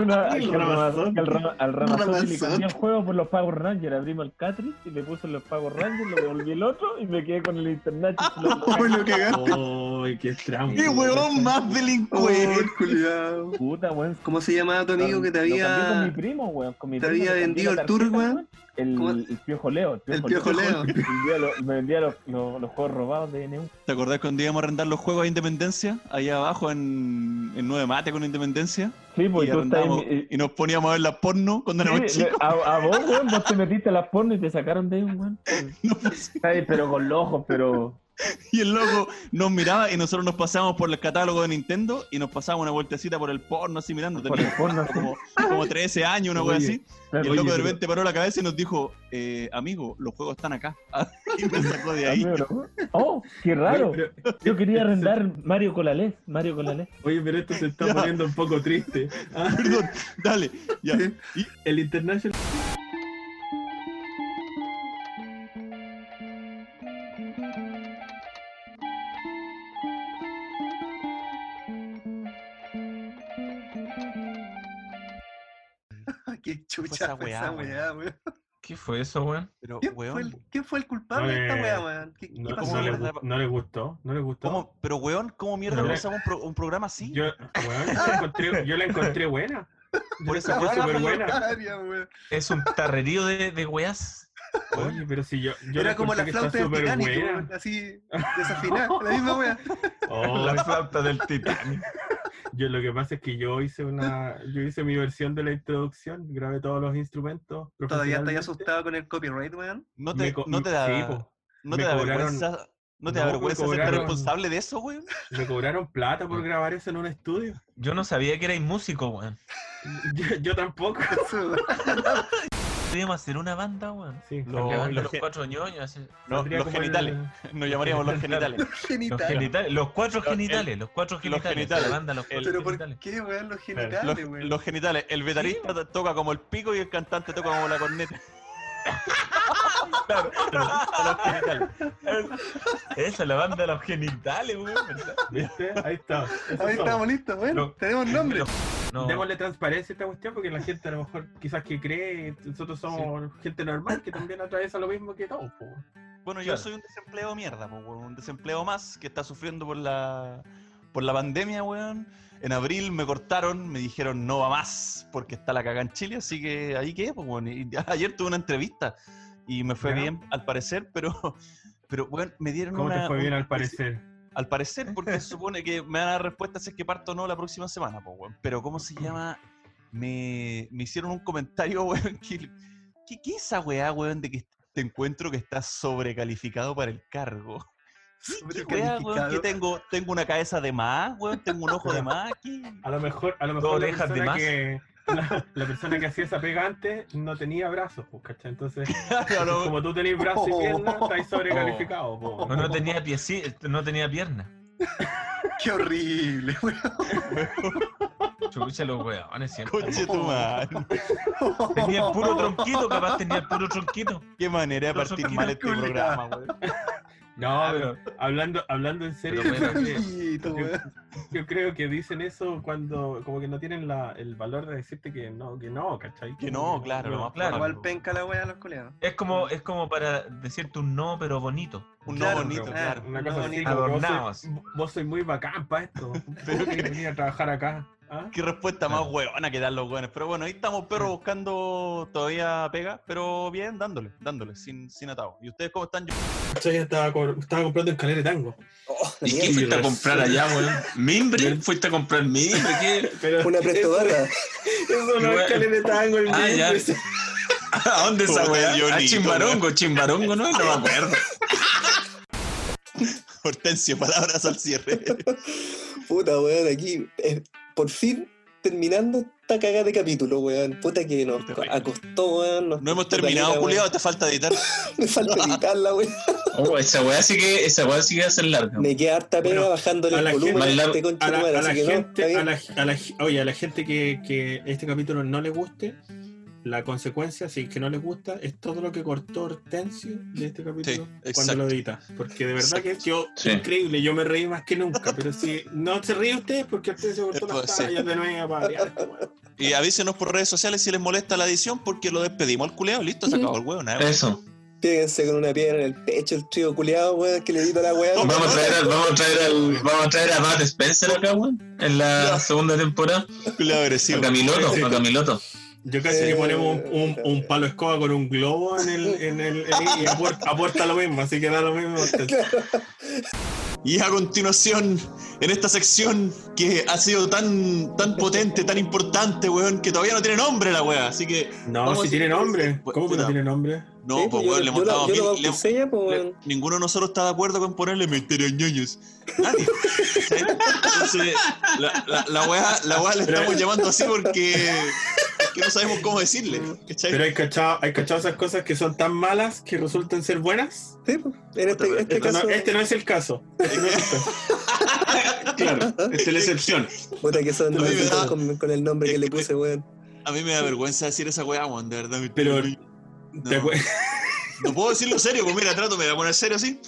S3: Una-
S5: El
S3: que al
S5: Ramazotti.
S3: Rama- al Rama- al Ramazotti le
S5: Ramazotti.
S3: cambié el juego por los Power Rangers. Abrimos el Catrix y le puse los Power Rangers, lo devolví el otro y me quedé con el internet.
S5: lo cagaste.
S2: ¡Ay, qué trampa!
S5: ¡Qué huevón más Oh.
S3: delincuente!
S5: Puta, ¿Cómo se llamaba tu amigo que te
S3: Lo cambié con mi
S5: había.
S3: primo, weón. Con mi
S5: te
S3: primo
S5: había
S3: le cambié
S5: vendido
S3: la
S5: el tour,
S3: tarjeta,
S5: weón?
S3: El, el Piojo Leo.
S5: El Piojo Leo.
S3: Me vendía, lo- me vendía los, los- los juegos robados de NU.
S1: ¿Te acordás cuando íbamos a arrendar los juegos a Independencia? Allá abajo en, en 9 Mate con Independencia.
S3: Sí, pues,
S1: y,
S3: tú estás
S1: arrendábamos-
S3: en-
S1: y nos poníamos a ver las porno cuando éramos
S3: Sí, le-
S1: chicos.
S3: a, a vos, weón, vos te metiste a las porno y te sacaron de ahí, weón. Ay, pero con los ojos, pero.
S1: Y el loco nos miraba y nosotros nos pasábamos por el catálogo de Nintendo y nos pasábamos una vueltecita por el porno así mirando. Teníamos como, como 13 años, una wea
S3: Oye,
S1: así.
S3: claro,
S1: y el loco
S3: oye,
S1: de
S3: pero-
S1: repente paró la cabeza y nos dijo, eh, amigo, los juegos están acá. y me sacó de ahí.
S3: ¡Oh! ¡Qué raro! Yo quería arrendar Mario Colalés. Mario Colalés.
S2: Oye, pero esto se está
S3: Ya.
S2: poniendo un poco triste. Ah,
S1: Perdón, dale. Ya.
S2: El International.
S5: Qué chucha
S14: Esa
S5: fue
S14: weá,
S5: esa
S14: weón.
S5: weá, weón.
S14: ¿Qué fue eso, weón?
S1: Pero,
S5: ¿Quién fue, el, quién fue el culpable de esta
S2: No,
S5: weá,
S2: eh,
S5: weón? ¿Qué, qué
S2: no,
S5: pasó?
S2: no le,
S5: weón?
S2: gu- no le gustó, no le gustó.
S1: Pero, weón, ¿cómo mierda
S2: Pero-
S1: lanzamos un, pro- un programa así?
S2: Yo, weón, yo la encontré, yo la encontré buena.
S1: Por
S2: esa
S1: esa
S2: fue
S1: weá,
S2: súper buena.
S5: Área, weón.
S14: Es un tarrerío de, de weas.
S2: Oye, pero si yo. yo
S5: Era como la
S2: encontré que está
S5: flauta del
S2: súper
S5: Titanic,
S2: buena.
S5: weón, así desafinada, la misma weá.
S2: Oh,
S14: La flauta del Titanic.
S2: Yo lo que pasa es que yo hice una, yo hice mi versión de la introducción, grabé todos los instrumentos.
S5: Todavía estoy
S2: profesionalmente.
S5: asustado con el copyright, weón.
S1: ¿No
S2: Me
S1: te,
S2: co-
S1: no te da,
S4: pues,
S2: sí, po.
S1: no
S2: Me
S1: te da
S2: cobraron-
S1: vergüenza, no te da
S2: No, me
S1: vergüenza
S2: cobraron-
S1: ser responsable Mm. de eso, weón?
S2: Me cobraron plata por grabar eso en un estudio.
S14: Yo no sabía que erais músico, weón.
S2: Yo, yo tampoco.
S14: Podríamos hacer una banda, weón.
S2: Sí,
S14: Los,
S4: Oh,
S1: saldría-
S14: los
S1: los-
S14: cuatro ñoños. así.
S1: No,
S14: Saldría
S1: los
S14: como el-
S1: genitales. Nos llamaríamos los genitales.
S14: Los genitales. Los genitales, los cuatro
S1: Los- el-
S14: genitales, los cuatro genitales,
S1: genitales.
S14: la banda, los cuatro
S5: Pero ¿por
S14: genitales.
S5: qué, weón, los
S1: Los,
S5: genitales, weón?
S1: los genitales. El vetarista toca como el pico y el cantante toca como la corneta. claro,
S14: Esa es la banda de los genitales, weón. ¿verdad?
S2: ¿Viste? Ahí está. Eso
S5: Ahí
S2: somos.
S5: estamos listos, bueno,
S2: Lo-
S5: tenemos nombre.
S14: No.
S2: Démosle transparencia a esta cuestión porque la gente a lo mejor quizás que cree, nosotros somos gente normal que también atraviesa lo mismo que todos. po.
S1: Bueno, yo
S2: Claro.
S1: soy un desempleo mierda, po, weón. un desempleo más que está sufriendo por la por la pandemia, weón. En abril me cortaron, me dijeron no va más porque está la cagada en Chile, así que ahí quedé, po, weón. Y ayer tuve una entrevista y me fue
S2: Ya.
S1: bien al parecer, pero pero weón, me dieron
S2: ¿Cómo
S1: una-
S2: te fue bien
S1: un-
S2: al parecer?
S1: al parecer, porque se supone que me van a dar respuesta si es que parto o no la próxima semana, po, weón. Pero, ¿cómo se llama? Me, me hicieron un comentario, weón, que... ¿Qué, qué es esa weá, weón, de que
S14: te encuentro que estás sobrecalificado para el cargo. Crea, weón, que tengo, tengo una cabeza de más, weón, tengo un ojo de más aquí.
S4: A lo mejor, a lo
S14: Dos
S4: mejor la
S14: orejas de
S4: persona
S14: más.
S4: que la, la persona que hacía esa pega antes no tenía brazos, pues, ¿cachai? Entonces, como tú tenés brazos y piernas, estáis sobrecalificados,
S2: O Oh. no tenía pie, sí, no tenía pierna.
S40: Qué horrible,
S2: weón. Chucha los weones siempre.
S14: Conche
S1: Oh.
S14: tu madre.
S2: Tenía el puro tronquito, capaz tenía el puro tronquito.
S14: Qué manera de partir mal este programa, weón.
S4: No, pero hablando, hablando en serio,
S14: Pero
S4: yo creo
S14: bueno.
S4: que-
S14: Maldito,
S4: yo,
S14: weón.
S4: yo creo que dicen eso cuando como que no tienen la, el valor de decirte que no, que no, ¿cachai?
S14: Que
S4: Como
S14: no, claro, lo más
S4: claro.
S40: Igual penca la wea a los coleados.
S2: Es como, es como para decirte un no, pero bonito.
S14: Un
S40: no Claro, bonito, claro. claro.
S4: Una cosa así, como que vos
S2: Adornados.
S4: sois, vos sois muy bacán para esto. Pero que venir a trabajar acá. ¿Ah?
S14: Qué respuesta más huevona que dan los hueones. Pero bueno, ahí estamos, perro,
S1: Mm.
S14: buscando todavía pega, pero bien, dándole, dándole, sin, sin atado. ¿Y ustedes cómo están? Yo-
S4: Yo ya estaba, cor- estaba comprando escalera de tango.
S12: ¿Y qué fuiste a comprar allá, weón? ¿Mimbre? ¿Fuiste a comprar mimbre? ¿Qué?
S5: Una prestadora.
S4: Eso no es escalera de tango, el
S12: Ah, ya.
S4: mimbre.
S12: ¿A dónde esa
S1: Pobre
S12: weá? Ah, A
S1: Dionito,
S12: Chimbarongo, Chimbarongo, ¿no? No me acuerdo.
S1: Hortensio, palabras al cierre.
S5: Puta, weón, aquí. eh, por fin terminando esta cagada de capítulo, weón. Puta que nos acostó, weón. nos-
S1: No hemos
S5: puta
S1: terminado,
S5: mira,
S1: culiado,
S5: weón.
S1: te falta editar.
S5: Me falta editarla, weón.
S12: Oh, esa weá sí que, esa weá sí que va a ser larga.
S5: Me queda harta pega
S12: Bueno,
S5: bajándole
S12: a
S5: el
S12: la
S5: volumen
S12: gente-
S5: a este conche
S4: a la,
S5: tu madre,
S4: a la
S5: así que no, está
S4: gente,
S5: bien.
S4: a la, a la- oye, a la gente que, que este capítulo no le guste, la consecuencia, si es que no les gusta, es todo lo que cortó Hortensio de este capítulo cuando
S1: exacto.
S4: lo edita. Porque de verdad que quedó
S1: Sí.
S4: increíble, yo me reí más que nunca. Pero si no se ríe usted, porque Hortensio cortó las
S1: Pues, sí.
S4: tallas de nueva para
S1: Y avísenos por redes sociales si les molesta la edición porque lo despedimos al culeado. Listo, se acabó el huevo.
S12: Eh,
S1: nada más.
S5: Píguense con una piedra en el pecho, el trío culiado, weón, que le edita la weá.
S12: Vamos a traer al, vamos a traer al, vamos a traer a Matt Spencer acá, weón, en la segunda temporada.
S1: agresivo.
S12: A Camiloto, a Camiloto.
S4: Yo casi que ponemos un, un-
S5: Eh,
S4: un palo escoba con un globo en el, en el- en- y aporta, aporta lo mismo, así que da lo mismo.
S1: Y a continuación, en esta sección que ha sido tan, tan potente, tan importante, weón, que todavía no tiene nombre la wea. Así que.
S4: No,
S1: vamos a
S4: si tiene
S1: decir-
S4: nombre. ¿Cómo que no tiene nombre?
S1: No, pues, weón, le hemos dado mil- le- le- Ninguno de nosotros está de acuerdo con ponerle misterio ñoños. Nadie. Entonces, la, la, la weá, la weá le
S4: Pero-
S1: estamos llamando así porque, porque no sabemos cómo decirle. ¿cachai?
S4: Pero hay cachado, hay cachado esas cosas que son tan malas que resultan ser buenas.
S5: Sí, pues, en
S4: este,
S5: caso-
S4: no, este no es el caso. Este no es el caso. claro, esta es la excepción.
S5: Puta que son
S1: A mí me
S5: malditos
S1: da-
S5: con, con el nombre que le puse, weón.
S1: A mí me da vergüenza decir esa weá, weón, de verdad.
S4: Pero.
S1: No, No puedo decirlo serio, pues mira, trato, me voy a poner serio así.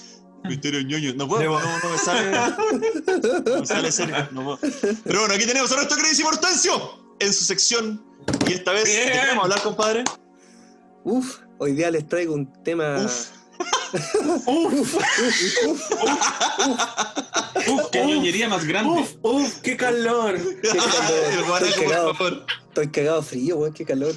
S1: Misterio ñoño. No puedo,
S4: Debo-
S1: no, no me sale. No me sale serio. no puedo. Pero bueno, aquí tenemos a nuestro queridísimo Hortensio en su sección. Y esta vez, ¿de qué vamos a hablar, compadre?
S5: Uf, hoy día les traigo un tema. Uf. uf, uf, uf,
S4: Uf, qué ñoñería más grande. Uf, uf, qué calor.
S5: Qué calor.
S4: El guanaco,
S5: Estoy
S4: por
S5: cagado. Estoy cagado frío, weón, qué calor.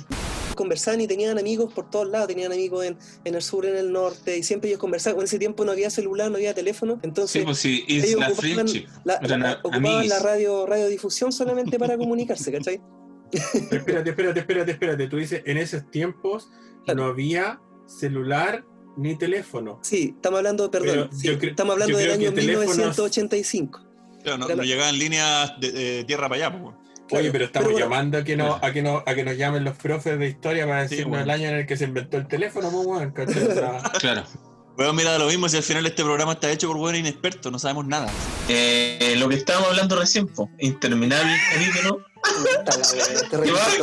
S5: Conversaban y tenían amigos por todos lados, tenían amigos en, en el sur, en el norte, y siempre ellos conversaban. En ese tiempo no había celular, no había teléfono, entonces
S12: Sí, pues sí,
S5: ellos
S12: Isla
S5: ocupaban,
S12: Friendship.
S5: la,
S12: Eran
S5: la-
S12: a-
S5: ocupaban
S12: amiguis.
S5: la radio, radiodifusión solamente para comunicarse, ¿cachai?
S4: Espérate, espérate, espérate, espérate. Tú dices, en esos tiempos no había celular ni teléfono.
S5: Sí, estamos hablando, perdón,
S4: Pero
S5: sí,
S4: yo cre-
S5: estamos hablando
S4: yo
S5: del
S4: creo que
S5: año
S4: teléfonos-
S5: 1985.
S1: Claro, no, no llegaban líneas de, de tierra para allá, pues. weón.
S4: Oye, pero estamos llamando a que, no, a, que no, a que nos llamen los profes de historia para decirnos el año en el que se inventó el teléfono, pues, weón, ¿cachai? O sea,
S1: Claro. Bueno, mira, da lo mismo si al final este programa está hecho por buenos inexpertos, no sabemos nada.
S12: Eh, eh, lo que estábamos hablando recién, po, interminable capítulo. ¿Qué más?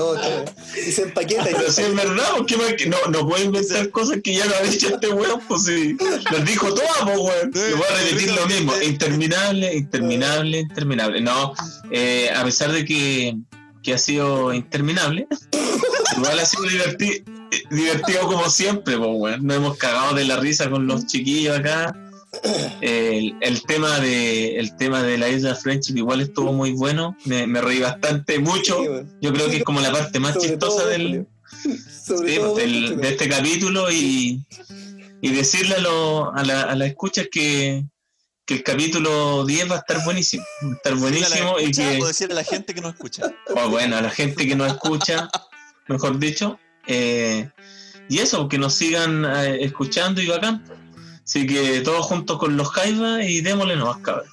S5: Y se empaqueta.
S12: Pero si es verdad, ¿por qué más que- no, no puede inventar cosas que ya lo ha dicho este weón, pues sí. Las dijo todas, pues weón. Le voy a repetir lo mismo. Interminable, interminable, interminable. No, eh, a pesar de que, que ha sido interminable, igual ha sido diverti- eh, divertido como siempre, pues weón. Nos hemos cagado de la risa con los chiquillos acá. El, el tema de el tema de la isla Friendship igual estuvo muy bueno me, me reí bastante mucho yo creo que es como la parte más
S5: Sobre
S12: chistosa
S5: todo,
S12: del,
S5: Sobre
S12: Sí,
S5: todo,
S12: del-
S5: Pancho,
S12: de este capítulo y, y decirle a, lo- a la, a las escuchas que, que el capítulo 10 va a estar buenísimo. Va a estar buenísimo y
S1: Escucha,
S12: que,
S1: O decirle a la gente que no escucha.
S12: o bueno, a la gente que no escucha, mejor dicho, eh,
S3: Y eso, que nos sigan eh, escuchando y bacán. Así que todos juntos con los Jaivas y démosle nomás, cabrón.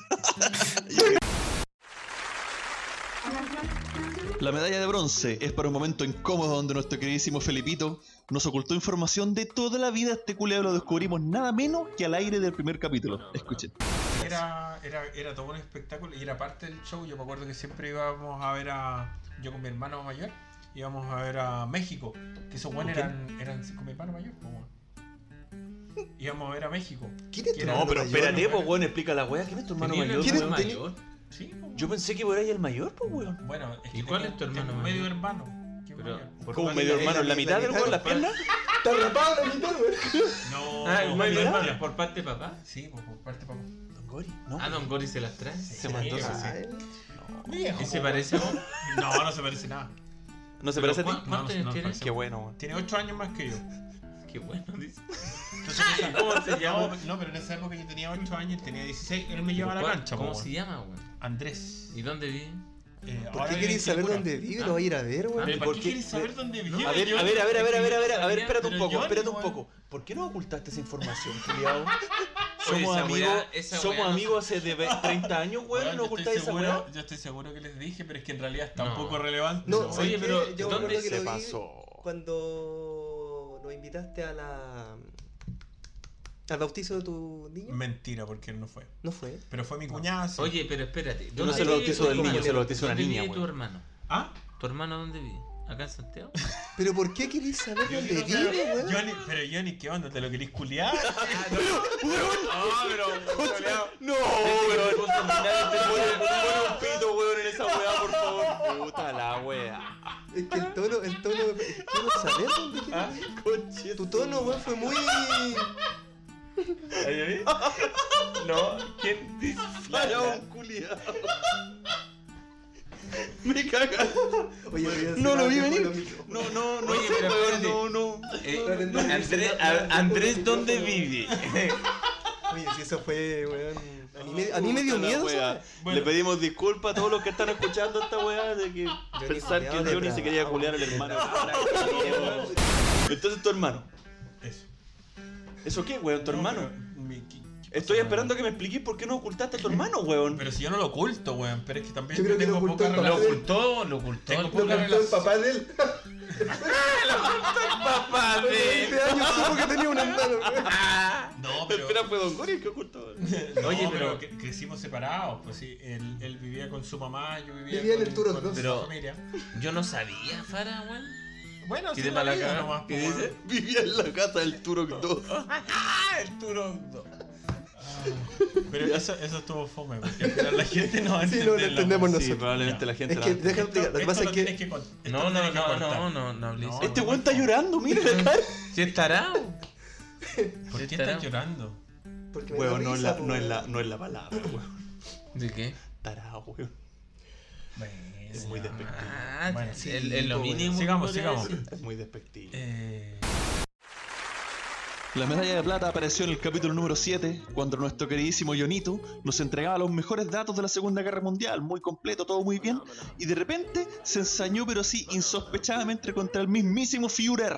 S1: La medalla de bronce es para un momento incómodo donde nuestro queridísimo Felipito nos ocultó información de toda la vida. Este culeo lo descubrimos nada menos que al aire del primer capítulo. Escuchen.
S2: Era, era, era todo un espectáculo y era parte del show. Yo me acuerdo que siempre íbamos a ver a. Yo con mi hermano mayor íbamos a ver a México. Que esos buenos ¿Con eran, eran con mi hermano mayor. po, weón. Íbamos a ver a México. Que era-
S14: No, pero
S2: que era-
S14: espérate, pues, weón, explica la weá. ¿Quién es tu hermano
S2: Tenía el
S14: mayor?
S2: hermano
S14: weón?
S2: mayor.
S14: Yo pensé que por ahí el mayor, pues, weón.
S2: Bueno, es que
S14: ¿Y cuál
S2: tengo-
S14: es tu hermano
S2: tengo un
S14: mayor?
S2: medio hermano. que es mayor.
S14: ¿Cómo un medio hermano en la mitad del weón? ¿Las piernas?
S5: Está rapado la mitad, güey.
S2: No,
S41: Ah, el
S2: no,
S41: medio
S2: no,
S41: hermano.
S2: no.
S41: ¿Por parte de papá?
S2: Sí, pues, por, por parte de papá.
S14: Don Gori.
S41: Ah, Don Gori se las trae.
S14: Se mandó
S41: sí.
S14: su-
S41: ¿Y se parece a vos?
S2: No, no se parece nada.
S14: ¿No se
S2: Pero
S14: parece a ti?
S2: ¿cuán- ¿Cuántos años tiene?
S14: Qué bueno, weón.
S2: Tiene 8 años más que yo.
S41: Qué bueno, dice.
S2: Entonces, esa-
S41: ¿Cómo se llama?
S2: No, no, pero en esa época yo tenía 8 años, tenía 16, él me
S41: Pero
S2: llevaba a la
S41: ¿cuál-
S2: cancha.
S41: ¿Cómo
S2: po,
S41: se
S2: weón.
S41: llama, güey?
S2: Andrés.
S41: ¿Y dónde vive?
S2: Eh,
S41: ¿Por
S5: ¿Por
S2: ahora vive
S5: qué
S2: en
S5: quieres saber
S2: Quilicura.
S5: dónde vive?
S41: Ah.
S5: Lo va a ir a ver,
S41: Ah,
S5: güey.
S41: ¿pero ¿Por qué quieres saber dónde vive?
S14: A ver,
S41: Yo-
S14: a ver, a ver, a ver, a ver, a ver, a ver,
S41: Sabía,
S14: espérate un
S41: pero
S14: poco,
S41: yo
S14: espérate
S41: ni,
S14: un
S41: weón.
S14: poco. ¿Por qué no ocultaste esa información, culiao?
S41: Oye,
S14: Somos
S41: esa
S14: amigos,
S41: weá- esa weá
S14: somos
S41: no-
S14: amigos hace de ve- 30 años,
S41: Weón,
S14: weón, no
S41: yo estoy
S14: ocultáis esa
S41: seguro-
S14: weá.
S2: Yo estoy seguro que les dije, pero es que en realidad es tan poco relevante.
S5: No, ¿sabes
S41: Oye,
S5: qué?
S41: pero
S5: yo me
S41: ¿dónde
S5: acuerdo que
S41: se
S5: lo vi
S41: pasó?
S5: Cuando nos invitaste a la... al bautizo de tu niño.
S2: Mentira, porque él no fue.
S5: No fue.
S2: Pero fue mi cuñada. sí.
S41: Oye, pero espérate.
S14: Yo no sé lo bautizo del niño, sé lo bautizo de una
S41: ¿Dónde
S14: niña,
S41: vive tu
S14: weón.
S41: hermano?
S2: ¿Ah?
S41: ¿Tu hermano dónde vive? ¿Acá en Santiago?
S5: ¿Pero por qué querés saber
S41: Yo
S5: dónde
S41: quiero saber-
S5: vive, güey?
S2: Johnny, pero Johnny, ¿qué onda? ¿Te lo querés culiar?
S14: Ah, No, weón. Pon un pito, weón, en esa weá, por favor. Puta la weá.
S5: Es que el tono, el tono... Quiero saber dónde vive.
S14: Ah,
S5: Tu tono, güey, fue muy...
S2: No, ¿quién dice?
S5: Faraón
S14: culiao.
S5: Me caga. Oye, voy a hacer
S14: No lo vi
S5: algo
S14: venir.
S5: con lo mismo.
S14: No, no, no,
S41: Oye,
S14: sé,
S41: pero
S14: weón,
S41: espérate.
S14: no, no.
S41: Eh,
S5: No, no, no,
S41: Andrés,
S5: no, no, no,
S41: a- Andrés, ¿dónde
S5: no, no.
S41: vive?
S5: Oye, si eso fue, weón. A mí me, a mí me dio
S14: Puta la
S5: miedo,
S14: weá.
S5: ¿sabes?
S14: Le pedimos disculpas a todos los que están escuchando esta weá de que pensar
S5: culiao
S14: que Johnny se
S5: depravado.
S14: quería culiar al hermano. Entonces tu hermano.
S2: Eso.
S14: ¿Eso qué, weón? ¿Tu hermano?
S2: Mi- ¿qué-
S14: Estoy esperando que me expliques por qué no ocultaste a tu hermano, weón.
S2: Pero si yo no lo oculto, weón. Pero es que también
S5: Yo creo que
S2: tengo
S5: lo ocultó
S2: poca
S5: el papá
S41: Lo
S5: de él.
S41: ocultó, lo ocultó.
S5: Lo
S41: Tengo poca
S5: contó el
S41: relación.
S5: papá de él.
S41: Papá de-
S5: 20 años Este supo que tenía un hermano, weón.
S2: No, pero.
S14: Espera, Ah, fue Don Gori el que ocultó.
S2: No,
S41: Oye,
S2: pero
S41: pero-
S2: cre- crecimos separados. Pues sí, él, él vivía con su mamá, yo vivía,
S5: Vivía en
S2: con,
S5: el Turos
S2: con
S5: dos.
S2: su
S41: Pero-
S2: familia.
S41: Yo no sabía, Fara, weón.
S2: Bueno,
S41: Y
S2: sí,
S41: de
S2: la vida
S41: Malacá,
S2: nomás,
S41: ¿qué
S2: pues,
S41: dice?
S42: weón.
S14: Vivía en la casa del Turok 2.
S2: ¡Ah! El Turok 2. Pero eso, eso estuvo fome, porque al final la
S14: este
S2: gente no
S5: Sí,
S2: entiende.
S5: no lo entendemos
S14: Sí,
S5: nosotros.
S14: probablemente la gente
S5: Es
S14: la-
S5: que, déjame explicar, lo que pasa es que.
S41: No, no, no, no, no, no, hablé eso.
S14: Este weón está llorando, mira la cara.
S41: ¿Sí estará?
S2: ¿Por qué
S41: estará?
S2: estás llorando?
S5: Porque me da
S14: Weón, no es
S5: risa,
S14: la, no es
S5: weón.
S14: la, no es la palabra, weón.
S41: ¿De qué?
S14: Tarao, weón.
S2: Es
S14: muy despectivo.
S41: Ah,
S2: Bueno, pues,
S41: sí, el, el lo
S14: weón.
S41: mínimo.
S2: Sigamos,
S41: que
S2: sigamos.
S41: podría decir.
S14: Es muy despectivo.
S1: Eh, La medalla de plata apareció en el capítulo número 7, cuando nuestro queridísimo Jonito nos entregaba los mejores datos de la Segunda Guerra Mundial, muy completo, todo muy bien, y de repente se ensañó, pero sí, insospechadamente contra el mismísimo Führer.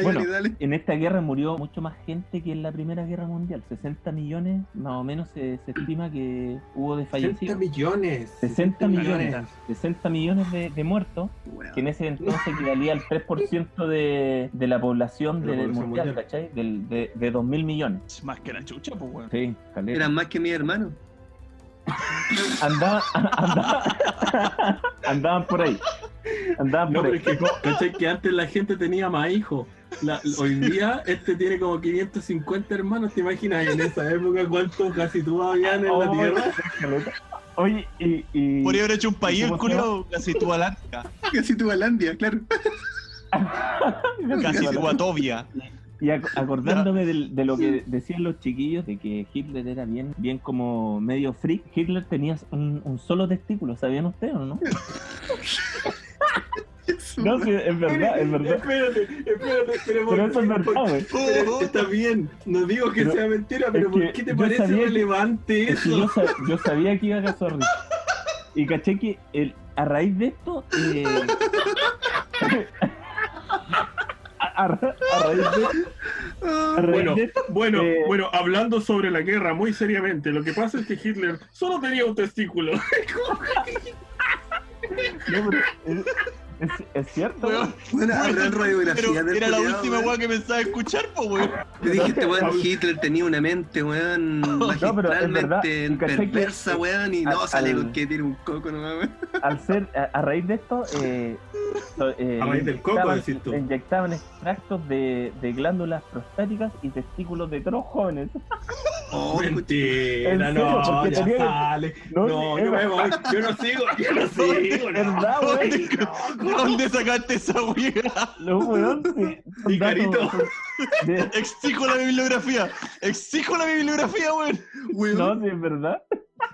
S43: Bueno, en esta guerra murió mucho más gente que en la Primera Guerra Mundial. 60 millones, más o menos, se, se estima que hubo de
S44: 60
S43: fallecidos.
S44: millones.
S43: 60 millones,
S44: millones.
S43: 60 millones de, de muertos, que en ese entonces equivalía al 3% de, de la población
S44: De la
S43: del
S44: población
S43: mundial,
S44: mundial.
S43: ¿cachai? Del- de, de 2.000 millones.
S45: Más que la chucha, pues, weón.
S43: Sí, caleta.
S46: Eran más que mi hermano.
S43: Andaba- andaba- andaban por ahí. Andaban
S4: No,
S43: por
S4: pero
S43: ahí.
S4: es que, co- ¿cachai? que antes la gente tenía más hijos. La- hoy día este tiene como 550 hermanos. ¿Te imaginas en esa época cuántos casi tú habían en la
S43: Oh,
S4: tierra?
S43: caleta. Oye, y. y-
S45: Podría haber hecho un país,
S43: ¿y
S45: el
S43: cómo se llama?
S45: culo. Casi tu Atlántica.
S46: Casi tu Galandia, claro.
S45: Casi tu Atovia.
S43: Y ac- acordándome del- de lo que decían los chiquillos, de que Hitler era bien, bien como medio freak, Hitler tenía un, un solo testículo, ¿sabían ustedes o no? No, sí, es verdad, es verdad.
S4: Espérate, espérate, pero,
S43: Pero eso es verdad, güey.
S5: Oh,
S4: Pero Está bien, no digo que
S43: Pero
S4: sea mentira,
S43: es
S4: pero
S43: que
S4: ¿por qué te
S43: yo
S4: parece
S43: sabía que-
S4: relevante
S43: Es que
S4: eso?
S43: yo, sa- yo sabía que iba a casar Y caché que el, a raíz de esto. eh, a,
S47: a, ra- a raíz de-
S4: Bueno, bueno, bueno, hablando sobre la guerra muy seriamente, lo que pasa es que Hitler solo tenía un testículo.
S48: No, pero es, es- es cierto.
S5: Bueno, habrá radiografía
S14: Pero
S5: del
S14: Era la
S5: culiao,
S14: última
S5: weón.
S14: weá que pensaba escuchar, po, weón.
S5: Te dije, este weón Hitler tenía una mente, weón, magistralmente
S3: ¿y cachai que-
S5: perversa, weón, y no
S3: al-
S5: sale
S3: al-
S5: con que tiene un coco nomás, weón.
S3: Al ser, a, a raíz de esto, eh, so- eh,
S4: A raíz del coco,
S3: inyectaban-
S4: decís tú.
S3: inyectaban extractos de, de glándulas prostáticas y testículos de toros jóvenes.
S5: Oh,
S4: Oh, Mentira,
S3: ¿En serio?
S4: no,
S3: Porque
S4: ya
S3: tenía-
S4: sale. No,
S3: no,
S4: yo
S3: era-
S4: me voy, yo no sigo, yo no sigo.
S3: ¿Verdad, güey?
S14: ¿Dónde sacaste esa weá?
S3: No, weón.
S14: Picarito. Exijo la bibliografía. Exijo la bibliografía, weón.
S3: No, sí, es verdad.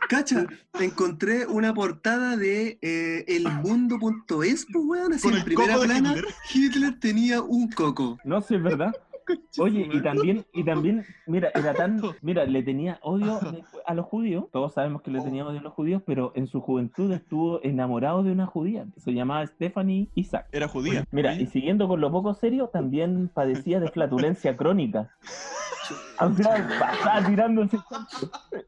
S5: Cacha, encontré una portada de eh, elmundo.es, pues, weón, así
S3: Con
S5: en
S3: el
S5: primera
S3: coco de
S5: plana. Hitler tenía un coco.
S3: No, sí, es verdad. Oye, y también, y también, mira, era tan, mira, le tenía odio a los judíos, todos sabemos que le tenía odio a los judíos, pero en su juventud estuvo enamorado de una judía, se llamaba Stephanie Isaac.
S14: Era judía.
S3: Mira, y siguiendo con lo poco serio, también padecía de flatulencia crónica. O sea, pasaba tirándose.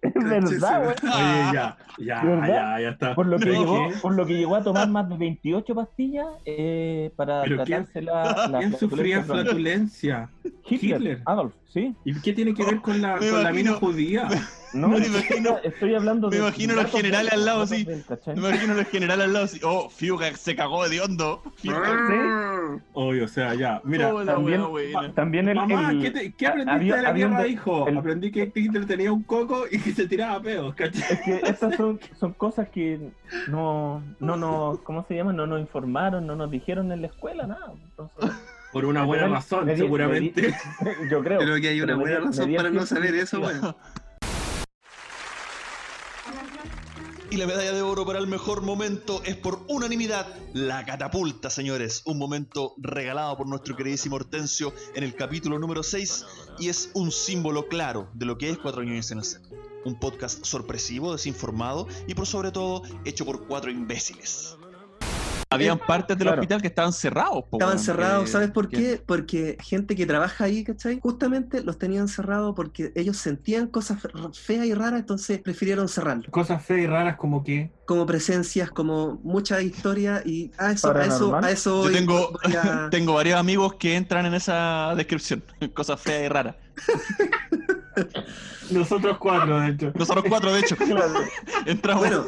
S3: Es verdad, güey.
S4: Oye, ya, ya,
S3: ¿Verdad?
S4: ya, ya está.
S3: Por lo, que
S4: ¿Sabes
S3: llegó,
S4: qué?
S3: por lo que llegó a tomar más de 28 pastillas eh, para
S4: ¿Pero quién,
S3: tratarse la, la
S4: quién sufría
S3: crónica.
S4: flatulencia?
S3: Hitler, Adolf, ¿sí.
S4: ¿Y qué tiene que ver con la,
S3: Me
S4: con la mina
S3: imagino-
S4: judía?
S3: No,
S4: Me
S14: imagino-
S3: estoy hablando
S14: Me
S3: de.
S14: imagino los
S3: datos
S14: generales al lado,
S3: datos
S14: sí.
S3: del, ¿cachai?
S14: Me imagino los generales al lado, sí. Oh, Fiuga se cagó de hondo.
S4: Oye, o sea, ya, mira,
S14: Hola,
S4: también,
S14: buena, buena.
S3: también el-
S4: Mamá,
S3: el-
S4: ¿qué, te- qué
S3: a-
S4: aprendiste
S3: había-
S4: de la
S3: había un
S4: guerra,
S3: de-
S4: hijo?
S3: el-
S4: Aprendí que Hitler tenía un coco y que se tiraba pedos, ¿cachai?
S3: Es que estas son, son cosas que no, no nos, ¿cómo se llama? No nos informaron, no nos dijeron en la escuela, nada. Entonces,
S4: Por una buena
S3: me-
S4: razón,
S3: me di-
S4: seguramente.
S3: me di- yo creo.
S5: Creo que hay una
S3: Pero me
S5: buena
S3: di- me
S5: razón
S3: di el
S5: para no
S3: tiempo
S5: saber
S3: de
S5: eso,
S3: investigar.
S5: weón.
S1: Y la medalla de oro para el mejor momento es por unanimidad la catapulta, señores. Un momento regalado por nuestro queridísimo Hortensio en el capítulo número 6 y es un símbolo claro de lo que es Cuatro Ñoños en el Set. Un podcast sorpresivo, desinformado y por sobre todo hecho por cuatro imbéciles.
S14: Habían partes del
S1: Claro.
S14: hospital que estaban cerrados, po,
S5: Estaban
S14: weón,
S5: cerrados,
S14: que-
S5: ¿sabes por
S14: que-
S5: qué? Porque gente que trabaja ahí, ¿cachai? Justamente los tenían cerrados porque ellos sentían cosas fe- feas y raras, entonces prefirieron cerrarlo.
S49: Cosas feas y raras como que.
S5: Como presencias, como muchas historias y a eso, a eso, a eso
S14: Yo
S5: voy-
S14: tengo,
S5: voy a-
S14: tengo varios amigos que entran en esa descripción. Cosas feas y raras.
S49: Nosotros cuatro, de hecho.
S14: Nosotros cuatro, de hecho. Entramos
S5: Bueno,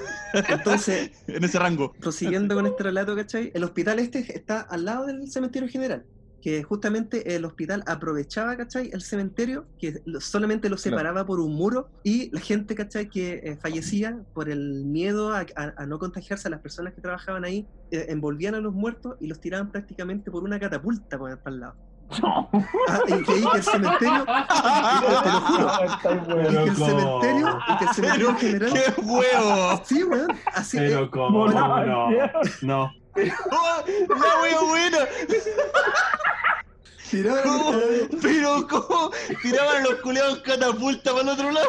S5: entonces,
S14: en ese rango.
S5: prosiguiendo con este relato, ¿cachai? El hospital este está al lado del cementerio general, que justamente el hospital aprovechaba, ¿cachai? El cementerio, que lo- solamente lo
S3: Claro.
S5: separaba por un muro, y la gente, ¿cachai? Que eh, fallecía por el miedo a, a- a no contagiarse a las personas que trabajaban ahí, eh, envolvían a los muertos y los tiraban prácticamente por una catapulta por- para el lado. Ah, y que ahí que el cementerio, te lo juro, y que el cementerio, y que el cementerio en general.
S14: ¡Qué huevo!
S5: Sí, weón, así
S49: Pero
S5: eh,
S49: como. No, no.
S14: ¡La wea buena! ¿Cómo?
S5: eh,
S14: ¿Pero cómo? Tiraban a los culeados en catapulta para el otro lado.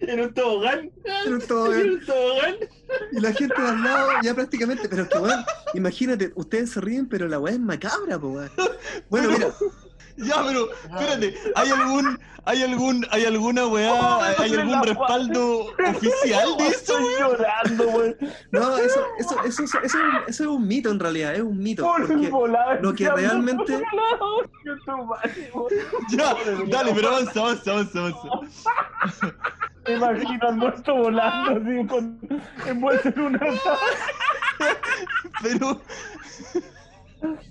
S4: Era un tobogán.
S5: Era un tobogán. Y la gente de al lado ya prácticamente, pero es que weón, imagínate, ustedes se ríen, pero la weá es macabra, po weón. Bueno, mira,
S14: Ya, pero espérate, ¿hay algún, hay algún, hay alguna weá, hay algún respaldo oficial de eso, weón?
S3: llorando, weón.
S5: No, eso, eso, eso, eso, eso es un- eso es un mito en realidad, es un mito. porque lo que realmente.
S14: Ya, dale, pero avanza, avanza, avanza, avanza.
S3: Me imagino al muerto volando así con envuelto en una
S14: Pero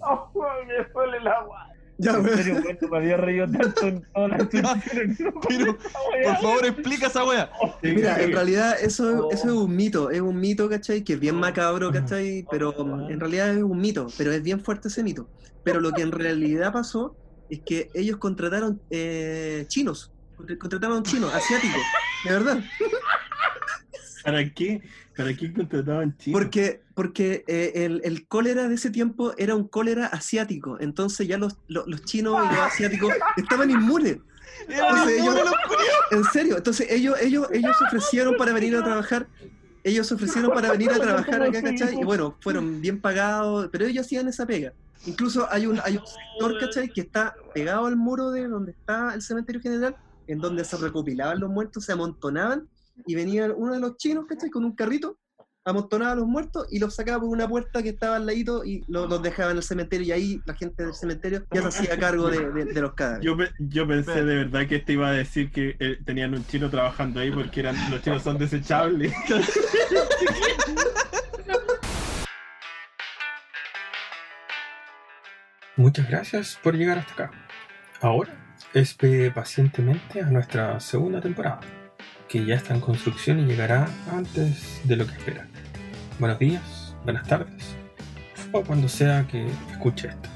S3: oh, weón, me duele el agua.
S5: Ya,
S3: en serio, weón, me había reído tanto en toda la
S14: Pero, por favor, explica esa weá.
S5: Mira,
S3: eh,
S5: en realidad eso,
S3: oh.
S5: eso es un mito, es un mito, ¿cachai? Que es bien macabro, ¿cachai? Pero
S3: Oh,
S5: um, en realidad es un mito, pero es bien fuerte ese mito. Pero lo que en realidad pasó es que ellos contrataron eh, chinos, contra- contrataron chinos, asiáticos, de verdad.
S4: ¿Para qué? ¿Para qué contrataban chinos?
S5: Porque, porque eh, el, el cólera de ese tiempo era un cólera asiático, entonces ya los, los, los chinos y los asiáticos estaban inmunes. Entonces ellos- en serio, entonces ellos, ellos, ellos se ofrecieron para venir a trabajar, ellos se ofrecieron para venir a trabajar acá, ¿cachai? Y bueno, fueron bien pagados, pero ellos hacían esa pega. Incluso hay un, hay un sector, ¿cachai? Que está pegado al muro de donde está el cementerio general, en donde se recopilaban los muertos, se amontonaban, y venía uno de los chinos, ¿cachai? Con un carrito, amontonaba a los muertos y los sacaba por una puerta que estaba al ladito y lo- los dejaba en el cementerio, y ahí la gente del cementerio ya se hacía cargo de, de- de los cadáveres.
S4: Yo, pe- yo pensé de verdad que este iba a decir que eh, tenían un chino trabajando ahí porque eran, los chinos son desechables.
S2: Muchas gracias por llegar hasta acá. Ahora, espere pacientemente a nuestra segunda temporada, que ya está en construcción y llegará antes de lo que esperan. Buenos días, buenas tardes, o cuando sea que escuche esto.